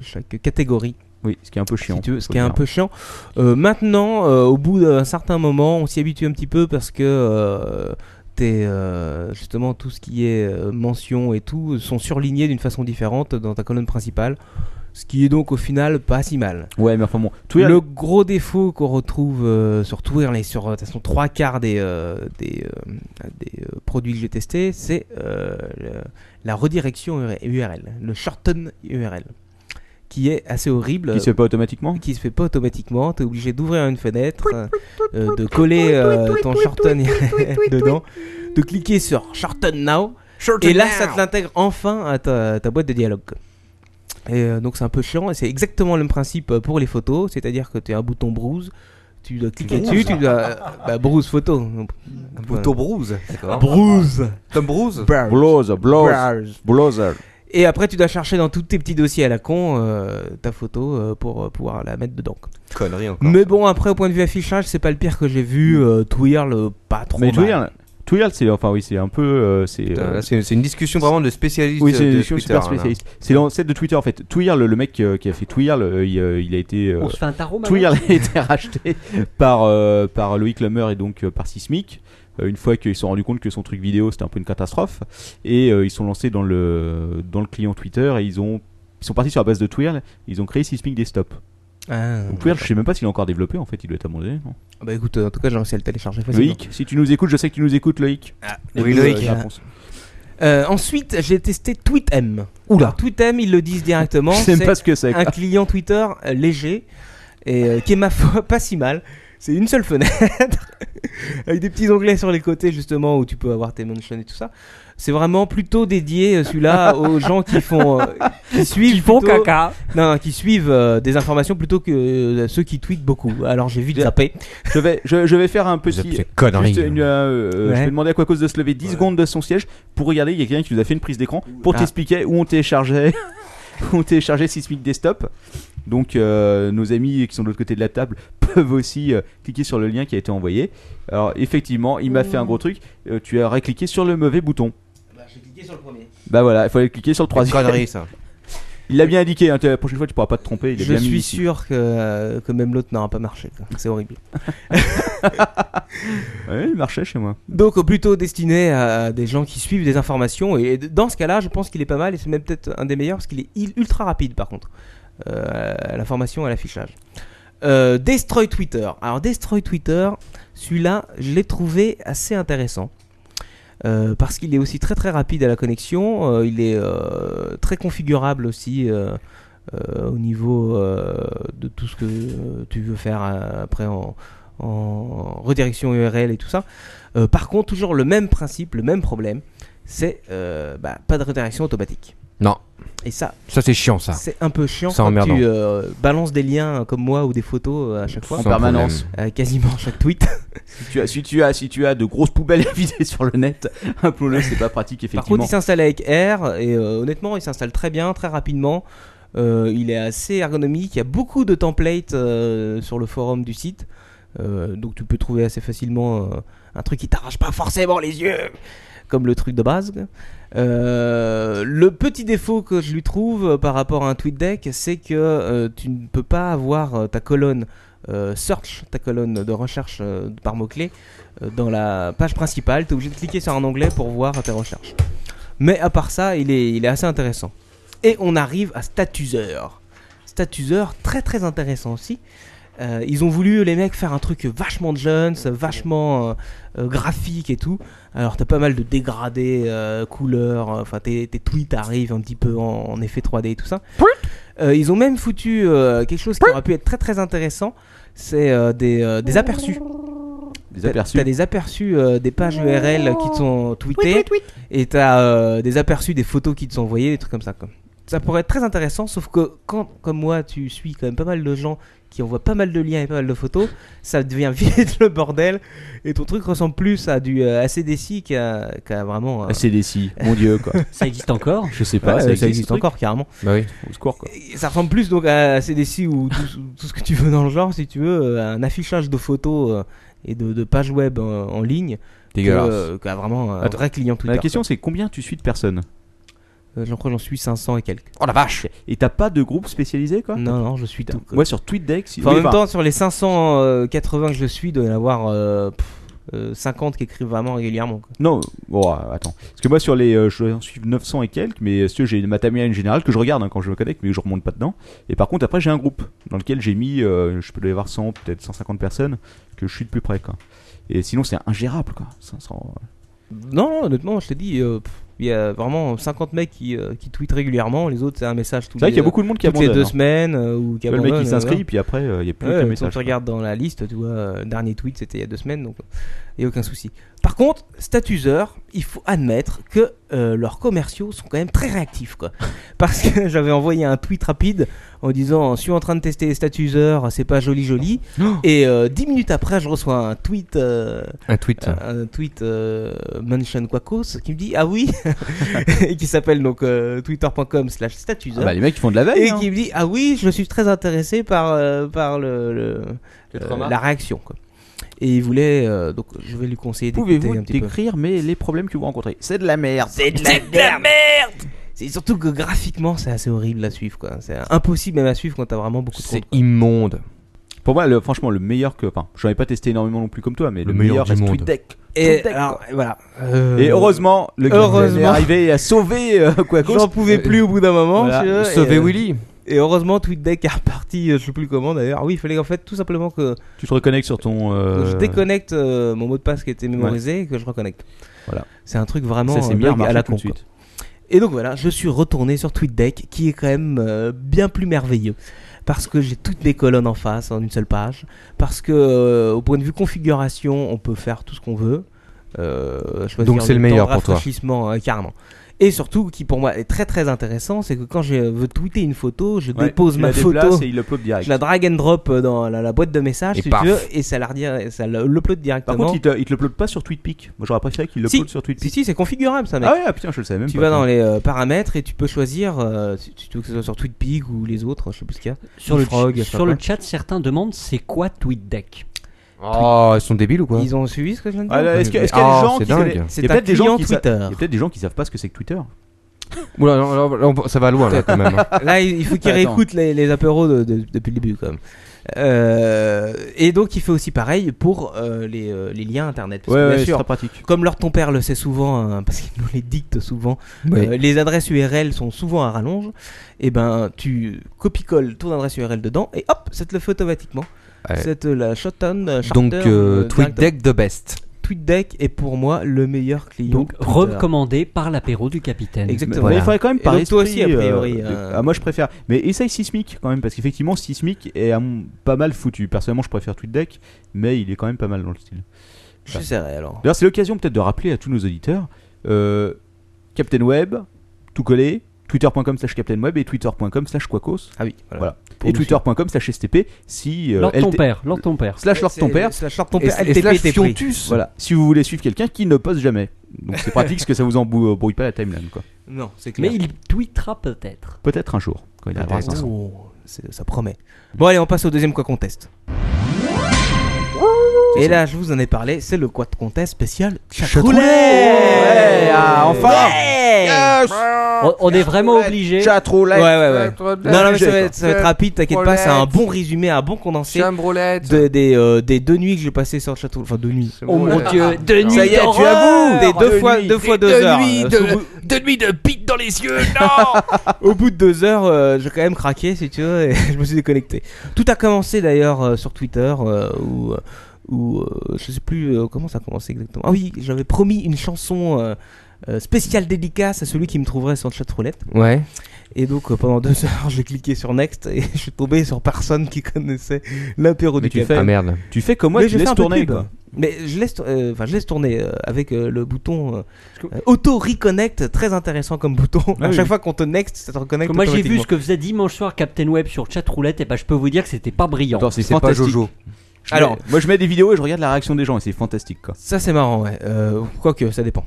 [SPEAKER 5] chaque catégorie.
[SPEAKER 3] Oui, ce qui est un peu chiant.
[SPEAKER 5] Si tu veux, ce
[SPEAKER 3] faut
[SPEAKER 5] qui est
[SPEAKER 3] le
[SPEAKER 5] un
[SPEAKER 3] dire.
[SPEAKER 5] peu chiant. Euh, maintenant, euh, au bout d'un certain moment, on s'y habitue un petit peu parce que euh, t'es, euh, justement tout ce qui est euh, mention et tout sont surlignés d'une façon différente dans ta colonne principale. Ce qui est donc au final pas si mal.
[SPEAKER 3] Ouais, mais enfin bon. Twitter-
[SPEAKER 5] Le gros défaut qu'on retrouve euh, sur Twirl et sur euh, de toute façon trois quarts des, euh, des, euh, des, euh, produits que j'ai testés, c'est euh, le- la redirection URL, le shorten URL, qui est assez horrible.
[SPEAKER 3] Qui se fait pas automatiquement
[SPEAKER 5] Qui se fait pas automatiquement. T'es obligé d'ouvrir une fenêtre, euh, de coller euh, ton shorten URL dedans, de cliquer sur shorten now,
[SPEAKER 12] Shorten
[SPEAKER 5] et là
[SPEAKER 12] now.
[SPEAKER 5] ça
[SPEAKER 2] Ah.
[SPEAKER 5] te l'intègre enfin à ta, ta boîte de dialogue. Et euh, donc c'est un peu chiant, et c'est exactement le même principe euh, pour les photos, c'est-à-dire que tu as un bouton browse, tu dois cliquer
[SPEAKER 2] Browse.
[SPEAKER 5] dessus, tu dois... euh, Bah, browse photo.
[SPEAKER 2] Bouton browse, d'accord.
[SPEAKER 5] Browse.
[SPEAKER 2] Tom Browse
[SPEAKER 3] Browse,
[SPEAKER 5] Browse.
[SPEAKER 3] Browse, Browser.
[SPEAKER 5] Et après tu dois chercher dans tous tes petits dossiers à la con euh, ta photo euh, pour euh, pouvoir la mettre dedans.
[SPEAKER 2] Connerie encore.
[SPEAKER 5] Mais bon, après au point de vue affichage, c'est pas le pire que j'ai vu, euh, Twirl, euh, pas trop
[SPEAKER 3] Mais
[SPEAKER 5] mal.
[SPEAKER 3] Twirl, Twirl, c'est enfin oui, c'est un peu euh, c'est.
[SPEAKER 2] Putain, là, c'est c'est une discussion vraiment de spécialistes. euh,
[SPEAKER 3] Oui, c'est
[SPEAKER 2] de
[SPEAKER 3] je suis
[SPEAKER 2] Twitter,
[SPEAKER 3] super
[SPEAKER 2] là.
[SPEAKER 3] spécialiste. C'est dans celle de Twitter en fait. Twirl, le mec euh, qui a fait Twirl, euh, il, euh, il a été. euh,
[SPEAKER 4] On se fait un tarot, maintenant
[SPEAKER 3] Twirl a été racheté par, euh, par Loïc Lemeur et donc euh, par Sismic. euh, une fois qu'ils se sont rendus compte que son truc vidéo c'était un peu une catastrophe. Et euh, ils sont lancés dans le, dans le client Twitter et ils, ont, ils sont partis sur la base de Twirl. Ils ont créé Sysmic Desktop.
[SPEAKER 5] Ah,
[SPEAKER 3] Donc, Twirl, je sais même pas s'il est encore développé en fait, il doit être abandonné. non
[SPEAKER 2] Ah,
[SPEAKER 5] Bah écoute, euh, en tout cas, j'ai réussi à le télécharger facilement.
[SPEAKER 3] Loïc, si tu nous écoutes, je sais que tu nous écoutes, Loïc.
[SPEAKER 5] Ah, Oui,
[SPEAKER 3] Donne-nous,
[SPEAKER 5] Loïc.
[SPEAKER 3] euh, la réponse.
[SPEAKER 5] Euh, ensuite, j'ai testé TweetM.
[SPEAKER 3] Oula.
[SPEAKER 5] Alors, TweetM, ils le disent directement.
[SPEAKER 3] Je sais même pas ce que c'est, quoi.
[SPEAKER 5] Un client Twitter euh, léger et euh, qui est ma foi pas si mal. C'est une seule fenêtre avec des petits onglets sur les côtés justement où tu peux avoir tes mentions et tout ça. C'est vraiment plutôt dédié euh, celui-là aux gens qui font euh, qui suivent plutôt-
[SPEAKER 4] caca.
[SPEAKER 5] Non, non, qui suivent euh, des informations plutôt que euh, ceux qui tweetent beaucoup. Alors j'ai vite zappé.
[SPEAKER 3] Je vais je, je vais faire un petit.
[SPEAKER 5] ces conneries.
[SPEAKER 3] juste une, euh, euh, Je
[SPEAKER 5] hein. Ouais.
[SPEAKER 3] vais demander à quoi cause de se lever 10 secondes de son siège pour regarder. Il y a quelqu'un qui nous a fait une prise d'écran pour
[SPEAKER 5] Ah.
[SPEAKER 3] t'expliquer où on téléchargeait, où on téléchargeait Sismic Desktop. Donc euh, nos amis qui sont de l'autre côté de la table peuvent aussi euh, cliquer sur le lien qui a été envoyé. Alors effectivement, il m'a fait un gros truc. Euh, tu as cliqué sur le mauvais bouton. Bah voilà, il fallait cliquer sur le troisième.
[SPEAKER 2] connerie, ça.
[SPEAKER 3] Il l'a bien indiqué. hein, la prochaine fois, tu pourras pas te tromper. Il est
[SPEAKER 5] Je
[SPEAKER 3] bien mis
[SPEAKER 5] suis
[SPEAKER 3] ici.
[SPEAKER 5] sûr que, euh, que même l'autre n'aura pas marché. quoi. C'est horrible.
[SPEAKER 3] Ouais, il marchait chez moi.
[SPEAKER 5] Donc euh, plutôt destiné à des gens qui suivent des informations. Et d- dans ce cas-là, je pense qu'il est pas mal et c'est même peut-être un des meilleurs parce qu'il est il- ultra rapide par contre. Euh, à l'information, à l'affichage. Euh, Destroy Twitter. Alors Destroy Twitter, celui-là, je l'ai trouvé assez intéressant. Euh, parce qu'il est aussi très très rapide à la connexion, euh, il est euh, très configurable aussi euh, euh, au niveau euh, de tout ce que euh, tu veux faire euh, après en, en redirection URL et tout ça. Euh, par contre, toujours le même principe, le même problème, c'est euh, bah, pas de redirection automatique.
[SPEAKER 2] Non.
[SPEAKER 5] Et ça,
[SPEAKER 2] Ça, c'est chiant, ça.
[SPEAKER 5] C'est un peu chiant
[SPEAKER 2] C'est
[SPEAKER 5] quand
[SPEAKER 2] emmerdant.
[SPEAKER 5] tu euh, balances des liens comme moi ou des photos euh, à chaque fois.
[SPEAKER 3] En Sans permanence.
[SPEAKER 5] Euh, quasiment à chaque tweet.
[SPEAKER 3] Si tu as, si tu as, si tu as de grosses poubelles à vider sur le net, un le c'est pas pratique effectivement.
[SPEAKER 5] Par contre, il s'installe avec R et euh, honnêtement, il s'installe très bien, très rapidement. Euh, il est assez ergonomique. Il y a beaucoup de templates euh, sur le forum du site. Euh, donc tu peux trouver assez facilement euh, un truc qui t'arrache pas forcément les yeux, comme le truc de base. quoi. Euh, le petit défaut que je lui trouve euh, par rapport à un TweetDeck, c'est que euh, tu ne peux pas avoir euh, ta colonne euh, search, ta colonne de recherche euh, par mots-clés, euh, dans la page principale. Tu es obligé de cliquer sur un onglet pour voir tes recherches. Mais à part ça, il est, il est assez intéressant. Et on arrive à Statuser. Statuser, très très intéressant aussi. Euh, ils ont voulu, les mecs, faire un truc vachement jeunes, vachement euh, euh, graphique et tout. Alors, t'as pas mal de dégradés, euh, couleurs, euh, enfin, tes, tes tweets arrivent un petit peu en, en effet 3D et tout ça. Euh, ils ont même foutu euh, quelque chose qui aurait pu être très très intéressant c'est euh, des, euh, des aperçus.
[SPEAKER 3] Des
[SPEAKER 5] T'as-
[SPEAKER 3] aperçus.
[SPEAKER 5] T'as des aperçus euh, des pages URL qui te sont tweetées. Et t'as euh, des aperçus des photos qui te sont envoyées, des trucs comme ça. quoi. Ça pourrait être très intéressant, sauf que quand, comme moi, tu suis quand même pas mal de gens qui envoient pas mal de liens et pas mal de photos, ça devient vite le bordel. Et ton truc ressemble plus à du euh, ACDC qu'à qu'à vraiment. euh,
[SPEAKER 3] ACDC, mon dieu, quoi.
[SPEAKER 5] Ça existe encore
[SPEAKER 3] Je sais pas,
[SPEAKER 5] Ouais,
[SPEAKER 3] ça
[SPEAKER 5] ça
[SPEAKER 3] existe,
[SPEAKER 5] existe
[SPEAKER 3] ce truc.
[SPEAKER 5] encore, carrément.
[SPEAKER 2] Bah oui.
[SPEAKER 3] Au secours, quoi.
[SPEAKER 5] Et ça ressemble plus donc à CDC ou tout, tout ce que tu veux dans le genre, si tu veux, euh, à un affichage de photos euh, et de, de pages web euh, en ligne. que,
[SPEAKER 3] Dégueulasse.
[SPEAKER 5] euh, Qu'à vraiment un
[SPEAKER 3] Attends,
[SPEAKER 5] vrai client Twitter.
[SPEAKER 3] La question c'est combien tu suis de personnes
[SPEAKER 5] Je crois que j'en suis 500 et quelques.
[SPEAKER 3] Oh la vache Et t'as pas de groupe spécialisé quoi
[SPEAKER 5] Non, non, je suis tout.
[SPEAKER 3] Moi sur TweetDeck, si...
[SPEAKER 5] Enfin, en
[SPEAKER 3] oui,
[SPEAKER 5] même
[SPEAKER 3] enfin,
[SPEAKER 5] temps, sur les 580 que je suis, il doit y en avoir euh, pff, euh, 50 qui écrivent vraiment régulièrement. quoi.
[SPEAKER 3] Non, bon, euh, attends. Parce que moi sur les. euh, je dois en suivre 900 et quelques, mais si tu veux, j'ai ma timeline générale que je regarde hein, quand je me connecte, mais je remonte pas dedans. Et par contre, après, j'ai un groupe dans lequel j'ai mis. euh, je peux dois y avoir 100, peut-être 150 personnes que je suis de plus près quoi. Et sinon, c'est ingérable quoi. 500. euh,
[SPEAKER 5] Non, non, honnêtement, je te dis, euh, pff, il y a vraiment 50 mecs qui, euh, qui tweetent régulièrement. Les autres, c'est un message tous
[SPEAKER 3] C'est vrai
[SPEAKER 5] les-
[SPEAKER 3] qu'il y a beaucoup de monde qui
[SPEAKER 5] toutes les
[SPEAKER 3] abandonne,
[SPEAKER 5] deux
[SPEAKER 3] hein.
[SPEAKER 5] semaines euh, ou qui
[SPEAKER 3] Tu vois, le mec, il
[SPEAKER 5] abandonne,
[SPEAKER 3] s'inscrit,
[SPEAKER 5] voilà.
[SPEAKER 3] puis après, euh, il y a plus aucun
[SPEAKER 5] Ouais, quand
[SPEAKER 3] message,
[SPEAKER 5] tu
[SPEAKER 3] quoi.
[SPEAKER 5] regardes dans la liste, tu vois, euh, dernier tweet, c'était il y a deux semaines, donc il n'y a aucun souci. Par contre, Statuseur, il faut admettre que euh, leurs commerciaux sont quand même très réactifs, quoi. Parce que j'avais envoyé un tweet rapide en disant, je suis en train de tester Statuseur, c'est pas joli joli.
[SPEAKER 3] Oh
[SPEAKER 5] Et euh, dix minutes après, je reçois un tweet, euh,
[SPEAKER 2] Un tweet.
[SPEAKER 5] un, un tweet euh, mention Quacos qui me dit, ah oui, et qui s'appelle donc euh, twitter.com/slash Statuseur.
[SPEAKER 3] Ah bah, les mecs, ils font de la veille,
[SPEAKER 5] Et
[SPEAKER 3] hein.
[SPEAKER 5] qui me dit ah oui je suis très intéressé par euh, par le, le- euh,
[SPEAKER 3] remarque.
[SPEAKER 5] la réaction quoi. et il voulait euh, donc je vais lui conseiller d'écouter
[SPEAKER 3] Pouvez-vous
[SPEAKER 5] un petit peu
[SPEAKER 3] décrire mais les problèmes que vous rencontrez C'est de la merde.
[SPEAKER 5] C'est de la merde. c'est surtout que graphiquement c'est assez horrible à suivre quoi c'est impossible même à suivre quand t'as vraiment beaucoup de
[SPEAKER 3] C'est
[SPEAKER 5] comptes, quoi.
[SPEAKER 2] immonde.
[SPEAKER 3] Pour moi, le- franchement, le meilleur que. Enfin, j'en ai pas testé énormément non plus comme toi, mais le,
[SPEAKER 2] meilleur
[SPEAKER 3] meilleur,
[SPEAKER 2] du
[SPEAKER 3] reste
[SPEAKER 2] monde.
[SPEAKER 3] TweetDeck.
[SPEAKER 5] Et alors, voilà. Euh,
[SPEAKER 3] Et heureusement, le Heureusement. est
[SPEAKER 5] heureusement.
[SPEAKER 3] arrivé à sauver euh, Quacos.
[SPEAKER 5] J'en pouvais plus au bout d'un moment.
[SPEAKER 3] Voilà.
[SPEAKER 5] monsieur,
[SPEAKER 3] Sauver
[SPEAKER 5] et, euh,
[SPEAKER 3] Willy.
[SPEAKER 5] Et heureusement, TweetDeck est reparti, euh, je sais plus comment d'ailleurs. Oui, il fallait en fait tout simplement que
[SPEAKER 18] Tu te reconnectes sur ton. euh,
[SPEAKER 5] je déconnecte euh, mon mot de passe qui était mémorisé et que je reconnecte.
[SPEAKER 18] Voilà.
[SPEAKER 5] C'est un truc vraiment
[SPEAKER 18] Ça, c'est
[SPEAKER 5] euh,
[SPEAKER 18] bien
[SPEAKER 5] bug à
[SPEAKER 18] remarqué
[SPEAKER 5] la
[SPEAKER 18] tout
[SPEAKER 5] con.
[SPEAKER 18] de suite.
[SPEAKER 5] quoi. Et donc voilà, je suis retourné sur TweetDeck qui est quand même euh, bien plus merveilleux. Parce que j'ai toutes mes colonnes en face en une seule page. Parce que euh, au point de vue configuration, on peut faire tout ce qu'on veut. Euh, choisir
[SPEAKER 2] Donc, c'est le
[SPEAKER 5] temps de
[SPEAKER 2] meilleur pour toi.
[SPEAKER 5] rafraîchissement, euh, carrément. Et surtout, qui pour moi est très très intéressant, c'est que quand je veux tweeter une photo, je
[SPEAKER 3] Ouais,
[SPEAKER 5] dépose
[SPEAKER 3] tu
[SPEAKER 5] ma
[SPEAKER 3] la
[SPEAKER 5] photo,
[SPEAKER 3] déplaces et il l'upload direct.
[SPEAKER 5] je la drag and drop euh, dans la, la boîte de messages,
[SPEAKER 3] Et
[SPEAKER 5] si
[SPEAKER 3] paf.
[SPEAKER 5] tu veux, et ça la redire- ça le- l'upload
[SPEAKER 3] Par
[SPEAKER 5] directement.
[SPEAKER 3] contre, il te, il te l'upload pas sur TweetPic. Moi, j'aurais préféré qu'il l'upload
[SPEAKER 5] Si.
[SPEAKER 3] sur TweetPic.
[SPEAKER 5] Si, si, c'est configurable ça, mec.
[SPEAKER 3] Ah ouais, ah, putain, je le savais même
[SPEAKER 5] Tu
[SPEAKER 3] pas,
[SPEAKER 5] vas dans
[SPEAKER 3] tiens.
[SPEAKER 5] les euh, paramètres et tu peux choisir euh, si si tu veux que ce soit sur TweetPic ou les autres, je sais plus ce qu'il y a.
[SPEAKER 4] Sur, le,
[SPEAKER 5] Frog, je sais pas
[SPEAKER 4] sur le
[SPEAKER 5] quoi.
[SPEAKER 4] chat, certains demandent c'est quoi TweetDeck
[SPEAKER 2] Oh, ils sont débiles ou quoi
[SPEAKER 5] Ils ont suivi ce que je viens de dire
[SPEAKER 3] Ah, là, Est-ce que- est-ce qu'il y a
[SPEAKER 5] Oh,
[SPEAKER 2] Ah, c'est
[SPEAKER 3] des gens qui savent-
[SPEAKER 2] dingue.
[SPEAKER 3] il
[SPEAKER 2] C'est
[SPEAKER 3] y a
[SPEAKER 2] un
[SPEAKER 3] peut-être des gens
[SPEAKER 2] client
[SPEAKER 3] qui sa-
[SPEAKER 2] Twitter.
[SPEAKER 3] Il y a peut-être des gens qui savent pas ce que c'est que Twitter.
[SPEAKER 2] Oula, là, là, là, on- ça va loin là quand même. hein.
[SPEAKER 5] Là, il il faut qu'il
[SPEAKER 3] Attends.
[SPEAKER 5] réécoute les, les apéros de- de- depuis le début, quand même. Euh, et donc, il fait aussi pareil pour euh, les, euh, les liens internet. Parce que,
[SPEAKER 3] Ouais,
[SPEAKER 5] bien
[SPEAKER 3] ouais,
[SPEAKER 5] sûr,
[SPEAKER 3] c'est très pratique.
[SPEAKER 5] Comme leur ton père le sait souvent, hein, parce qu'il nous les dicte souvent,
[SPEAKER 3] Oui.
[SPEAKER 5] euh, les adresses URL sont souvent à rallonge. Et ben, tu copie-colles ton adresse URL dedans et hop, ça te le fait automatiquement.
[SPEAKER 2] Ouais.
[SPEAKER 5] Ça te la shotton. euh,
[SPEAKER 2] Donc,
[SPEAKER 5] charter,
[SPEAKER 2] euh, TweetDeck
[SPEAKER 5] directement.
[SPEAKER 2] the best.
[SPEAKER 5] TweetDeck est pour moi le meilleur client.
[SPEAKER 4] Donc,
[SPEAKER 5] Twitter.
[SPEAKER 4] recommandé par l'apéro du capitaine.
[SPEAKER 5] Exactement.
[SPEAKER 3] Mais il faudrait quand même
[SPEAKER 5] Et
[SPEAKER 3] parler.
[SPEAKER 5] donc, toi aussi, a priori, euh,
[SPEAKER 3] Ah, moi, je préfère. Mais essaye Sismic quand même, parce qu'effectivement, Sismic est à mon- pas mal foutu. Personnellement, je préfère TweetDeck, mais il est quand même pas mal dans le style.
[SPEAKER 5] Je serai alors.
[SPEAKER 3] D'ailleurs, c'est l'occasion peut-être de rappeler à tous nos auditeurs euh, Captain Web, tout collé, twitter.com slash captainweb et twitter.com slash quacos.
[SPEAKER 5] Ah oui, voilà.
[SPEAKER 3] Et twitter.com slash stp si. euh,
[SPEAKER 4] Lord ton
[SPEAKER 3] LT
[SPEAKER 4] père, Lord ton père.
[SPEAKER 3] Slash Lord ton
[SPEAKER 4] C'est-
[SPEAKER 3] père.
[SPEAKER 4] slash Lord ton
[SPEAKER 3] Et-
[SPEAKER 4] père,
[SPEAKER 3] et
[SPEAKER 4] LTP,
[SPEAKER 3] slash
[SPEAKER 4] t'es pris.
[SPEAKER 3] Fiontus. Voilà. Si vous voulez suivre quelqu'un qui ne poste jamais. Donc c'est pratique parce que ça vous embrouille pas la timeline quoi.
[SPEAKER 5] Non, c'est clair.
[SPEAKER 4] Mais il tweetera peut-être.
[SPEAKER 3] Peut-être un jour, quand il arrivera à
[SPEAKER 5] Peut-être.
[SPEAKER 3] 500.
[SPEAKER 5] Oh, c'est- ça promet. Bon, allez, on passe au deuxième quoi qu'on teste. Et là, je vous en ai parlé, c'est le Quad Contest spécial Chatroulette
[SPEAKER 3] Ouais, ah, enfin
[SPEAKER 5] Ouais
[SPEAKER 4] on, on est vraiment obligé.
[SPEAKER 5] Chatroulette Ouais, ouais, ouais. Non, non, mais ça va être, ça va être rapide, t'inquiète pas, c'est un
[SPEAKER 4] Chatroulette.
[SPEAKER 5] bon résumé, un bon condensé
[SPEAKER 2] Chambrolette.
[SPEAKER 5] de- des, euh, des deux nuits que j'ai passées sur Chatroulette. Enfin, deux nuits.
[SPEAKER 4] Oh mon
[SPEAKER 16] Euh, ah,
[SPEAKER 4] dieu, deux nuits
[SPEAKER 5] Ça y est, tu
[SPEAKER 4] d'horreur.
[SPEAKER 5] avoues Des deux,
[SPEAKER 4] Deux
[SPEAKER 5] fois,
[SPEAKER 4] nuits.
[SPEAKER 5] deux fois deux,
[SPEAKER 4] Deux
[SPEAKER 5] heures.
[SPEAKER 4] nuits
[SPEAKER 5] euh,
[SPEAKER 4] de-
[SPEAKER 5] sous-
[SPEAKER 13] Deux nuits de pite dans les yeux, non
[SPEAKER 5] Au bout de deux heures, euh, j'ai quand même craqué, si tu veux, et je me suis déconnecté. Tout a commencé d'ailleurs euh, sur Twitter, euh, où, euh, où, euh, je sais plus euh, comment ça a commencé exactement. Ah oui, j'avais promis une chanson euh, euh, spéciale dédicace à celui qui me trouverait sur le chat roulette.
[SPEAKER 2] Ouais.
[SPEAKER 5] Et donc euh, pendant deux heures, j'ai cliqué sur Next et je suis tombé sur personne qui connaissait l'apéro
[SPEAKER 3] Mais
[SPEAKER 5] du
[SPEAKER 3] tu
[SPEAKER 5] Cap.
[SPEAKER 3] fais- Ah, merde. tu fais comme moi,
[SPEAKER 5] Mais
[SPEAKER 3] tu
[SPEAKER 5] j'ai fait
[SPEAKER 3] laisses
[SPEAKER 5] un peu de
[SPEAKER 3] tourner,
[SPEAKER 5] pub.
[SPEAKER 3] quoi.
[SPEAKER 5] Mais je laisse, euh, enfin je laisse tourner euh, avec euh, le bouton euh, euh, auto reconnect, très intéressant comme bouton. à
[SPEAKER 4] Ah oui,
[SPEAKER 5] chaque
[SPEAKER 4] oui.
[SPEAKER 5] fois qu'on te next, ça te reconnecte.
[SPEAKER 4] Moi j'ai vu
[SPEAKER 5] automatiquement.
[SPEAKER 4] ce que faisait dimanche soir Captain Web sur chatroulette et bah je peux vous dire que c'était pas brillant.
[SPEAKER 3] Attends, c'est fantastique. Je mets-
[SPEAKER 5] Alors-
[SPEAKER 3] moi je mets des vidéos et je regarde la réaction des gens et c'est fantastique quoi.
[SPEAKER 5] Ça c'est marrant, ouais. Euh, Quoique, ça dépend.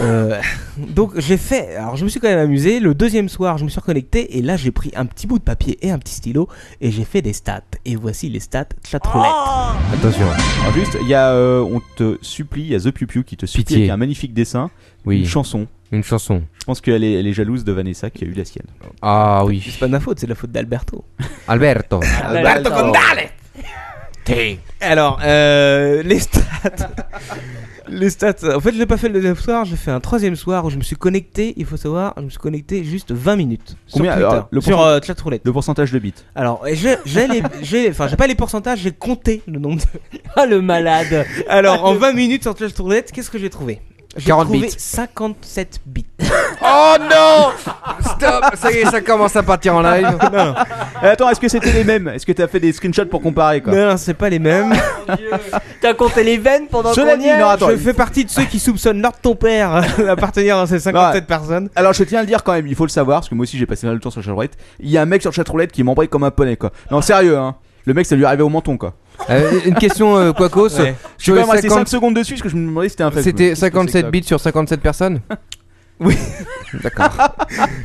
[SPEAKER 5] Euh, donc j'ai fait, alors je me suis quand même amusé, le deuxième soir je me suis reconnecté et là j'ai pris un petit bout de papier et un petit stylo et j'ai fait des stats. Et voici les stats chatroulette.
[SPEAKER 2] Attention.
[SPEAKER 3] Alors juste, il y a, euh, on te supplie, il y a The Pew Pew qui te supplie
[SPEAKER 2] Pitié.
[SPEAKER 3] avec un magnifique dessin,
[SPEAKER 2] Oui.
[SPEAKER 3] une chanson.
[SPEAKER 2] Une chanson.
[SPEAKER 3] Je pense qu'elle est, elle est jalouse de Vanessa qui a eu la sienne.
[SPEAKER 2] Ah oui. C'est
[SPEAKER 5] pas de ma faute, c'est de la faute d'Alberto.
[SPEAKER 2] Alberto.
[SPEAKER 5] Alberto Condale Alors, euh, les stats. les stats. En fait, je l'ai pas fait le deuxième soir, j'ai fait un troisième soir où je me suis connecté, il faut savoir, je me suis connecté juste 20 minutes.
[SPEAKER 3] Combien,
[SPEAKER 5] sur Twitter,
[SPEAKER 3] alors, le
[SPEAKER 5] sur
[SPEAKER 3] pourcent-
[SPEAKER 5] euh, chatroulette.
[SPEAKER 3] Le pourcentage de bits.
[SPEAKER 5] Alors, et j'ai j'ai les- j'ai- enfin, j'ai pas les pourcentages, j'ai compté le Ah, nombre de.
[SPEAKER 4] Ah, le malade
[SPEAKER 5] Alors, en 20 minutes sur Twitch Tournette, qu'est-ce que j'ai trouvé J'ai
[SPEAKER 2] 40
[SPEAKER 5] trouvé
[SPEAKER 2] bits.
[SPEAKER 5] 57 bits.
[SPEAKER 2] Oh non Stop Ça y est, ça commence à partir en live.
[SPEAKER 3] Non, non. Eh, Attends, est-ce que c'était les mêmes Est-ce que t'as fait des screenshots pour comparer quoi
[SPEAKER 5] Non, non, c'est pas les mêmes.
[SPEAKER 4] T'as compté les veines pendant
[SPEAKER 3] Cela
[SPEAKER 4] qu'on y
[SPEAKER 3] dit,
[SPEAKER 4] est
[SPEAKER 3] non, attends,
[SPEAKER 5] je fais partie de ceux qui soupçonnent l'ordre de ton père euh, d'appartenir dans ces 57 personnes.
[SPEAKER 3] Alors je tiens à le dire quand même, il faut le savoir, parce que moi aussi j'ai passé mal de temps sur le chatroulette. Il y a un mec sur le chatroulette qui m'embraye comme un poney quoi.
[SPEAKER 5] Ah.
[SPEAKER 3] Non, sérieux hein. Le mec ça lui arrivait au menton quoi.
[SPEAKER 2] Euh, une question, euh, Quacos.
[SPEAKER 3] Ouais. Je suis
[SPEAKER 2] Sur les
[SPEAKER 3] quand même resté
[SPEAKER 2] 50
[SPEAKER 3] 5 secondes dessus parce que je me demandais si c'était un fake.
[SPEAKER 2] C'était
[SPEAKER 3] Qu'est-ce que c'est que
[SPEAKER 2] 57
[SPEAKER 3] ça
[SPEAKER 2] bits sur 57 personnes
[SPEAKER 5] Oui.
[SPEAKER 2] D'accord.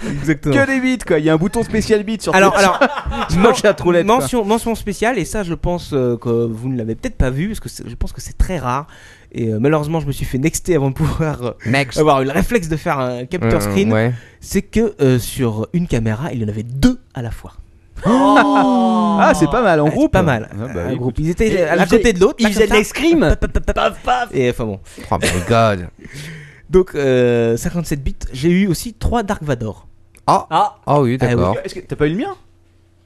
[SPEAKER 5] Exactement.
[SPEAKER 3] Que des bits quoi, il y a un bouton spécial bits sur
[SPEAKER 5] Alors,
[SPEAKER 3] Twitch.
[SPEAKER 5] alors,
[SPEAKER 3] Sur
[SPEAKER 5] men-
[SPEAKER 3] chatroulette, quoi.
[SPEAKER 5] mention, mention spéciale, et ça, je pense euh, que vous ne l'avez peut-être pas vu, parce que c'est- je pense que c'est très rare. Et euh, malheureusement, je me suis fait nexter avant de pouvoir euh,
[SPEAKER 2] Next.
[SPEAKER 5] avoir eu le réflexe de faire un capture
[SPEAKER 2] Euh,
[SPEAKER 5] screen.
[SPEAKER 2] ouais.
[SPEAKER 5] C'est que euh, sur une caméra, il y en avait deux à la fois.
[SPEAKER 3] Oh ah, c'est pas mal en groupe.
[SPEAKER 5] Oh. Pas
[SPEAKER 2] Ah,
[SPEAKER 5] mal.
[SPEAKER 2] bah,
[SPEAKER 5] Un groupe. Ils étaient à côté de l'autre.
[SPEAKER 4] Ils faisaient de l'escrime.
[SPEAKER 5] Et enfin bon.
[SPEAKER 2] Oh my god.
[SPEAKER 5] Donc euh, 57 bits, j'ai eu aussi 3 Dark Vador.
[SPEAKER 2] Ah Ah, oui, d'accord.
[SPEAKER 3] Est-ce que t'as pas eu le mien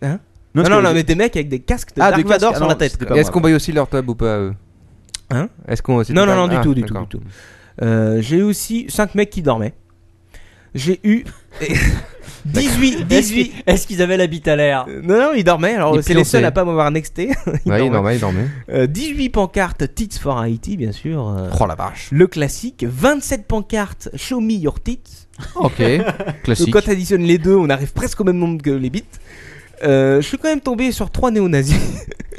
[SPEAKER 5] Hein
[SPEAKER 3] Non,
[SPEAKER 5] Non,
[SPEAKER 3] parce
[SPEAKER 5] non,
[SPEAKER 3] que
[SPEAKER 5] non,
[SPEAKER 3] j'ai-
[SPEAKER 5] mais des mecs avec des casques de
[SPEAKER 3] Ah,
[SPEAKER 5] Dark
[SPEAKER 3] des casques,
[SPEAKER 5] Vador
[SPEAKER 3] ah
[SPEAKER 5] sur
[SPEAKER 3] non,
[SPEAKER 5] la tête.
[SPEAKER 3] c'était
[SPEAKER 5] quoi.
[SPEAKER 2] Et Est-ce qu'on baille aussi leur table ou pas eux
[SPEAKER 5] Hein
[SPEAKER 2] Est-ce qu'on aussi
[SPEAKER 5] Non, non,
[SPEAKER 2] leur
[SPEAKER 5] non,
[SPEAKER 2] table
[SPEAKER 5] du
[SPEAKER 2] Ah,
[SPEAKER 5] tout, du tout,
[SPEAKER 2] d'accord.
[SPEAKER 5] du tout. Euh, j'ai eu aussi 5 mecs qui dormaient. J'ai eu 18, 18.
[SPEAKER 4] Est-ce qu'ils avaient l'habit à l'air
[SPEAKER 5] Euh, Non, non, ils dormaient. Alors,
[SPEAKER 2] Ils
[SPEAKER 5] c'est les seuls
[SPEAKER 2] plaisantaient.
[SPEAKER 5] à pas m'avoir nexté. Ils
[SPEAKER 2] Ouais,
[SPEAKER 5] dormaient.
[SPEAKER 2] il dormait, il dormait.
[SPEAKER 5] Euh, 18 pancartes Tits for Haiti, bien sûr. euh,
[SPEAKER 2] Oh la vache.
[SPEAKER 5] Le classique. 27 pancartes Show me your tits.
[SPEAKER 2] Ok, classique.
[SPEAKER 5] Donc, quand additionnes les deux, on arrive presque au même nombre que les bits. Euh, je suis quand même tombé sur 3 néo-nazis.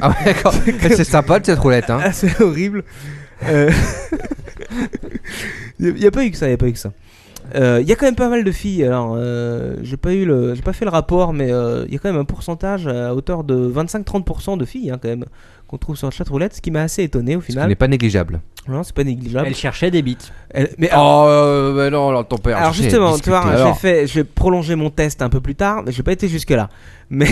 [SPEAKER 2] Ah ouais, d'accord. c'est sympa de cette roulette, hein.
[SPEAKER 5] Ah, c'est horrible. Euh, Il n'y a pas eu que ça, il a pas eu que ça. Euh, Il y a quand même pas mal de filles. Alors, euh, j'ai pas eu le, j'ai pas fait le rapport, mais euh, il y a quand même un pourcentage à hauteur de 25-30% de filles hein, quand même qu'on trouve sur le chat roulette, ce qui m'a assez étonné au
[SPEAKER 2] On
[SPEAKER 5] final.
[SPEAKER 2] n'est pas négligeable.
[SPEAKER 5] Non, c'est pas négligeable.
[SPEAKER 4] Elle cherchait des bites.
[SPEAKER 5] Elle- mais
[SPEAKER 2] Oh, euh, bah non, alors ton père.
[SPEAKER 5] alors
[SPEAKER 2] je sais,
[SPEAKER 5] justement, tu
[SPEAKER 2] discuter.
[SPEAKER 5] vois, j'ai
[SPEAKER 2] Alors,
[SPEAKER 5] fait, j'ai prolongé mon test un peu plus tard, mais j'ai pas été jusque là. Mais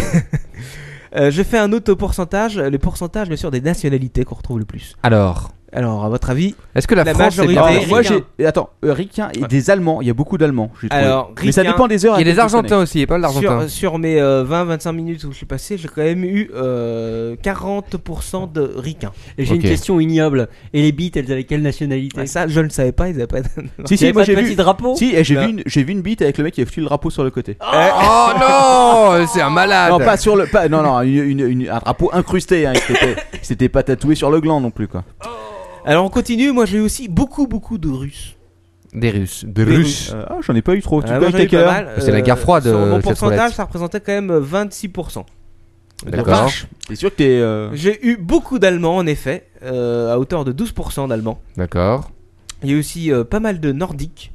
[SPEAKER 5] euh, je fais un autre pourcentage, le pourcentage bien sûr des nationalités qu'on retrouve le plus.
[SPEAKER 2] Alors.
[SPEAKER 5] Alors, à votre avis
[SPEAKER 2] Est-ce que la France est
[SPEAKER 5] majorité
[SPEAKER 2] bien
[SPEAKER 3] Ah, Moi j'ai. Attends, euh, ricain et des Allemands. Il y a beaucoup d'Allemands. j'ai trouvé.
[SPEAKER 5] Alors,
[SPEAKER 3] mais ça
[SPEAKER 5] ricain-
[SPEAKER 3] dépend des
[SPEAKER 2] Il y a
[SPEAKER 3] heures. à
[SPEAKER 2] des
[SPEAKER 3] laquelle tu
[SPEAKER 2] Argentins
[SPEAKER 3] connectes.
[SPEAKER 2] aussi, et pas de l'Argentin.
[SPEAKER 5] sur, sur mes euh, 20-25 minutes où je suis passé, j'ai quand même eu euh, 40% de ricains.
[SPEAKER 4] Et j'ai
[SPEAKER 2] Ok.
[SPEAKER 4] une question ignoble. Et les bites, elles avaient quelle nationalité
[SPEAKER 5] Et Ah, ça, je ne le savais pas, ils avaient pas.
[SPEAKER 3] Si
[SPEAKER 4] Il y
[SPEAKER 3] si,
[SPEAKER 4] avait
[SPEAKER 3] moi
[SPEAKER 4] pas de
[SPEAKER 3] j'ai vu.
[SPEAKER 4] petit drapeau
[SPEAKER 3] Si, et j'ai
[SPEAKER 5] Non.
[SPEAKER 3] vu une, j'ai vu une bite avec le mec qui a foutu le drapeau sur le côté.
[SPEAKER 2] Oh non, c'est un malade.
[SPEAKER 3] Non, pas sur le. Pas, non, non, une- une- une- un drapeau incrusté. Hein, C'était c'était pas tatoué sur le gland non plus, quoi.
[SPEAKER 5] Alors, on continue. Moi, j'ai eu aussi beaucoup, beaucoup de Russes.
[SPEAKER 2] Des Russes. Des
[SPEAKER 5] Russes.
[SPEAKER 3] Euh, ah, j'en ai pas eu trop. Tu
[SPEAKER 5] Ah,
[SPEAKER 3] dois
[SPEAKER 5] moi,
[SPEAKER 3] être
[SPEAKER 5] j'en ai eu
[SPEAKER 3] taqueur.
[SPEAKER 5] pas mal.
[SPEAKER 2] C'est la guerre froide,
[SPEAKER 5] Sur
[SPEAKER 2] euh,
[SPEAKER 5] mon
[SPEAKER 2] cette
[SPEAKER 5] pourcentage,
[SPEAKER 2] roulette.
[SPEAKER 5] ça représentait quand même euh, 26%.
[SPEAKER 2] D'accord.
[SPEAKER 5] Vache.
[SPEAKER 3] C'est sûr que t'es. euh,
[SPEAKER 5] J'ai eu beaucoup d'Allemands, en effet, euh, à hauteur de 12% d'Allemands.
[SPEAKER 2] D'accord.
[SPEAKER 5] Il y a eu aussi euh, pas mal de Nordiques,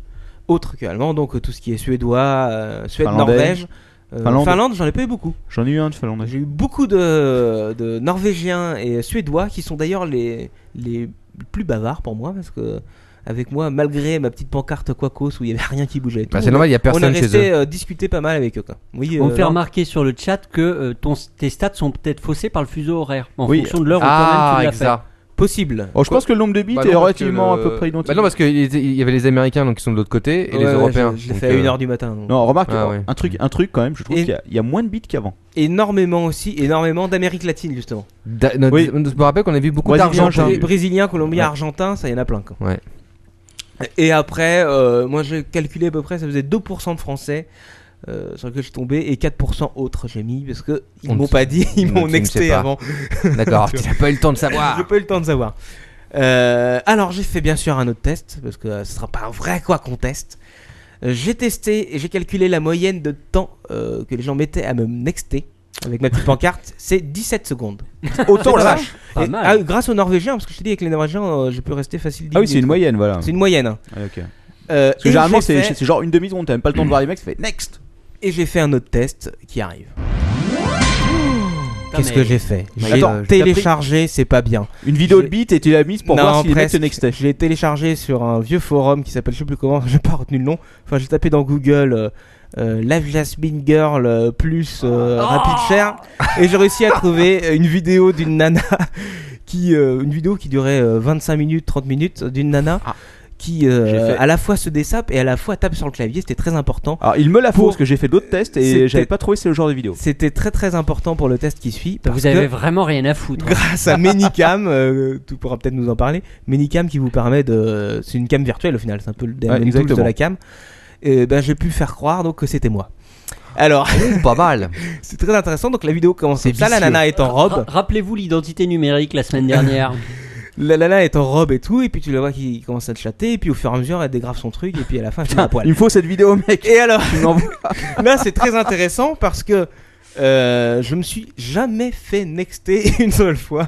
[SPEAKER 5] autres que Allemands, donc euh, tout ce qui est suédois, euh, Suède,
[SPEAKER 3] Finlandais.
[SPEAKER 5] Norvège. euh,
[SPEAKER 3] Finlande.
[SPEAKER 5] Finlande, j'en ai pas eu beaucoup.
[SPEAKER 3] J'en ai eu un de Finlandais.
[SPEAKER 5] J'ai eu beaucoup de, de Norvégiens et Suédois qui sont d'ailleurs les, les plus bavards pour moi parce que avec moi, malgré ma petite pancarte Quacos où il y avait rien qui bougeait, et tout,
[SPEAKER 2] Bah, c'est normal, il y a
[SPEAKER 5] on est
[SPEAKER 2] personne chez
[SPEAKER 5] resté
[SPEAKER 2] eux.
[SPEAKER 5] euh, discuter pas mal avec eux. Quoi. Oui,
[SPEAKER 4] On
[SPEAKER 5] euh,
[SPEAKER 4] me fait
[SPEAKER 5] non.
[SPEAKER 4] remarquer sur le chat que euh, ton, tes stats sont peut-être faussées par le fuseau horaire en
[SPEAKER 3] Oui.
[SPEAKER 4] fonction de l'heure
[SPEAKER 2] Ah,
[SPEAKER 4] où toi-même tu l'as fait.
[SPEAKER 2] exact.
[SPEAKER 5] possible.
[SPEAKER 3] Oh, je pense que le nombre de bites
[SPEAKER 2] Bah non,
[SPEAKER 3] est
[SPEAKER 2] parce
[SPEAKER 3] relativement
[SPEAKER 2] que
[SPEAKER 3] à
[SPEAKER 2] le-
[SPEAKER 3] peu près identique.
[SPEAKER 2] Bah non, parce qu'il y avait les Américains donc, qui sont de l'autre côté et
[SPEAKER 5] Ouais,
[SPEAKER 2] les
[SPEAKER 5] ouais,
[SPEAKER 2] Européens.
[SPEAKER 5] je- Je l'ai
[SPEAKER 2] Donc,
[SPEAKER 5] fait à
[SPEAKER 2] euh,
[SPEAKER 5] 1h du matin. donc.
[SPEAKER 3] Non, remarque,
[SPEAKER 2] Ah
[SPEAKER 3] oh,
[SPEAKER 2] ouais.
[SPEAKER 3] un truc, un truc quand même. Je trouve
[SPEAKER 5] Et-
[SPEAKER 3] qu'il y a- il y, a moins de bites qu'avant.
[SPEAKER 5] Énormément aussi, énormément d'Amérique latine justement.
[SPEAKER 2] da- notre-
[SPEAKER 3] Oui.
[SPEAKER 2] Je me rappelle qu'on a vu beaucoup
[SPEAKER 3] Brésilien,
[SPEAKER 2] d'argent.
[SPEAKER 3] j'ai un-
[SPEAKER 5] Brésiliens, Brésilien, Colombien,
[SPEAKER 2] Ouais.
[SPEAKER 5] Argentin, ça y en a plein. Quoi.
[SPEAKER 2] Ouais.
[SPEAKER 5] Et après, euh, moi j'ai calculé à peu près, ça faisait 2% de Français euh, sur lequel je suis tombé et 4% autres j'ai mis parce que ils
[SPEAKER 2] On ne
[SPEAKER 5] m'ont
[SPEAKER 2] sait-
[SPEAKER 5] pas dit,
[SPEAKER 2] on
[SPEAKER 5] ils
[SPEAKER 2] ne
[SPEAKER 5] m'ont
[SPEAKER 2] sait
[SPEAKER 5] nexté
[SPEAKER 2] pas.
[SPEAKER 5] avant.
[SPEAKER 2] D'accord, tu n'as pas eu le temps de
[SPEAKER 5] J'ai
[SPEAKER 2] savoir.
[SPEAKER 5] pas eu le temps de savoir. Euh, alors j'ai fait bien sûr un autre test parce que euh, ce sera pas un vrai quoi qu'on teste. Euh, J'ai testé et j'ai calculé la moyenne de temps euh, que les gens mettaient à me nexter avec ma petite pancarte, c'est 17 secondes. C'est
[SPEAKER 3] Autant la
[SPEAKER 5] pas
[SPEAKER 3] vache.
[SPEAKER 5] Et-
[SPEAKER 4] Pas mal.
[SPEAKER 5] ah, grâce aux Norvégiens, parce que je te dis avec les Norvégiens, euh, j'ai pu rester facile. dix
[SPEAKER 3] Ah oui, c'est
[SPEAKER 5] minutes,
[SPEAKER 3] une
[SPEAKER 5] quoi.
[SPEAKER 3] moyenne, voilà.
[SPEAKER 5] C'est une moyenne. hein.
[SPEAKER 3] Ah, ok.
[SPEAKER 5] Euh,
[SPEAKER 3] Parce que
[SPEAKER 5] et
[SPEAKER 3] généralement,
[SPEAKER 5] j'ai
[SPEAKER 3] c'est
[SPEAKER 5] fait-
[SPEAKER 3] c'est genre une demi-seconde, t'as même pas le temps de voir les mecs, ça fait next
[SPEAKER 5] Et j'ai fait un autre test qui arrive.
[SPEAKER 2] Bah,
[SPEAKER 5] Qu'est-ce
[SPEAKER 4] mais-
[SPEAKER 5] que j'ai fait
[SPEAKER 3] Mais
[SPEAKER 5] J'ai
[SPEAKER 3] attends,
[SPEAKER 5] téléchargé, c'est pas bien.
[SPEAKER 3] Une vidéo de
[SPEAKER 5] J'ai-
[SPEAKER 3] bite et tu l'as mise pour
[SPEAKER 5] Non,
[SPEAKER 3] voir si les mecs
[SPEAKER 5] presque.
[SPEAKER 3] te nextaient.
[SPEAKER 5] Je l'ai téléchargé sur un vieux forum qui s'appelle je sais plus comment, j'ai pas retenu le nom. Enfin, j'ai tapé dans Google euh, euh, Live Jasmine Girl euh, plus euh, Rapid Share et j'ai réussi à trouver une vidéo d'une nana qui euh, une vidéo qui durait euh, 25 minutes, 30 minutes d'une nana
[SPEAKER 3] Ah.
[SPEAKER 5] qui euh,
[SPEAKER 3] J'ai fait-
[SPEAKER 5] à la fois se dessape et à la fois tape sur le clavier, c'était très important.
[SPEAKER 3] Alors, il me la faut
[SPEAKER 5] Pour-
[SPEAKER 3] parce que j'ai fait d'autres tests et
[SPEAKER 5] C'était-
[SPEAKER 3] j'avais pas trouvé ce genre de vidéo.
[SPEAKER 5] C'était très très important pour le test qui suit parce
[SPEAKER 4] Vous avez
[SPEAKER 5] que
[SPEAKER 4] vraiment rien à foutre. hein.
[SPEAKER 5] grâce à Menicam, euh, tu pourras peut-être nous en parler. Menicam qui vous permet de, c'est une cam virtuelle au final, c'est un peu le
[SPEAKER 3] Ouais,
[SPEAKER 5] dernier
[SPEAKER 3] exactement.
[SPEAKER 5] de la cam. Et ben j'ai pu faire croire donc que c'était moi. Alors
[SPEAKER 3] Oh,
[SPEAKER 2] Pas mal.
[SPEAKER 5] c'est très intéressant. Donc la vidéo commence
[SPEAKER 2] C'est
[SPEAKER 5] comme ça. La
[SPEAKER 2] vicieux.
[SPEAKER 5] nana est en robe.
[SPEAKER 4] Ra- Rappelez-vous l'identité numérique la semaine dernière.
[SPEAKER 5] La nana est en robe et tout. Et puis tu la vois qui commence à te chatter. Et puis au fur et à mesure elle dégrave son truc. Et puis à la fin elle se met à poil.
[SPEAKER 3] Il me faut cette vidéo, mec.
[SPEAKER 5] Et alors
[SPEAKER 3] Tu m'envoies.
[SPEAKER 5] Là, c'est très intéressant parce que euh, je me suis jamais fait nexter une seule fois.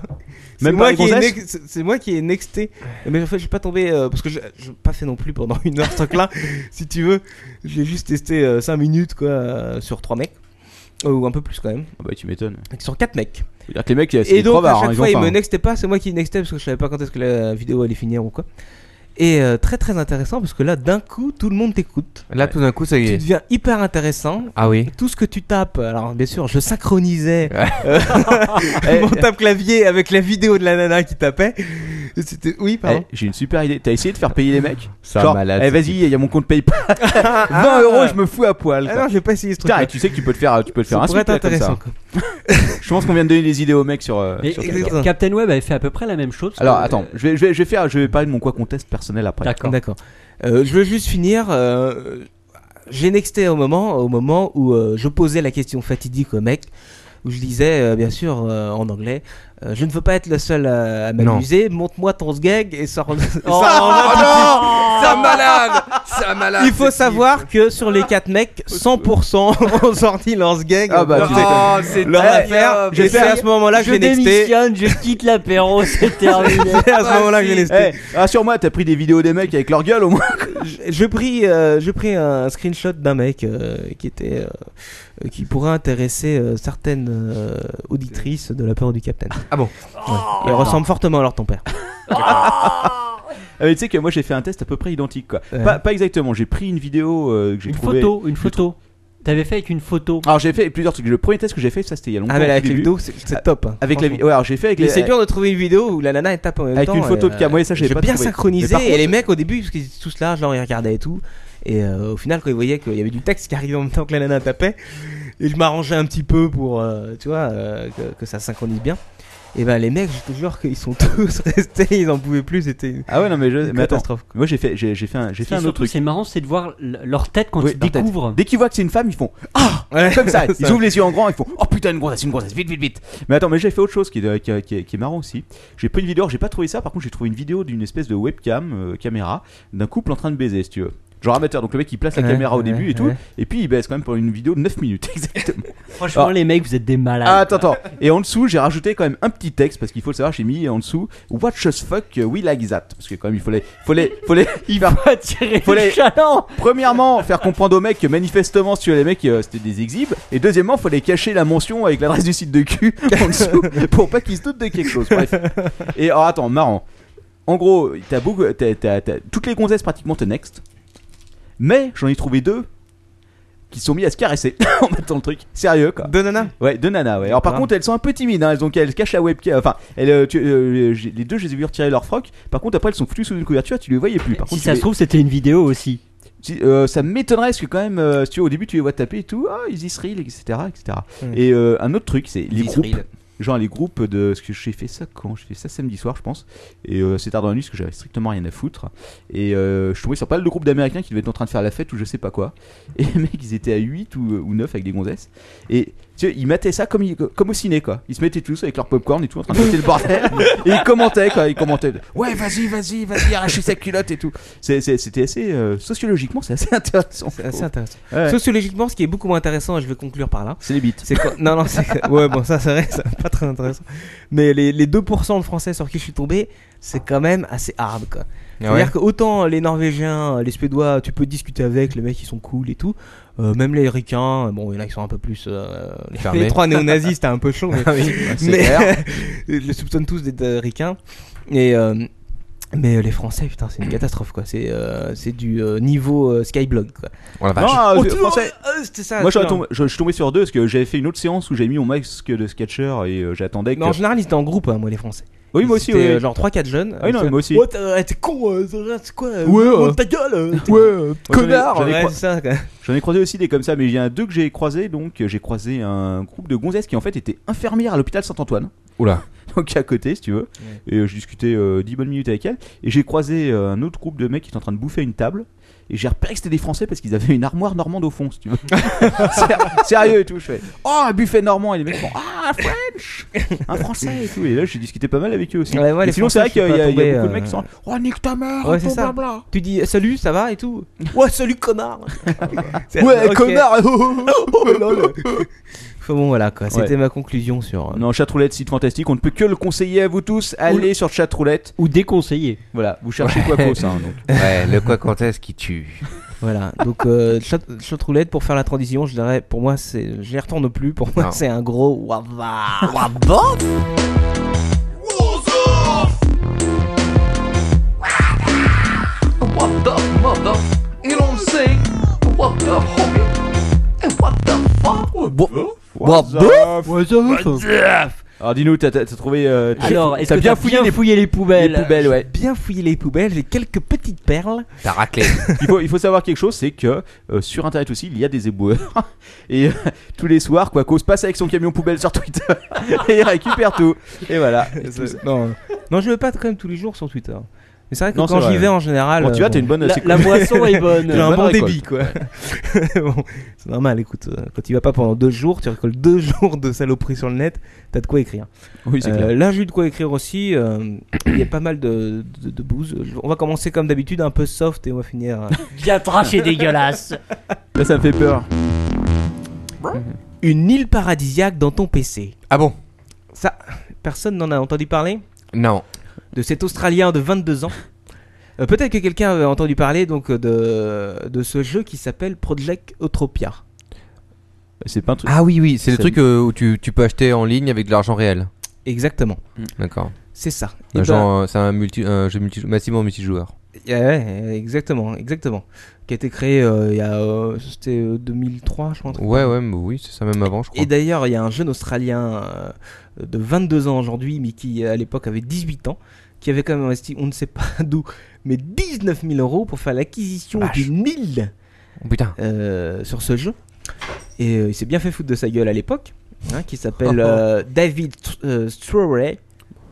[SPEAKER 5] C'est
[SPEAKER 3] Même pas
[SPEAKER 5] moi,
[SPEAKER 3] les
[SPEAKER 5] qui ai
[SPEAKER 3] gonzesses
[SPEAKER 5] nex- c'est- c'est moi qui ai nexté. Mais en fait, je suis pas tombé euh, parce que je je l'ai pas fait non plus pendant une heure ce truc-là. si tu veux, j'ai juste testé 5 minutes quoi euh, sur 3 mecs. Euh, Ou un peu plus quand même.
[SPEAKER 3] Ah bah tu m'étonnes.
[SPEAKER 5] Sur 4 mecs.
[SPEAKER 3] C'est-à-dire que les mecs, c'est
[SPEAKER 5] Et
[SPEAKER 3] des
[SPEAKER 5] donc, à
[SPEAKER 3] crevards,
[SPEAKER 5] chaque
[SPEAKER 3] hein,
[SPEAKER 5] fois,
[SPEAKER 3] ils
[SPEAKER 5] ils
[SPEAKER 3] ont
[SPEAKER 5] me
[SPEAKER 3] faim.
[SPEAKER 5] nextaient pas. C'est moi qui nextais parce que je savais pas quand est-ce que la vidéo allait finir ou quoi. Et euh, très très intéressant parce que là d'un coup tout le monde t'écoute.
[SPEAKER 2] Là tout d'un coup ça y
[SPEAKER 5] Tu
[SPEAKER 2] est.
[SPEAKER 5] deviens hyper intéressant.
[SPEAKER 2] Ah oui.
[SPEAKER 5] Tout ce que tu tapes, alors bien sûr je synchronisais euh, mon
[SPEAKER 2] Eh.
[SPEAKER 5] tape clavier avec la vidéo de la nana qui tapait. C'était oui pardon.
[SPEAKER 3] Eh, J'ai une super idée. T'as essayé de faire payer les mecs
[SPEAKER 2] Ça,
[SPEAKER 3] Genre,
[SPEAKER 2] malade,
[SPEAKER 3] Eh,
[SPEAKER 2] ce
[SPEAKER 3] vas-y, il y a mon compte PayPal. 20 euros, je me fous à poil.
[SPEAKER 5] Ah
[SPEAKER 3] quoi.
[SPEAKER 5] non j'ai pas essayé ce truc.
[SPEAKER 3] Putain, et tu sais que tu peux te faire, tu peux te faire
[SPEAKER 5] Ça pourrait être
[SPEAKER 3] insulter comme ça.
[SPEAKER 5] intéressant,
[SPEAKER 3] je pense qu'on vient de donner des idées aux mecs sur. euh,
[SPEAKER 4] Mais
[SPEAKER 3] sur
[SPEAKER 4] Ca-
[SPEAKER 3] Twitter.
[SPEAKER 4] Captain Web avait fait à peu près la même chose.
[SPEAKER 3] Alors
[SPEAKER 4] que-
[SPEAKER 3] attends, je vais, je vais, je vais faire, je vais parler de mon quoi conteste personnel après.
[SPEAKER 4] D'accord.
[SPEAKER 5] D'accord. Euh, je veux juste finir. euh, j'ai nexté au moment, au moment où euh, je posais la question fatidique au mec, où je disais, euh, bien sûr, euh, en anglais, euh, je ne veux pas être le seul à, à m'amuser, monte-moi ton sgeg et ça rend- ça rend
[SPEAKER 1] Oh non Ça malade Ça malade
[SPEAKER 5] Il faut savoir que sur les 4 mecs, 100% ont sorti leur sgeg.
[SPEAKER 3] Ah bah, tu sais quoi.
[SPEAKER 5] leur
[SPEAKER 3] Ah,
[SPEAKER 5] affaire.
[SPEAKER 3] mais
[SPEAKER 5] J'ai
[SPEAKER 3] ça-
[SPEAKER 5] fait à ce moment-là que
[SPEAKER 4] Euh, je
[SPEAKER 5] j'ai nexté.
[SPEAKER 4] démissionne, je quitte l'apéro, c'est terminé.
[SPEAKER 5] C'est à ce moment-là que j'ai lesté.
[SPEAKER 3] Eh, Rassure-moi, t'as pris des vidéos des mecs avec leur gueule au moins.
[SPEAKER 5] Je- je pris, euh, je pris un screenshot d'un mec euh, qui était, euh, euh, qui pourrait intéresser euh, certaines euh, auditrices de la peur du Capitaine.
[SPEAKER 2] Ah bon
[SPEAKER 5] Il ressemble fortement à leur ton père.
[SPEAKER 3] Ah, mais tu sais que moi j'ai fait un test à peu près identique quoi.
[SPEAKER 5] Ouais.
[SPEAKER 3] Pas, pas exactement, j'ai pris une vidéo euh, que j'ai
[SPEAKER 4] Une
[SPEAKER 3] trouvée.
[SPEAKER 4] photo, une photo. T'avais fait avec une photo.
[SPEAKER 3] Alors j'ai fait plusieurs trucs. Le premier test que j'ai fait, ça c'était il y a longtemps.
[SPEAKER 5] Ah mais
[SPEAKER 3] au
[SPEAKER 5] avec
[SPEAKER 3] tout
[SPEAKER 5] les
[SPEAKER 3] début.
[SPEAKER 5] vidéos, c'est c'est top. hein,
[SPEAKER 3] Avec la
[SPEAKER 5] franchement.
[SPEAKER 3] vidéo. Ouais, alors j'ai fait avec
[SPEAKER 5] Mais
[SPEAKER 3] les.
[SPEAKER 5] c'est dur de trouver une vidéo où la nana elle tape en même
[SPEAKER 3] Avec
[SPEAKER 5] temps,
[SPEAKER 3] une photo
[SPEAKER 5] et,
[SPEAKER 3] de Camoë, ça, j'ai pas
[SPEAKER 5] bien
[SPEAKER 3] trouvé. Mais
[SPEAKER 5] synchronisé.
[SPEAKER 3] par contre-
[SPEAKER 5] Et les mecs au début, parce qu'ils étaient tous là, genre ils regardaient et tout. Et euh, au final, quand ils voyaient qu'il y avait du texte qui arrivait en même temps que la nana tapait, et je m'arrangeais un petit peu pour, euh, tu vois, euh, que, que ça synchronise bien. Et ben les mecs, je te jure qu'ils sont tous restés, ils en pouvaient plus.
[SPEAKER 4] Eh,
[SPEAKER 5] C'était une-
[SPEAKER 3] Ah ouais, non mais je.
[SPEAKER 5] une
[SPEAKER 3] Mais attends,
[SPEAKER 5] catastrophe.
[SPEAKER 3] moi j'ai fait, j'ai j'ai fait un,
[SPEAKER 4] Ce
[SPEAKER 3] j'ai
[SPEAKER 4] qui est
[SPEAKER 3] fait un autre
[SPEAKER 4] surtout,
[SPEAKER 3] truc.
[SPEAKER 4] c'est marrant, c'est de voir l- leur tête quand
[SPEAKER 3] Oui,
[SPEAKER 4] ils
[SPEAKER 3] leur tête.
[SPEAKER 4] découvrent.
[SPEAKER 3] Dès qu'ils voient que c'est une femme, ils font Ah Comme ça, ils
[SPEAKER 5] Ça.
[SPEAKER 3] ouvrent les yeux en grand, ils font Oh putain, une grossesse, une grossesse, vite, vite, vite Mais attends, mais j'ai fait autre chose qui est, qui est- qui est- qui est marrant aussi. J'ai pris une vidéo, alors j'ai pas trouvé ça, par contre j'ai trouvé une vidéo d'une espèce de webcam, euh, caméra, d'un couple en train de baiser, si tu veux. Genre amateur, donc le mec il place la
[SPEAKER 5] Ouais,
[SPEAKER 3] caméra au
[SPEAKER 5] ouais,
[SPEAKER 3] début et tout,
[SPEAKER 5] ouais.
[SPEAKER 3] et puis il baisse quand même pour une vidéo de 9 minutes, exactement.
[SPEAKER 4] Franchement,
[SPEAKER 3] Ah.
[SPEAKER 4] les mecs, vous êtes des malades.
[SPEAKER 3] Ah, attends, attends. Et en dessous, j'ai rajouté quand même un petit texte parce qu'il faut le savoir, j'ai mis en dessous Watch us fuck, euh, we like that. Parce que quand même, il fallait. fallait, fallait il va
[SPEAKER 4] tirer le chaland.
[SPEAKER 3] Premièrement, faire comprendre aux mecs que manifestement, si tu veux, les mecs, euh, c'était des exhibes. Et deuxièmement, fallait cacher la mention avec l'adresse du site de cul en dessous pour pas qu'ils se doutent de quelque chose. Bref. Et alors, attends, marrant. En gros, t'as beaucoup. t'as- t'as- t'as- toutes les gonzesses pratiquement te next. Mais j'en ai trouvé deux qui se sont mis à se caresser en mettant le truc. Sérieux quoi.
[SPEAKER 5] De nana Ah.
[SPEAKER 3] Ouais, deux nanas, ouais. Alors par
[SPEAKER 5] D'accord.
[SPEAKER 3] contre, elles sont un peu timides, hein. elles, ont, elles cachent la webcam. Enfin, elles, euh, tu- euh, j'ai- les deux, je les ai vues retirer leur froc. Par contre, après, elles sont foutues sous une couverture, tu les voyais plus. Par
[SPEAKER 4] Si
[SPEAKER 3] contre,
[SPEAKER 4] ça
[SPEAKER 3] tu
[SPEAKER 4] se trouve, c'était une vidéo aussi.
[SPEAKER 3] les- tu- euh, ça m'étonnerait parce que quand même, euh, si tu vois, au début, tu les vois taper et tout, ah, ils y se rient, etc. etc.
[SPEAKER 5] Mm.
[SPEAKER 3] Et euh, un autre truc, c'est les
[SPEAKER 5] Ils y se
[SPEAKER 3] groupes.
[SPEAKER 5] rient.
[SPEAKER 3] Genre les groupes de. Parce que j'ai fait ça quand J'ai fait ça samedi soir, je pense. Et euh, c'est tard dans la nuit parce que j'avais strictement rien à foutre. Et euh, je suis tombé sur pas mal de groupes d'américains qui devaient être en train de faire la fête ou je sais pas quoi. Et les mecs, ils étaient à 8 ou, ou 9 avec des gonzesses. Et tu sais, ils mattaient ça comme, ils- comme au ciné quoi. Ils se mettaient tous avec leur popcorn et tout en train de fêter le bordel. et ils commentaient quoi. Ils commentaient. Ouais, vas-y, vas-y, vas-y, arrachez sa culotte et tout. C'est- c'est- C'était assez. euh, sociologiquement, c'est assez intéressant.
[SPEAKER 5] C'est assez intéressant.
[SPEAKER 3] Ouais.
[SPEAKER 5] Sociologiquement, ce qui est beaucoup moins intéressant, et je vais conclure par là.
[SPEAKER 3] C'est les bites.
[SPEAKER 5] C'est quoi Non, non, c'est que- Ouais, bon, ça, c'est vrai, c'est pas très intéressant. Mais les, les 2% de Français sur qui je suis tombé, c'est quand même assez hard, quoi. C'est-à-dire
[SPEAKER 2] Ah ouais
[SPEAKER 5] que autant les Norvégiens, les Suédois, tu peux discuter avec, les mecs ils sont cool et tout. Euh, même les Ricains, bon, il y en a qui sont un peu plus. euh, les-
[SPEAKER 2] Fermés.
[SPEAKER 5] les, trois néo-nazis, c'était un peu chaud, mais,
[SPEAKER 2] Ah oui, bah, c'est
[SPEAKER 5] mais-
[SPEAKER 2] clair.
[SPEAKER 5] je les soupçonne tous d'être euh, Ricains. Et. euh, mais euh, les Français, putain, c'est une catastrophe quoi. C'est euh, c'est du euh, niveau euh, Skyblog quoi.
[SPEAKER 2] Oh la
[SPEAKER 3] Non,
[SPEAKER 2] vache.
[SPEAKER 3] ah,
[SPEAKER 5] Oh,
[SPEAKER 3] je-
[SPEAKER 5] tu vois,
[SPEAKER 3] français.
[SPEAKER 5] euh, c'était ça.
[SPEAKER 3] Moi, je suis,
[SPEAKER 5] non.
[SPEAKER 3] tombé, je, je suis tombé sur deux parce que j'avais fait une autre séance où j'ai mis mon masque de sketcher et euh, j'attendais que.
[SPEAKER 5] Mais en général, ils étaient en groupe, hein, moi, les Français.
[SPEAKER 3] Oui, moi aussi,
[SPEAKER 5] C'était,
[SPEAKER 3] oui.
[SPEAKER 5] euh, Genre 3-4 jeunes.
[SPEAKER 3] Ah oui, non, mais moi aussi.
[SPEAKER 5] Ouais, t'es- euh, t'es con, euh, c'est quoi euh,
[SPEAKER 3] Ouais,
[SPEAKER 5] monte
[SPEAKER 3] euh.
[SPEAKER 5] ta gueule euh, t'es-
[SPEAKER 3] Ouais,
[SPEAKER 5] euh, connard
[SPEAKER 3] j'en ai
[SPEAKER 5] ouais,
[SPEAKER 3] crois-
[SPEAKER 5] c'est ça, quoi.
[SPEAKER 3] J'en ai croisé aussi des comme ça, mais il y en a deux que j'ai croisé. Donc, euh, j'ai croisé un groupe de gonzesses qui en fait étaient infirmières à l'hôpital Saint-Antoine.
[SPEAKER 2] Oula.
[SPEAKER 3] Donc, à côté, si tu veux. Et euh, je discutais euh, 10 bonnes minutes avec elles. Et j'ai croisé euh, un autre groupe de mecs qui étaient en train de bouffer une table. Et j'ai repéré que c'était des Français parce qu'ils avaient une armoire normande au fond, si tu veux. Ser- Sérieux et tout. Je fais Oh, un buffet normand. Et les mecs font Ah, French Un Français et tout. Et là, j'ai discuté pas mal avec eux aussi.
[SPEAKER 5] Ouais, ouais,
[SPEAKER 3] Et
[SPEAKER 5] les
[SPEAKER 3] sinon, c'est
[SPEAKER 5] Français,
[SPEAKER 3] vrai
[SPEAKER 5] je suis
[SPEAKER 3] qu'il y, a-
[SPEAKER 5] pas
[SPEAKER 3] il
[SPEAKER 5] tombé,
[SPEAKER 3] y a beaucoup de mecs
[SPEAKER 5] euh,
[SPEAKER 3] qui sont Oh, nique ta mère
[SPEAKER 5] Ouais,
[SPEAKER 3] ton
[SPEAKER 5] c'est ça.
[SPEAKER 3] blabla.
[SPEAKER 5] Tu dis salut, ça va et tout. Ouais, salut, connard.
[SPEAKER 3] Ah.
[SPEAKER 5] C'est- ok. Enfin, bon, voilà quoi. C'était
[SPEAKER 3] Ouais.
[SPEAKER 5] ma conclusion sur. euh,
[SPEAKER 3] Non, Chatroulette, site fantastique, on ne peut que le conseiller à vous tous. Allez sur Chatroulette.
[SPEAKER 4] Ou déconseillé.
[SPEAKER 3] Voilà, vous cherchez quoi pour ça. hein, donc.
[SPEAKER 2] Ouais, le quoi quand est-ce qui tue
[SPEAKER 5] Voilà. Donc, euh, chat, chat roulette, pour faire la transition, je dirais, pour moi, c'est. Je les retourne plus. Pour moi,
[SPEAKER 2] Non.
[SPEAKER 5] c'est un gros wava.
[SPEAKER 1] What the fuck What the fuck
[SPEAKER 3] Alors dis-nous, t'as t'as- t'as trouvé. euh, t'as-
[SPEAKER 5] Alors, est-ce
[SPEAKER 3] t'as
[SPEAKER 5] que
[SPEAKER 3] bien
[SPEAKER 5] t'as
[SPEAKER 3] fouillé
[SPEAKER 5] bien
[SPEAKER 3] les
[SPEAKER 5] fouillé les poubelles
[SPEAKER 3] les poubelles, ouais.
[SPEAKER 5] Bien fouillé les poubelles, j'ai quelques petites perles.
[SPEAKER 3] T'as raclé. il, faut, il faut savoir quelque chose, c'est que euh, sur internet aussi, il y a des éboueurs. Et euh, tous les soirs, Quaco se passe avec son camion poubelle sur Twitter. et il récupère tout. Et voilà.
[SPEAKER 5] non. euh, non, je vais pas quand même tous les jours sur Twitter. Mais c'est vrai que
[SPEAKER 3] Non,
[SPEAKER 5] quand
[SPEAKER 3] c'est vrai.
[SPEAKER 5] j'y vais en général.
[SPEAKER 3] Quand tu
[SPEAKER 5] euh,
[SPEAKER 3] vas, t'as une bonne-
[SPEAKER 5] La,
[SPEAKER 3] c'est
[SPEAKER 5] la
[SPEAKER 3] cool.
[SPEAKER 5] boisson est bonne.
[SPEAKER 3] T'as
[SPEAKER 5] J'ai
[SPEAKER 3] une
[SPEAKER 5] un bon
[SPEAKER 3] bonne
[SPEAKER 5] débit, quoi.
[SPEAKER 3] récolte.
[SPEAKER 5] Bon, c'est normal, écoute. euh, Quand tu y vas pas pendant deux jours, tu récoltes deux jours de saloperies sur le net, t'as de quoi écrire.
[SPEAKER 3] Oui, c'est
[SPEAKER 5] Euh,
[SPEAKER 3] clair.
[SPEAKER 5] Là, j'ai eu de quoi écrire aussi. euh, Il y a pas mal de, de, de bouse. On va commencer comme d'habitude, un peu soft, et on va finir. euh,
[SPEAKER 4] Bien trash et dégueulasse.
[SPEAKER 3] Là, ça me fait peur.
[SPEAKER 5] Une île paradisiaque dans ton PC.
[SPEAKER 2] Ah bon
[SPEAKER 5] Ça, personne n'en a entendu parler
[SPEAKER 2] Non.
[SPEAKER 5] De cet Australien de 22 ans. Euh, Peut-être que quelqu'un avait entendu parler donc de, de ce jeu qui s'appelle Project Otropia.
[SPEAKER 3] C'est pas un truc.
[SPEAKER 2] Ah oui, oui, c'est le
[SPEAKER 5] Ça-
[SPEAKER 2] truc euh, où tu, tu peux acheter en ligne avec de l'argent réel.
[SPEAKER 5] Exactement.
[SPEAKER 2] Mm. D'accord.
[SPEAKER 5] C'est ça. Eh
[SPEAKER 2] Un
[SPEAKER 5] Et ben-
[SPEAKER 2] genre, euh, c'est un, multi, un jeu multi, massivement multijoueur.
[SPEAKER 5] Ouais, eh, ouais, exactement, exactement. Qui a été créé euh, il y a euh, c'était euh, 2003, je pense.
[SPEAKER 2] Ouais, ouais, mais oui, c'est ça même avant, je crois.
[SPEAKER 5] Et d'ailleurs, il y a un jeune Australien euh, de 22 ans aujourd'hui, mais qui à l'époque avait 18 ans, qui avait quand même investi, on ne sait pas d'où, mais 19 000 euros pour faire l'acquisition d'une île euh, sur ce jeu. Et euh, il s'est bien fait foutre de sa gueule à l'époque, hein, qui s'appelle euh, David Tr- euh, Strawray,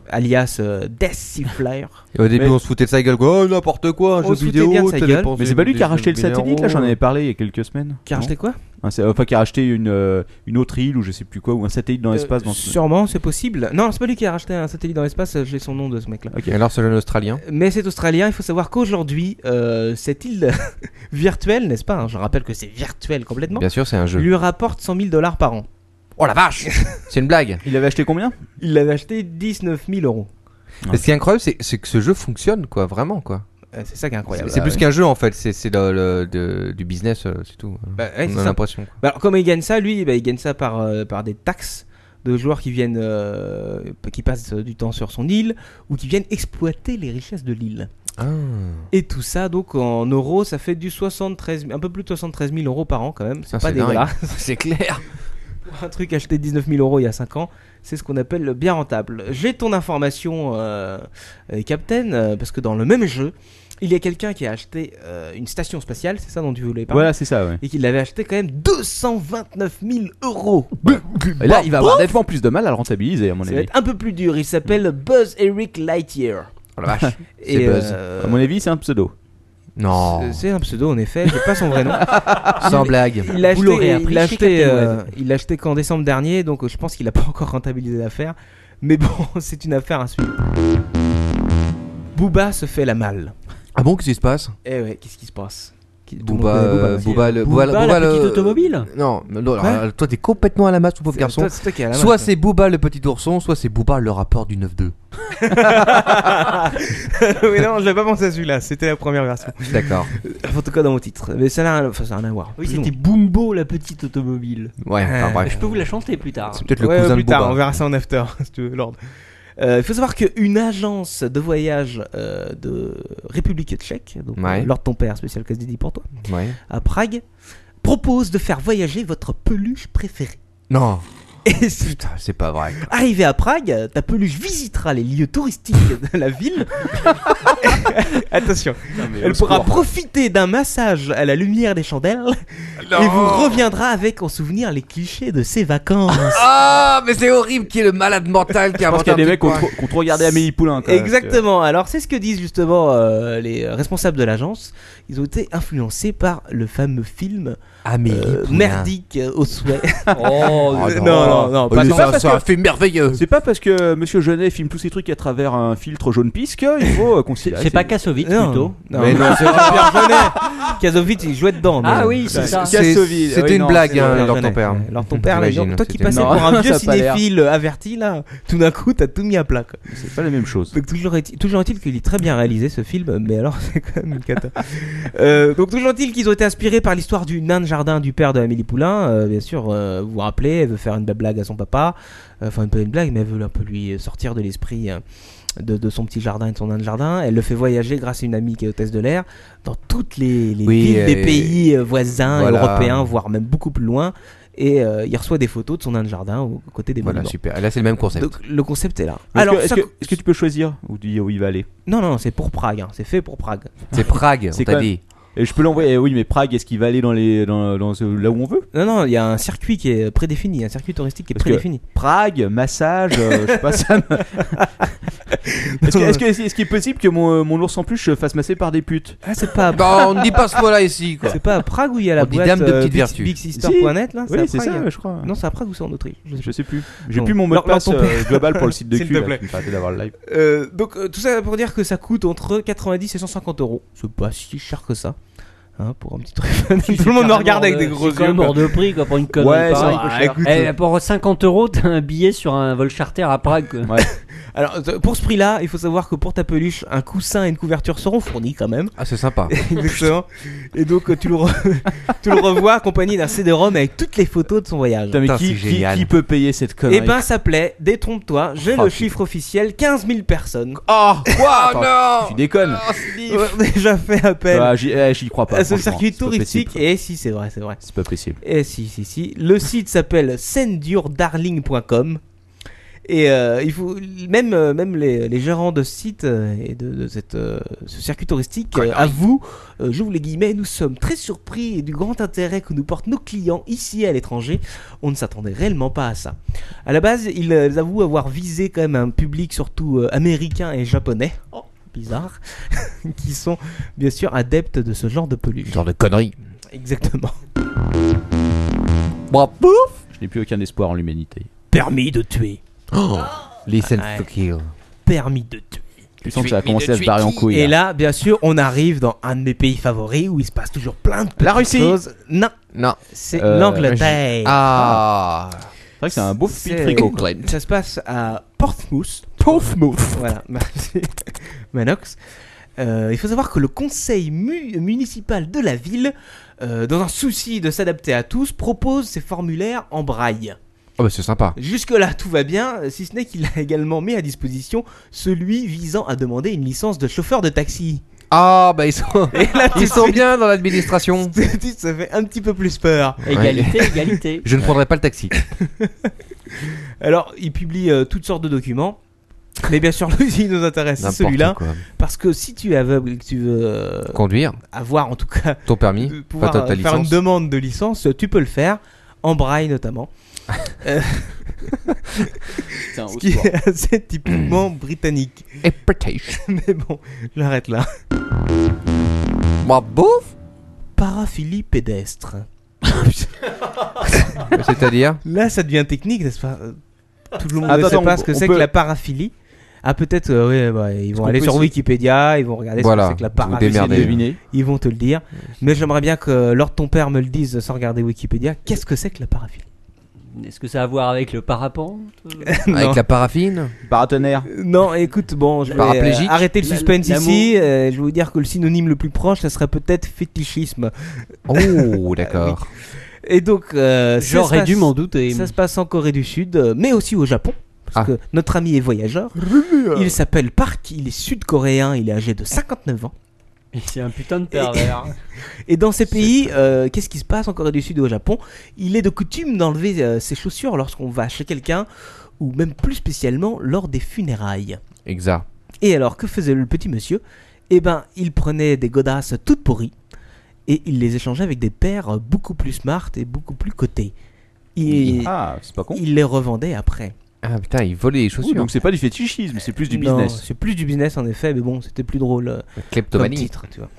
[SPEAKER 5] alias euh, Death Siffler.
[SPEAKER 2] Et au début, on se foutait de sa gueule, quoi. Oh, n'importe quoi, un
[SPEAKER 5] On
[SPEAKER 2] jeu
[SPEAKER 5] se foutait
[SPEAKER 2] vidéo,
[SPEAKER 5] bien de sa gueule.
[SPEAKER 2] télépensé
[SPEAKER 3] Mais c'est pas lui qui a
[SPEAKER 2] des
[SPEAKER 3] racheté le
[SPEAKER 2] millions
[SPEAKER 3] satellite, là, j'en
[SPEAKER 2] d'euros.
[SPEAKER 3] avais parlé il y a quelques semaines.
[SPEAKER 5] Qui a
[SPEAKER 3] Non
[SPEAKER 5] racheté quoi
[SPEAKER 3] Un sa- Enfin, qui a racheté une, euh, une autre île ou je sais plus quoi, ou un satellite dans
[SPEAKER 5] Euh,
[SPEAKER 3] l'espace. dans ce-
[SPEAKER 5] Sûrement, c'est possible. Non, c'est pas lui qui a racheté un satellite dans l'espace, euh, j'ai son nom de ce mec-là.
[SPEAKER 2] Et alors, ce jeune Australien
[SPEAKER 5] Mais cet Australien, il faut savoir qu'aujourd'hui, euh, cette île virtuelle, n'est-ce pas hein, Je rappelle que c'est virtuel complètement.
[SPEAKER 2] Bien sûr, c'est un jeu.
[SPEAKER 5] Lui rapporte 100 000 dollars par an.
[SPEAKER 2] Oh la vache C'est une blague
[SPEAKER 3] Il avait acheté combien
[SPEAKER 5] Il l'avait acheté 19 000 euros.
[SPEAKER 2] Mais ce qui est incroyable, c'est c'est que ce jeu fonctionne, quoi, vraiment, quoi.
[SPEAKER 5] Euh, C'est ça qui est incroyable.
[SPEAKER 2] C'est c'est plus qu'un jeu en fait, c'est c'est le- le- de- du business, euh, c'est tout.
[SPEAKER 5] Bah, ouais,
[SPEAKER 2] On
[SPEAKER 5] c'est
[SPEAKER 2] a
[SPEAKER 5] ça.
[SPEAKER 2] l'impression.
[SPEAKER 5] Bah alors, comment il gagne ça Lui, bah, il gagne ça par, euh, par des taxes de joueurs qui viennent, euh, qui passent euh, du temps sur son île ou qui viennent exploiter les richesses de l'île.
[SPEAKER 2] Ah.
[SPEAKER 5] Et tout ça, donc en euros, ça fait du 73, un peu plus de 73 000 euros par an quand même. C'est
[SPEAKER 2] Ah,
[SPEAKER 5] pas
[SPEAKER 2] c'est
[SPEAKER 5] des
[SPEAKER 2] dingue.
[SPEAKER 5] dollars.
[SPEAKER 2] C'est clair.
[SPEAKER 5] Pour un truc acheté 19 000 euros il y a 5 ans, c'est ce qu'on appelle le bien rentable. J'ai ton information, euh, euh, Captain, euh, parce que dans le même jeu, il y a quelqu'un qui a acheté euh, une station spatiale, c'est ça dont tu voulais parler
[SPEAKER 3] Voilà, c'est ça, ouais.
[SPEAKER 5] Et qu'il l'avait acheté quand même 229 000 euros.
[SPEAKER 3] Et
[SPEAKER 5] Bah,
[SPEAKER 3] là, il va
[SPEAKER 5] oh
[SPEAKER 3] avoir nettement plus de mal à le rentabiliser, à mon
[SPEAKER 5] Ça va
[SPEAKER 3] avis.
[SPEAKER 5] être un peu plus dur. Il s'appelle Buzz Eric Lightyear.
[SPEAKER 2] Oh la vache.
[SPEAKER 5] Et,
[SPEAKER 3] C'est Buzz.
[SPEAKER 5] euh,
[SPEAKER 3] À mon avis, c'est un pseudo.
[SPEAKER 2] Non.
[SPEAKER 5] C'est un pseudo en effet, j'ai pas son vrai nom.
[SPEAKER 2] Sans
[SPEAKER 5] Il-
[SPEAKER 2] blague.
[SPEAKER 5] Il l'a
[SPEAKER 2] Vous
[SPEAKER 5] acheté,
[SPEAKER 2] l'aurez
[SPEAKER 5] il
[SPEAKER 2] appris
[SPEAKER 5] l'a
[SPEAKER 2] chez
[SPEAKER 5] acheté,
[SPEAKER 2] Captain
[SPEAKER 5] euh,
[SPEAKER 2] Web.
[SPEAKER 5] il l'a acheté qu'en décembre dernier, donc euh, je pense qu'il a pas encore rentabilisé l'affaire. Mais bon, c'est une affaire à suivre. Booba se fait la malle.
[SPEAKER 2] Ah bon, qu'est-ce qui se passe
[SPEAKER 5] Eh ouais, qu'est-ce qui se passe Qui- tout le monde
[SPEAKER 2] Booba,
[SPEAKER 5] connaît
[SPEAKER 2] euh,
[SPEAKER 5] aussi,
[SPEAKER 2] Booba,
[SPEAKER 5] hein.
[SPEAKER 2] le,
[SPEAKER 5] Booba,
[SPEAKER 2] Booba,
[SPEAKER 5] la
[SPEAKER 2] le-
[SPEAKER 5] petite automobile
[SPEAKER 2] Non, mais non, alors,
[SPEAKER 5] Ouais.
[SPEAKER 2] alors, toi t'es complètement à la masse, mon pauvre
[SPEAKER 5] C'est-
[SPEAKER 2] garçon.
[SPEAKER 5] toi, c'est toi qui es à la masse,
[SPEAKER 2] soit
[SPEAKER 5] hein.
[SPEAKER 2] c'est Booba le petit ourson, soit c'est Booba le rapport du 9-2.
[SPEAKER 5] Mais non, je l'ai pas pensé à celui-là, c'était la première version.
[SPEAKER 2] D'accord.
[SPEAKER 5] En tout cas, dans mon titre. Mais ça n'a rien, enfin, ça n'a rien à voir.
[SPEAKER 4] Oui,
[SPEAKER 5] Plus
[SPEAKER 4] c'était
[SPEAKER 5] loin.
[SPEAKER 4] Bumbo la petite automobile.
[SPEAKER 2] Ouais,
[SPEAKER 5] Euh,
[SPEAKER 2] enfin, bref.
[SPEAKER 4] Je peux vous la chanter plus tard.
[SPEAKER 5] Ouais, plus tard, on verra ça en after, si tu veux, l'ordre. Euh, Il faut savoir qu'une agence de voyage euh, de République tchèque, donc
[SPEAKER 2] Ouais.
[SPEAKER 5] euh, Lord ton père, spécial casse dédié pour toi,
[SPEAKER 2] Ouais.
[SPEAKER 5] à Prague, propose de faire voyager votre peluche préférée.
[SPEAKER 2] Non.
[SPEAKER 5] Et si-
[SPEAKER 2] Ah, C'est pas vrai.
[SPEAKER 5] Arrivé à Prague, ta peluche visitera les lieux touristiques de la ville. Attention,
[SPEAKER 3] mais
[SPEAKER 5] elle
[SPEAKER 3] au
[SPEAKER 5] pourra
[SPEAKER 3] secours.
[SPEAKER 5] profiter d'un massage à la lumière des chandelles et vous reviendra avec en souvenir les clichés de ses vacances.
[SPEAKER 2] Ah, mais c'est horrible qu'il y ait le malade mental qui a
[SPEAKER 3] Je pense
[SPEAKER 2] inventé
[SPEAKER 3] qu'il y a
[SPEAKER 2] un
[SPEAKER 3] des mecs
[SPEAKER 2] truc
[SPEAKER 3] qui ont
[SPEAKER 2] pareil.
[SPEAKER 3] trop- qui ont trop regardé Amélie Poulain. quoi, parce que-
[SPEAKER 5] Exactement. Alors c'est ce que disent justement euh, les euh, responsables de l'agence. Ils ont été influencés par le fameux film
[SPEAKER 3] Ah,
[SPEAKER 2] Amélie Poulain.
[SPEAKER 5] merdique euh, au souhait.
[SPEAKER 2] Oh,
[SPEAKER 5] non non non, pas
[SPEAKER 2] Mais
[SPEAKER 5] tant.
[SPEAKER 2] ça,
[SPEAKER 3] parce
[SPEAKER 2] ça a
[SPEAKER 3] que-
[SPEAKER 2] fait merveilleux.
[SPEAKER 3] C'est pas parce que Monsieur Genet filme tous ces trucs à travers un filtre jaune pisse qu'il faut euh, considérer.
[SPEAKER 4] C'est pas Kassovitz
[SPEAKER 5] Non.
[SPEAKER 4] plutôt.
[SPEAKER 5] Non,
[SPEAKER 2] Mais non,
[SPEAKER 5] c'est Jean-Pierre Jeunet. Kazovic, il jouait dedans. mais-
[SPEAKER 4] Ah oui, c'est ça.
[SPEAKER 2] C'est-
[SPEAKER 3] Kassovitz,
[SPEAKER 2] C'était
[SPEAKER 3] oui,
[SPEAKER 2] une
[SPEAKER 3] non,
[SPEAKER 2] blague,
[SPEAKER 3] c'est
[SPEAKER 2] hein,
[SPEAKER 5] Jean-Pierre
[SPEAKER 2] alors
[SPEAKER 5] Jeunet.
[SPEAKER 2] ton père.
[SPEAKER 5] Alors ton père, là,
[SPEAKER 2] T'imagines,
[SPEAKER 5] toi qui
[SPEAKER 2] c'était-
[SPEAKER 5] passais
[SPEAKER 3] Non,
[SPEAKER 5] pour un vieux
[SPEAKER 3] ça a pas l'air.
[SPEAKER 5] cinéphile euh, averti là, tout d'un coup t'as tout mis à plat. quoi.
[SPEAKER 3] C'est pas la même chose.
[SPEAKER 5] Donc, toujours est-il toujours est-il qu'il est très bien réalisé ce film, mais alors c'est quand même une cata. Euh, donc toujours est-il qu'ils ont été inspirés par l'histoire du nain de jardin du père de Amélie Poulain, euh, bien sûr, euh, vous vous rappelez, elle veut faire une belle blague à son papa, Euh, enfin une pas une blague, mais elle veut un peu lui sortir de l'esprit euh, de, de son petit jardin et de son nain de jardin. Elle le fait voyager grâce à une amie qui est hôtesse de l'air dans toutes les, les
[SPEAKER 2] Oui,
[SPEAKER 5] villes des
[SPEAKER 2] euh,
[SPEAKER 5] pays euh, voisins,
[SPEAKER 2] voilà.
[SPEAKER 5] européens, voire même beaucoup plus loin. Et euh, il reçoit des photos de son nain de jardin aux côtés des
[SPEAKER 2] Voilà,
[SPEAKER 5] monuments.
[SPEAKER 2] super. Là, c'est le même concept.
[SPEAKER 5] Donc, le concept est là.
[SPEAKER 3] Est-ce que- est-ce
[SPEAKER 5] ça-
[SPEAKER 3] que, est-ce que tu peux choisir où, tu- où il va aller
[SPEAKER 5] Non, non, c'est pour Prague. hein. C'est fait pour Prague.
[SPEAKER 2] C'est Prague,
[SPEAKER 3] C'est quand même- Et je peux l'envoyer. eh Oui, mais Prague, est-ce qu'il va aller dans les, dans, dans ce- là où on veut
[SPEAKER 5] Non, non, il y a un circuit qui est prédéfini, un circuit touristique qui est
[SPEAKER 3] Parce que
[SPEAKER 5] prédéfini.
[SPEAKER 3] Prague, massage, euh, je sais pas ça. me- est-ce, que- est-ce que- est-ce qu'il est possible que mon, euh, mon ours en plus se fasse masser par des putes
[SPEAKER 5] Ah, c'est pas.
[SPEAKER 2] Bah, on ne dit pas ce mot-là ici, quoi.
[SPEAKER 5] C'est pas à Prague où il y a la
[SPEAKER 2] On dit
[SPEAKER 5] boîte
[SPEAKER 2] dame de
[SPEAKER 5] euh,
[SPEAKER 2] petite
[SPEAKER 5] Big-
[SPEAKER 2] vertu.
[SPEAKER 5] bigsister.net, là
[SPEAKER 3] Oui,
[SPEAKER 5] à
[SPEAKER 3] c'est
[SPEAKER 5] Prague
[SPEAKER 3] ça, je crois.
[SPEAKER 5] Non, c'est à Prague ou c'est en Autriche Je sais
[SPEAKER 3] Je sais plus. J'ai
[SPEAKER 5] Non.
[SPEAKER 3] plus mon mot de
[SPEAKER 5] Leur- leur
[SPEAKER 3] passe
[SPEAKER 5] ton-
[SPEAKER 3] euh, global pour le site de
[SPEAKER 5] S'il
[SPEAKER 3] cul.
[SPEAKER 5] te
[SPEAKER 3] là,
[SPEAKER 5] plaît.
[SPEAKER 3] tu me permets d'avoir le live.
[SPEAKER 5] Euh, donc euh, tout ça pour dire que ça coûte entre 90 et 150 euros. C'est pas si cher que ça. Hein, pour un petit truc. Tout le monde me regarde avec des gros yeux.
[SPEAKER 4] C'est quand même hors
[SPEAKER 5] quoi.
[SPEAKER 4] de prix quoi, pour une connerie.
[SPEAKER 5] Ouais,
[SPEAKER 4] pareille.
[SPEAKER 5] c'est vrai, pas cher.
[SPEAKER 4] Eh,
[SPEAKER 5] écoute.
[SPEAKER 4] pour 50 euros, t'as un billet sur un vol charter à Prague. quoi.
[SPEAKER 5] Alors euh, pour ce prix-là, il faut savoir que pour ta peluche, un coussin et une couverture seront fournis quand même.
[SPEAKER 2] Ah, c'est sympa.
[SPEAKER 5] Exactement. Et donc euh, tu le, re- tu le revois accompagné d'un CD-ROM avec toutes les photos de son voyage.
[SPEAKER 3] Putain, mais qui, qui- qui peut payer cette
[SPEAKER 5] Eh
[SPEAKER 3] connerie
[SPEAKER 2] Oh,
[SPEAKER 5] ben ça plaît, détrompe-toi, j'ai le
[SPEAKER 3] Oh, putain.
[SPEAKER 5] chiffre officiel, 15 000 personnes.
[SPEAKER 2] Oh,
[SPEAKER 3] Attends, Tu déconnes.
[SPEAKER 5] On a déjà fait appel
[SPEAKER 3] Ah, j'y- eh, j'y crois pas,
[SPEAKER 5] à ce
[SPEAKER 3] franchement,
[SPEAKER 5] circuit
[SPEAKER 3] c'est pas
[SPEAKER 5] touristique.
[SPEAKER 3] possible.
[SPEAKER 5] Et si, c'est vrai, c'est vrai.
[SPEAKER 3] C'est pas possible.
[SPEAKER 5] Et Eh, si, si, si. Le site s'appelle sendurdarling.com. Et euh, il faut même euh, même les, les gérants de ce site euh, et de, de cette euh, ce circuit touristique euh, avouent, euh, j'ouvre les guillemets, nous sommes très surpris du grand intérêt que nous portent nos clients ici et à l'étranger. On ne s'attendait réellement pas à ça. À la base, ils euh, avouent avoir visé quand même un public surtout euh, américain et japonais. Oh, bizarre. qui sont bien sûr adeptes de ce genre de peluche.
[SPEAKER 2] Genre de conneries.
[SPEAKER 5] Exactement.
[SPEAKER 2] Bon, Bah, pouf
[SPEAKER 3] Je n'ai plus aucun espoir en l'humanité.
[SPEAKER 5] Permis de tuer.
[SPEAKER 2] Oh.
[SPEAKER 5] Ah,
[SPEAKER 2] Listen
[SPEAKER 5] Ouais.
[SPEAKER 2] to kill.
[SPEAKER 5] Permis de tuer.
[SPEAKER 3] Tu sens que ça a commencé à se barrer en couille.
[SPEAKER 5] Et là, bien sûr, on arrive dans un de mes pays favoris où il se passe toujours plein de
[SPEAKER 3] La
[SPEAKER 5] petites
[SPEAKER 3] Russie.
[SPEAKER 5] choses. Non,
[SPEAKER 2] Non.
[SPEAKER 5] c'est
[SPEAKER 3] Euh,
[SPEAKER 5] l'Angleterre.
[SPEAKER 2] Ah.
[SPEAKER 3] C'est vrai que c'est un beau petit
[SPEAKER 5] C'est-
[SPEAKER 3] frigo. quoi.
[SPEAKER 2] England.
[SPEAKER 5] Ça se passe à Portsmouth. Portsmouth. Voilà, merci. Manox. Euh, il faut savoir que le conseil mu- municipal de la ville, euh, dans un souci de s'adapter à tous, propose ses formulaires en braille.
[SPEAKER 2] Oh, bah, c'est sympa.
[SPEAKER 5] Jusque-là, tout va bien, euh, si ce n'est qu'il a également mis à disposition celui visant à demander une licence de chauffeur de taxi.
[SPEAKER 2] Ah, bah, ils sont,
[SPEAKER 5] Et là, tu
[SPEAKER 2] ils sont
[SPEAKER 5] fais-
[SPEAKER 2] bien dans l'administration.
[SPEAKER 5] Tout de suite, ça fait un petit peu plus peur.
[SPEAKER 4] Égalité, égalité.
[SPEAKER 2] Je ne prendrai pas le taxi.
[SPEAKER 5] Alors, il publie euh, toutes sortes de documents. Mais bien sûr, lui, il nous intéresse c'est
[SPEAKER 2] N'importe
[SPEAKER 5] celui-là.
[SPEAKER 2] quoi.
[SPEAKER 5] Parce que si tu es aveugle et que tu veux euh,
[SPEAKER 2] Conduire,
[SPEAKER 5] avoir, en tout cas,
[SPEAKER 2] ton permis,
[SPEAKER 5] euh,
[SPEAKER 2] enfin,
[SPEAKER 5] pouvoir
[SPEAKER 2] ta, ta
[SPEAKER 5] euh, faire
[SPEAKER 2] licence.
[SPEAKER 5] une demande de licence, euh, tu peux le faire. En braille notamment. Euh,
[SPEAKER 3] Putain, au
[SPEAKER 5] ce qui
[SPEAKER 3] secours.
[SPEAKER 5] est assez typiquement britannique.
[SPEAKER 2] Et British.
[SPEAKER 5] Mais bon, j'arrête là.
[SPEAKER 2] Bah, bouf
[SPEAKER 5] Paraphilie pédestre.
[SPEAKER 2] C'est-à-dire
[SPEAKER 5] Là, ça devient technique, n'est-ce pas Euh, Tout le monde
[SPEAKER 3] Ah,
[SPEAKER 5] ne
[SPEAKER 3] bah,
[SPEAKER 5] sait
[SPEAKER 3] attends,
[SPEAKER 5] pas ce que
[SPEAKER 3] on
[SPEAKER 5] c'est
[SPEAKER 3] peut-
[SPEAKER 5] que la paraphilie. Ah, peut-être, euh, ouais, bah, ils vont
[SPEAKER 3] qu'on
[SPEAKER 5] aller
[SPEAKER 3] peut
[SPEAKER 5] sur
[SPEAKER 3] essayer-
[SPEAKER 5] Wikipédia, ils vont regarder
[SPEAKER 2] Voilà,
[SPEAKER 5] ce que c'est que la
[SPEAKER 2] vous
[SPEAKER 5] paraphilie.
[SPEAKER 2] démerdez.
[SPEAKER 3] Devinez.
[SPEAKER 5] Ils vont te le dire. Mais j'aimerais bien que euh, Lord ton père me le dise sans regarder Wikipédia. Qu'est-ce que c'est que la paraphilie
[SPEAKER 4] Est-ce que ça a à voir avec le parapente euh
[SPEAKER 5] non.
[SPEAKER 2] Avec la paraffine
[SPEAKER 3] Paratonnerre.
[SPEAKER 5] Non, écoute, bon, je vais
[SPEAKER 2] Paraplégique.
[SPEAKER 5] euh, arrêter le
[SPEAKER 4] La-
[SPEAKER 5] suspense
[SPEAKER 4] l'amour.
[SPEAKER 5] ici. euh, je vais vous dire que le synonyme le plus proche, ça serait peut-être fétichisme. Ah
[SPEAKER 2] Oh, d'accord.
[SPEAKER 5] Et donc, euh, ça
[SPEAKER 4] J'aurais
[SPEAKER 5] se
[SPEAKER 4] dû
[SPEAKER 5] passe-
[SPEAKER 4] m'en douter.
[SPEAKER 5] Ça se passe en Corée du Sud, euh, mais aussi au Japon. Parce
[SPEAKER 2] Ah.
[SPEAKER 5] que notre ami est voyageur. Il s'appelle Park, il est sud-coréen, il est âgé de 59 ans.
[SPEAKER 4] Et C'est un putain de pervers. hein.
[SPEAKER 5] Et dans ces pays, euh, qu'est-ce qui se passe en Corée du Sud et au Japon Il est de coutume d'enlever euh, ses chaussures lorsqu'on va chez quelqu'un, ou même plus spécialement lors des funérailles.
[SPEAKER 2] Exact.
[SPEAKER 5] Et alors, que faisait le petit monsieur Eh ben, il prenait des godasses toutes pourries, et il les échangeait avec des paires beaucoup plus smart et beaucoup plus cotées. Il,
[SPEAKER 3] Ah, c'est pas con.
[SPEAKER 5] il les revendait après.
[SPEAKER 2] Ah, putain, ils volaient les
[SPEAKER 3] Ouh,
[SPEAKER 2] chaussures.
[SPEAKER 3] donc c'est pas du fétichisme, c'est plus du
[SPEAKER 5] Non,
[SPEAKER 3] business.
[SPEAKER 5] C'est plus du business en effet, mais bon, c'était plus drôle. euh, comme
[SPEAKER 2] Kleptomanie.
[SPEAKER 5] titre, tu vois.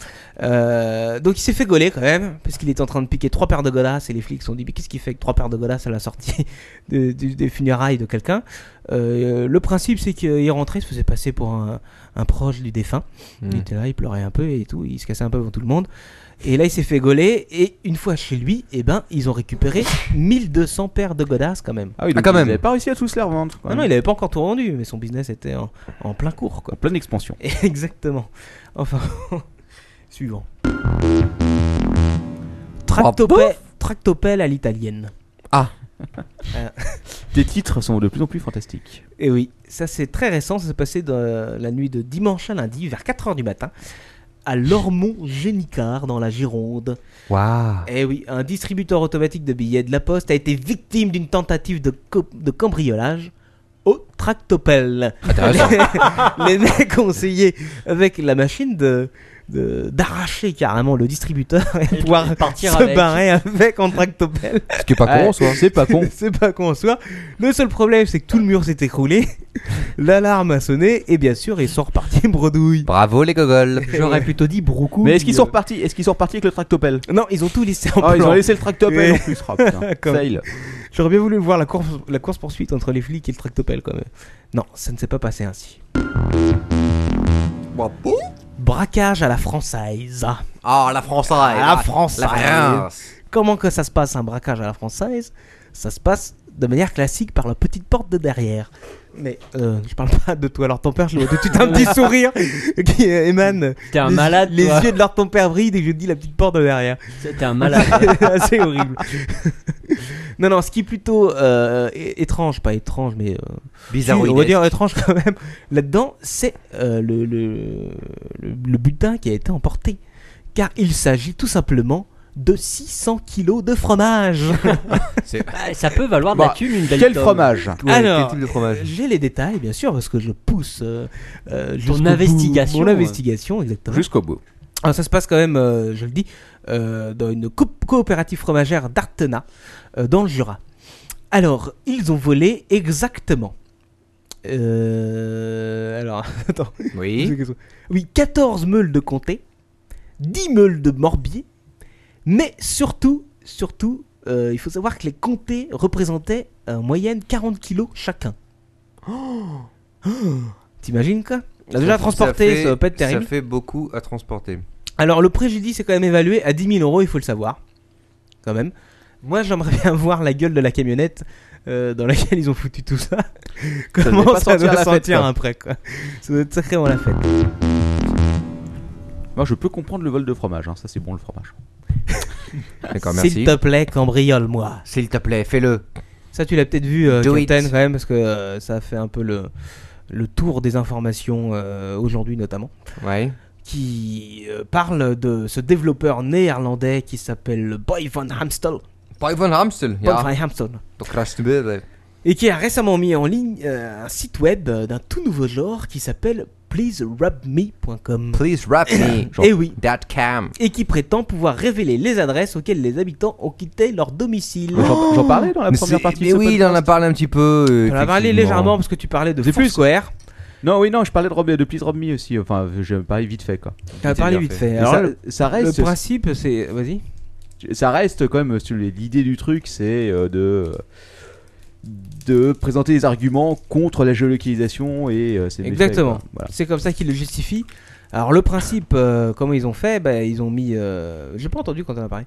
[SPEAKER 5] Euh, donc il s'est fait gauler quand même, parce qu'il était en train de piquer trois paires de godasses, et les flics se sont dit, mais qu'est-ce qu'il fait avec trois paires de godasses à la sortie de- du- des funérailles de quelqu'un Euh, Le principe, c'est qu'il rentrait, il se faisait passer pour un, un proche du défunt. Il
[SPEAKER 2] Mm.
[SPEAKER 5] était là, il pleurait un peu et tout, il se cassait un peu devant tout le monde. Et là, il s'est fait gauler, et une fois chez lui, eh ben, ils ont récupéré 1200 paires de godasses quand même.
[SPEAKER 3] Ah oui, donc
[SPEAKER 2] Ah, quand
[SPEAKER 3] ils
[SPEAKER 2] même.
[SPEAKER 3] avaient pas réussi à tous les revendre. quand
[SPEAKER 5] Non, non,
[SPEAKER 3] même.
[SPEAKER 5] il avait pas encore tout rendu, mais son business était en, en plein cours, quoi.
[SPEAKER 3] En pleine expansion.
[SPEAKER 5] Exactement. Enfin, suivant. Tractopelle, Fractopelle à l'italienne. Ah
[SPEAKER 3] Tes titres sont de plus en plus fantastiques.
[SPEAKER 5] Et oui, ça c'est très récent, ça s'est passé dans la nuit de dimanche à lundi vers 4h du matin à Lormont-Génicard dans la Gironde.
[SPEAKER 2] Waouh
[SPEAKER 5] Eh oui, un distributeur automatique de billets de la Poste a été victime d'une tentative de, co- de cambriolage au tractopelle.
[SPEAKER 2] Intéressant.
[SPEAKER 5] les, les mecs ont essayé avec la machine de de- d'arracher carrément le distributeur et, pouvoir
[SPEAKER 4] partir
[SPEAKER 5] se
[SPEAKER 4] avec.
[SPEAKER 5] barrer avec en tractopelle.
[SPEAKER 2] Ce qui est pas con en soi.
[SPEAKER 3] C'est pas con.
[SPEAKER 5] c'est pas con en soi. Le seul problème, c'est que tout le mur s'est écroulé, l'alarme a sonné et bien sûr, ils sont repartis bredouille.
[SPEAKER 2] Bravo les gogoles.
[SPEAKER 5] J'aurais plutôt dit brocou.
[SPEAKER 3] Mais est-ce qu'ils sont repartis Est-ce qu'ils sont repartis avec le tractopelle
[SPEAKER 5] Non, ils ont tout laissé en
[SPEAKER 3] Ah, ils
[SPEAKER 5] plan.
[SPEAKER 3] ont laissé le tractopelle en
[SPEAKER 5] Et-
[SPEAKER 3] plus. Ah, putain,
[SPEAKER 5] Comme-
[SPEAKER 3] fail.
[SPEAKER 5] J'aurais bien voulu voir la course, la course poursuite entre les flics et le tractopelle quand même. Non, ça ne s'est pas passé ainsi. Braquage à la française.
[SPEAKER 13] Ah, la française.
[SPEAKER 5] À la française.
[SPEAKER 13] La France.
[SPEAKER 5] Comment que ça se passe un braquage à la française Ça se passe de manière classique par la petite porte de derrière. Mais euh, je parle pas de toi, alors ton père, je le vois tout de suite un petit sourire qui euh, émane.
[SPEAKER 4] T'es un
[SPEAKER 5] Les-
[SPEAKER 4] malade,
[SPEAKER 5] Les
[SPEAKER 4] toi.
[SPEAKER 5] yeux de leur ton père brillent dès que je dis la petite porte de derrière.
[SPEAKER 4] T'es un malade.
[SPEAKER 5] C'est horrible. non, non, ce qui est plutôt euh, é- étrange, pas étrange, mais. euh,
[SPEAKER 13] Bizarroïdesque.
[SPEAKER 5] On va dire étrange quand même. Là-dedans, c'est euh, le, le, le, le butin qui a été emporté. Car il s'agit tout simplement de 600 kilos de fromage.
[SPEAKER 4] Bah, ça peut valoir de la
[SPEAKER 5] Bah,
[SPEAKER 4] thune une belle
[SPEAKER 5] quel
[SPEAKER 4] tome.
[SPEAKER 5] fromage
[SPEAKER 4] Ouais,
[SPEAKER 5] Alors,
[SPEAKER 4] quel type de fromage
[SPEAKER 5] euh, j'ai les détails, bien sûr, parce que je pousse euh, euh, jusqu'au bout.
[SPEAKER 4] investigation,
[SPEAKER 5] Mon
[SPEAKER 4] euh.
[SPEAKER 5] investigation, exactement.
[SPEAKER 3] Jusqu'au bout.
[SPEAKER 5] Alors, Ah, ça se passe quand même, euh, je le dis, euh, dans une co- coopérative fromagère d'Artena, euh, dans le Jura. Alors, ils ont volé exactement. Euh, alors, attends.
[SPEAKER 2] Oui.
[SPEAKER 5] Oui, 14 meules de comté, 10 meules de morbier, mais surtout, surtout, euh, il faut savoir que les comtés représentaient en moyenne 40 kilos chacun. T'imagines quoi
[SPEAKER 2] Oh. Ça
[SPEAKER 5] Déjà
[SPEAKER 2] fait-
[SPEAKER 5] transporté, ça,
[SPEAKER 2] fait-
[SPEAKER 5] va pas être terrible.
[SPEAKER 2] Ça fait beaucoup à transporter.
[SPEAKER 5] Alors le préjudice est quand même évalué à 10 000 euros, il faut le savoir. Quand même. Moi j'aimerais bien voir la gueule de la camionnette euh, dans laquelle ils ont foutu tout ça.
[SPEAKER 3] devait
[SPEAKER 5] Comment
[SPEAKER 3] pas
[SPEAKER 5] ça, doit
[SPEAKER 3] sentir la fête,
[SPEAKER 5] sentir
[SPEAKER 3] quoi.
[SPEAKER 5] après quoi. Ça doit être sacrément la fête.
[SPEAKER 3] Moi, je peux comprendre le vol de fromage. hein. Ça, c'est bon le fromage.
[SPEAKER 2] D'accord,
[SPEAKER 5] S'il te plaît, cambriole-moi. S'il te plaît, fais-le. Ça, tu l'as peut-être vu, euh,
[SPEAKER 2] Do
[SPEAKER 5] Captain,
[SPEAKER 2] it.
[SPEAKER 5] quand même, parce que euh, ça a fait un peu le, le tour des informations euh, aujourd'hui, notamment.
[SPEAKER 2] Ouais.
[SPEAKER 5] Qui euh, parle de ce développeur néerlandais qui s'appelle Boy van Hamstel.
[SPEAKER 2] Boy van Hamstel,
[SPEAKER 5] Boy
[SPEAKER 2] ja.
[SPEAKER 5] van Hamstel.
[SPEAKER 2] Donc Rashtubel.
[SPEAKER 5] Et qui a récemment mis en ligne euh, un site web euh, d'un tout nouveau genre qui s'appelle pleaserabme.com.
[SPEAKER 2] Please rap me.
[SPEAKER 5] Eh oui.
[SPEAKER 2] That cam.
[SPEAKER 5] Et qui prétend pouvoir révéler les adresses auxquelles les habitants ont quitté leur domicile.
[SPEAKER 2] J'en- j'en parlais
[SPEAKER 3] dans la
[SPEAKER 2] Mais
[SPEAKER 3] première
[SPEAKER 2] c'est-
[SPEAKER 3] partie de
[SPEAKER 2] Mais
[SPEAKER 3] ce
[SPEAKER 2] oui, il en a parlé un petit peu. euh,
[SPEAKER 5] On en a parlé
[SPEAKER 2] effectivement.
[SPEAKER 5] légèrement parce que tu parlais de
[SPEAKER 3] C'est plus.
[SPEAKER 5] Foursquare.
[SPEAKER 3] Non, oui, non, je parlais de, Rob, de Please Rob Me aussi. Enfin, je parlais vite fait, quoi.
[SPEAKER 5] T'as
[SPEAKER 3] C'est
[SPEAKER 5] parlé
[SPEAKER 3] bien
[SPEAKER 5] vite fait.
[SPEAKER 3] Mais
[SPEAKER 5] Alors,
[SPEAKER 3] ça,
[SPEAKER 5] le-
[SPEAKER 3] ça reste.
[SPEAKER 5] Le principe, c'est. Vas-y.
[SPEAKER 3] ça reste quand même sur les- l'idée du truc, c'est euh, de de présenter des arguments contre la géolocalisation et euh, ses méfaits,
[SPEAKER 5] Exactement.
[SPEAKER 3] quoi. Voilà.
[SPEAKER 5] C'est comme ça qu'ils le justifient. Alors le principe, euh, comment ils ont fait bah, Ils ont mis... euh, J'ai pas entendu quand on a parlé.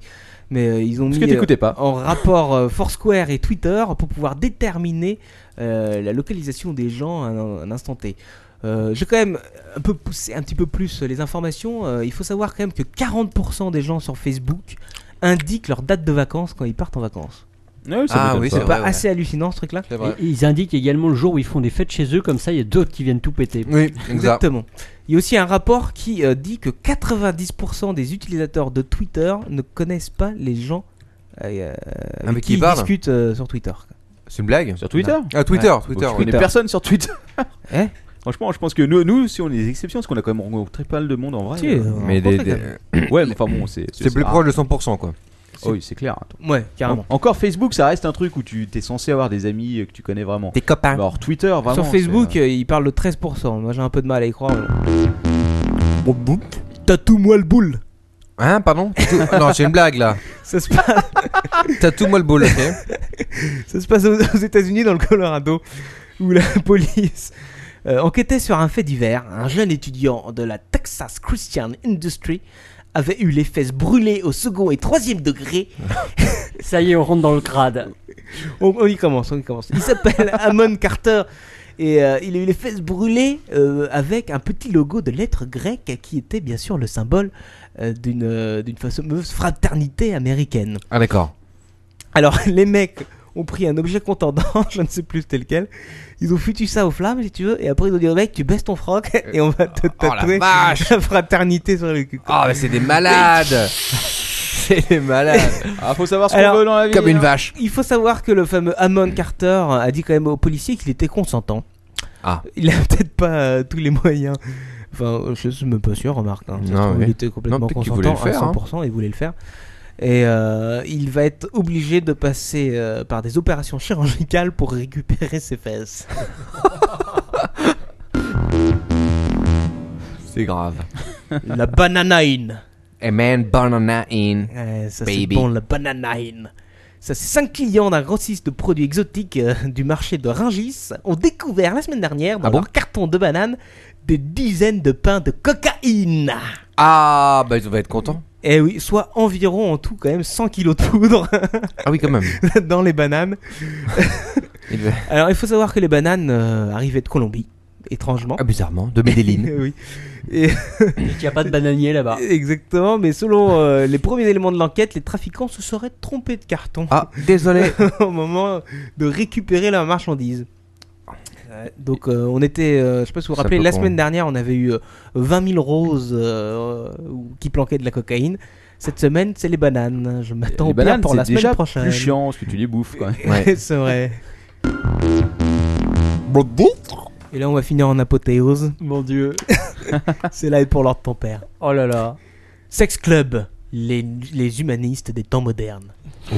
[SPEAKER 5] Mais euh, ils ont
[SPEAKER 3] Parce
[SPEAKER 5] mis
[SPEAKER 3] que t'écoutais pas.
[SPEAKER 5] en rapport euh, Foursquare et Twitter pour pouvoir déterminer euh, la localisation des gens à un, à un instant T. Euh, J'ai quand même un peu poussé un petit peu plus les informations. Euh, il faut savoir quand même que 40% des gens sur Facebook indiquent leur date de vacances quand ils partent en vacances.
[SPEAKER 3] Ouais, ça
[SPEAKER 2] Ah
[SPEAKER 3] m'étonne
[SPEAKER 2] oui,
[SPEAKER 3] pas.
[SPEAKER 2] c'est
[SPEAKER 5] Pas
[SPEAKER 2] vrai. ouais.
[SPEAKER 5] assez hallucinant ce truc-là
[SPEAKER 2] C'est vrai.
[SPEAKER 4] Et ils indiquent également le jour où ils font des fêtes chez eux, comme ça il y a d'autres qui viennent tout péter.
[SPEAKER 2] Oui, exact.
[SPEAKER 5] Exactement. Il y a aussi un rapport qui euh, dit que 90% des utilisateurs de Twitter ne connaissent pas les gens euh,
[SPEAKER 2] mais
[SPEAKER 5] avec
[SPEAKER 2] qui
[SPEAKER 5] qui ils
[SPEAKER 2] parlent.
[SPEAKER 5] discutent euh, sur Twitter.
[SPEAKER 2] C'est une blague
[SPEAKER 3] Sur Twitter
[SPEAKER 2] Ah, Twitter,
[SPEAKER 3] Ouais.
[SPEAKER 2] Twitter.
[SPEAKER 3] Je connais
[SPEAKER 2] ouais.
[SPEAKER 3] personne sur Twitter.
[SPEAKER 5] Eh
[SPEAKER 3] Franchement, je pense que nous, nous, si on est des exceptions, parce qu'on a quand même rencontré pas mal de monde en vrai.
[SPEAKER 5] Si, euh,
[SPEAKER 2] Mais des-
[SPEAKER 5] rencontré,
[SPEAKER 2] des-
[SPEAKER 5] quand même.
[SPEAKER 3] Ouais, mais enfin bon, c'est
[SPEAKER 2] C'est plus
[SPEAKER 3] rare.
[SPEAKER 2] proche de 100%, quoi.
[SPEAKER 3] Oh oui, c'est clair. Attends.
[SPEAKER 5] Ouais, carrément.
[SPEAKER 3] En- Encore Facebook, ça reste un truc où tu t'es censé avoir des amis euh, que tu connais vraiment.
[SPEAKER 2] Des copains.
[SPEAKER 3] Mais Alors Twitter, vraiment.
[SPEAKER 5] sur Facebook, euh, ils parlent de 13%. Moi, j'ai un peu de mal à y croire. Tatoue-moi le boule.
[SPEAKER 2] Hein, pardon Tatou- Ah Non, c'est une blague là.
[SPEAKER 5] Ça se passe,
[SPEAKER 2] Tatoue-moi le boule, ok
[SPEAKER 5] ça se passe aux, aux États-Unis, dans le Colorado, où la police euh, enquêtait sur un fait divers. Un jeune étudiant de la Texas Christian Industry avait eu les fesses brûlées au second et troisième degré
[SPEAKER 4] Ça y est, on rentre dans le crade.
[SPEAKER 5] On, on y commence, on y commence. Il s'appelle Amon Carter et euh, il a eu les fesses brûlées euh, avec un petit logo de lettres grecques qui était bien sûr le symbole euh, d'une euh, d'une fameuse fraternité américaine.
[SPEAKER 2] Ah, d'accord.
[SPEAKER 5] Alors, les mecs ont pris un objet contendant, je ne sais plus c'était lequel. Ils ont foutu ça aux flammes, si tu veux, et après ils ont dit au mec, tu baisses ton froc et on va te
[SPEAKER 2] Oh, la
[SPEAKER 5] tatouer
[SPEAKER 2] vache
[SPEAKER 5] la fraternité sur le cul.
[SPEAKER 2] Ah, mais c'est des malades C'est des malades Ah, faut savoir
[SPEAKER 5] Alors,
[SPEAKER 2] Comme
[SPEAKER 3] hein.
[SPEAKER 2] une vache. Mm.
[SPEAKER 5] Il faut savoir que le fameux Hammond Carter a dit quand même aux policiers qu'il était consentant.
[SPEAKER 2] Ah.
[SPEAKER 5] Il a peut-être pas euh, tous les moyens. Enfin, je suis même pas sûr, remarque. hein. Ça se
[SPEAKER 2] Non,
[SPEAKER 5] trouve,
[SPEAKER 2] oui.
[SPEAKER 5] Il était complètement
[SPEAKER 2] Non, peut-être qu'il voulait
[SPEAKER 5] consentant
[SPEAKER 2] le faire,
[SPEAKER 5] à
[SPEAKER 2] hein.
[SPEAKER 5] 100%, il voulait le faire. Et euh, il va être obligé de passer euh, par des opérations chirurgicales pour récupérer ses fesses.
[SPEAKER 2] C'est grave.
[SPEAKER 5] La bananaine.
[SPEAKER 2] A man banana in.
[SPEAKER 5] Ouais, Eh, ça c'est
[SPEAKER 2] baby.
[SPEAKER 5] bon, la bananaine. Ça, c'est 5 clients d'un grossiste de produits exotiques euh, du marché de Ringis ont découvert la semaine dernière dans
[SPEAKER 2] Ah bon
[SPEAKER 5] leur carton de bananes des dizaines de pains de cocaïne.
[SPEAKER 2] Ah, bah ils vont être contents.
[SPEAKER 5] Eh oui, soit environ en tout quand même 100 kilos de poudre.
[SPEAKER 2] Ah oui, quand même.
[SPEAKER 5] dans les bananes.
[SPEAKER 2] Il va-
[SPEAKER 5] Alors, il faut savoir que les bananes euh, arrivaient de Colombie, étrangement.
[SPEAKER 2] Ah, bizarrement, de Medellín.
[SPEAKER 5] oui. Et il
[SPEAKER 4] n'y a pas de bananier là-bas.
[SPEAKER 5] Exactement, mais selon euh, les premiers éléments de l'enquête, les trafiquants se seraient trompés de carton.
[SPEAKER 2] Ah, désolé.
[SPEAKER 5] au moment de récupérer leur marchandise. Euh, Donc euh, on était, euh, je sais pas si vous vous
[SPEAKER 2] Ça
[SPEAKER 5] rappelez,
[SPEAKER 2] peut
[SPEAKER 5] la
[SPEAKER 2] prendre.
[SPEAKER 5] semaine dernière on avait eu euh, 20 000 roses euh, ou- qui planquaient de la cocaïne. Cette semaine c'est les bananes. Je m'attends
[SPEAKER 3] Les
[SPEAKER 5] au plat
[SPEAKER 3] bananes,
[SPEAKER 5] pour
[SPEAKER 3] Eh ben c'est
[SPEAKER 5] la semaine
[SPEAKER 3] déjà
[SPEAKER 5] prochaine.
[SPEAKER 3] plus chiant parce que tu les bouffes quand même.
[SPEAKER 5] c'est vrai. Et là on va finir en apothéose. Mon dieu. c'est là et pour l'ordre de ton père. Oh là là. Sex Club, les, les humanistes des temps modernes.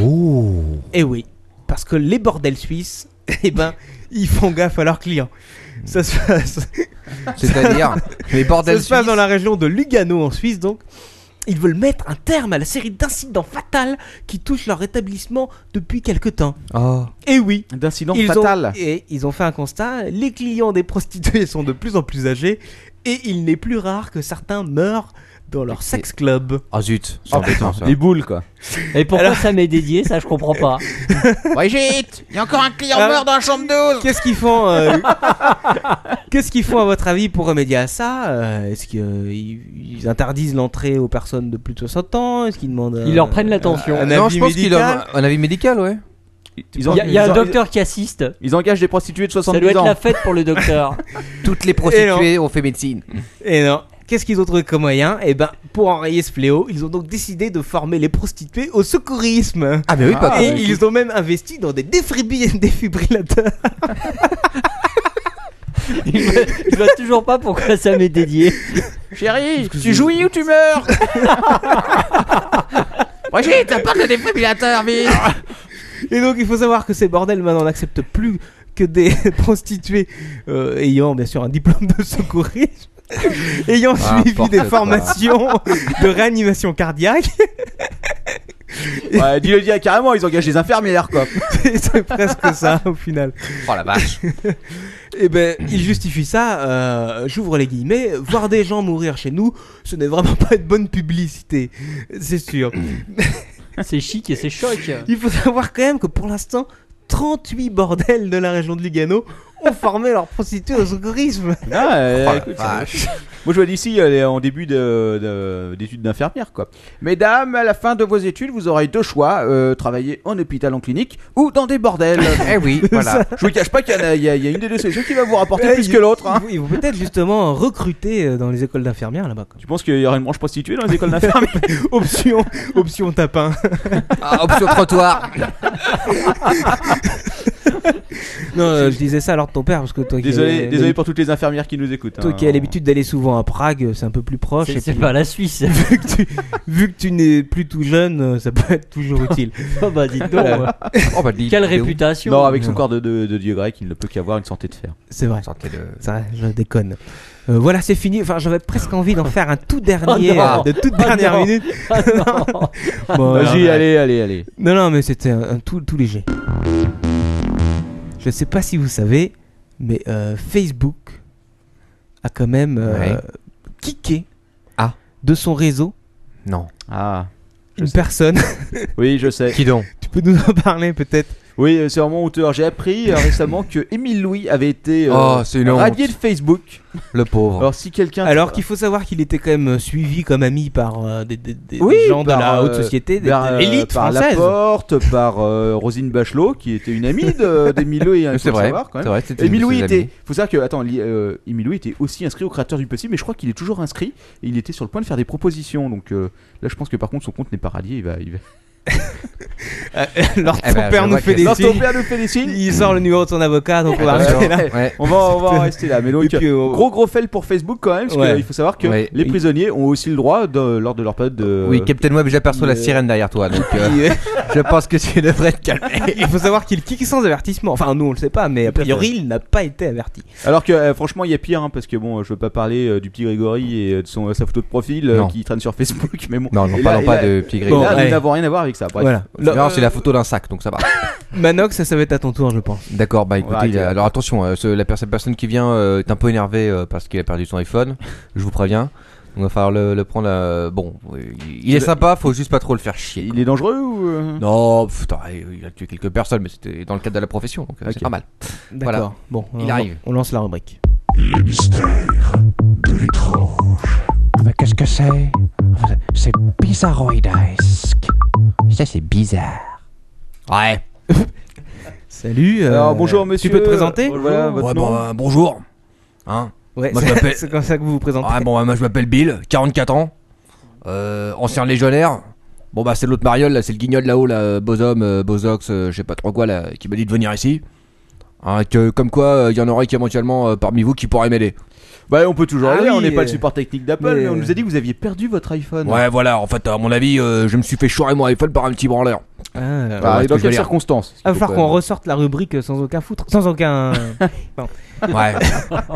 [SPEAKER 2] Oh
[SPEAKER 5] Eh oui, parce que les bordels suisses, eh ben, ils font gaffe à leurs clients. Ça se passe.
[SPEAKER 2] C'est-à-dire, les bordels
[SPEAKER 5] Ça se passe dans la région de Lugano en Suisse, donc. Ils veulent mettre un terme à la série d'incidents fatals qui touchent leur établissement depuis quelque temps.
[SPEAKER 7] Ah.
[SPEAKER 2] Oh.
[SPEAKER 5] Eh oui,
[SPEAKER 3] d'incidents
[SPEAKER 5] ils
[SPEAKER 3] fatals.
[SPEAKER 5] Ont, et ils ont fait un constat les clients des prostituées sont de plus en plus âgés et il n'est plus rare que certains meurent dans leur sex club.
[SPEAKER 2] Ah zut, c'est
[SPEAKER 3] Oh,
[SPEAKER 2] embêtant ça.
[SPEAKER 3] putain, les boules quoi.
[SPEAKER 4] Et pourquoi
[SPEAKER 5] Alors-
[SPEAKER 4] ça m'est dédié Ça, je comprends pas.
[SPEAKER 13] Brigitte, il y a encore un client
[SPEAKER 5] Ah.
[SPEAKER 13] mort dans la chambre 12
[SPEAKER 5] Qu'est-ce qu'ils font euh, Qu'est-ce qu'ils font à votre avis pour remédier à ça Euh, Est-ce qu'ils interdisent l'entrée aux personnes de plus de 60 ans Est-ce qu'ils demandent euh,
[SPEAKER 4] Ils leur prennent l'attention.
[SPEAKER 5] Un,
[SPEAKER 2] non,
[SPEAKER 5] avis
[SPEAKER 2] je pense qu'il
[SPEAKER 5] médical
[SPEAKER 2] a un avis médical, ouais.
[SPEAKER 3] Ils,
[SPEAKER 4] Il
[SPEAKER 3] en-
[SPEAKER 4] y a, y a
[SPEAKER 3] ils
[SPEAKER 4] un
[SPEAKER 3] en-
[SPEAKER 4] docteur qui assiste.
[SPEAKER 3] ils engagent des prostituées de
[SPEAKER 4] Ça
[SPEAKER 3] 70
[SPEAKER 4] doit être
[SPEAKER 3] ans.
[SPEAKER 4] la fête pour le docteur.
[SPEAKER 2] Toutes les
[SPEAKER 5] prostituées
[SPEAKER 2] prostituées ont fait médecine.
[SPEAKER 5] Et non. Qu'est-ce qu'ils ont trouvé comme moyen Eh ben, pour enrayer ce fléau, ils ont donc décidé de former les prostituées au secourisme.
[SPEAKER 2] Ah, mais oui, pas
[SPEAKER 5] Et
[SPEAKER 2] con.
[SPEAKER 5] ils ont même investi dans des défribi- défibrillateurs.
[SPEAKER 4] je vois toujours pas pourquoi ça m'est dédié.
[SPEAKER 13] Chérie, tu jouis ou tu meurs Brigitte, apporte le défibrillateur, vite
[SPEAKER 5] Et donc il faut savoir que ces bordels maintenant n'acceptent plus que des prostituées euh, ayant bien sûr un diplôme de secourisme, ayant
[SPEAKER 2] Ah,
[SPEAKER 5] suivi
[SPEAKER 2] porte
[SPEAKER 5] des
[SPEAKER 2] quoi.
[SPEAKER 5] formations de réanimation cardiaque.
[SPEAKER 3] Ouais, dis-le dis carrément, ils engagent des infirmières quoi.
[SPEAKER 5] C'est- C'est presque ça au final.
[SPEAKER 2] Oh la vache.
[SPEAKER 5] Et ben il justifie ça, euh, j'ouvre les guillemets, voir des gens mourir chez nous, ce n'est vraiment pas une bonne publicité, c'est sûr.
[SPEAKER 4] C'est chic et c'est choc.
[SPEAKER 5] Il faut savoir quand même que pour l'instant, 38 bordels de la région de Lugano ont formé leurs prostituées au secourisme.
[SPEAKER 3] Ah, euh,
[SPEAKER 2] Oh la
[SPEAKER 3] écoute,
[SPEAKER 2] vache.
[SPEAKER 3] Moi, je vois d'ici elle est en début de- de- d'études d'infirmière, quoi. Mesdames, à la fin de vos études, vous aurez deux choix euh, travailler en hôpital, en clinique, ou dans des bordels.
[SPEAKER 2] Eh oui, voilà.
[SPEAKER 3] je vous cache pas qu'il y, en a- il y a il y a une des deux solutions qui va vous rapporter
[SPEAKER 5] Ouais,
[SPEAKER 3] plus
[SPEAKER 5] ils-
[SPEAKER 3] que l'autre. hein.
[SPEAKER 5] Ils vont- Ils vont peut-être justement recruter euh, dans les écoles d'infirmières là-bas. quoi.
[SPEAKER 3] Tu penses qu'il y aura une branche prostituée dans les écoles d'infirmières
[SPEAKER 5] Option, option tapin.
[SPEAKER 2] Ah, option trottoir.
[SPEAKER 5] non, euh, je disais ça alors de ton père parce que toi qui
[SPEAKER 3] Désolé,
[SPEAKER 5] as-
[SPEAKER 3] désolé pour toutes les infirmières qui nous écoutent.
[SPEAKER 5] toi
[SPEAKER 3] hein.
[SPEAKER 5] qui as l'habitude d'aller souvent à Prague, c'est un peu plus proche.
[SPEAKER 4] C'est
[SPEAKER 5] et
[SPEAKER 4] c'est
[SPEAKER 5] puis,
[SPEAKER 4] pas la Suisse.
[SPEAKER 5] vu que tu, vu que tu n'es plus tout jeune, euh, ça peut être toujours utile.
[SPEAKER 4] Oh bah dites donc.
[SPEAKER 2] Oh, bah, dis-
[SPEAKER 4] Quelle
[SPEAKER 2] dis-
[SPEAKER 4] réputation.
[SPEAKER 3] Non, avec son
[SPEAKER 5] Non.
[SPEAKER 3] corps de, de- de dieu grec, il ne peut qu'avoir une santé de fer.
[SPEAKER 5] C'est vrai.
[SPEAKER 2] Sortez de-
[SPEAKER 5] C'est vrai, je déconne. Euh, voilà, c'est fini. Enfin, j'avais presque envie d'en faire un tout dernier,
[SPEAKER 4] Oh non.
[SPEAKER 5] euh, de toute
[SPEAKER 4] Oh
[SPEAKER 5] dernière
[SPEAKER 4] non.
[SPEAKER 5] minute.
[SPEAKER 4] Ah non.
[SPEAKER 5] Bon,
[SPEAKER 3] Vas-y,
[SPEAKER 5] euh,
[SPEAKER 3] allez, allez, allez.
[SPEAKER 5] Non, non, mais c'était un, un tout, tout léger. Je sais pas si vous savez, mais euh, Facebook a quand même euh,
[SPEAKER 2] Ouais.
[SPEAKER 5] kické
[SPEAKER 2] Ah.
[SPEAKER 5] de son réseau
[SPEAKER 2] Non.
[SPEAKER 3] Ah,
[SPEAKER 5] une personne.
[SPEAKER 3] oui, je sais.
[SPEAKER 2] Qui donc
[SPEAKER 5] tu peux nous en parler peut-être
[SPEAKER 3] Oui, euh, c'est vraiment honteux. Alors, J'ai appris euh, récemment que Émile Louis avait été euh,
[SPEAKER 16] Oh, c'est une honte.
[SPEAKER 3] radié de Facebook.
[SPEAKER 16] Le pauvre.
[SPEAKER 3] Alors si quelqu'un
[SPEAKER 5] Alors qu'il faut savoir qu'il était quand même euh, suivi comme ami par euh, des, des- des- des
[SPEAKER 3] Oui,
[SPEAKER 5] gens
[SPEAKER 3] par,
[SPEAKER 5] de la haute
[SPEAKER 3] euh,
[SPEAKER 5] société, des,
[SPEAKER 3] par, euh,
[SPEAKER 5] des- l'élite
[SPEAKER 3] par
[SPEAKER 5] française.
[SPEAKER 3] Laporte, par euh, Rosine Bachelot, qui était une amie de- d'Émile Louis. hein,
[SPEAKER 16] C'est
[SPEAKER 3] faut le
[SPEAKER 16] vrai,
[SPEAKER 3] savoir, quand même.
[SPEAKER 16] c'est vrai, c'était une
[SPEAKER 3] Émile
[SPEAKER 16] de
[SPEAKER 3] Louis
[SPEAKER 16] ses
[SPEAKER 3] était.
[SPEAKER 16] amies.
[SPEAKER 3] Faut savoir que attends, li- euh, Émile Louis était aussi inscrit au créateur du possible, mais je crois qu'il est toujours inscrit. Et il était sur le point de faire des propositions. Donc euh, là, je pense que par contre, son compte n'est pas radié. Il va. Il va...
[SPEAKER 5] Alors,
[SPEAKER 16] Eh
[SPEAKER 5] ton
[SPEAKER 16] ben,
[SPEAKER 5] père nous fait des signes.
[SPEAKER 3] Leur ton père nous fait des signes.
[SPEAKER 5] Il sort le numéro de son avocat, donc on va
[SPEAKER 3] Attention.
[SPEAKER 5] rester là.
[SPEAKER 3] Ouais. On va, on va en rester là. Mais donc,
[SPEAKER 5] Et puis, euh,
[SPEAKER 3] gros gros fail pour Facebook quand même, parce
[SPEAKER 16] Ouais.
[SPEAKER 3] qu'il faut savoir que
[SPEAKER 16] Ouais.
[SPEAKER 3] les prisonniers ont aussi le droit, de- lors de leur période de.
[SPEAKER 16] Oui, Captain Web, j'aperçois la
[SPEAKER 3] il-
[SPEAKER 16] sirène derrière toi, donc euh, je pense que tu devrais te calmer.
[SPEAKER 5] Il faut savoir qu'il kick sans avertissement. Enfin, nous on le sait pas, mais a priori il n'a pas été averti.
[SPEAKER 3] Alors que euh, franchement, il y a pire, hein, parce que bon, euh, je veux pas parler euh, du petit Grégory et euh, de son, euh, sa photo de profil euh,
[SPEAKER 16] Non.
[SPEAKER 3] qui traîne sur Facebook, mais bon.
[SPEAKER 16] Non, non,
[SPEAKER 3] Et
[SPEAKER 16] parlons
[SPEAKER 3] et
[SPEAKER 16] pas de petit
[SPEAKER 3] Là,
[SPEAKER 16] Grégory. Bon,
[SPEAKER 3] nous
[SPEAKER 16] ouais.
[SPEAKER 3] n'avons rien à voir avec ça. Bref.
[SPEAKER 5] bah, Voilà. Le-
[SPEAKER 16] Non, c'est la photo d'un sac, donc ça va.
[SPEAKER 5] Manox, ça va être à ton tour, je pense.
[SPEAKER 16] D'accord, bah écoutez,
[SPEAKER 5] arrêter.
[SPEAKER 16] euh, alors attention, euh, ce- la per- cette personne qui vient euh, est un peu énervée euh, parce qu'il a perdu son iPhone, je vous préviens. Donc, il va falloir le, le prendre. euh, bon, euh, il est sympa, faut juste pas trop le faire chier.
[SPEAKER 3] Il est dangereux ou euh
[SPEAKER 16] Non, putain, il a tué quelques personnes, mais c'était dans le cadre de la profession, donc euh,
[SPEAKER 5] Ok.
[SPEAKER 16] c'est pas mal.
[SPEAKER 5] D'accord.
[SPEAKER 16] Voilà.
[SPEAKER 5] Bon,
[SPEAKER 16] il
[SPEAKER 5] on-
[SPEAKER 16] arrive.
[SPEAKER 5] On lance la rubrique.
[SPEAKER 2] Le mystère de l'étrange. Mais qu'est-ce que c'est C'est bizarroïdesque. Ça, c'est bizarre.
[SPEAKER 16] Ouais.
[SPEAKER 5] Salut.
[SPEAKER 3] Alors,
[SPEAKER 5] euh,
[SPEAKER 3] bonjour, monsieur.
[SPEAKER 5] Tu peux te présenter
[SPEAKER 3] Bonjour, voilà, votre
[SPEAKER 16] Ouais,
[SPEAKER 3] nom.
[SPEAKER 16] bon, euh, bonjour. Hein
[SPEAKER 5] Ouais,
[SPEAKER 16] Moi, je
[SPEAKER 5] c'est-
[SPEAKER 16] m'appelle-
[SPEAKER 5] c'est comme ça que vous vous présentez.
[SPEAKER 16] Ouais, bon, ouais, moi je m'appelle Bill, 44 ans, euh, ancien légionnaire. Bon, bah c'est l'autre mariole, là, c'est le guignol là-haut, là, euh, Bosom, euh, Bozox, euh, je sais pas trop quoi, là, qui m'a dit de venir ici. Hein, que, comme quoi, il y en aurait qui éventuellement euh, parmi vous qui pourraient m'aider.
[SPEAKER 3] Bah, on peut toujours
[SPEAKER 16] Ah
[SPEAKER 3] aller,
[SPEAKER 16] oui,
[SPEAKER 3] on n'est pas
[SPEAKER 16] euh,
[SPEAKER 3] le support technique d'Apple,
[SPEAKER 16] mais-
[SPEAKER 3] mais on nous a dit que vous aviez perdu votre iPhone.
[SPEAKER 16] Ouais, voilà, en fait, à mon avis, euh, je me suis fait chourer mon iPhone par un petit branleur.
[SPEAKER 5] Ah,
[SPEAKER 3] Ah,
[SPEAKER 16] ouais,
[SPEAKER 3] et dans
[SPEAKER 16] Euh, ce que je veux
[SPEAKER 3] quelles
[SPEAKER 16] dire.
[SPEAKER 3] circonstances
[SPEAKER 5] Il va Ah, falloir qu'on ressorte la rubrique euh, sans aucun foutre, sans aucun. euh, Pardon.
[SPEAKER 16] Ouais.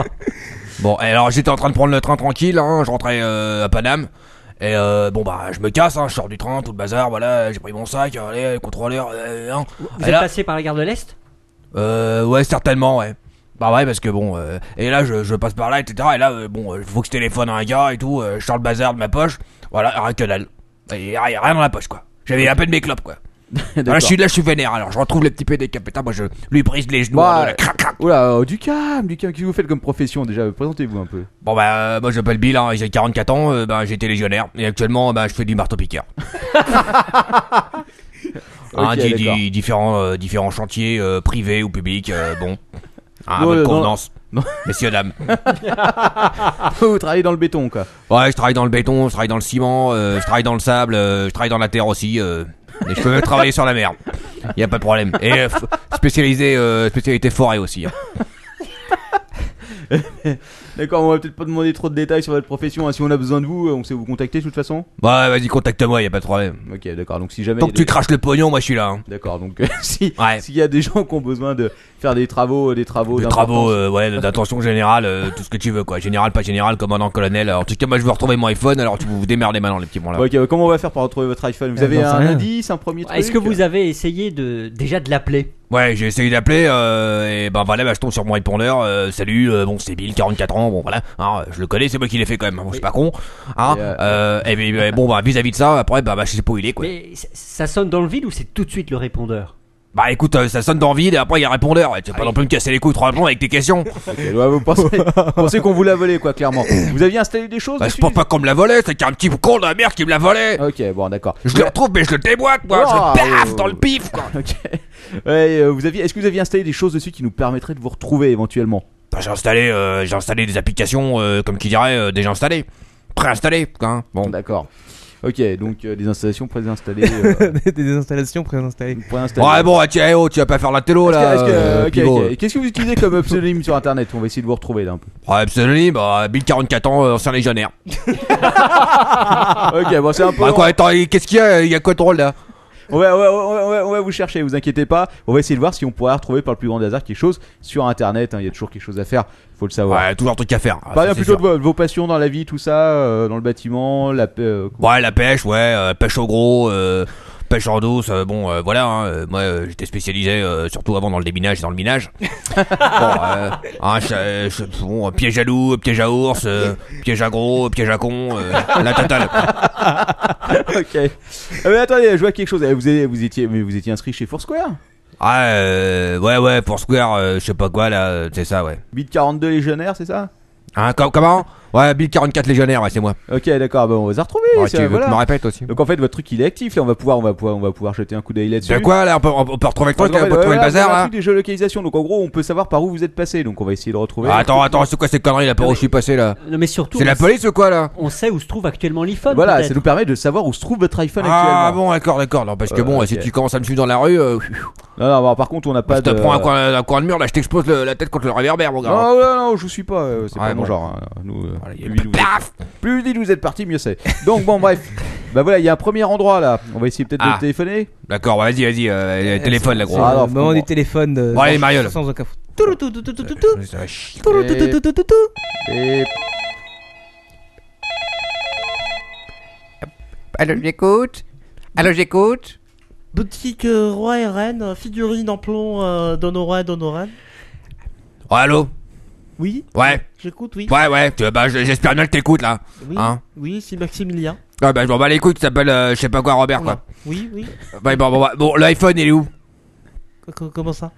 [SPEAKER 16] Bon, et alors j'étais en train de prendre le train tranquille, hein, je rentrais euh, à Paname. Et euh, bon bah je me casse, hein, je sors du train, tout le bazar, voilà, j'ai pris mon sac, euh, allez, le contrôleur, euh, hein.
[SPEAKER 4] Vous
[SPEAKER 16] Et
[SPEAKER 4] êtes
[SPEAKER 16] là-
[SPEAKER 4] passé par la gare de l'Est
[SPEAKER 16] Euh, ouais, certainement, ouais. Bah ouais, parce que bon, euh, et là je, je passe par là, etc. Et là, euh, bon, euh, faut que je téléphone à un gars et tout, euh, je sors le bazar de ma poche, voilà, rien que dalle. Et y a rien dans la poche, quoi. J'avais à peine mes clopes, quoi. Là Ah, je, suis, là, je suis vénère, alors je retrouve le petit PDK, putain, moi je lui brise les genoux. hein, de la-
[SPEAKER 3] Oula, oh, du calme, du calme. Qu'est-ce que vous faites comme profession déjà euh, Présentez-vous un peu.
[SPEAKER 16] Bon bah euh, moi je m'appelle Bill, hein, j'ai 44 ans, euh, bah, j'étais légionnaire et actuellement bah, je fais du marteau piqueur. Hein,
[SPEAKER 3] Ok,
[SPEAKER 16] di- di-
[SPEAKER 3] d'accord.
[SPEAKER 16] différents, euh, différents chantiers euh, privés ou publics, euh, bon. Hein, à
[SPEAKER 3] Non,
[SPEAKER 16] votre
[SPEAKER 3] non,
[SPEAKER 16] convenance, messieurs dames.
[SPEAKER 3] vous travaillez dans le béton, quoi.
[SPEAKER 16] Ouais, je travaille dans le béton, je travaille dans le ciment, euh, je travaille dans le sable, euh, je travaille dans la terre aussi. euh, et je peux même travailler sur la mer. Y a pas de problème. Et euh, f- spécialisé, euh, spécialité forêt aussi. hein.
[SPEAKER 3] D'accord, on va peut-être pas demander trop de détails sur votre profession. hein. Si on a besoin de vous, euh, on sait vous contacter de toute façon.
[SPEAKER 16] Ouais, vas-y, contacte-moi, y a pas de problème.
[SPEAKER 3] Ok, d'accord. Donc si jamais
[SPEAKER 16] Tant
[SPEAKER 3] il y a
[SPEAKER 16] que tu
[SPEAKER 3] des-
[SPEAKER 16] craches le pognon, moi je suis là. hein.
[SPEAKER 3] D'accord, donc euh, si s'il y a des gens qui ont besoin de faire des travaux, euh, des travaux,
[SPEAKER 16] Des
[SPEAKER 3] d'importance-
[SPEAKER 16] travaux, euh, ouais, d'attention générale, euh, tout ce que tu veux, quoi. Général, pas général, commandant, colonel. Alors, en tout cas, moi, je veux retrouver mon iPhone, alors tu vous vous démerdez maintenant, les petits bons là.
[SPEAKER 3] Ok, euh, comment on va faire pour retrouver votre iPhone Vous
[SPEAKER 16] Euh,
[SPEAKER 3] avez
[SPEAKER 16] j'en sais
[SPEAKER 3] un
[SPEAKER 16] rien.
[SPEAKER 3] indice, un premier truc
[SPEAKER 4] Est-ce que vous avez essayé de déjà de l'appeler
[SPEAKER 16] Ouais, j'ai essayé d'appeler, euh, et ben voilà, bah, je tombe sur mon répondeur. euh, salut, euh, bon, c'est Bill, 44 ans, bon, voilà. hein, je le connais, c'est moi qui l'ai fait quand même, hein, je suis pas con. Hein,
[SPEAKER 4] Et, euh,
[SPEAKER 16] euh, et puis, bah, bon, bah, vis-à-vis de ça, après, bah, bah, je sais pas où il est, quoi.
[SPEAKER 4] Mais c- ça sonne dans le vide ou c'est tout de suite le répondeur
[SPEAKER 16] Bah écoute, euh, ça sonne dans le vide, et après, il y a un répondeur. Et tu vas pas non plus me casser les couilles trois plombs avec tes questions.
[SPEAKER 3] ouais, vous pensez, vous pensez qu'on vous l'a volé, quoi, clairement. Vous aviez installé des choses
[SPEAKER 16] Bah, je pense pas qu'on me l'a volé, c'est qu'il y a un petit con de la merde qui me l'a volé.
[SPEAKER 3] Ok, bon, d'accord.
[SPEAKER 16] Je le retrouve, mais je le déboîte, moi.
[SPEAKER 3] Ouah,
[SPEAKER 16] je le paf
[SPEAKER 3] oh.
[SPEAKER 16] dans le pif, quoi.
[SPEAKER 3] Ouais, euh, vous aviez, est-ce que vous aviez installé des choses dessus qui nous permettraient de vous retrouver éventuellement
[SPEAKER 16] Bah, j'ai installé, euh, j'ai installé des applications, euh, comme qui dirait, euh, déjà installées, préinstallées. Hein. Bon,
[SPEAKER 3] d'accord. Ok, donc euh, des installations préinstallées. euh,
[SPEAKER 5] Des installations préinstallées.
[SPEAKER 3] préinstallées.
[SPEAKER 16] Ouais, bon, tiens, eh oh, tu vas pas faire la télo
[SPEAKER 3] Est-ce que-
[SPEAKER 16] là.
[SPEAKER 3] est-ce que-
[SPEAKER 16] euh,
[SPEAKER 3] ok,
[SPEAKER 16] pivot.
[SPEAKER 3] ok. Qu'est-ce que vous utilisez comme pseudonyme sur internet On va essayer de vous retrouver là un peu.
[SPEAKER 16] Ouais, pseudonyme, bah, Bill 44 ans, euh, ancien légionnaire.
[SPEAKER 3] ok, bon, Eh ben, c'est un peu.
[SPEAKER 16] Bah, quoi, attends, et qu'est-ce qu'il y a Il y a quoi de drôle là
[SPEAKER 3] On va, on va- on va- on va- on va vous chercher, vous inquiétez pas. On va essayer de voir si on pourrait retrouver par le plus grand des hasards quelque chose sur internet. hein. Il y a toujours quelque chose à faire, faut le savoir.
[SPEAKER 16] Ouais, toujours un truc à faire. Ah,
[SPEAKER 3] Parlez
[SPEAKER 16] ça, c'est
[SPEAKER 3] plutôt de
[SPEAKER 16] sûr.
[SPEAKER 3] vos, de vos passions dans la vie, tout ça, euh, dans le bâtiment, la paix. euh,
[SPEAKER 16] Ouais, la pêche, ouais, euh, pêche au gros, euh, pêche en douce, euh, bon, euh, voilà, hein, euh, moi euh, j'étais spécialisé euh, surtout avant dans le déminage et dans le minage. bon, euh, hein, je- je- bon, euh, piège à loup, euh, piège à ours, euh, piège à gros, euh, piège à con, euh, la totale.
[SPEAKER 3] ok. Ah, mais attendez, je vois quelque chose. Eh, Vous, avez- vous étiez, mais vous étiez inscrit chez Foursquare
[SPEAKER 16] Ah, euh, ouais, ouais, pour Square, euh, je sais pas quoi, là, euh, c'est ça, ouais.
[SPEAKER 3] Bit 42 légionnaire, c'est ça
[SPEAKER 16] Hein, com- comment Ouais, Bill 44 Légionnaire, ouais, c'est moi.
[SPEAKER 3] Ok, d'accord, bah, on va se retrouver.
[SPEAKER 16] Ouais,
[SPEAKER 3] ça,
[SPEAKER 16] tu veux que
[SPEAKER 3] voilà.
[SPEAKER 16] je me répète aussi.
[SPEAKER 3] Donc en fait, votre truc il est actif là, on va pouvoir, on va pouvoir, on va pouvoir jeter un coup d'œil là-dessus.
[SPEAKER 16] C'est quoi, là, on peut, on peut retrouver le truc,
[SPEAKER 3] Parce qu'en
[SPEAKER 16] on peut
[SPEAKER 3] fait,
[SPEAKER 16] retrouver
[SPEAKER 3] voilà,
[SPEAKER 16] le bazar,
[SPEAKER 3] on a
[SPEAKER 16] là
[SPEAKER 3] plus des géolocalisations, donc en gros, on peut savoir par où vous êtes passé, donc on va essayer de retrouver.
[SPEAKER 16] Ah, Attends, attends, c'est quoi ces conneries là par où je suis passé là
[SPEAKER 4] Non mais surtout.
[SPEAKER 16] C'est la
[SPEAKER 4] on sait-
[SPEAKER 16] police ou quoi là
[SPEAKER 4] On sait où se trouve actuellement l'iPhone.
[SPEAKER 16] Voilà,
[SPEAKER 4] peut-être.
[SPEAKER 16] c'est
[SPEAKER 3] nous permet de savoir où se trouve votre iPhone
[SPEAKER 16] Ah bon, d'accord, d'accord. Non, parce que
[SPEAKER 3] Euh,
[SPEAKER 16] bon,
[SPEAKER 3] ok.
[SPEAKER 16] si tu commences à me suivre dans la rue, euh,
[SPEAKER 3] Non, non, bah, par contre, on n'a pas
[SPEAKER 16] je te
[SPEAKER 3] de- Oh,
[SPEAKER 16] prends un coin, euh, un coin de mur là, je t'explose le- la tête contre le réverbère, mon gars.
[SPEAKER 3] Non, non, non, je vous suis pas, euh, c'est
[SPEAKER 16] Ouais,
[SPEAKER 3] pas mon
[SPEAKER 16] bon.
[SPEAKER 3] genre. hein. Nous, euh, plus, vite vous êtes, plus vite vous êtes parti, mieux c'est. Donc bon, bref. Bah voilà, il y a un premier endroit là. On va essayer peut-être
[SPEAKER 16] Ah.
[SPEAKER 3] de téléphoner.
[SPEAKER 16] D'accord, ouais, vas-y, vas-y,
[SPEAKER 3] Eh,
[SPEAKER 16] euh, téléphone là, gros.
[SPEAKER 3] Ah, non,
[SPEAKER 19] Bah,
[SPEAKER 5] Le moment du téléphone. de-
[SPEAKER 16] Bon, allez, Mariole.
[SPEAKER 5] Sans aucun fou-
[SPEAKER 3] Et...
[SPEAKER 20] Allô, j'écoute Allô, j'écoute
[SPEAKER 19] Boutique euh, Roi et Reine, euh, figurine en plomb euh, d'Honorat et d'Honoran.
[SPEAKER 16] Oh, allô
[SPEAKER 19] Oui
[SPEAKER 16] Ouais.
[SPEAKER 19] J'écoute, oui.
[SPEAKER 16] Ouais, ouais, tu- bah, je- j'espère bien que t'écoutes là.
[SPEAKER 19] Oui,
[SPEAKER 16] Hein
[SPEAKER 19] oui c'est Maximilien.
[SPEAKER 16] Ah, bah, je m'en bats les couilles, tu t'appelles, euh, je sais pas quoi, Robert quoi.
[SPEAKER 19] Oui, oui.
[SPEAKER 20] Bah.
[SPEAKER 16] Ouais, bon, bon, bon, bon, l'iPhone il est où
[SPEAKER 19] Co- Comment ça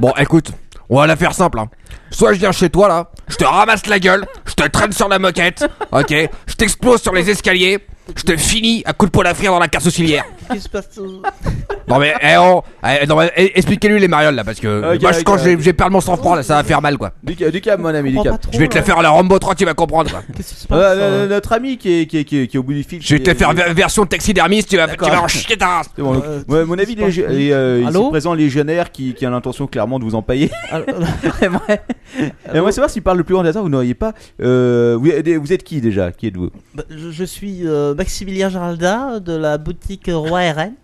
[SPEAKER 16] Bon, écoute, on va la faire simple. hein. Soit je viens chez toi là, je te ramasse la gueule, je te traîne sur la moquette, ok Je t'explose sur les escaliers, je te finis à coup de poil à frire dans la carte auxiliaire.
[SPEAKER 19] Qu'est-ce qui se passe euh,
[SPEAKER 16] Non mais, eh, oh, eh, non, mais, eh, expliquez-lui les marioles là, parce que
[SPEAKER 3] Ok,
[SPEAKER 16] moi je-
[SPEAKER 3] ok,
[SPEAKER 16] quand
[SPEAKER 3] ok.
[SPEAKER 16] j'ai- j'ai perdu mon sang-froid là, ça va faire mal quoi.
[SPEAKER 3] Du, ca- du câble, mon ami, du câble.
[SPEAKER 16] Je vais te
[SPEAKER 5] euh,
[SPEAKER 16] la faire à la Rambo 3, tu vas comprendre quoi.
[SPEAKER 3] Euh, euh,
[SPEAKER 5] hein.
[SPEAKER 3] notre ami qui est, qui, est, qui, est, qui est au bout du fil.
[SPEAKER 16] Je vais te la
[SPEAKER 3] qui est-
[SPEAKER 16] faire ver- version taxidermiste, tu vas, tu vas en chier ta race.
[SPEAKER 3] C'est bon, donc,
[SPEAKER 5] Euh,
[SPEAKER 3] ouais, à mon avis, les, et, euh, ici présent légionnaire qui, qui a l'intention clairement de vous empailler. Et moi, savoir s'il parle le plus grand hasard, vous n'auriez pas. euh, vous, vous êtes qui déjà Qui êtes-vous
[SPEAKER 19] Bah, je, je suis euh, Maximilien Géralda de la boutique euh, Roi et Reine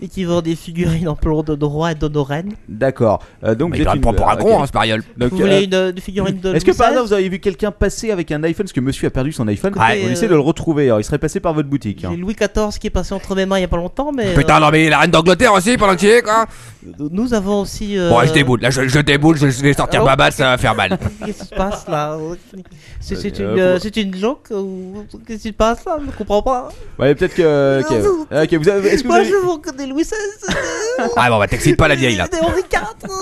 [SPEAKER 19] et qui vend des figurines en plomb d'Honorat et d'Honoran.
[SPEAKER 3] D'accord. Euh, donc,
[SPEAKER 16] Bah,
[SPEAKER 3] vous
[SPEAKER 16] il
[SPEAKER 3] êtes
[SPEAKER 16] va
[SPEAKER 3] une...
[SPEAKER 16] me prendre pour un
[SPEAKER 3] ok.
[SPEAKER 16] con, hein, ce pariole.
[SPEAKER 3] Donc,
[SPEAKER 19] Vous voulez une, euh, une figurine de
[SPEAKER 3] Est-ce que
[SPEAKER 19] Louis
[SPEAKER 3] par
[SPEAKER 19] XVI?
[SPEAKER 3] hasard vous avez vu quelqu'un passer avec un iPhone Parce que monsieur a perdu son iPhone.
[SPEAKER 19] Ouais.
[SPEAKER 16] euh,
[SPEAKER 3] On essaie de le retrouver. Alors, il serait passé par votre boutique. hein.
[SPEAKER 19] J'ai euh, Louis XIV qui est passé entre mes mains il y a pas longtemps, mais.
[SPEAKER 16] Putain, non mais la reine d'Angleterre aussi pendant que tu y es quoi.
[SPEAKER 19] euh, Nous avons aussi. euh,
[SPEAKER 16] Bon, je déboule, là je, je déboule, je, je vais
[SPEAKER 3] Ah
[SPEAKER 16] sortir ma batte, ça va faire mal.
[SPEAKER 19] Qu'est-ce qui se passe là C'est c'est
[SPEAKER 3] Euh,
[SPEAKER 19] une,
[SPEAKER 3] faut-
[SPEAKER 19] euh, c'est une joke ou qu'est-ce qui se passe là Je ne comprends pas.
[SPEAKER 3] Ouais, peut-être que. ok. Ah, Ok, vous avez- Euh, Est-ce que vous
[SPEAKER 19] Moi
[SPEAKER 3] avez.
[SPEAKER 19] je vous reconnais Louis XVI,
[SPEAKER 16] Ah bon, bah t'excites pas la vieille là.
[SPEAKER 19] c'était Henri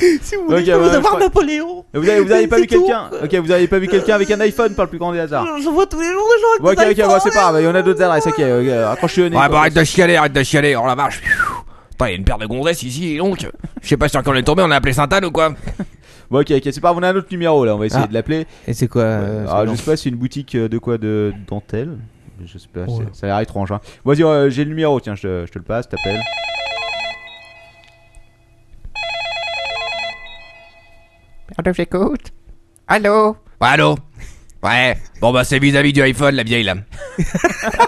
[SPEAKER 19] IV. si vous voulez,
[SPEAKER 3] Ok,
[SPEAKER 19] je peux
[SPEAKER 3] ouais,
[SPEAKER 19] vous
[SPEAKER 3] je
[SPEAKER 19] avoir
[SPEAKER 3] crois-
[SPEAKER 19] Napoléon.
[SPEAKER 3] Vous avez, vous avez pas
[SPEAKER 19] C'est
[SPEAKER 3] vu
[SPEAKER 19] tout.
[SPEAKER 3] quelqu'un Ok, vous avez pas vu quelqu'un avec un iPhone par le plus grand des hasards.
[SPEAKER 19] Je, je vois tous les jours des gens avec
[SPEAKER 3] Bon, ok,
[SPEAKER 19] des
[SPEAKER 3] ok, bon,
[SPEAKER 19] iPhones.
[SPEAKER 3] c'est pas grave, il y en a d'autres adresses, ok, ok, accrochez-le au nez.
[SPEAKER 16] Ouais,
[SPEAKER 3] quoi.
[SPEAKER 16] bah arrête de chialer, arrête de chialer, oh la vache. Pfiou. Putain, il y a une paire de gondresses ici, et donc. Je sais pas sur quand on est tombé, on a appelé Sainte-Anne ou quoi
[SPEAKER 3] Bon, ok, ok, c'est pas grave, on a un autre numéro là, on va
[SPEAKER 4] Ah.
[SPEAKER 3] essayer de l'appeler.
[SPEAKER 5] Et c'est quoi euh,
[SPEAKER 3] Ah,
[SPEAKER 5] ce
[SPEAKER 3] je
[SPEAKER 5] nom
[SPEAKER 3] sais pas, c'est une boutique euh, de quoi de dentelle Je sais pas, c'est- ça a l'air étrange. Hein. Vas-y, euh, j'ai le numéro, tiens, je te- je te le passe, t'appelles.
[SPEAKER 20] Allô, j'écoute Allô
[SPEAKER 16] Ah. Ouais, allô Ouais, bon bah c'est vis-à-vis du iPhone la vieille là.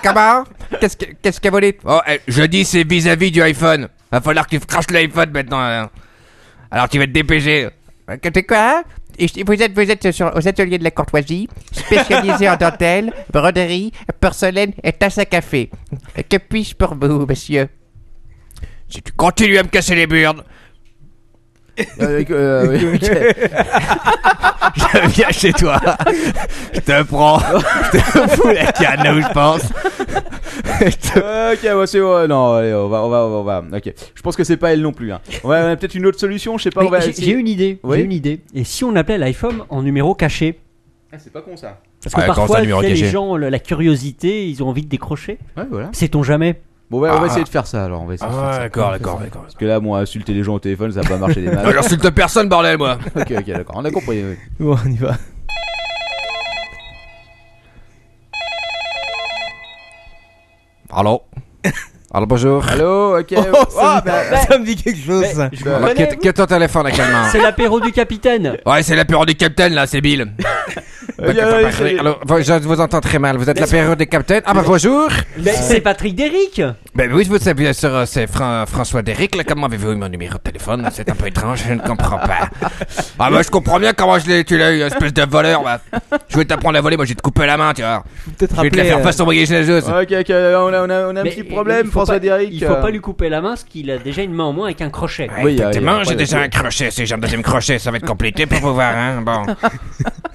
[SPEAKER 20] Comment Qu'est-ce que- qu'est-ce qu'a volé
[SPEAKER 16] Oh, eh, je dis c'est vis-à-vis du iPhone. Va falloir que tu craches l'iPhone maintenant. hein. Alors tu vas te dépêcher.
[SPEAKER 20] Qu'est-ce Euh, quoi Et je- vous êtes, vous êtes sur, aux ateliers de la courtoisie, spécialisés en dentelle, broderie, porcelaine et tasse à café. Que puis-je pour vous, monsieur
[SPEAKER 16] Si tu continues à me casser les burnes,
[SPEAKER 3] Avec, euh, oui, ok.
[SPEAKER 16] je viens chez toi. Je te prends. Je te fous la canne là où je pense.
[SPEAKER 3] ok, bon, c'est bon, non, allez, on va, on va, on va, on va, ok. Je pense que c'est pas elle non plus. Hein. On va- on a peut-être une autre solution, je sais pas,
[SPEAKER 4] Mais
[SPEAKER 3] on va
[SPEAKER 4] j'ai-
[SPEAKER 3] essayer.
[SPEAKER 4] J'ai une idée.
[SPEAKER 3] Oui.
[SPEAKER 4] J'ai une idée. Et si on appelait l'iPhone en numéro caché
[SPEAKER 3] Ah, c'est pas con ça.
[SPEAKER 4] Parce que
[SPEAKER 3] Ah, comment ça,
[SPEAKER 4] parfois,
[SPEAKER 3] numéro
[SPEAKER 4] tu sais, les
[SPEAKER 3] caché
[SPEAKER 4] gens, le- la curiosité, ils ont envie de décrocher.
[SPEAKER 3] Ouais, voilà.
[SPEAKER 4] Sait-on jamais
[SPEAKER 3] Bon, ouais, on va
[SPEAKER 4] Ah.
[SPEAKER 3] essayer de faire ça alors, on va essayer de
[SPEAKER 4] Ah,
[SPEAKER 3] faire ça.
[SPEAKER 4] d'accord,
[SPEAKER 3] On va faire
[SPEAKER 4] d'accord,
[SPEAKER 3] ça.
[SPEAKER 4] d'accord.
[SPEAKER 3] Parce que là, bon, insulter les gens au téléphone, ça va pas marcher des masses.
[SPEAKER 16] Oh, J'insulte personne, bordel, moi.
[SPEAKER 3] ok, ok, d'accord, on a compris. oui.
[SPEAKER 5] Bon, on y va.
[SPEAKER 16] Allô Allô, bonjour.
[SPEAKER 3] Allô, ok.
[SPEAKER 5] Oh, ça, me,
[SPEAKER 3] bah,
[SPEAKER 5] ça me dit quelque chose. ça.
[SPEAKER 16] Qu'est-ce ton téléphone, la calme.
[SPEAKER 4] C'est l'apéro du capitaine.
[SPEAKER 3] Oh.
[SPEAKER 16] Ouais, c'est l'apéro du capitaine là, c'est Bill. Bah, Alors, je vous entends très mal. Vous êtes l'apéro du capitaine Ah bah bonjour.
[SPEAKER 2] Ben,
[SPEAKER 4] C'est Patrick Derrick.
[SPEAKER 16] Ben oui, je vous sais bien sûr, euh, c'est Fran- François Derrick. Là, comment avez-vous eu mon numéro de téléphone C'est un peu étrange, je ne comprends pas. Ah bah je comprends bien comment je l'ai, tu l'as eu, espèce de voleur. Bah. Je vais t'apprendre à voler, moi je vais te couper la main, tu vois. Je vais te la
[SPEAKER 3] rappeler,
[SPEAKER 16] faire
[SPEAKER 3] euh,
[SPEAKER 16] façon voyageuse.
[SPEAKER 3] Ok, ok, Euh, on a, on a, on a un
[SPEAKER 4] Mais
[SPEAKER 3] petit
[SPEAKER 4] il-
[SPEAKER 3] problème,
[SPEAKER 4] il faut
[SPEAKER 3] François euh.
[SPEAKER 4] pas-
[SPEAKER 3] Derrick.
[SPEAKER 4] Il faut pas lui couper la main parce qu'il a déjà une main en moins avec un crochet.
[SPEAKER 3] euh,
[SPEAKER 16] Effectivement, j'ai déjà un crochet. Si j'ai un deuxième crochet, ça va être compliqué pour pouvoir, hein. Bon.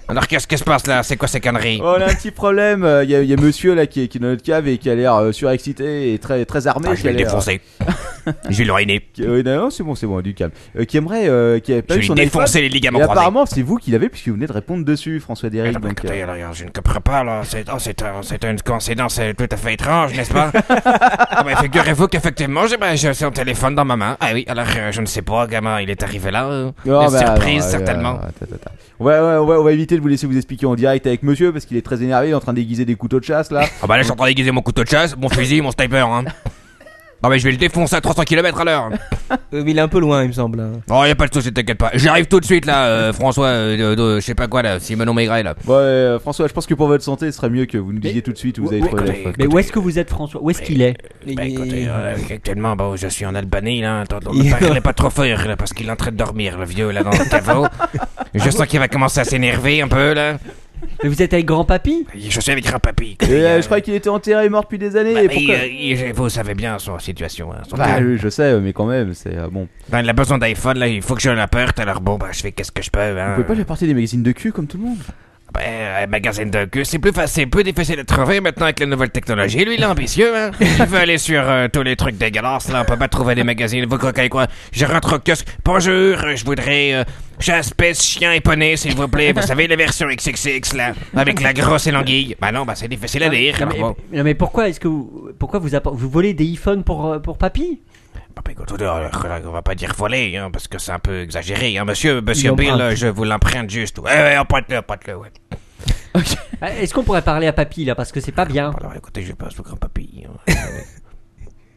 [SPEAKER 16] Alors qu'est-ce qui se passe là C'est quoi ces conneries
[SPEAKER 3] Oh, on a un petit problème. euh, Il y, a- il y a monsieur là qui est, qui est dans notre cave et qui a l'air euh, surexcité et très, très armé.
[SPEAKER 16] Ah, je
[SPEAKER 3] qui a
[SPEAKER 16] vais le
[SPEAKER 3] l'air-
[SPEAKER 16] défoncer. Je vais le ruiner.
[SPEAKER 3] Qui- euh, non, c'est bon, c'est bon, du calme. Euh, qui aimerait. euh, qui avait pas
[SPEAKER 16] Je
[SPEAKER 3] eu
[SPEAKER 16] vais
[SPEAKER 3] son
[SPEAKER 16] lui défoncer
[SPEAKER 3] iPhone.
[SPEAKER 16] les ligaments
[SPEAKER 3] Et
[SPEAKER 16] croisés.
[SPEAKER 3] apparemment, c'est vous qui l'avez, puisque vous venez de répondre dessus, François Derrick.
[SPEAKER 16] Ah bah,
[SPEAKER 3] donc, euh,
[SPEAKER 16] écoutez, alors, je ne comprends pas là, c'est oh, c'est un- c'est une coïncidence euh, tout à fait étrange, n'est-ce pas Ah bah, Figurez-vous qu'effectivement, j'ai ben, j'ai son téléphone dans ma main. Ah oui, alors euh, je ne sais pas, gamin, il est arrivé là. euh.
[SPEAKER 3] Oh,
[SPEAKER 16] Une
[SPEAKER 3] bah,
[SPEAKER 16] surprise,
[SPEAKER 3] alors, euh,
[SPEAKER 16] certainement.
[SPEAKER 3] attends, attends, attends. On va, on, va, on va éviter de vous laisser vous expliquer en direct avec monsieur, parce qu'il est très énervé, il est en train d'aiguiser des couteaux de chasse là.
[SPEAKER 16] Ah bah là, je suis en train d'aiguiser mon couteau de chasse, mon fusil, mon sniper. Hein. Non mais je vais le défoncer à 300 km à l'heure.
[SPEAKER 5] Euh, mais il est un peu loin, il me semble. hein.
[SPEAKER 16] Oh, y a pas de souci, t'inquiète pas. J'arrive tout de suite là, euh, François, euh, de- de- je sais pas quoi là, Simonon Maigret là.
[SPEAKER 3] Ouais, euh, François, je pense que pour votre santé, ce serait mieux que vous nous disiez tout de suite où vous euh, avez trouvé
[SPEAKER 16] écoutez,
[SPEAKER 3] l'iPhone.
[SPEAKER 4] Mais où est-ce que vous êtes, François Où est-ce qu'il est
[SPEAKER 16] Bah écoutez, euh, actuellement, bon, je suis en Albanie, là. Attends,
[SPEAKER 4] Il-
[SPEAKER 16] le père, il est pas trop fort, là, parce qu'il est en train de dormir, le vieux, là, dans le caveau. je sens qu'il va commencer à s'énerver un peu, là.
[SPEAKER 4] Mais vous êtes avec grand-papy
[SPEAKER 16] Je suis avec grand-papy.
[SPEAKER 3] Et, euh, je croyais qu'il était enterré et mort depuis des années.
[SPEAKER 16] Bah,
[SPEAKER 3] et
[SPEAKER 16] mais
[SPEAKER 3] pourquoi
[SPEAKER 16] il- il- vous savez bien son situation. hein, son
[SPEAKER 3] Bah,
[SPEAKER 16] cas.
[SPEAKER 3] oui, je sais, mais quand même, c'est euh, bon.
[SPEAKER 16] Ben, il a besoin d'iPhone, là, il faut que je l'apporte, alors bon, bah, je fais qu'est-ce que je peux,
[SPEAKER 3] Vous
[SPEAKER 16] hein.
[SPEAKER 3] pouvez pas lui apporter des magazines de cul comme tout le monde
[SPEAKER 16] Ben, euh, magasin de queue, c'est plus facile, plus difficile à trouver maintenant avec les nouvelles technologies. Lui, il est ambitieux, hein. Il veut aller sur euh, tous les trucs dégueulasses, là. On peut pas trouver des magazines. Vous croquez quoi Je rentre au kiosque. Bonjour, euh, je voudrais euh, chasse, pêche, chien et poney, s'il vous plaît. Vous savez, la version XXX, là. Avec la grosse et l'anguille. Ben non, ben c'est difficile à lire.
[SPEAKER 4] Non,
[SPEAKER 16] alors
[SPEAKER 4] mais,
[SPEAKER 16] bon.
[SPEAKER 4] non, mais pourquoi est-ce que vous pourquoi vous appor- vous volez des iPhones pour euh, pour papy
[SPEAKER 16] Écoutez, euh, on va pas dire voler, hein, parce que c'est un peu exagéré, hein, monsieur. Monsieur
[SPEAKER 4] Il
[SPEAKER 16] Bill,
[SPEAKER 4] emprunte.
[SPEAKER 16] euh, je vous l'emprunte juste. Ouais, ouais, emprunte-le, emprunte-le, ouais.
[SPEAKER 4] Ah, Est-ce qu'on pourrait parler à papy là parce que c'est pas bien.
[SPEAKER 16] Alors écoutez, je passe au grand papy.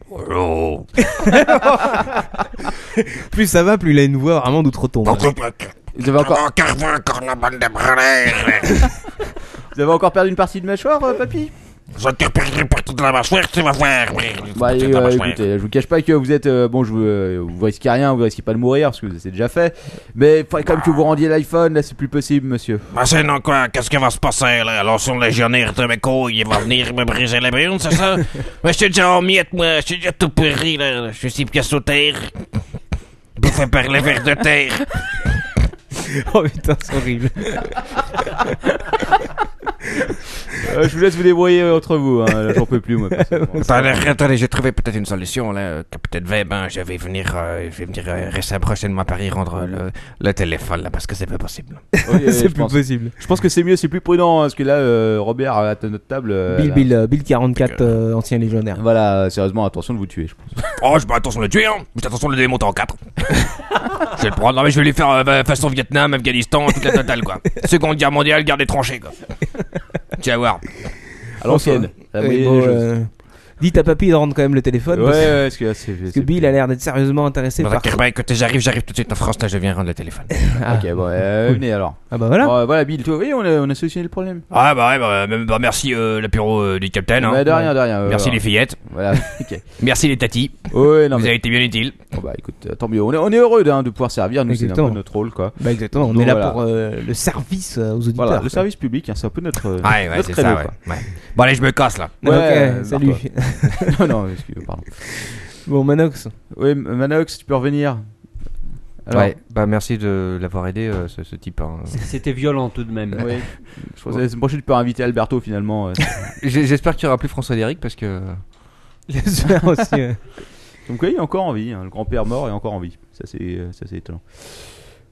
[SPEAKER 16] Bonjour.
[SPEAKER 3] euh,
[SPEAKER 5] plus ça va, plus il a une voix vraiment d'outre-tombe.
[SPEAKER 3] Vous avez encore.
[SPEAKER 16] encore la bande de brûlés.
[SPEAKER 3] Vous avez encore perdu une partie de mâchoire, euh, papy
[SPEAKER 16] Je te perdrai pour toute la mâchoire, tu vas voir.
[SPEAKER 3] Bah,
[SPEAKER 16] Toute
[SPEAKER 3] euh,
[SPEAKER 16] la mâchoire.
[SPEAKER 3] écoutez, je vous cache pas que vous êtes. euh, bon, je vous, euh, vous risquez rien, vous risquez pas de mourir, parce que vous- c'est déjà fait. Mais il faudrait quand même que vous rendiez l'iPhone, là, c'est plus possible, monsieur.
[SPEAKER 16] Bah sinon quoi, qu'est-ce qui va se passer là Alors son légionnaire de mes couilles, il va venir me briser les burnes, c'est ça Mais je suis déjà en miettes, moi, je suis déjà tout pourri là, je suis si bien sous terre. Bouffé par les vers de terre.
[SPEAKER 5] oh putain, c'est horrible.
[SPEAKER 3] Euh, je vous laisse vous débrouiller euh, entre vous, hein, là, j'en peux plus, moi. personnellement.
[SPEAKER 16] Attendez, attendez, j'ai trouvé peut-être une solution là, euh, Capitaine Webb. hein, je vais venir, euh, je vais venir euh, récemment prochainement à Paris rendre euh, le, le téléphone là parce que c'est pas possible.
[SPEAKER 3] Oui, oui,
[SPEAKER 5] C'est
[SPEAKER 3] je
[SPEAKER 5] plus
[SPEAKER 3] pense.
[SPEAKER 5] possible.
[SPEAKER 3] Je pense que c'est mieux, c'est plus prudent, hein, parce que là, euh, Robert, à t- notre table. euh,
[SPEAKER 5] Bill,
[SPEAKER 3] là-
[SPEAKER 5] Bill, euh, Bill 44, euh, ancien légionnaire.
[SPEAKER 3] Voilà, euh, sérieusement, attention de vous tuer, je pense.
[SPEAKER 16] Oh, je fais attention de le tuer, hein. Je fais attention de le démonter en 4. je vais le prendre. Non, mais je vais lui faire euh, bah, façon Vietnam, Afghanistan, toute la totale, quoi. Seconde guerre mondiale, guerre des tranchées, quoi. Tu vas voir.
[SPEAKER 3] À l'ancienne. Ah la
[SPEAKER 5] Oui,
[SPEAKER 3] moyenne
[SPEAKER 5] bon,
[SPEAKER 3] des choses.
[SPEAKER 5] euh, Dites à papy de rendre quand même le téléphone.
[SPEAKER 3] Ouais,
[SPEAKER 5] parce,
[SPEAKER 3] ouais, parce que là, c'est.
[SPEAKER 5] parce que
[SPEAKER 3] c'est-
[SPEAKER 5] Bill a l'air d'être sérieusement intéressé
[SPEAKER 16] Bon,
[SPEAKER 5] par.
[SPEAKER 16] d'accord, bah, écoutez, j'arrive, j'arrive tout de suite en France, là, je viens rendre le téléphone.
[SPEAKER 3] Ok, bon, euh,
[SPEAKER 5] Cool.
[SPEAKER 3] venez alors.
[SPEAKER 5] Ah bah voilà.
[SPEAKER 3] Bon, euh, voilà, Bill, tu vois, on a, on a solutionné le problème.
[SPEAKER 16] Ah, bah, ouais, bah, bah, bah, merci euh, le bureau euh, du capitaine. Hein.
[SPEAKER 3] Bah, de rien, de rien, euh,
[SPEAKER 16] merci
[SPEAKER 3] voilà.
[SPEAKER 16] les fillettes.
[SPEAKER 3] Voilà, ok.
[SPEAKER 16] Merci les tatis.
[SPEAKER 3] Ouais, non,
[SPEAKER 16] Vous
[SPEAKER 3] mais-
[SPEAKER 16] avez été bien utiles.
[SPEAKER 3] Bon, bah écoute, euh, tant mieux. On est, on est heureux hein, de pouvoir servir, nous, c'est un peu
[SPEAKER 5] Exactement.
[SPEAKER 3] notre rôle, quoi.
[SPEAKER 5] Bah exactement, on
[SPEAKER 3] Donc,
[SPEAKER 5] est là
[SPEAKER 3] voilà.
[SPEAKER 5] pour euh, le service euh, aux auditeurs.
[SPEAKER 3] Voilà, le
[SPEAKER 5] quoi.
[SPEAKER 3] service public, hein, c'est un peu notre. euh,
[SPEAKER 16] Ouais, ouais,
[SPEAKER 3] notre
[SPEAKER 16] c'est
[SPEAKER 3] credo,
[SPEAKER 16] ça, ouais.
[SPEAKER 3] quoi.
[SPEAKER 16] ouais. Bon, allez, je me casse, là.
[SPEAKER 5] Ok,
[SPEAKER 3] euh,
[SPEAKER 5] salut.
[SPEAKER 3] barre-toi. non, non, excuse, pardon.
[SPEAKER 5] Bon, Manox.
[SPEAKER 3] Oui, M- Manox, tu peux revenir. Alors,
[SPEAKER 2] Ouais, bah merci de l'avoir aidé, euh, ce, ce type. hein.
[SPEAKER 4] C'était violent tout de même.
[SPEAKER 3] Oui. Je pense que la semaine prochaine, tu peux inviter Alberto finalement. euh,
[SPEAKER 2] J'ai- J'espère qu'il y aura plus François Derrick parce que.
[SPEAKER 5] J'espère aussi. ouais.
[SPEAKER 3] Comme quoi, il est encore en vie. hein. Le grand-père mort est encore en vie. Ça, c'est, euh, ça, c'est étonnant.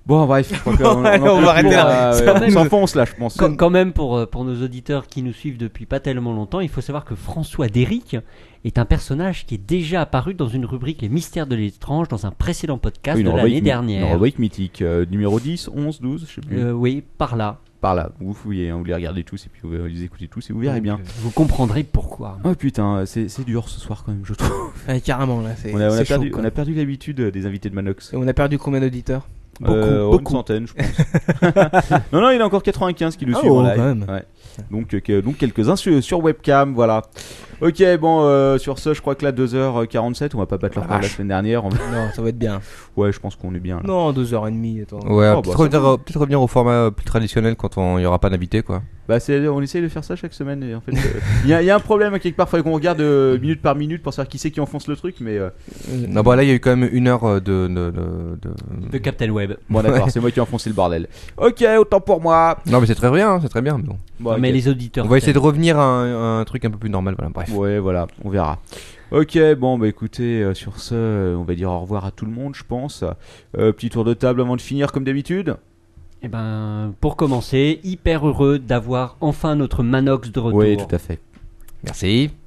[SPEAKER 3] Bon, bref, je crois qu'on-
[SPEAKER 5] Bon,
[SPEAKER 3] on en
[SPEAKER 5] allez, on
[SPEAKER 3] peut
[SPEAKER 5] va
[SPEAKER 3] plus,
[SPEAKER 5] arrêter là.
[SPEAKER 3] euh,
[SPEAKER 5] Ça
[SPEAKER 3] ouais,
[SPEAKER 5] va,
[SPEAKER 3] on
[SPEAKER 5] nous-
[SPEAKER 3] s'enfonce là, je pense.
[SPEAKER 4] Quand, quand même, pour, euh, pour nos auditeurs qui nous suivent depuis pas tellement longtemps, il faut savoir que François Derrick est un personnage qui est déjà apparu dans une rubrique Les Mystères de l'étrange dans un précédent podcast
[SPEAKER 3] Une
[SPEAKER 4] de
[SPEAKER 3] rubrique
[SPEAKER 4] l'année
[SPEAKER 3] mi- Une
[SPEAKER 4] dernière.
[SPEAKER 3] rubrique mythique. euh, numéro 10, 11, 12, je sais plus.
[SPEAKER 4] Euh, oui, par là.
[SPEAKER 3] Par là. Vous fouillez, hein, vous les regardez tous et puis vous les écoutez tous et vous verrez
[SPEAKER 4] Donc,
[SPEAKER 3] bien.
[SPEAKER 4] euh, Vous comprendrez pourquoi.
[SPEAKER 3] Oh putain, euh, c'est, c'est dur ce soir quand même, je trouve.
[SPEAKER 5] Ouais, carrément, là, c'est
[SPEAKER 3] On a, on a
[SPEAKER 5] c'est chaud,
[SPEAKER 3] perdu,
[SPEAKER 5] quoi.
[SPEAKER 3] on a perdu l'habitude euh, des invités de Manox.
[SPEAKER 5] Et on a perdu combien d'auditeurs Beaucoup,
[SPEAKER 3] Euh, Une
[SPEAKER 5] beaucoup.
[SPEAKER 3] centaine, je pense. non, non, il y en a encore 95 qui nous
[SPEAKER 5] Ah,
[SPEAKER 3] suivent en
[SPEAKER 5] oh,
[SPEAKER 3] live.
[SPEAKER 5] quand même.
[SPEAKER 3] Ouais. Donc, euh, que- donc quelques-uns sur, sur webcam, voilà. Ok, bon, euh, sur ce, je crois que là, 2h47, on va pas battre leur record de la
[SPEAKER 5] vache.
[SPEAKER 3] semaine dernière. Non,
[SPEAKER 5] ça va être bien.
[SPEAKER 3] Ouais, je pense qu'on est bien. Là.
[SPEAKER 5] Non, 2h30, attends.
[SPEAKER 2] Ouais,
[SPEAKER 3] Oh,
[SPEAKER 2] peut-être
[SPEAKER 3] bah,
[SPEAKER 2] revenir,
[SPEAKER 3] ça va.
[SPEAKER 2] au- peut-être revenir au format euh, plus traditionnel quand on- il n'y aura pas d'invité, quoi.
[SPEAKER 3] Bah, c'est- on essaye de faire ça chaque semaine. et en fait, euh, il y, a- il y a un problème à quelque part. Fallait qu'on regarde euh, minute par minute pour savoir qui c'est qui enfonce le truc, mais. euh,
[SPEAKER 2] Non, bah là, il y a eu quand même une heure euh, de. De, de, de...
[SPEAKER 3] De Captain Web. Bon, d'accord, c'est moi qui ai enfoncé le bordel. Ok, autant pour moi.
[SPEAKER 2] Non, mais c'est très bien, hein, c'est très bien. Mais, bon.
[SPEAKER 4] Ah,
[SPEAKER 3] Bon, Mais ok. les auditeurs
[SPEAKER 2] On va essayer de
[SPEAKER 3] t'aiment.
[SPEAKER 2] revenir à un, un truc un peu plus normal, voilà, bref.
[SPEAKER 3] Ouais, voilà, on verra. Ok, bon, bah écoutez, euh, sur ce, euh, on va dire au revoir à tout le monde, je pense. Euh, petit tour de table avant de finir, comme d'habitude.
[SPEAKER 4] Eh ben, pour commencer, hyper heureux d'avoir enfin notre Manox de retour.
[SPEAKER 3] Oui, tout à fait.
[SPEAKER 2] Merci.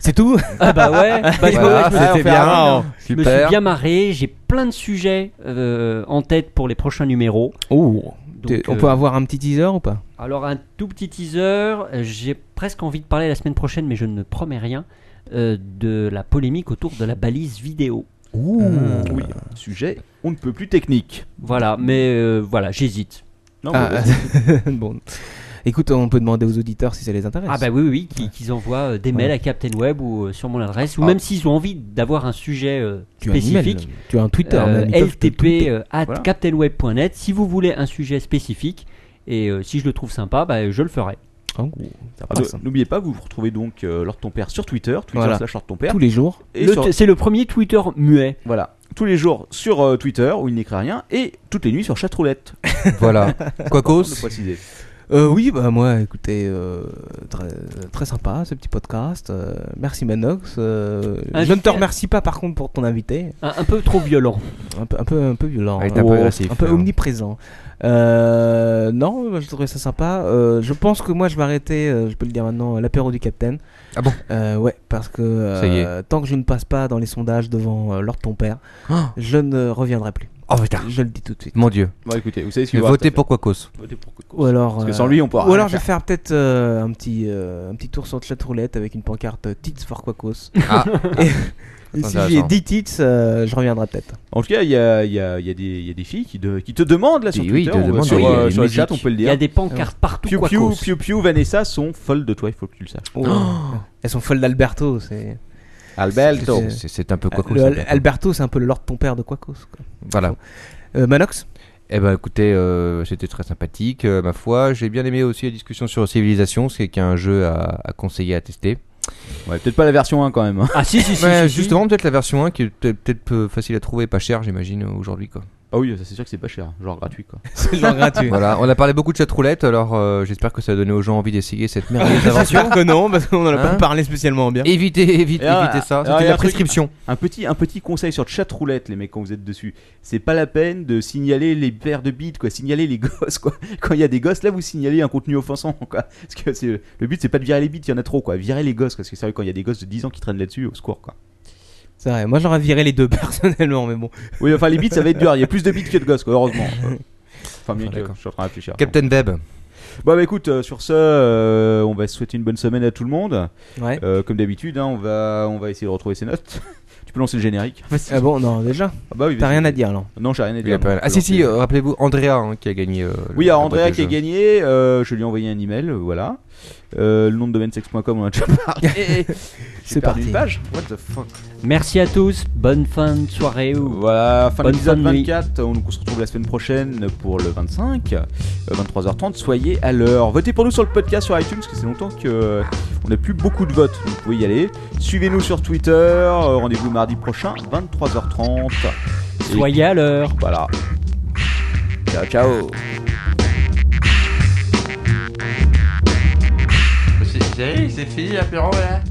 [SPEAKER 5] C'est tout
[SPEAKER 4] Ah bah ouais, bah
[SPEAKER 5] Voilà,
[SPEAKER 4] je me- ouais, je me-
[SPEAKER 5] c'était
[SPEAKER 4] je me-
[SPEAKER 3] Oh,
[SPEAKER 5] bien.
[SPEAKER 4] Je me suis
[SPEAKER 5] Super.
[SPEAKER 4] bien marré, j'ai plein de sujets euh, en tête pour les prochains numéros.
[SPEAKER 5] Oh,
[SPEAKER 4] Donc,
[SPEAKER 5] on
[SPEAKER 4] euh,
[SPEAKER 5] peut avoir un petit teaser ou pas
[SPEAKER 4] Alors un tout petit teaser, euh, j'ai presque envie de parler la semaine prochaine, mais je ne promets rien, euh, de la polémique autour de la balise vidéo.
[SPEAKER 3] Ouh,
[SPEAKER 5] Ah.
[SPEAKER 3] oui, sujet, on ne peut plus technique.
[SPEAKER 4] Voilà, mais euh, voilà, j'hésite.
[SPEAKER 3] Non,
[SPEAKER 5] Ah, bon. Écoute, on peut demander aux auditeurs si ça les intéresse.
[SPEAKER 4] Ah bah oui, oui, oui, qui- qu'ils envoient euh, des mails
[SPEAKER 5] Voilà.
[SPEAKER 4] à Captain Web ou euh, sur mon adresse, ou
[SPEAKER 5] Ah.
[SPEAKER 4] même s'ils ont envie d'avoir un sujet euh,
[SPEAKER 5] Tu as un email,
[SPEAKER 4] spécifique.
[SPEAKER 5] tu as un Twitter,
[SPEAKER 4] euh,
[SPEAKER 5] même, ils peuvent te
[SPEAKER 4] LTP
[SPEAKER 5] tweeter.
[SPEAKER 4] euh, at
[SPEAKER 5] Voilà.
[SPEAKER 4] captainweb.net si vous voulez un sujet spécifique. Et euh, si je le trouve sympa, bah, je le ferai.
[SPEAKER 3] Ah,
[SPEAKER 4] passe,
[SPEAKER 3] de-
[SPEAKER 4] hein.
[SPEAKER 3] N'oubliez pas, vous vous retrouvez donc euh, Lord Ton Père sur Twitter, Twitter
[SPEAKER 4] Voilà.
[SPEAKER 3] slash Lord Ton Père.
[SPEAKER 4] Tous les jours.
[SPEAKER 3] Et
[SPEAKER 4] Le-
[SPEAKER 3] sur-
[SPEAKER 4] c'est le premier Twitter muet.
[SPEAKER 3] Voilà. Tous les jours sur euh, Twitter où il n'écrit rien et toutes les nuits sur Chatroulette.
[SPEAKER 2] Voilà.
[SPEAKER 3] Quacos. préciser.
[SPEAKER 5] Euh, oui, bah moi, écoutez, euh, très, très sympa ce petit podcast. Euh, merci Manox. Euh,
[SPEAKER 4] Un
[SPEAKER 5] je ne te
[SPEAKER 4] super-
[SPEAKER 5] remercie pas par contre pour ton invité.
[SPEAKER 4] Un, un peu trop violent.
[SPEAKER 5] Un peu, un peu, un peu violent. Oh,
[SPEAKER 2] Ah, il était un peu agressif,
[SPEAKER 5] un peu
[SPEAKER 2] hein.
[SPEAKER 5] omniprésent. Euh, non, moi, je trouvais ça sympa. Euh, je pense que moi, je vais arrêter, euh, je peux le dire maintenant, l'apéro du Capitaine.
[SPEAKER 2] Ah bon
[SPEAKER 5] Ouais, parce que euh,
[SPEAKER 2] Ça y est.
[SPEAKER 5] tant que je ne passe pas dans les sondages devant euh, Lord ton père,
[SPEAKER 2] Ah.
[SPEAKER 5] je ne reviendrai plus.
[SPEAKER 2] Oh putain.
[SPEAKER 5] Je le dis tout de suite.
[SPEAKER 2] Mon dieu.
[SPEAKER 3] Bon, écoutez, vous savez ce qu'il va
[SPEAKER 2] Votez
[SPEAKER 3] falloir
[SPEAKER 2] pour Quacos.
[SPEAKER 5] Ou alors,
[SPEAKER 3] Parce que
[SPEAKER 5] euh,
[SPEAKER 3] sans lui, on pourra
[SPEAKER 5] Ou
[SPEAKER 3] rien
[SPEAKER 5] alors, je
[SPEAKER 3] faire.
[SPEAKER 5] vais faire peut-être euh, un petit euh, un petit tour sur chat roulette avec une pancarte euh, Tits for Quacos.
[SPEAKER 3] Ah.
[SPEAKER 5] Et, et si j'ai 10 tits, euh, je reviendrai peut-être.
[SPEAKER 3] En tout cas, il y a, il y a- il y a des il y a des filles qui, de- qui te demandent là sur
[SPEAKER 5] Oui,
[SPEAKER 3] Twitter,
[SPEAKER 5] ils te
[SPEAKER 3] on-
[SPEAKER 5] demandent,
[SPEAKER 3] sur,
[SPEAKER 5] oui, il y a
[SPEAKER 3] euh,
[SPEAKER 5] des
[SPEAKER 3] sur le
[SPEAKER 5] musiques.
[SPEAKER 3] chat, on peut le dire. Ah
[SPEAKER 5] Il y a des pancartes
[SPEAKER 3] Ouais.
[SPEAKER 5] partout,
[SPEAKER 3] Piu
[SPEAKER 5] quoi,
[SPEAKER 3] Piu,
[SPEAKER 5] cause.
[SPEAKER 3] Piu Piu, Vanessa sont folles de toi, il faut que tu le saches. Ah
[SPEAKER 5] Oh. Elles sont folles d'Alberto. c'est-
[SPEAKER 3] Alberto.
[SPEAKER 5] c'est-
[SPEAKER 2] C'est- c'est un peu Quacos,
[SPEAKER 5] Le-
[SPEAKER 2] Alberto.
[SPEAKER 5] Alberto, c'est un peu le lord de ton père de Quacos. quoi.
[SPEAKER 2] Voilà.
[SPEAKER 5] Manox
[SPEAKER 2] Eh ben écoutez, euh, c'était très sympathique, euh, ma foi. J'ai bien aimé aussi la discussion sur Civilisation, c'est qu'il y a un jeu à, à conseiller, à tester.
[SPEAKER 3] Ouais, peut-être pas la version 1 quand même.
[SPEAKER 4] Ah si, si, si,
[SPEAKER 2] Ouais,
[SPEAKER 4] si, si.
[SPEAKER 2] justement, peut-être la version 1 qui est peut- peut-être peu facile à trouver, pas cher, j'imagine, euh, aujourd'hui quoi.
[SPEAKER 3] Ah oui, ça, c'est sûr que c'est pas cher, genre gratuit quoi.
[SPEAKER 5] genre gratuit.
[SPEAKER 2] Voilà, on a parlé beaucoup de chatroulette, alors euh, j'espère que ça a donné aux gens envie d'essayer cette merveilleuse aventure.
[SPEAKER 5] J'espère que non, parce qu'on n'en a
[SPEAKER 2] Hein
[SPEAKER 5] pas parlé spécialement bien.
[SPEAKER 2] Évitez, évitez,
[SPEAKER 3] Et alors,
[SPEAKER 2] évitez ça.
[SPEAKER 3] alors, il y
[SPEAKER 2] C'était
[SPEAKER 3] a
[SPEAKER 2] de
[SPEAKER 3] un
[SPEAKER 2] la
[SPEAKER 3] truc-
[SPEAKER 2] prescription.
[SPEAKER 3] un petit, un petit conseil sur chatroulette, les mecs, quand vous êtes dessus. C'est pas la peine de signaler les paires de bites, quoi. Signaler les gosses, quoi. Quand il y a des gosses, là, vous signalez un contenu offensant, quoi. Parce que c'est, le but, c'est pas de virer les bites, il y en a trop, quoi. Virer les gosses, quoi. parce que sérieux, quand il y a des gosses de 10 ans qui traînent là-dessus, au secours, quoi.
[SPEAKER 5] C'est vrai, moi j'aurais viré les deux personnellement, mais bon.
[SPEAKER 3] Oui, enfin, les bites, ça va être dur. Il y a plus de bites que de gosses, quoi, heureusement. Enfin, bien que je suis en train de réfléchir.
[SPEAKER 2] Captain Web.
[SPEAKER 3] Bon bah écoute, euh, sur ce, euh, on va se souhaiter une bonne semaine à tout le monde.
[SPEAKER 5] Ouais.
[SPEAKER 3] Euh, comme d'habitude, hein, on va on va essayer de retrouver ses notes. tu peux lancer le générique.
[SPEAKER 5] Ah bon, non, déjà
[SPEAKER 3] Ah bah oui,
[SPEAKER 5] T'as
[SPEAKER 3] vas-y.
[SPEAKER 5] rien à dire, là.
[SPEAKER 3] Non, j'ai rien à
[SPEAKER 2] Il y
[SPEAKER 3] dire.
[SPEAKER 2] a pas-
[SPEAKER 3] non.
[SPEAKER 2] Ah si si, euh, rappelez-vous Andrea hein, qui a gagné. euh,
[SPEAKER 3] Oui,
[SPEAKER 2] le-
[SPEAKER 3] alors
[SPEAKER 2] la boîte
[SPEAKER 3] Andrea
[SPEAKER 2] de
[SPEAKER 3] qui a
[SPEAKER 2] jeux.
[SPEAKER 3] gagné, euh, je lui ai envoyé un email, euh, voilà. Euh, le nom de domaine sex.com, on en a déjà parlé. J'ai
[SPEAKER 4] C'est
[SPEAKER 3] perdu
[SPEAKER 4] parti.
[SPEAKER 3] Une page. What the fuck.
[SPEAKER 4] Merci à tous, bonne fin de soirée. Ou...
[SPEAKER 3] Voilà, fin
[SPEAKER 4] bonne
[SPEAKER 3] de l'épisode
[SPEAKER 4] fin nuit.
[SPEAKER 3] 24. On on se retrouve la semaine prochaine pour le 25, euh, 23h30. Soyez à l'heure. Votez pour nous sur le podcast sur iTunes, parce que c'est longtemps que euh, on n'a plus beaucoup de votes. Donc vous pouvez y aller. Suivez-nous sur Twitter. euh, Rendez-vous mardi prochain, 23h30. Et
[SPEAKER 4] Soyez à l'heure.
[SPEAKER 3] Voilà. Ciao, ciao.
[SPEAKER 12] C'est fini l'apéro là